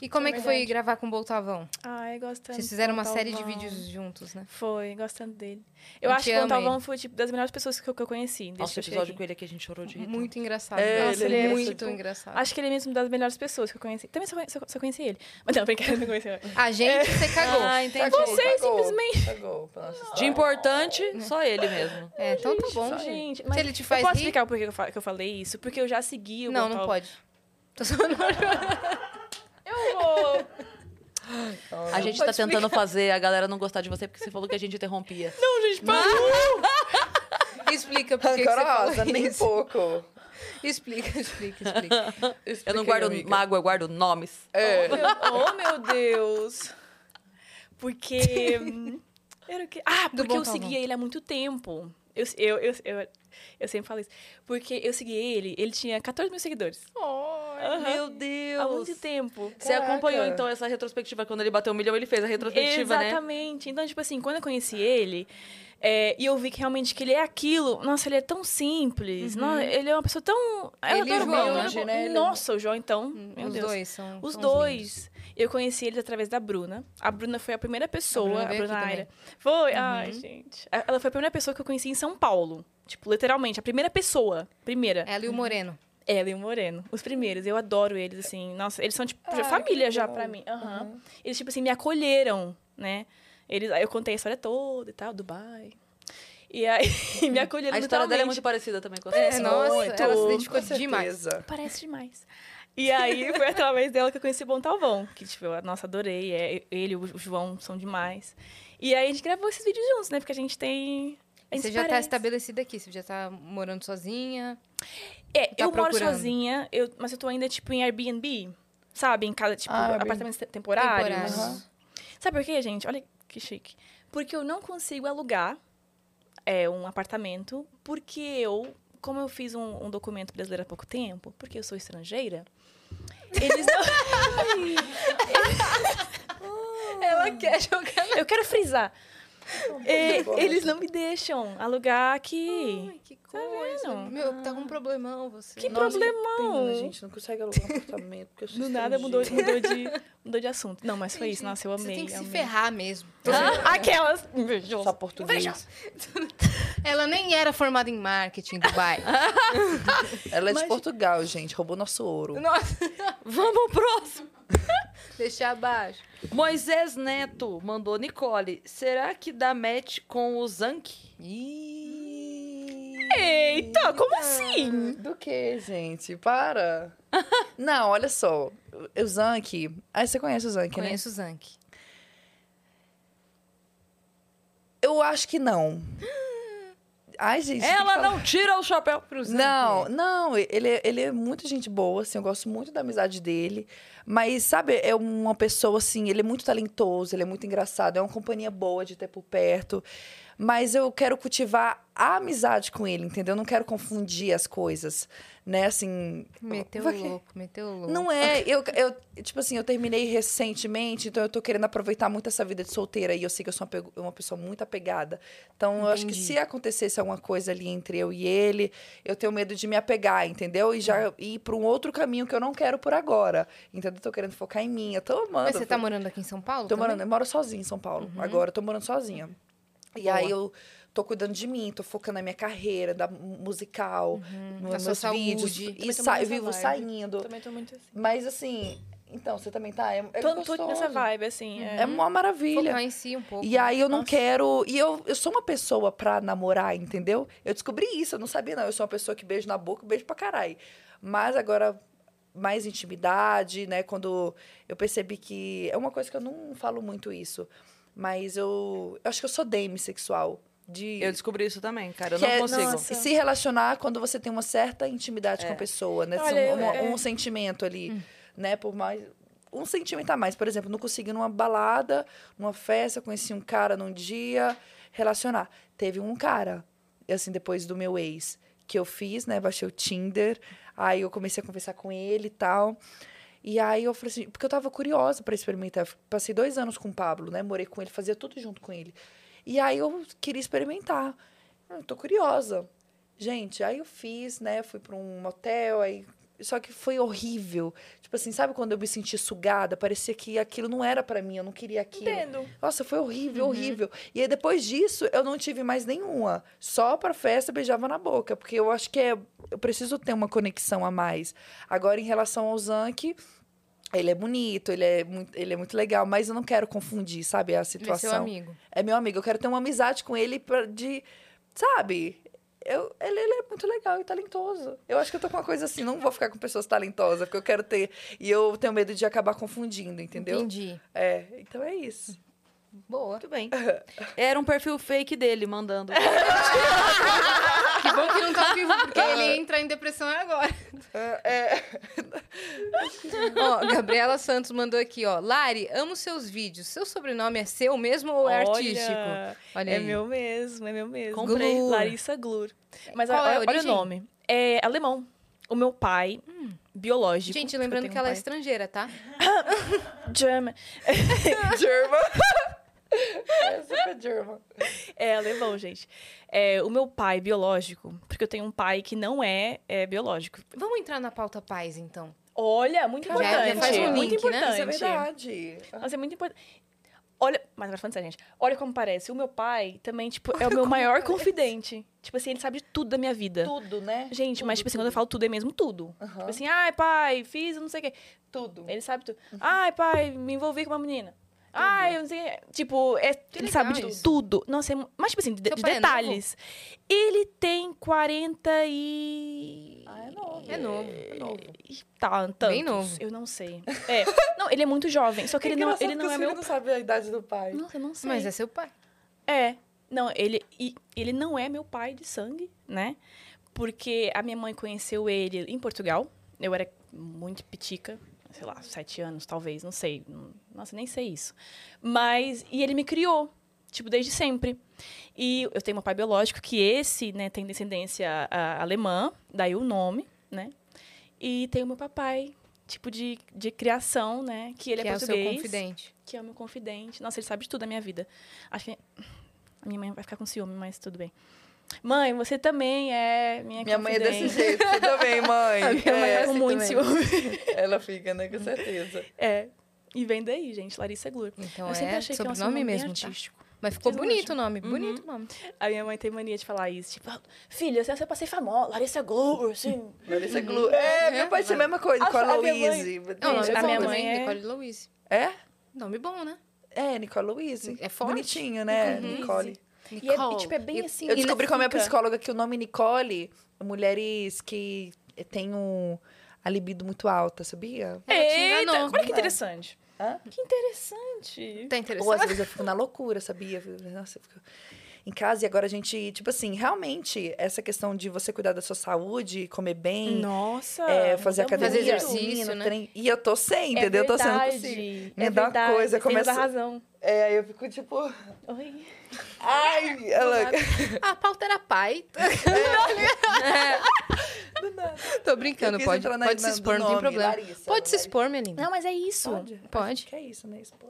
Speaker 2: E como
Speaker 4: é
Speaker 2: é, que foi
Speaker 4: verdade.
Speaker 2: gravar com o Boltavão?
Speaker 4: Ai, gostando.
Speaker 2: Vocês fizeram uma série de vídeos juntos, né?
Speaker 4: Foi, gostando dele. Eu
Speaker 2: Eu
Speaker 4: acho
Speaker 2: te
Speaker 4: que o
Speaker 2: amo,
Speaker 4: Montalvão foi tipo, das melhores pessoas que eu, que eu conheci. desde
Speaker 1: Nossa,
Speaker 4: que
Speaker 1: o
Speaker 4: eu cheguei
Speaker 1: episódio
Speaker 4: aqui.
Speaker 1: com ele aqui a gente chorou de rir.
Speaker 2: Muito engraçado.
Speaker 3: É,
Speaker 4: Nossa, ele é
Speaker 2: muito
Speaker 4: tipo-
Speaker 2: engraçado.
Speaker 4: Acho que ele é mesmo das melhores pessoas que eu conheci. Também só, só, só conheci ele. Mas não, brincadeira, não conheci ele.
Speaker 2: A gente, você cagou.
Speaker 1: Ah, entendi.
Speaker 3: Cagou,
Speaker 4: Você
Speaker 3: cagou,
Speaker 4: simplesmente-
Speaker 3: Cagou pela nossa
Speaker 1: De
Speaker 3: história.
Speaker 1: importante, só ele mesmo.
Speaker 2: É, então tá bom.
Speaker 4: gente.
Speaker 2: Se
Speaker 4: Mas
Speaker 2: ele te faz
Speaker 4: eu posso
Speaker 2: rir-
Speaker 4: explicar por que eu, fa- que eu falei isso? Porque eu já segui o
Speaker 2: Não, não
Speaker 4: Montalvão.
Speaker 2: pode. Tô só no-
Speaker 4: Eu vou...
Speaker 1: A gente tá tentando fazer a galera não gostar de você porque você falou que a gente interrompia.
Speaker 4: Não, gente, para.
Speaker 2: Explica por que que você falou
Speaker 3: Rancorosa, nem
Speaker 2: isso.
Speaker 3: pouco.
Speaker 2: Explica, explica, explica.
Speaker 1: eu não
Speaker 3: aí,
Speaker 1: guardo
Speaker 3: amiga.
Speaker 1: mágoa, eu guardo nomes.
Speaker 3: É.
Speaker 4: Oh, meu Deus. Porque... hum, Era o quê? Ah,
Speaker 2: Do
Speaker 4: porque eu
Speaker 2: Montalvão.
Speaker 4: seguia ele há muito tempo. Eu, eu, eu, eu, eu sempre falo isso. Porque eu segui ele, ele tinha 14 mil seguidores. Aham.
Speaker 1: Meu
Speaker 4: Há
Speaker 1: Deus.
Speaker 4: muito tempo.
Speaker 1: Você
Speaker 3: Caraca.
Speaker 1: acompanhou, então, essa retrospectiva. Quando ele bateu um milhão, ele fez a retrospectiva, né?
Speaker 4: Exatamente. Então, tipo assim, quando eu conheci ele, é, e eu vi que realmente que ele é aquilo, nossa, ele é tão simples. no- ele é uma pessoa tão. Eu
Speaker 2: Ele e
Speaker 4: adoro
Speaker 2: o João,
Speaker 4: eu
Speaker 2: né?
Speaker 4: adoro-
Speaker 3: Né? Ele-
Speaker 4: Nossa, o João, então. Meu
Speaker 2: Os
Speaker 4: Deus.
Speaker 2: dois são. são
Speaker 4: Os
Speaker 2: os lindos.
Speaker 4: dois. Eu conheci eles através da Bruna. A Bruna foi a primeira pessoa.
Speaker 2: Bruna
Speaker 4: A
Speaker 2: veio
Speaker 4: Bruna
Speaker 2: aqui
Speaker 4: Aira. Foi. Ai, gente. A- Ela foi a primeira pessoa que eu conheci em São Paulo. Tipo, literalmente, a primeira pessoa. Primeira.
Speaker 2: Ela e o Moreno.
Speaker 4: Ela e o Moreno. Os primeiros. Eu adoro eles, assim. Nossa, eles são, tipo,
Speaker 3: Ai, que
Speaker 4: família já
Speaker 3: legal.
Speaker 4: pra mim. Aham. Eles, tipo assim, me acolheram, né? Eles, aí eu contei a história toda e tal, Dubai. E aí, me acolheram
Speaker 1: A história dela é
Speaker 4: totalmente.
Speaker 1: muito parecida também com a
Speaker 2: É,
Speaker 1: sua.
Speaker 2: nossa,
Speaker 4: muito.
Speaker 2: ela se
Speaker 3: Com
Speaker 2: identificou demais.
Speaker 3: certeza.
Speaker 4: Parece demais. E aí, foi através dela que eu conheci o Montalvão. Que, tipo, eu, nossa, adorei. É, ele e o João são demais. E aí, a gente gravou esses vídeos juntos, né? Porque a gente tem... A gente
Speaker 2: Você
Speaker 4: se
Speaker 2: já tá
Speaker 4: parece.
Speaker 2: estabelecida aqui, você já tá morando sozinha.
Speaker 4: É,
Speaker 2: Tá
Speaker 4: eu moro
Speaker 2: procurando.
Speaker 4: sozinha, eu, mas eu tô ainda, tipo, em Airbnb, sabe? Em casa, tipo,
Speaker 3: Ah, Airbnb.
Speaker 4: apartamentos te- temporários.
Speaker 2: Temporários.
Speaker 3: Aham.
Speaker 4: Sabe por quê, gente? Olha que chique. Porque eu não consigo alugar é, um apartamento, porque eu, como eu fiz um, um documento brasileiro há pouco tempo, porque eu sou estrangeira, eles não...
Speaker 2: Ela quer jogar.
Speaker 4: eu quero frisar. É,
Speaker 3: bom. né?
Speaker 4: eles não me deixam alugar aqui.
Speaker 2: Que coisa.
Speaker 4: tá vendo?
Speaker 2: Meu, tá com um problemão você.
Speaker 4: Que
Speaker 3: Nossa,
Speaker 4: problemão!
Speaker 3: pena, gente, não consegue alugar um apartamento. porque eu sou
Speaker 4: Do nada mudou,
Speaker 3: estrangeira.
Speaker 4: mudou, de, mudou de assunto. Não, mas foi
Speaker 2: Gente,
Speaker 4: isso. Nossa, eu amei.
Speaker 2: Você tem que se
Speaker 4: amei.
Speaker 2: ferrar mesmo.
Speaker 4: Ah, Aquelas.
Speaker 3: Só português.
Speaker 2: Ela nem era formada em marketing em Dubai.
Speaker 3: Ela é de Portugal, gente. Roubou nosso ouro.
Speaker 2: Nossa,
Speaker 1: Vamos pro próximo.
Speaker 2: deixar abaixo.
Speaker 1: Moisés Neto mandou Nicole. Será que dá match com o Zank?
Speaker 4: Eita, como assim?
Speaker 3: Do que, gente? Para. Não, olha só. O Zank. Ah, você conhece o Zank, né?
Speaker 2: Conheço o Zank.
Speaker 3: Eu acho que não. Ai, gente.
Speaker 1: Ela
Speaker 3: tem que falar-
Speaker 1: não tira o chapéu pro Zank.
Speaker 3: Não, não, ele, é- ele é muito gente boa, assim, eu gosto muito da amizade dele. Mas, sabe, é uma pessoa, assim, ele é muito talentoso, ele é muito engraçado, é uma companhia boa de ter por perto. mas eu quero cultivar a amizade com ele, entendeu? Eu não quero confundir as coisas, né? Assim.
Speaker 2: Meteu
Speaker 3: vai que-
Speaker 2: louco, meteu louco.
Speaker 3: Não é, eu, eu, tipo assim, eu terminei recentemente, então eu tô querendo aproveitar muito essa vida de solteira e eu sei que eu sou uma, pego- uma pessoa muito apegada. Então eu acho que se acontecesse alguma coisa ali entre eu e ele, eu tenho medo de me apegar, entendeu? E
Speaker 2: Tá.
Speaker 3: já ir pra um outro caminho que eu não quero por agora. Entendeu? Eu tô querendo focar em mim, eu tô amando.
Speaker 2: Mas você tá morando aqui em São Paulo?
Speaker 3: Tô
Speaker 2: também? Uhum.
Speaker 3: morando, eu moro sozinha em São Paulo. Agora eu tô morando sozinha. E aí eu tô cuidando de mim, tô focando na minha carreira, da mu- musical, nos
Speaker 2: Uhum. na sua
Speaker 3: meus vídeos.
Speaker 2: saúde.
Speaker 3: E
Speaker 4: Também tô
Speaker 3: sa- eu
Speaker 4: nessa
Speaker 3: vivo
Speaker 4: vibe.
Speaker 3: saindo.
Speaker 4: Também tô muito assim.
Speaker 3: Mas assim, então, você também tá? É, é
Speaker 4: Tô, tô
Speaker 3: gostoso.
Speaker 4: nessa vibe, assim. é.
Speaker 3: É uma maravilha.
Speaker 2: Focar em si um pouco.
Speaker 3: E aí eu não
Speaker 4: Nossa.
Speaker 3: quero. E eu, eu sou uma pessoa pra namorar, entendeu? Eu descobri isso, eu não sabia, não. Eu sou uma pessoa que beijo na boca, beijo pra caralho. Mas agora, mais intimidade, né? Quando eu percebi que. É uma coisa que eu não falo muito isso. Mas eu. Eu acho que eu sou demissexual. De.
Speaker 1: Eu descobri isso também, cara. Eu
Speaker 3: que
Speaker 1: não
Speaker 3: é
Speaker 1: consigo. É.
Speaker 4: nossa.
Speaker 3: Se relacionar quando você tem uma certa intimidade com a pessoa, né?
Speaker 4: Olha,
Speaker 3: Assim, um,
Speaker 4: eu- é.
Speaker 3: um sentimento ali,
Speaker 1: Hum.
Speaker 3: né? Por mais. Um sentimento a mais. Por exemplo, não consegui ir numa balada, numa festa, conheci um cara num dia, relacionar. Teve um cara, assim, depois do meu ex, que eu fiz, né? Baixei o Tinder, aí eu comecei a conversar com ele e tal. E aí eu falei assim, porque eu tava curiosa pra experimentar. Passei dois anos com o Pablo, né? Morei com ele, fazia tudo junto com ele. E aí eu queria experimentar. Eu tô curiosa. Gente, aí eu fiz, né? Fui pra um motel, aí. Só que foi horrível. Tipo assim, sabe quando eu me senti sugada? Parecia que aquilo não era pra mim, eu não queria aquilo.
Speaker 4: Entendo.
Speaker 3: Nossa, foi
Speaker 2: Uhum.
Speaker 3: horrível, horrível. E aí depois disso, eu não tive mais nenhuma. Só pra festa beijava na boca, porque eu acho que é, eu preciso ter uma conexão a mais. Agora em relação ao Zank, ele é bonito, ele é muito, ele é muito legal, mas eu não quero confundir, sabe, a
Speaker 2: Ele é
Speaker 3: situação.
Speaker 2: seu amigo.
Speaker 3: É meu amigo, eu quero ter uma amizade com ele pra, de, sabe? Eu, ele, ele é muito legal e talentoso. Eu acho que eu tô com uma coisa assim, não vou ficar com pessoas talentosas, porque eu quero ter. E eu tenho medo de acabar confundindo, entendeu?
Speaker 2: Entendi.
Speaker 3: É, então é isso.
Speaker 2: Boa.
Speaker 1: Muito bem. Era um perfil fake dele mandando. assim.
Speaker 4: É
Speaker 2: Que bom que não tá vivo, porque ele entra em depressão agora. ó, Gabriela Santos mandou aqui, ó. Lari, amo seus vídeos. Seu sobrenome é seu mesmo ou é
Speaker 4: Olha,
Speaker 2: artístico? Olha
Speaker 4: é
Speaker 2: aí.
Speaker 4: meu mesmo, é meu mesmo.
Speaker 1: Comprei.
Speaker 4: Glur. Larissa Glur. Mas
Speaker 2: Qual é a
Speaker 4: olha, olha o
Speaker 2: origem? Hum.
Speaker 4: nome. É alemão. O meu pai, biológico.
Speaker 2: Gente,
Speaker 4: porque eu
Speaker 2: lembrando
Speaker 4: tenho
Speaker 2: que ela é
Speaker 4: um
Speaker 2: estrangeira, tá?
Speaker 4: pai, German.
Speaker 3: German. é super German.
Speaker 4: É alemão, gente. É, o meu pai biológico, porque eu tenho um pai que não é, é biológico.
Speaker 2: Vamos entrar na pauta paz, então.
Speaker 4: Olha, muito
Speaker 2: Caraca,
Speaker 4: importante.
Speaker 2: faz um
Speaker 4: muito
Speaker 2: link, né?
Speaker 4: importante.
Speaker 3: Isso é verdade.
Speaker 4: Nossa, é muito importante. Olha, mas agora falando sério, gente. Olha como parece. O meu pai também, tipo, é o meu maior confidente. Tipo assim, ele sabe de É tudo da minha vida.
Speaker 3: Tudo, né?
Speaker 4: Gente, mas, tipo assim, quando eu
Speaker 3: tudo.
Speaker 4: falo tudo, é mesmo tudo.
Speaker 3: Aham.
Speaker 4: Tipo assim, ai, pai, fiz não sei o quê.
Speaker 3: Tudo.
Speaker 4: Ele sabe tudo.
Speaker 2: Uhum.
Speaker 4: Ai, pai, me envolvi com uma menina. Ai, eu não sei. o quê. Tipo, é- ele
Speaker 2: legal
Speaker 4: sabe de
Speaker 2: isso.
Speaker 4: tudo. Nossa, é, mu- mas, tipo assim, de,
Speaker 2: Seu
Speaker 4: de
Speaker 2: pai é novo?
Speaker 4: detalhes. ele tem 40 e.
Speaker 3: Ah, é novo.
Speaker 2: É novo.
Speaker 3: É novo.
Speaker 4: e Tá, tantos.
Speaker 2: Bem novo.
Speaker 4: Eu não sei. É. Não, ele é muito jovem. Só que ele não, ele não é meu.
Speaker 3: assim, não sabe a idade do pai.
Speaker 4: Nossa, eu não sei.
Speaker 2: Mas é seu pai.
Speaker 4: É. Não, ele, e- ele não é meu pai de sangue, né? Porque a minha mãe conheceu ele em Portugal. Eu era muito pitica, sei lá, sete anos, talvez, não sei. Hum, Nossa, nem sei isso. Mas, e ele me criou, tipo, desde sempre. E eu tenho um pai biológico que esse, né, tem descendência ah, alemã, daí o nome, né? E tem o meu papai, tipo, de, de criação, né? Que ele
Speaker 2: que
Speaker 4: é
Speaker 2: é o seu
Speaker 4: português
Speaker 2: confidente.
Speaker 4: que é o meu confidente. Nossa, ele sabe de tudo da minha vida. Acho que a minha mãe vai ficar com ciúme, mas tudo bem. Mãe, você também é minha,
Speaker 3: Minha mãe é
Speaker 4: confidente.
Speaker 3: desse jeito. Você também, mãe.
Speaker 4: A minha mãe
Speaker 3: É,
Speaker 4: é com
Speaker 2: Então
Speaker 4: muito ciúme.
Speaker 3: Ela fica, né? Com certeza.
Speaker 4: É. E vem daí, gente, Larissa Glur.
Speaker 2: Então
Speaker 4: eu sempre
Speaker 2: é
Speaker 4: achei que era um
Speaker 2: sobrenome
Speaker 4: sobrenome bem
Speaker 2: mesmo, tá?
Speaker 4: artístico. Uhum.
Speaker 2: Mas ficou
Speaker 4: Vocês não
Speaker 2: bonito
Speaker 4: acham?
Speaker 2: o nome, bonito o nome.
Speaker 4: A minha mãe tem mania de falar isso, tipo, "Ah, filha, você passei famosa, Larissa Glur, assim. sim.
Speaker 3: Larissa Glu. É, meu pai tinha a mesma coisa com a
Speaker 4: Nossa, a minha
Speaker 3: Louise.
Speaker 2: É um nome
Speaker 3: Gente,
Speaker 4: a
Speaker 2: bom
Speaker 4: minha
Speaker 2: também,
Speaker 4: mãe é-
Speaker 2: Nicole Louise.
Speaker 3: É?
Speaker 2: Nome bom, né?
Speaker 3: É, Nicole Louise.
Speaker 2: É forte?
Speaker 3: Bonitinho, né? Nicole.
Speaker 4: E é, e, tipo, é bem
Speaker 2: Eu-
Speaker 4: assim.
Speaker 3: Eu descobri com a minha
Speaker 4: fica.
Speaker 3: psicóloga que o nome Nicole, mulheres que têm um, a libido muito alta, sabia?
Speaker 2: Ela te
Speaker 4: Eita,
Speaker 2: enganou.
Speaker 4: olha que interessante.
Speaker 3: Hã?
Speaker 4: Que interessante.
Speaker 2: Tá
Speaker 3: Ou às
Speaker 2: interessante.
Speaker 3: vezes eu fico na loucura, sabia? Nossa, eu fico... em casa. E agora a gente, tipo assim, realmente, essa questão de você cuidar da sua saúde, comer bem,
Speaker 4: Nossa!
Speaker 3: é, fazer
Speaker 4: muda
Speaker 3: academia,
Speaker 4: muito.
Speaker 2: Fazer exercício,
Speaker 3: menino,
Speaker 2: né?
Speaker 3: trem. E eu tô sem,
Speaker 4: É
Speaker 3: entendeu? Eu tô sem, eu não
Speaker 4: verdade,
Speaker 3: consigo.
Speaker 4: É
Speaker 3: Me dá uma
Speaker 4: verdade,
Speaker 3: coisa,
Speaker 4: tem toda
Speaker 3: começa-
Speaker 4: razão.
Speaker 3: É, aí eu fico tipo,
Speaker 4: Oi.
Speaker 3: ai, ela...
Speaker 2: A pauta era pai. Tô brincando,
Speaker 3: É. Eu quis
Speaker 2: pode,
Speaker 3: entrar na-
Speaker 2: pode se
Speaker 3: na- do
Speaker 2: expor, não tem
Speaker 3: nome,
Speaker 2: problema.
Speaker 3: Larissa,
Speaker 2: pode se
Speaker 3: Larissa.
Speaker 2: expor, minha linda.
Speaker 4: Não, mas é isso.
Speaker 3: Pode?
Speaker 2: Pode.
Speaker 3: Que é isso, né? Isso, pô,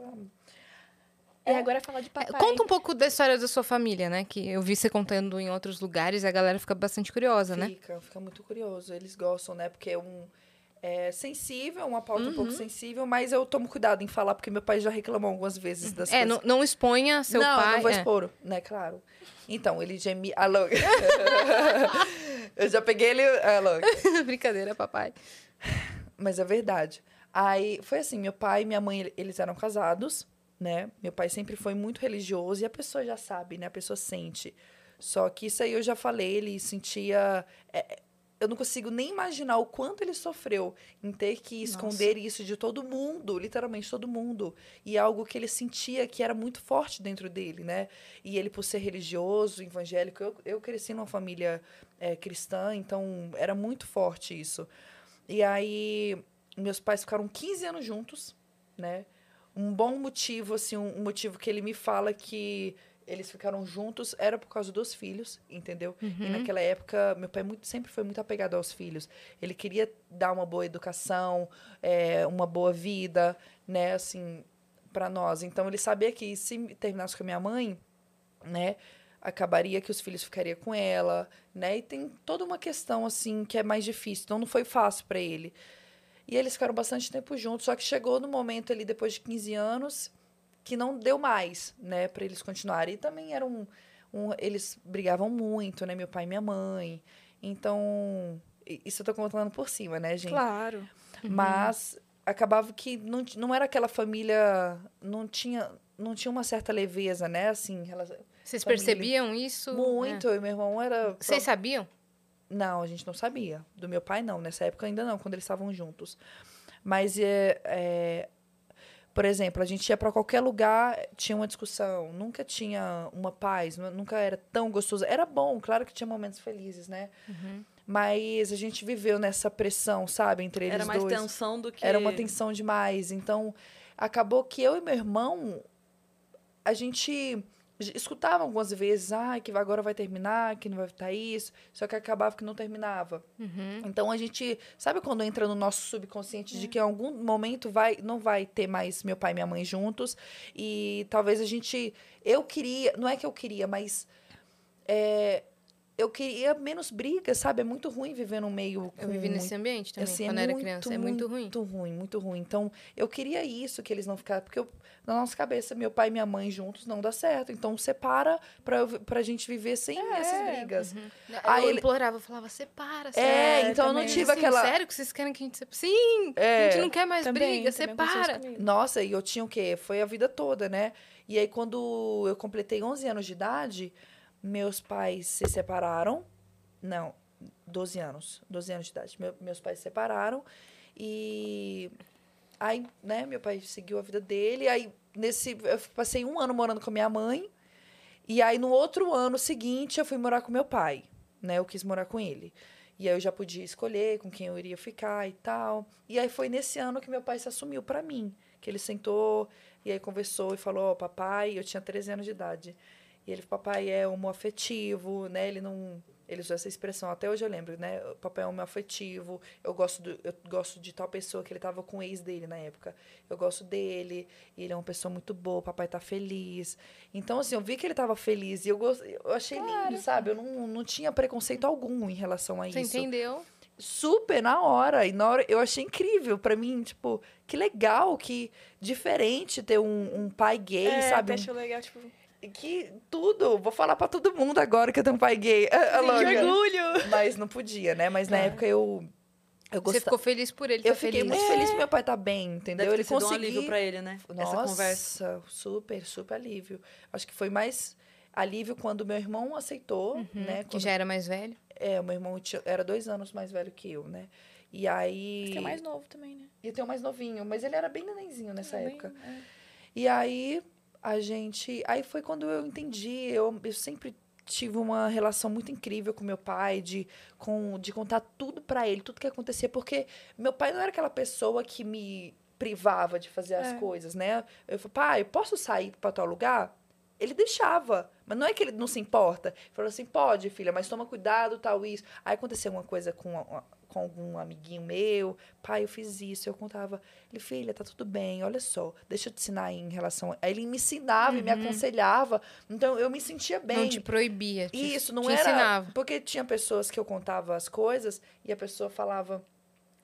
Speaker 4: É agora falar de papai.
Speaker 2: Conta um pouco da história da sua família, né? Que eu vi você contando em outros lugares e a galera fica bastante curiosa, né?
Speaker 3: Fica, fica muito curioso. Eles gostam, né? Porque é um. É sensível, uma pauta um pouco
Speaker 2: Uhum.
Speaker 3: sensível, mas eu tomo cuidado em falar, porque meu pai já reclamou algumas vezes das
Speaker 2: É,
Speaker 3: coisas.
Speaker 2: não, não exponha seu
Speaker 3: não, eu
Speaker 2: pai.
Speaker 3: não vou
Speaker 2: é.
Speaker 3: expor, né? Claro. Então, ele gemia. Alô. eu já peguei ele. Alô.
Speaker 2: Brincadeira, papai.
Speaker 3: Mas é verdade. Aí foi assim, meu pai e minha mãe, ele- eles eram casados, né? Meu pai sempre foi muito religioso e a pessoa já sabe, né? A pessoa sente. Só que isso aí eu já falei, ele sentia é, é, eu não consigo nem imaginar o quanto ele sofreu em ter que esconder isso de todo mundo, literalmente todo mundo. E é algo que ele sentia que era muito forte dentro dele, né? E ele, por ser religioso, evangélico, eu, eu cresci numa família é, cristã, então era muito forte isso. E aí, meus pais ficaram 15 anos juntos, né? Um bom motivo, assim, um um motivo que ele me fala que eles ficaram juntos era por causa dos filhos, entendeu? E naquela época, meu pai muito, sempre foi muito apegado aos filhos. Ele queria dar uma boa educação, é, uma boa vida, né? Assim, para nós. Então, ele sabia que se terminasse com a minha mãe, né? Acabaria que os filhos ficariam com ela, né? E tem toda uma questão, assim, que é mais difícil. Então, não foi fácil para ele. E eles ficaram bastante tempo juntos, só que chegou no momento ali, depois de 15 anos, que não deu mais, né, para eles continuarem. E também era um, um- Eles brigavam muito, né? Meu pai e minha mãe. Então. i- Isso eu tô contando por cima, né, gente?
Speaker 4: Claro.
Speaker 1: Uhum.
Speaker 3: Mas acabava que não, ti- não era aquela família. Não tinha, não tinha uma certa leveza, né? Assim, relação-
Speaker 2: Vocês
Speaker 3: Família.
Speaker 2: percebiam isso?
Speaker 3: muito. Eu e meu irmão era.
Speaker 2: É. Vocês sabiam?
Speaker 3: Não, a gente não sabia. Do meu pai, não. Nessa época ainda não, quando eles estavam juntos. Mas, é, é, por exemplo, a gente ia pra qualquer lugar, tinha uma discussão. Nunca tinha uma paz, nu- nunca era tão gostoso. Era bom, claro que tinha momentos felizes, né?
Speaker 1: Uhum.
Speaker 3: Mas a gente viveu nessa pressão, sabe? Entre eles
Speaker 1: Era mais
Speaker 3: dois.
Speaker 1: tensão do que.
Speaker 3: Era uma tensão demais. Então, acabou que eu e meu irmão, a gente j- escutava algumas vezes, ah, que vai- agora vai terminar, que não vai estar isso. Só que acabava que não terminava.
Speaker 2: Uhum.
Speaker 3: Então, a gente... Sabe quando entra no nosso subconsciente
Speaker 2: É.
Speaker 3: de que em algum momento vai, não vai ter mais meu pai e minha mãe juntos? E talvez a gente... Eu queria... Não é que eu queria, mas... é, eu queria menos briga, sabe? É muito ruim viver num meio com
Speaker 2: Eu vivi
Speaker 3: muito
Speaker 2: nesse ambiente também,
Speaker 3: Assim,
Speaker 2: quando era criança. É muito ruim.
Speaker 3: Muito ruim, muito ruim. Então, eu queria isso, que eles não ficassem. Porque eu- na nossa cabeça, meu pai e minha mãe juntos não dá certo. Então, separa pra, eu vi- pra gente viver sem essas brigas. Ah,
Speaker 2: eu
Speaker 3: ele-
Speaker 2: implorava, eu falava, separa,
Speaker 3: É,
Speaker 2: separa.
Speaker 3: então eu não
Speaker 2: Mas,
Speaker 3: tive
Speaker 2: assim,
Speaker 3: aquela. É.
Speaker 2: Sério que vocês querem que a gente separe? Sim! A gente não quer mais
Speaker 4: Também,
Speaker 2: briga,
Speaker 4: também aconteceu
Speaker 2: separa.
Speaker 4: isso comigo.
Speaker 3: Nossa, e eu tinha o quê? Foi a vida toda, né? E aí, quando eu completei 11 anos de idade, meus pais se separaram. Não, 12 anos. 12 anos de idade. Meu- meus pais se separaram. E aí, né, meu pai seguiu a vida dele. Aí, nesse. Eu passei um ano morando com a minha mãe. E aí, no outro ano seguinte, eu fui morar com meu pai, né? Eu quis morar com ele. E aí eu já podia escolher com quem eu iria ficar e tal. E aí foi nesse ano que meu pai se assumiu pra mim. Que ele sentou e aí conversou e falou: Ó, papai, eu tinha 13 anos de idade. E ele, papai é homoafetivo, né? Ele não. Ele usou essa expressão, até hoje eu lembro, né? Papai é homoafetivo, eu gosto, do, eu gosto de tal pessoa que ele tava com o ex dele na época. Eu gosto dele, ele é uma pessoa muito boa, papai tá feliz. Então, assim, eu vi que ele tava feliz e eu, gos- eu achei lindo, sabe? Eu não, não tinha preconceito algum em relação a
Speaker 2: Você
Speaker 3: isso
Speaker 2: entendeu?
Speaker 3: super na hora. E na hora eu achei incrível pra mim, tipo, que legal, que diferente ter um, um pai gay,
Speaker 4: é,
Speaker 3: sabe?
Speaker 4: até achei legal, tipo...
Speaker 3: Um- que tudo, vou falar pra todo mundo agora que eu tenho um pai gay. Ah,
Speaker 4: Que
Speaker 3: Logan.
Speaker 4: orgulho!
Speaker 3: Mas não podia, né? Mas na
Speaker 1: É.
Speaker 4: Claro.
Speaker 3: época eu eu
Speaker 2: Você
Speaker 3: gostava.
Speaker 2: ficou feliz por ele,
Speaker 3: eu
Speaker 2: tá
Speaker 3: fiquei
Speaker 2: feliz.
Speaker 3: muito feliz que meu pai tá bem, entendeu?
Speaker 1: É. Deve ter
Speaker 3: ele
Speaker 1: sido um
Speaker 3: conseguiu
Speaker 1: alívio pra ele, né? Essa conversa.
Speaker 3: nossa, super, super alívio. Acho que foi mais alívio quando meu irmão aceitou,
Speaker 1: Uhum,
Speaker 3: né?
Speaker 2: Que
Speaker 3: Quando-
Speaker 2: já era mais velho.
Speaker 3: É, meu irmão tinha- era dois anos mais velho que eu, né? E aí.
Speaker 4: Você é mais novo também, né? é.
Speaker 3: E eu tenho o mais novinho, mas ele era bem nenenzinho nessa
Speaker 4: Também,
Speaker 3: época.
Speaker 4: é.
Speaker 3: E aí a gente. Aí foi quando eu entendi. Eu, eu sempre tive uma relação muito incrível com meu pai, de, com, de contar tudo pra ele, tudo que acontecia, porque meu pai não era aquela pessoa que me privava de fazer as
Speaker 4: É.
Speaker 3: coisas, né? Eu falei, pai, posso sair pra tal lugar? Ele deixava, mas não é que ele não se importa. Ele falou assim, pode, filha, mas toma cuidado, tal, isso. Aí aconteceu uma coisa com, a- com algum amiguinho meu, pai, eu fiz isso, eu contava. Ele, filha, tá tudo bem, olha só, deixa eu te ensinar aí em relação... a-" Aí ele me ensinava e me aconselhava, então eu me sentia bem.
Speaker 2: Uhum. Não te proibia. Te,
Speaker 3: Isso, não
Speaker 2: te
Speaker 3: era.
Speaker 2: ensinava.
Speaker 3: Porque tinha pessoas que eu contava as coisas e a pessoa falava: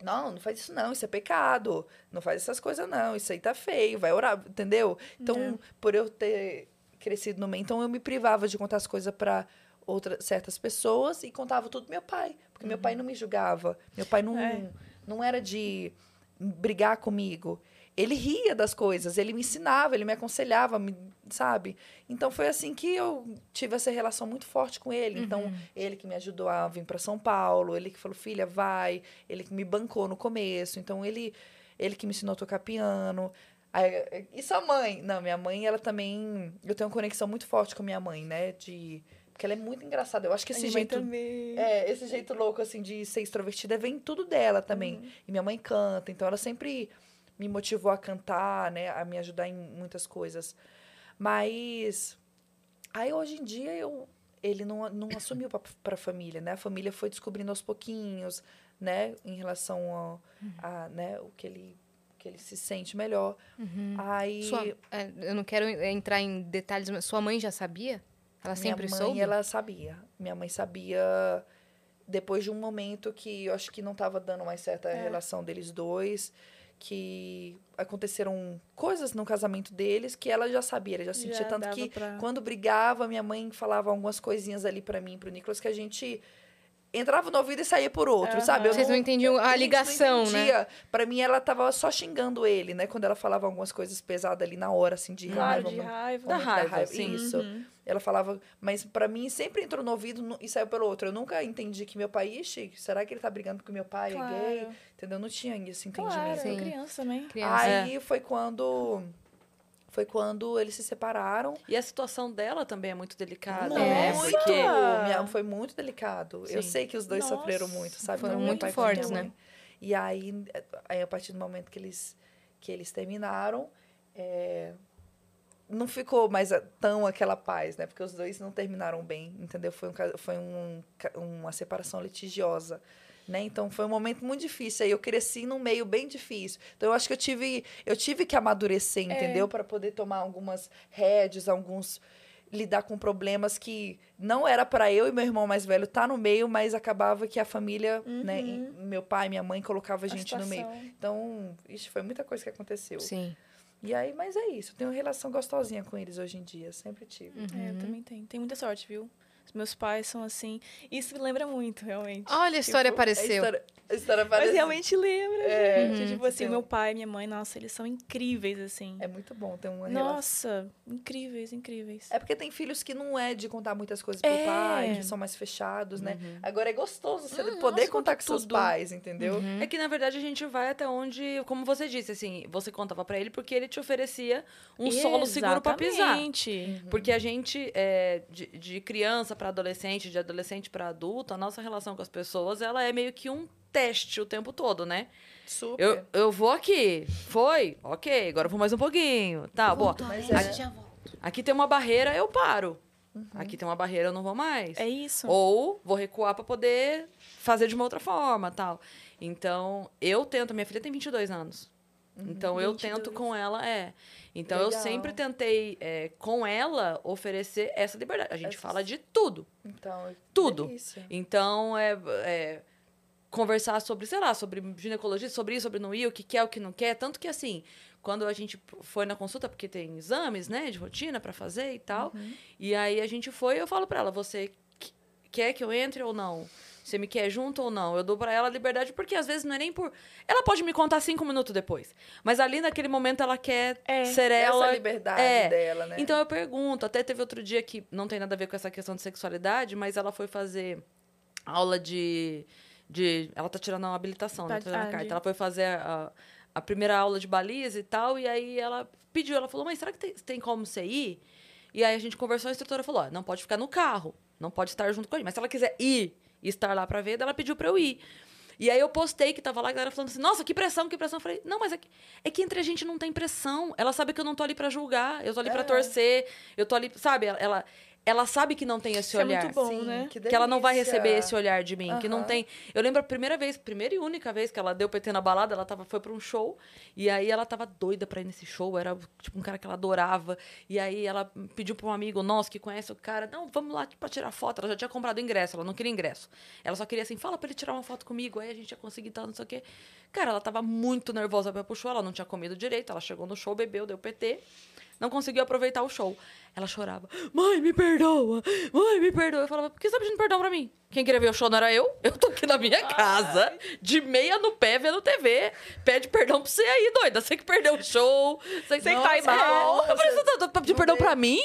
Speaker 3: Não, não faz isso não, isso é pecado. Não faz essas coisas não, isso aí tá feio, vai orar, entendeu? Então, por eu ter crescido no meio, então eu me privava de contar as coisas pra outras certas pessoas e contava tudo pro meu pai, porque
Speaker 2: Uhum.
Speaker 3: meu pai não me julgava. Meu pai não
Speaker 4: É.
Speaker 3: não era de brigar comigo. Ele ria das coisas, ele me ensinava, ele me aconselhava, me, sabe? Então foi assim que eu tive essa relação muito forte com ele. Então, ele que me ajudou a vir para São Paulo, ele que falou, filha, vai, ele que me bancou no começo. Então, ele, ele que me ensinou a tocar piano. Aí, e sua mãe? Não, minha mãe, ela também. Eu tenho uma conexão muito forte com minha mãe, né? De. Porque ela é muito engraçada. Eu acho que esse
Speaker 4: Minha mãe
Speaker 3: jeito
Speaker 4: também.
Speaker 3: é, esse jeito louco, assim, de ser extrovertida vem tudo dela também. E minha mãe canta, então ela sempre me motivou a cantar, né? A me ajudar em muitas coisas. Mas. Aí hoje em dia eu. Ele não, não assumiu pra, pra família, né? A família foi descobrindo aos pouquinhos, né? Em relação ao- a, né? O que ele, que ele se sente melhor. Aí.
Speaker 2: Sua- é, eu não quero entrar em detalhes, mas sua mãe já sabia? Ela sempre
Speaker 3: minha mãe,
Speaker 2: soube?
Speaker 3: ela sabia. Minha mãe sabia depois de um momento que eu acho que não estava dando mais certa a relação deles dois, que aconteceram coisas no casamento deles que ela já sabia, ela já sentia tanto
Speaker 4: é, dava
Speaker 3: que
Speaker 4: pra-
Speaker 3: quando brigava, minha mãe falava algumas coisinhas ali pra mim, pro Nicolas que a gente entrava no ouvido e saía por outro,
Speaker 4: Aham.
Speaker 3: sabe? Eu
Speaker 2: Vocês não entendiam a
Speaker 3: gente,
Speaker 2: ligação,
Speaker 3: não
Speaker 2: né?
Speaker 3: entendia. Pra mim ela tava só xingando ele, né, quando ela falava algumas coisas pesadas ali na hora assim de
Speaker 4: Claro,
Speaker 3: raiva,
Speaker 4: de
Speaker 3: mano.
Speaker 4: raiva. Uhum.
Speaker 1: Da
Speaker 3: Momento
Speaker 1: raiva, sim.
Speaker 3: Isso. Ela falava, mas pra mim sempre entrou no ouvido nu- e saiu pelo outro. Eu nunca entendi que meu pai, ixi, será que ele tá brigando porque meu pai é gay?
Speaker 4: Claro,
Speaker 3: Entendeu? Não tinha esse
Speaker 4: claro
Speaker 3: entendimento.
Speaker 2: Sim.
Speaker 4: criança né? também.
Speaker 2: Criança.
Speaker 3: Aí foi quando foi quando eles se separaram.
Speaker 1: E a situação dela também é muito delicada, né?
Speaker 3: Muito!
Speaker 1: Porque
Speaker 3: Minha- foi muito delicado. Eu
Speaker 1: Sim.
Speaker 3: sei que os dois
Speaker 4: Nossa,
Speaker 3: sofreram muito, sabe?
Speaker 2: foram
Speaker 3: Tanto meu
Speaker 2: muito
Speaker 3: pai quanto minha
Speaker 2: fortes,
Speaker 3: mãe.
Speaker 2: né?
Speaker 3: E aí, eh, aí, a partir do momento que eles, que eles terminaram, é, não ficou mais a- tão aquela paz, né? Porque os dois não terminaram bem, entendeu? Foi, um, ca- foi um, ca- uma separação litigiosa. Né? Então foi um momento muito difícil. Aí eu cresci num meio bem difícil. Então eu acho que eu tive, eu tive que amadurecer, entendeu? Para poder tomar algumas rédeas, alguns lidar com problemas que não era pra eu e meu irmão mais velho estar no meio, mas acabava que a família, né, e meu pai, minha mãe colocava a gente no meio. Então, isso foi muita coisa que aconteceu.
Speaker 2: Sim.
Speaker 3: E aí, mas é isso. Eu tenho uma relação gostosinha com eles hoje em dia, sempre
Speaker 1: Hum,
Speaker 3: tive.
Speaker 4: É, eu também tenho. Tenho muita sorte, viu? Os meus pais são assim. Isso me lembra muito,
Speaker 3: Ah,
Speaker 4: realmente.
Speaker 2: Olha, a história
Speaker 3: A
Speaker 2: apareceu.
Speaker 3: história, a história
Speaker 4: Mas
Speaker 3: parece-
Speaker 4: realmente lembra,
Speaker 3: É.
Speaker 4: gente.
Speaker 3: Uhum.
Speaker 4: Tipo assim,
Speaker 3: Tem
Speaker 4: o
Speaker 3: um-
Speaker 4: meu pai e minha mãe, nossa, eles são incríveis, assim.
Speaker 3: é muito bom ter uma relação.
Speaker 4: Nossa, incríveis, incríveis.
Speaker 3: É porque tem filhos que não é de contar muitas coisas pro
Speaker 4: É.
Speaker 3: pai, que são mais fechados, né?
Speaker 1: Uhum.
Speaker 3: Agora é gostoso você
Speaker 1: Hum,
Speaker 3: poder
Speaker 4: nossa,
Speaker 3: contar
Speaker 4: conta
Speaker 3: com seus
Speaker 4: tudo.
Speaker 3: pais, entendeu?
Speaker 1: É que, na verdade, a gente vai até onde, como você disse, assim, você contava pra ele porque ele te oferecia um solo seguro pra pisar.
Speaker 4: Exatamente.
Speaker 3: Uhum.
Speaker 1: Porque a gente, é, de, de criança pra adolescente, de adolescente pra adulto, a nossa relação com as pessoas, ela é meio que um teste o tempo todo, né?
Speaker 3: Super.
Speaker 1: Eu, eu vou aqui. Foi? Ok, agora eu vou mais um pouquinho. Tá, boa.
Speaker 3: Mas é,
Speaker 1: Aqui- Aqui tem uma barreira, eu paro.
Speaker 3: Uhum.
Speaker 1: Aqui tem uma barreira, eu não vou mais.
Speaker 4: É isso.
Speaker 1: Ou vou recuar pra poder fazer de uma outra forma, tal. Então, eu tento, minha filha tem 22 anos. Então eu tento com ela, é. Então eu
Speaker 3: Legal.
Speaker 1: sempre tentei é, com ela oferecer essa liberdade. A gente
Speaker 3: Essas-
Speaker 1: fala de tudo.
Speaker 3: Então,
Speaker 1: Tudo.
Speaker 3: Isso.
Speaker 1: Então, é, é, conversar sobre, sei lá, sobre ginecologia, sobre isso, sobre não ir, o que quer, o que não quer. Tanto que, assim, quando a gente foi na consulta, porque tem exames, né, de rotina pra fazer e tal. E aí a gente foi eu falo pra ela, você que- quer que eu entre ou não? Você me quer junto ou não? Eu dou pra ela a liberdade, porque às vezes não é nem por... Ela pode me contar cinco minutos depois. Mas ali naquele momento ela quer
Speaker 4: É,
Speaker 1: ser
Speaker 3: Essa
Speaker 1: ela.
Speaker 3: liberdade
Speaker 1: é.
Speaker 3: dela, né?
Speaker 1: Então eu pergunto, até teve outro dia que não tem nada a ver com essa questão de sexualidade, mas ela foi fazer aula de. de ela tá tirando uma habilitação, né?
Speaker 4: Tá-
Speaker 1: Tá tirando a
Speaker 4: ah,
Speaker 1: carta.
Speaker 4: de-
Speaker 1: Ela foi fazer a, a primeira aula de baliza e tal. E aí ela pediu, ela falou, mãe, será que tem, tem como você ir? E aí a gente conversou, a instrutora falou, ó, não pode ficar no carro, não pode estar junto com a gente. Mas se ela quiser ir e estar lá pra ver, daí ela pediu pra eu ir. E aí eu postei que tava lá, a galera falando assim, nossa, que pressão, que pressão. Eu falei, não, mas é que, é que entre a gente não tem pressão. Ela sabe que eu não tô ali pra julgar, eu tô
Speaker 4: É.
Speaker 1: ali pra torcer, eu tô ali, sabe? Ela, ela, ela sabe que não tem esse
Speaker 4: Isso é
Speaker 1: olhar
Speaker 4: muito bom,
Speaker 3: Sim,
Speaker 4: né?
Speaker 3: que
Speaker 1: que ela não vai
Speaker 3: delícia.
Speaker 1: receber esse olhar de mim, que não
Speaker 3: Aham.
Speaker 1: tem. Eu lembro a primeira vez, primeira e única vez que ela deu PT na balada, ela tava, foi pra um show, e aí ela tava doida pra ir nesse show, era tipo um cara que ela adorava, e aí ela pediu pra um amigo nosso que conhece o cara, não, vamos lá pra tirar foto, ela já tinha comprado ingresso, ela não queria ingresso. Ela só queria assim, fala pra ele tirar uma foto comigo, aí a gente ia conseguir tal, não sei o quê. Cara, ela tava muito nervosa pra ir pro show, ela não tinha comido direito, ela chegou no show, bebeu, deu PT, não conseguiu aproveitar o show. Ela chorava. Mãe, me perdoa. Mãe, me perdoa. Eu falava, por que você tá pedindo perdão pra mim? Quem queria ver o show não era eu. Eu tô aqui na minha casa, de meia no pé, vendo TV. Pede perdão pra você aí, doida. Você que perdeu o show. Você
Speaker 4: que tá aí mal.
Speaker 1: É. Eu falei, você tá, tá pedindo perdão pra mim?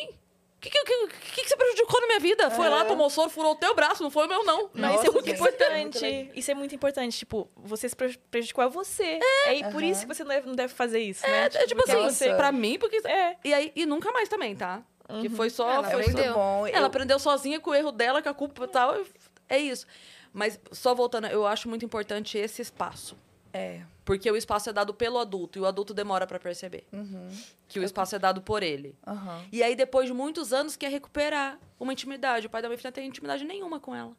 Speaker 1: O que, que, que, que, que você prejudicou na minha vida? Foi lá, tomou soro, furou o teu braço, não foi o meu, não.
Speaker 4: Não, isso é muito
Speaker 3: gente,
Speaker 4: importante. isso é muito importante. Tipo, você se pre- prejudicou a você. É, e por isso que você não deve, não deve fazer isso, né?
Speaker 1: É, é tipo
Speaker 4: porque
Speaker 1: assim,
Speaker 4: você-
Speaker 1: pra mim, porque.
Speaker 4: É.
Speaker 1: E aí, e nunca mais também, tá? Que foi só.
Speaker 2: Ela
Speaker 1: foi só-
Speaker 2: aprendeu.
Speaker 3: Muito bom.
Speaker 1: Ela
Speaker 3: Eu-
Speaker 1: aprendeu sozinha com o erro dela, com a culpa e tal. e É isso. Mas só voltando, eu acho muito importante esse espaço.
Speaker 3: É.
Speaker 1: Porque o espaço é dado pelo adulto e o adulto demora pra perceber que o espaço é dado por ele.
Speaker 3: uhum, Aham.
Speaker 1: E aí, depois de muitos anos, quer recuperar uma intimidade. O pai da minha filha não tem intimidade nenhuma com ela.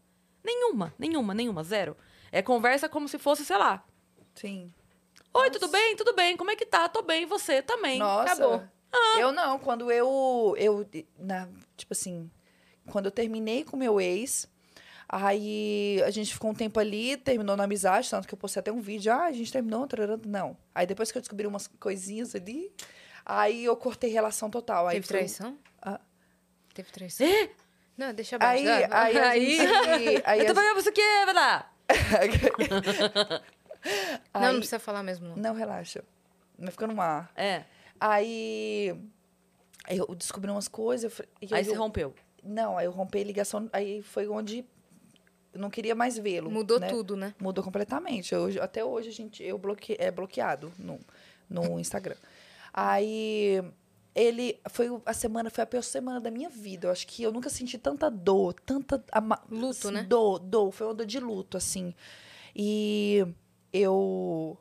Speaker 1: Nenhuma, nenhuma, nenhuma, zero. É conversa como se fosse, sei lá.
Speaker 3: Sim.
Speaker 1: Oi, tudo bem? Tudo bem? Como é que tá? Tô bem, você também.
Speaker 3: Nossa.
Speaker 1: Acabou.
Speaker 2: Ah.
Speaker 3: Eu não, quando eu. eu na, tipo assim, quando eu terminei com meu ex, aí a gente ficou um tempo ali, terminou na amizade, tanto que eu postei até um vídeo, ah, a gente terminou, tararã, não. Aí depois que eu descobri umas coisinhas ali, aí eu cortei relação total. Aí
Speaker 2: Teve
Speaker 3: foi-
Speaker 2: traição?
Speaker 3: Ah.
Speaker 2: Teve traição?
Speaker 1: É?
Speaker 2: Não, deixa abaixo.
Speaker 3: Aí, aí,
Speaker 2: Ah,
Speaker 3: a
Speaker 1: Aí-
Speaker 3: gente- aí
Speaker 1: Eu
Speaker 3: a
Speaker 1: tô vendo você que é, verdade?
Speaker 2: Não,
Speaker 3: Aí-
Speaker 2: não precisa falar mesmo. Não.
Speaker 3: Não, relaxa. Não fica no ar.
Speaker 1: É.
Speaker 3: Aí eu descobri umas coisas. eu falei- e
Speaker 1: Aí
Speaker 3: eu-
Speaker 1: se rompeu.
Speaker 3: Não, aí eu rompi a ligação. Aí foi onde eu não queria mais vê-lo.
Speaker 2: Mudou
Speaker 3: né?
Speaker 2: tudo, né?
Speaker 3: Mudou completamente. Hoje, até hoje a gente eu bloque, é bloqueado no, no Instagram. Aí ele foi o- a semana foi a pior semana da minha vida. Eu acho que eu nunca senti tanta dor, tanta ama-
Speaker 2: Luto,
Speaker 3: assim,
Speaker 2: né?
Speaker 3: Dor, dor, foi uma dor de luto assim. E eu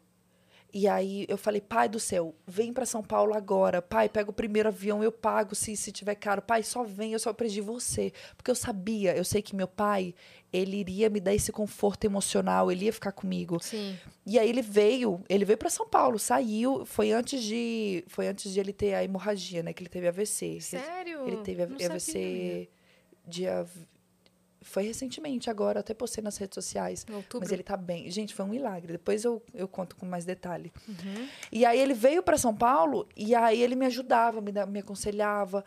Speaker 3: e aí eu falei, pai do céu, vem pra São Paulo agora. Pai, pega o primeiro avião, eu pago se, se tiver caro. Pai, só vem, eu só perdi você. Porque eu sabia, eu sei que meu pai, ele iria me dar esse conforto emocional, ele ia ficar comigo.
Speaker 2: Sim.
Speaker 3: E aí ele veio, ele veio pra São Paulo, saiu, foi antes de, foi antes de ele ter a hemorragia, né, que ele teve AVC.
Speaker 2: Sério?
Speaker 3: Ele teve
Speaker 2: Não
Speaker 3: a-
Speaker 2: sabia.
Speaker 3: AVC dia foi recentemente agora, eu até postei nas redes sociais.
Speaker 2: Em outubro.
Speaker 3: Mas ele tá bem. Gente, foi um milagre. Depois eu, eu conto com mais detalhe. E aí ele veio pra São Paulo e aí ele me ajudava, me, da- me aconselhava.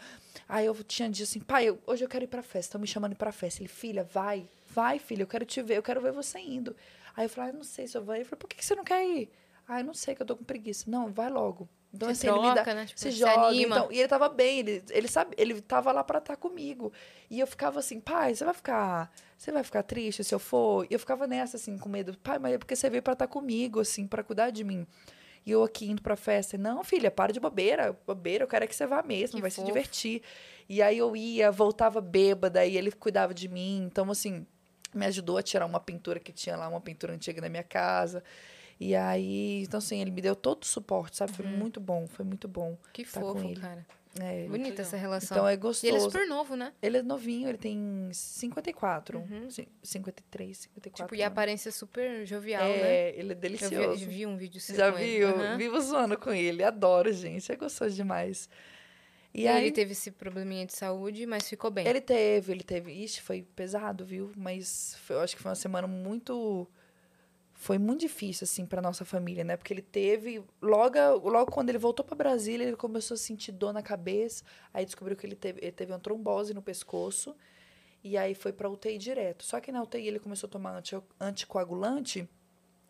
Speaker 3: Aí eu tinha dito assim, pai, eu- hoje eu quero ir pra festa, estão me chamando pra festa. Ele, filha, vai, vai, filha, eu quero te ver, eu quero ver você indo. Aí eu falei, ah, não sei se eu vou. Ele falou, por que, que você não quer ir? Ah, eu não sei, que eu tô com preguiça. Não, vai logo. Então,
Speaker 2: Se
Speaker 3: assim, ele me dá,
Speaker 2: troca, né? Tipo,
Speaker 3: se
Speaker 2: se
Speaker 3: joga.
Speaker 2: anima.
Speaker 3: Então, e ele tava bem, ele, ele, sabe, ele tava lá pra estar comigo. E eu ficava assim, pai, você vai ficar. Você vai ficar triste se eu for? E eu ficava nessa, assim, com medo. Pai, mas é porque você veio pra estar comigo, assim, pra cuidar de mim. E eu aqui indo pra festa. Não, filha, para de bobeira. Bobeira, eu quero é que você vá mesmo,
Speaker 2: Que
Speaker 3: vai
Speaker 2: fofo.
Speaker 3: se divertir. E aí eu ia, voltava bêbada, e ele cuidava de mim. Então, assim, me ajudou a tirar uma pintura que tinha lá, uma pintura antiga na minha casa. E aí, então assim, ele me deu todo o suporte, sabe? Foi
Speaker 2: Uhum.
Speaker 3: muito bom, foi muito bom.
Speaker 2: Que
Speaker 3: tá com
Speaker 2: fofo,
Speaker 3: ele.
Speaker 2: cara.
Speaker 3: É.
Speaker 2: Bonita essa relação.
Speaker 3: Então é
Speaker 2: E ele é
Speaker 3: gostoso.
Speaker 2: super novo, né?
Speaker 3: Ele é novinho, ele tem 54.
Speaker 2: Uhum.
Speaker 3: cin- 53, 54.
Speaker 2: Tipo, e a
Speaker 3: anos.
Speaker 2: aparência super jovial, né?
Speaker 3: É, ele é
Speaker 2: Eu vi,
Speaker 3: delicioso.
Speaker 2: eu vi um vídeo seu
Speaker 3: Já
Speaker 2: com ele.
Speaker 3: viu?
Speaker 2: Aham.
Speaker 3: Vivo zoando com ele. Adoro, gente. É gostoso demais. E,
Speaker 2: E
Speaker 3: aí,
Speaker 2: ele teve esse probleminha de saúde, mas ficou bem.
Speaker 3: ele teve, ele teve. Ixi, foi pesado, viu? Mas foi- eu acho que foi uma semana muito. Foi muito difícil, assim, pra nossa família, né? Porque ele teve. Logo, logo quando ele voltou pra Brasília, ele começou a sentir dor na cabeça. Aí descobriu que ele teve, ele teve uma trombose no pescoço. E aí foi pra UTI direto. Só que na UTI ele começou a tomar anti- anticoagulante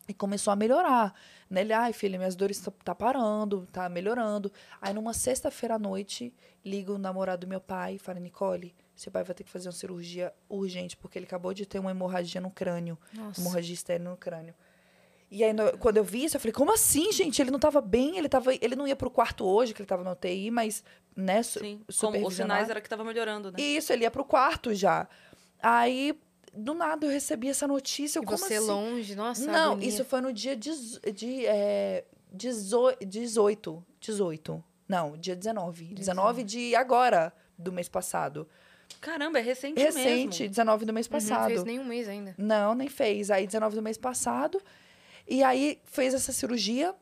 Speaker 3: e começou a melhorar. Né? Ele, ai, filha, minhas dores tá, tá parando, tá melhorando. Aí numa sexta-feira à noite, liga o namorado do meu pai e fala, Nicole, seu pai vai ter que fazer uma cirurgia urgente, porque ele acabou de ter uma hemorragia no crânio,
Speaker 2: Nossa.
Speaker 3: hemorragia estéril no crânio. E aí, no- quando eu vi isso, eu falei, como assim, gente? Ele não tava bem, ele, tava, ele não ia pro quarto hoje, que ele tava na UTI, mas, né,
Speaker 1: Sim.
Speaker 3: su-
Speaker 1: Como os sinais
Speaker 3: supervisionado.
Speaker 1: era que tava melhorando, né?
Speaker 3: Isso, ele ia pro quarto já. Aí, do nada, eu recebi essa notícia. eu,
Speaker 2: E
Speaker 3: como
Speaker 2: você
Speaker 3: assim?
Speaker 2: longe, nossa.
Speaker 3: Não,
Speaker 2: agonia.
Speaker 3: isso foi no dia dezo- de, é, dezo- 18. 18. Não, dia 19. 19 de agora, do mês passado.
Speaker 1: Caramba, é recente,
Speaker 3: Recente,
Speaker 1: mesmo.
Speaker 3: 19 do mês
Speaker 2: Uhum, Não
Speaker 3: passado.
Speaker 2: fez nem um mês ainda.
Speaker 3: Não, nem fez. Aí, 19 do mês passado. E aí, fez essa cirurgia.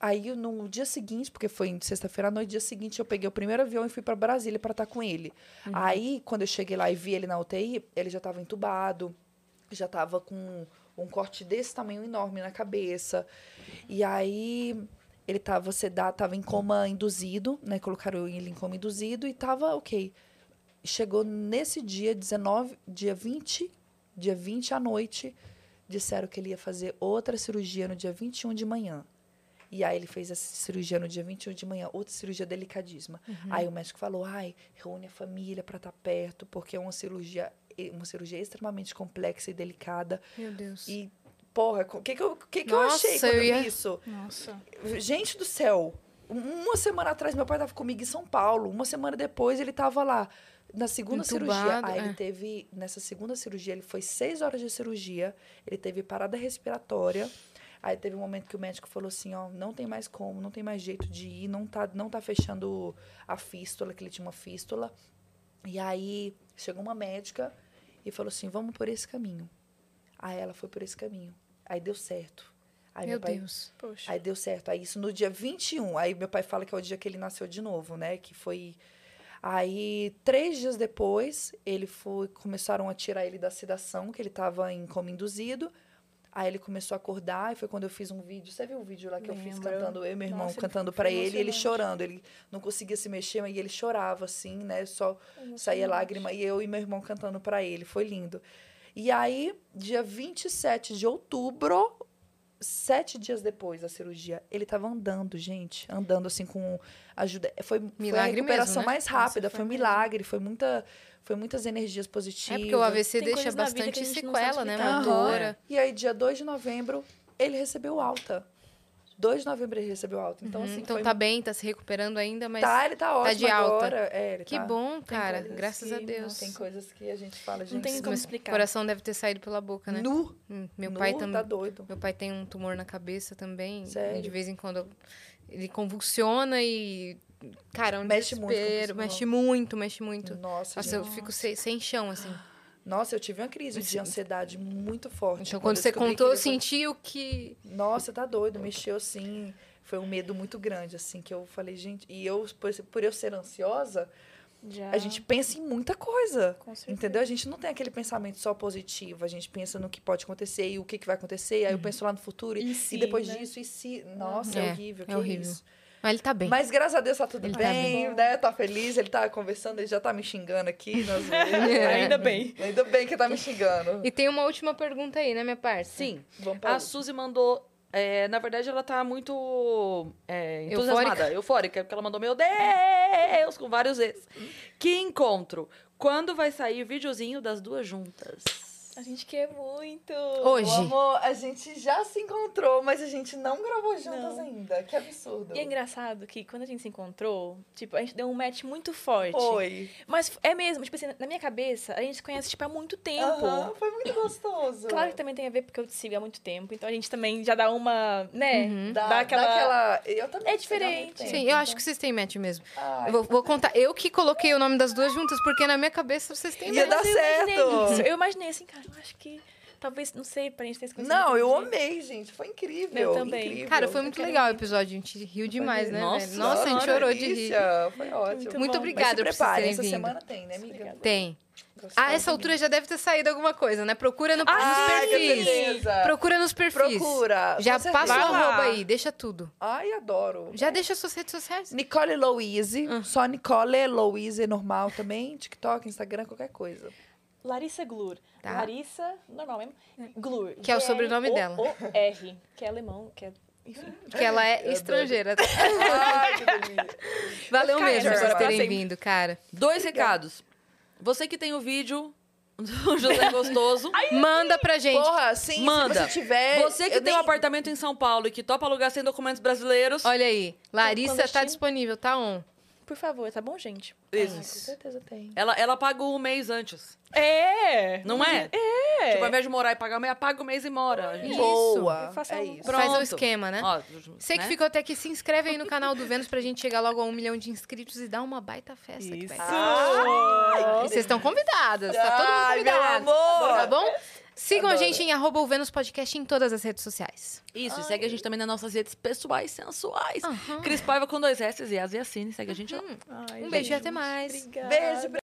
Speaker 3: Aí, no dia seguinte, porque foi em sexta-feira à noite, dia seguinte, eu peguei o primeiro avião e fui para Brasília para estar com ele. Aí, quando eu cheguei lá e vi ele na UTI, ele já estava entubado, já estava com um corte desse tamanho enorme na cabeça. E aí, ele estava sedado, estava em coma induzido, né? Colocaram ele em coma induzido e estava ok. Chegou nesse dia, 19, dia 20 dia 20 à noite, disseram que ele ia fazer outra cirurgia no dia 21 de manhã. E aí ele fez essa cirurgia no dia 21 de manhã, outra cirurgia delicadíssima.
Speaker 2: Uhum.
Speaker 3: Aí o médico falou: "Ai, reúne a família para estar perto, porque é uma cirurgia, uma cirurgia extremamente complexa e delicada".
Speaker 2: Meu Deus.
Speaker 3: E porra, o que que eu, que que eu
Speaker 2: Nossa,
Speaker 3: achei quando
Speaker 2: eu
Speaker 3: eu vi
Speaker 2: ia-
Speaker 3: isso?
Speaker 4: Nossa.
Speaker 3: Gente do céu, uma semana atrás meu pai tava comigo em São Paulo, uma semana depois ele tava lá na segunda cirurgia.
Speaker 2: Entubado,
Speaker 3: Aí
Speaker 2: é.
Speaker 3: ele teve, nessa segunda cirurgia, ele foi seis horas de cirurgia, ele teve parada respiratória. Aí teve um momento que o médico falou assim, ó, não tem mais como, não tem mais jeito de ir, não tá, não tá fechando a fístula, que ele tinha uma fístula. E aí chegou uma médica e falou assim, vamos por esse caminho. Aí ela foi por esse caminho. Aí deu certo. Aí
Speaker 2: Meu
Speaker 3: meu pai
Speaker 2: Deus. É
Speaker 4: Poxa.
Speaker 3: Aí deu certo. Aí isso no dia 21. Aí meu pai fala que é o dia que ele nasceu de novo, né? Que foi. Aí, três dias depois, ele foi. Começaram a tirar ele da sedação, que ele tava em coma induzido. Aí ele começou a acordar, e foi quando eu fiz um vídeo. Você viu o vídeo lá que eu fiz
Speaker 4: Lembro.
Speaker 3: cantando, eu e meu irmão
Speaker 4: Nossa, ele
Speaker 3: cantando
Speaker 4: foi
Speaker 3: pra ele, e ele
Speaker 4: emocionante.
Speaker 3: chorando. Ele não conseguia se mexer, mas ele chorava assim, né? Só saía lágrima e eu e meu irmão cantando pra ele. Foi lindo. E aí, dia 27 de outubro, sete dias depois da cirurgia, ele tava andando, gente. Andando assim com ajuda. Foi, foi a
Speaker 2: Milagre mesmo,
Speaker 3: recuperação
Speaker 2: né?
Speaker 3: mais rápida,
Speaker 4: Nossa,
Speaker 3: foi um
Speaker 4: foi
Speaker 3: milagre, foi, muita, foi muitas energias
Speaker 2: É
Speaker 3: positivas.
Speaker 2: porque o AVC
Speaker 4: Tem
Speaker 2: deixa
Speaker 4: coisas na vida que a
Speaker 2: bastante
Speaker 4: gente não sabe
Speaker 2: sequela, né?
Speaker 4: explicar.
Speaker 3: Aham.
Speaker 2: Motora.
Speaker 3: E aí, dia 2 de novembro, ele recebeu alta. 2 de novembro ele recebeu alta. Então,
Speaker 2: Uhum,
Speaker 3: assim,
Speaker 2: então
Speaker 3: foi-
Speaker 2: tá bem, tá se recuperando ainda, mas.
Speaker 3: tá, ele tá ótimo
Speaker 2: de alta.
Speaker 3: agora. É, ele
Speaker 2: que
Speaker 3: tá-
Speaker 2: bom,
Speaker 3: tem
Speaker 2: cara.
Speaker 3: coisas
Speaker 2: Graças
Speaker 3: que-
Speaker 2: a Deus.
Speaker 3: nossa, Tem coisas que a gente fala, gente.
Speaker 4: Não tem
Speaker 2: Mas
Speaker 4: como explicar.
Speaker 2: O coração deve ter saído pela boca, né?
Speaker 3: Nu,
Speaker 2: Hum, Meu
Speaker 3: nu,
Speaker 2: pai também.
Speaker 3: tá doido.
Speaker 2: Meu pai tem um tumor na cabeça também. E de
Speaker 3: Sério?
Speaker 2: vez em quando ele convulsiona e. Cara, é um
Speaker 3: Mexe muito com o
Speaker 2: desespero.
Speaker 3: pulmão.
Speaker 2: mexe muito, mexe muito.
Speaker 3: Nossa,
Speaker 2: Nossa, eu
Speaker 3: gente.
Speaker 2: fico sem, sem chão, assim.
Speaker 3: Nossa, eu tive uma crise de ansiedade muito forte.
Speaker 2: Então, quando
Speaker 3: eu
Speaker 2: você
Speaker 3: descobri
Speaker 2: contou, assim,
Speaker 3: que
Speaker 2: eu
Speaker 3: ele foi-
Speaker 2: senti o que.
Speaker 3: Nossa, tá doido, mexeu assim. Foi um medo muito grande, assim, que eu falei, gente. E eu, por, por eu ser ansiosa,
Speaker 4: Já.
Speaker 3: a
Speaker 2: Ah.
Speaker 3: gente pensa em muita coisa.
Speaker 4: Com certeza.
Speaker 3: Entendeu? A gente não tem aquele pensamento só positivo. A gente pensa no que pode acontecer e o que, que vai acontecer.
Speaker 2: Uhum.
Speaker 3: Aí eu penso lá no futuro. E,
Speaker 4: E
Speaker 3: e
Speaker 4: se,
Speaker 3: depois
Speaker 4: né?
Speaker 3: disso, e se. Nossa,
Speaker 2: É,
Speaker 3: é horrível.
Speaker 2: é
Speaker 3: que
Speaker 2: horrível.
Speaker 3: isso.
Speaker 2: Mas ele tá bem.
Speaker 3: Mas graças a Deus tá tudo
Speaker 2: Ele tá
Speaker 3: bem,
Speaker 4: bem.
Speaker 3: né? Tá feliz, ele tá conversando, ele já tá me xingando aqui. nós-
Speaker 4: Ainda bem.
Speaker 3: Ainda bem que tá me xingando.
Speaker 2: É. E tem uma última pergunta aí, né, minha parte?
Speaker 1: Sim.
Speaker 3: Vamos pra
Speaker 1: A Suzy mandou. é, na verdade, ela tá muito é, entusiasmada, eufórica. porque ela mandou, meu Deus, com vários Zs. Que encontro! Quando vai sair videozinho das duas juntas?
Speaker 4: A gente quer muito.
Speaker 2: Hoje.
Speaker 3: Ô, amor, a gente já se encontrou, mas a gente não gravou juntas
Speaker 4: Não.
Speaker 3: ainda. Que absurdo.
Speaker 4: E é engraçado que quando a gente se encontrou, tipo, a gente deu um match muito forte.
Speaker 3: Foi.
Speaker 4: Mas é mesmo, tipo assim, na minha cabeça, a gente se conhece, tipo, há muito tempo.
Speaker 3: Aham, foi muito gostoso.
Speaker 4: Claro que também tem a ver porque eu te sigo há muito tempo, então a gente também já dá uma,
Speaker 3: é.
Speaker 4: né?
Speaker 2: Uhum.
Speaker 3: Dá,
Speaker 4: Dá aquela...
Speaker 3: Eu também
Speaker 4: É
Speaker 3: te pego há muito
Speaker 4: diferente.
Speaker 3: tempo,
Speaker 2: Sim, eu
Speaker 3: então.
Speaker 2: acho que vocês têm match mesmo.
Speaker 3: Ai,
Speaker 2: Eu vou, vou contar. Eu que coloquei o nome das duas juntas, porque na minha cabeça vocês têm
Speaker 3: Ia
Speaker 2: match.
Speaker 4: Mas
Speaker 3: dar
Speaker 4: eu imaginei
Speaker 3: certo.
Speaker 4: isso. Eu imaginei assim, cara, eu acho que talvez, não sei, pra gente ter se conhecido.
Speaker 3: Não,
Speaker 4: outro
Speaker 3: eu
Speaker 4: dia.
Speaker 3: amei, gente. Foi incrível.
Speaker 4: Eu também.
Speaker 3: incrível.
Speaker 2: Cara, foi
Speaker 3: Foi
Speaker 2: muito
Speaker 4: quero
Speaker 2: legal o episódio. A gente riu demais, né?
Speaker 1: Nossa,
Speaker 2: velho? Nossa, a gente
Speaker 1: senhora,
Speaker 2: chorou de rir.
Speaker 3: delícia, Foi ótimo.
Speaker 4: Muito
Speaker 2: Muito
Speaker 4: bom.
Speaker 3: Mas se
Speaker 2: obrigada por vocês
Speaker 3: preparem,
Speaker 2: terem
Speaker 3: essa
Speaker 2: vindo.
Speaker 3: semana tem, né, amiga?
Speaker 2: Tem.
Speaker 3: Gostosa,
Speaker 2: A Ah, essa altura já deve ter saído alguma coisa, né? Procura
Speaker 3: Ah,
Speaker 2: no,
Speaker 3: Ai,
Speaker 2: nos
Speaker 3: que
Speaker 2: perfis.
Speaker 3: beleza.
Speaker 2: Procura nos perfis.
Speaker 3: Procura.
Speaker 2: Já
Speaker 3: com certeza.
Speaker 2: passa o
Speaker 4: Vai lá.
Speaker 2: arroba aí, deixa tudo.
Speaker 3: Ai, adoro.
Speaker 2: Já deixa suas redes sociais.
Speaker 3: Nicole Louise, só Nicole Louise normal também, TikTok, Instagram, qualquer coisa.
Speaker 4: Larissa Glur.
Speaker 2: Tá.
Speaker 4: Larissa, normal mesmo. Glur.
Speaker 2: Que é o sobrenome dela.
Speaker 4: R, que é alemão, que é. Enfim.
Speaker 2: Porque ela é estrangeira.
Speaker 3: Ai, que delícia.
Speaker 2: Valeu
Speaker 4: Vai ficar
Speaker 2: mesmo
Speaker 4: essa
Speaker 2: por vocês
Speaker 4: pra
Speaker 2: terem
Speaker 4: sempre.
Speaker 2: vindo, cara.
Speaker 1: Dois recados. Você que tem o vídeo do José Gostoso.
Speaker 2: Manda pra gente.
Speaker 6: Porra, sim,
Speaker 1: Manda.
Speaker 6: se você tiver...
Speaker 1: Você que
Speaker 6: eu
Speaker 1: tem um
Speaker 6: nem-
Speaker 1: apartamento em São Paulo e que topa alugar sem documentos brasileiros.
Speaker 2: Olha aí. Larissa tá
Speaker 4: clandestino.
Speaker 2: disponível, tá on.
Speaker 4: Por favor, tá bom, gente?
Speaker 6: Ah, com certeza tem.
Speaker 1: Ela, ela paga um mês antes.
Speaker 4: É!
Speaker 1: Não é?
Speaker 4: É!
Speaker 1: Tipo, ao invés de morar e pagar o mês, paga o mês e mora. A gente-
Speaker 2: Isso.
Speaker 6: Boa,
Speaker 4: Faça
Speaker 6: é
Speaker 4: um-
Speaker 6: isso.
Speaker 1: Pronto.
Speaker 2: Faz o esquema, né?
Speaker 1: Ó,
Speaker 2: Você que
Speaker 1: né?
Speaker 2: ficou até aqui, se inscreve aí no canal do Vênus pra gente chegar logo a um milhão de inscritos e dar uma baita festa aqui,
Speaker 4: Isso!
Speaker 2: vai. E vocês estão convidadas, tá todo mundo
Speaker 6: Ai, meu
Speaker 2: convidado.
Speaker 6: amor!
Speaker 2: Tá bom? Sigam a gente em arroba o Vênus Podcast em todas as redes sociais.
Speaker 1: Isso, e segue
Speaker 2: Ah.
Speaker 1: a gente também nas nossas redes pessoais sensuais.
Speaker 2: Aham. Uhum.
Speaker 1: Cris Paiva com dois S e as e a Cine. Segue a gente lá.
Speaker 2: Um beijo e até mais.
Speaker 4: Ah! Obrigada.
Speaker 6: Beijo,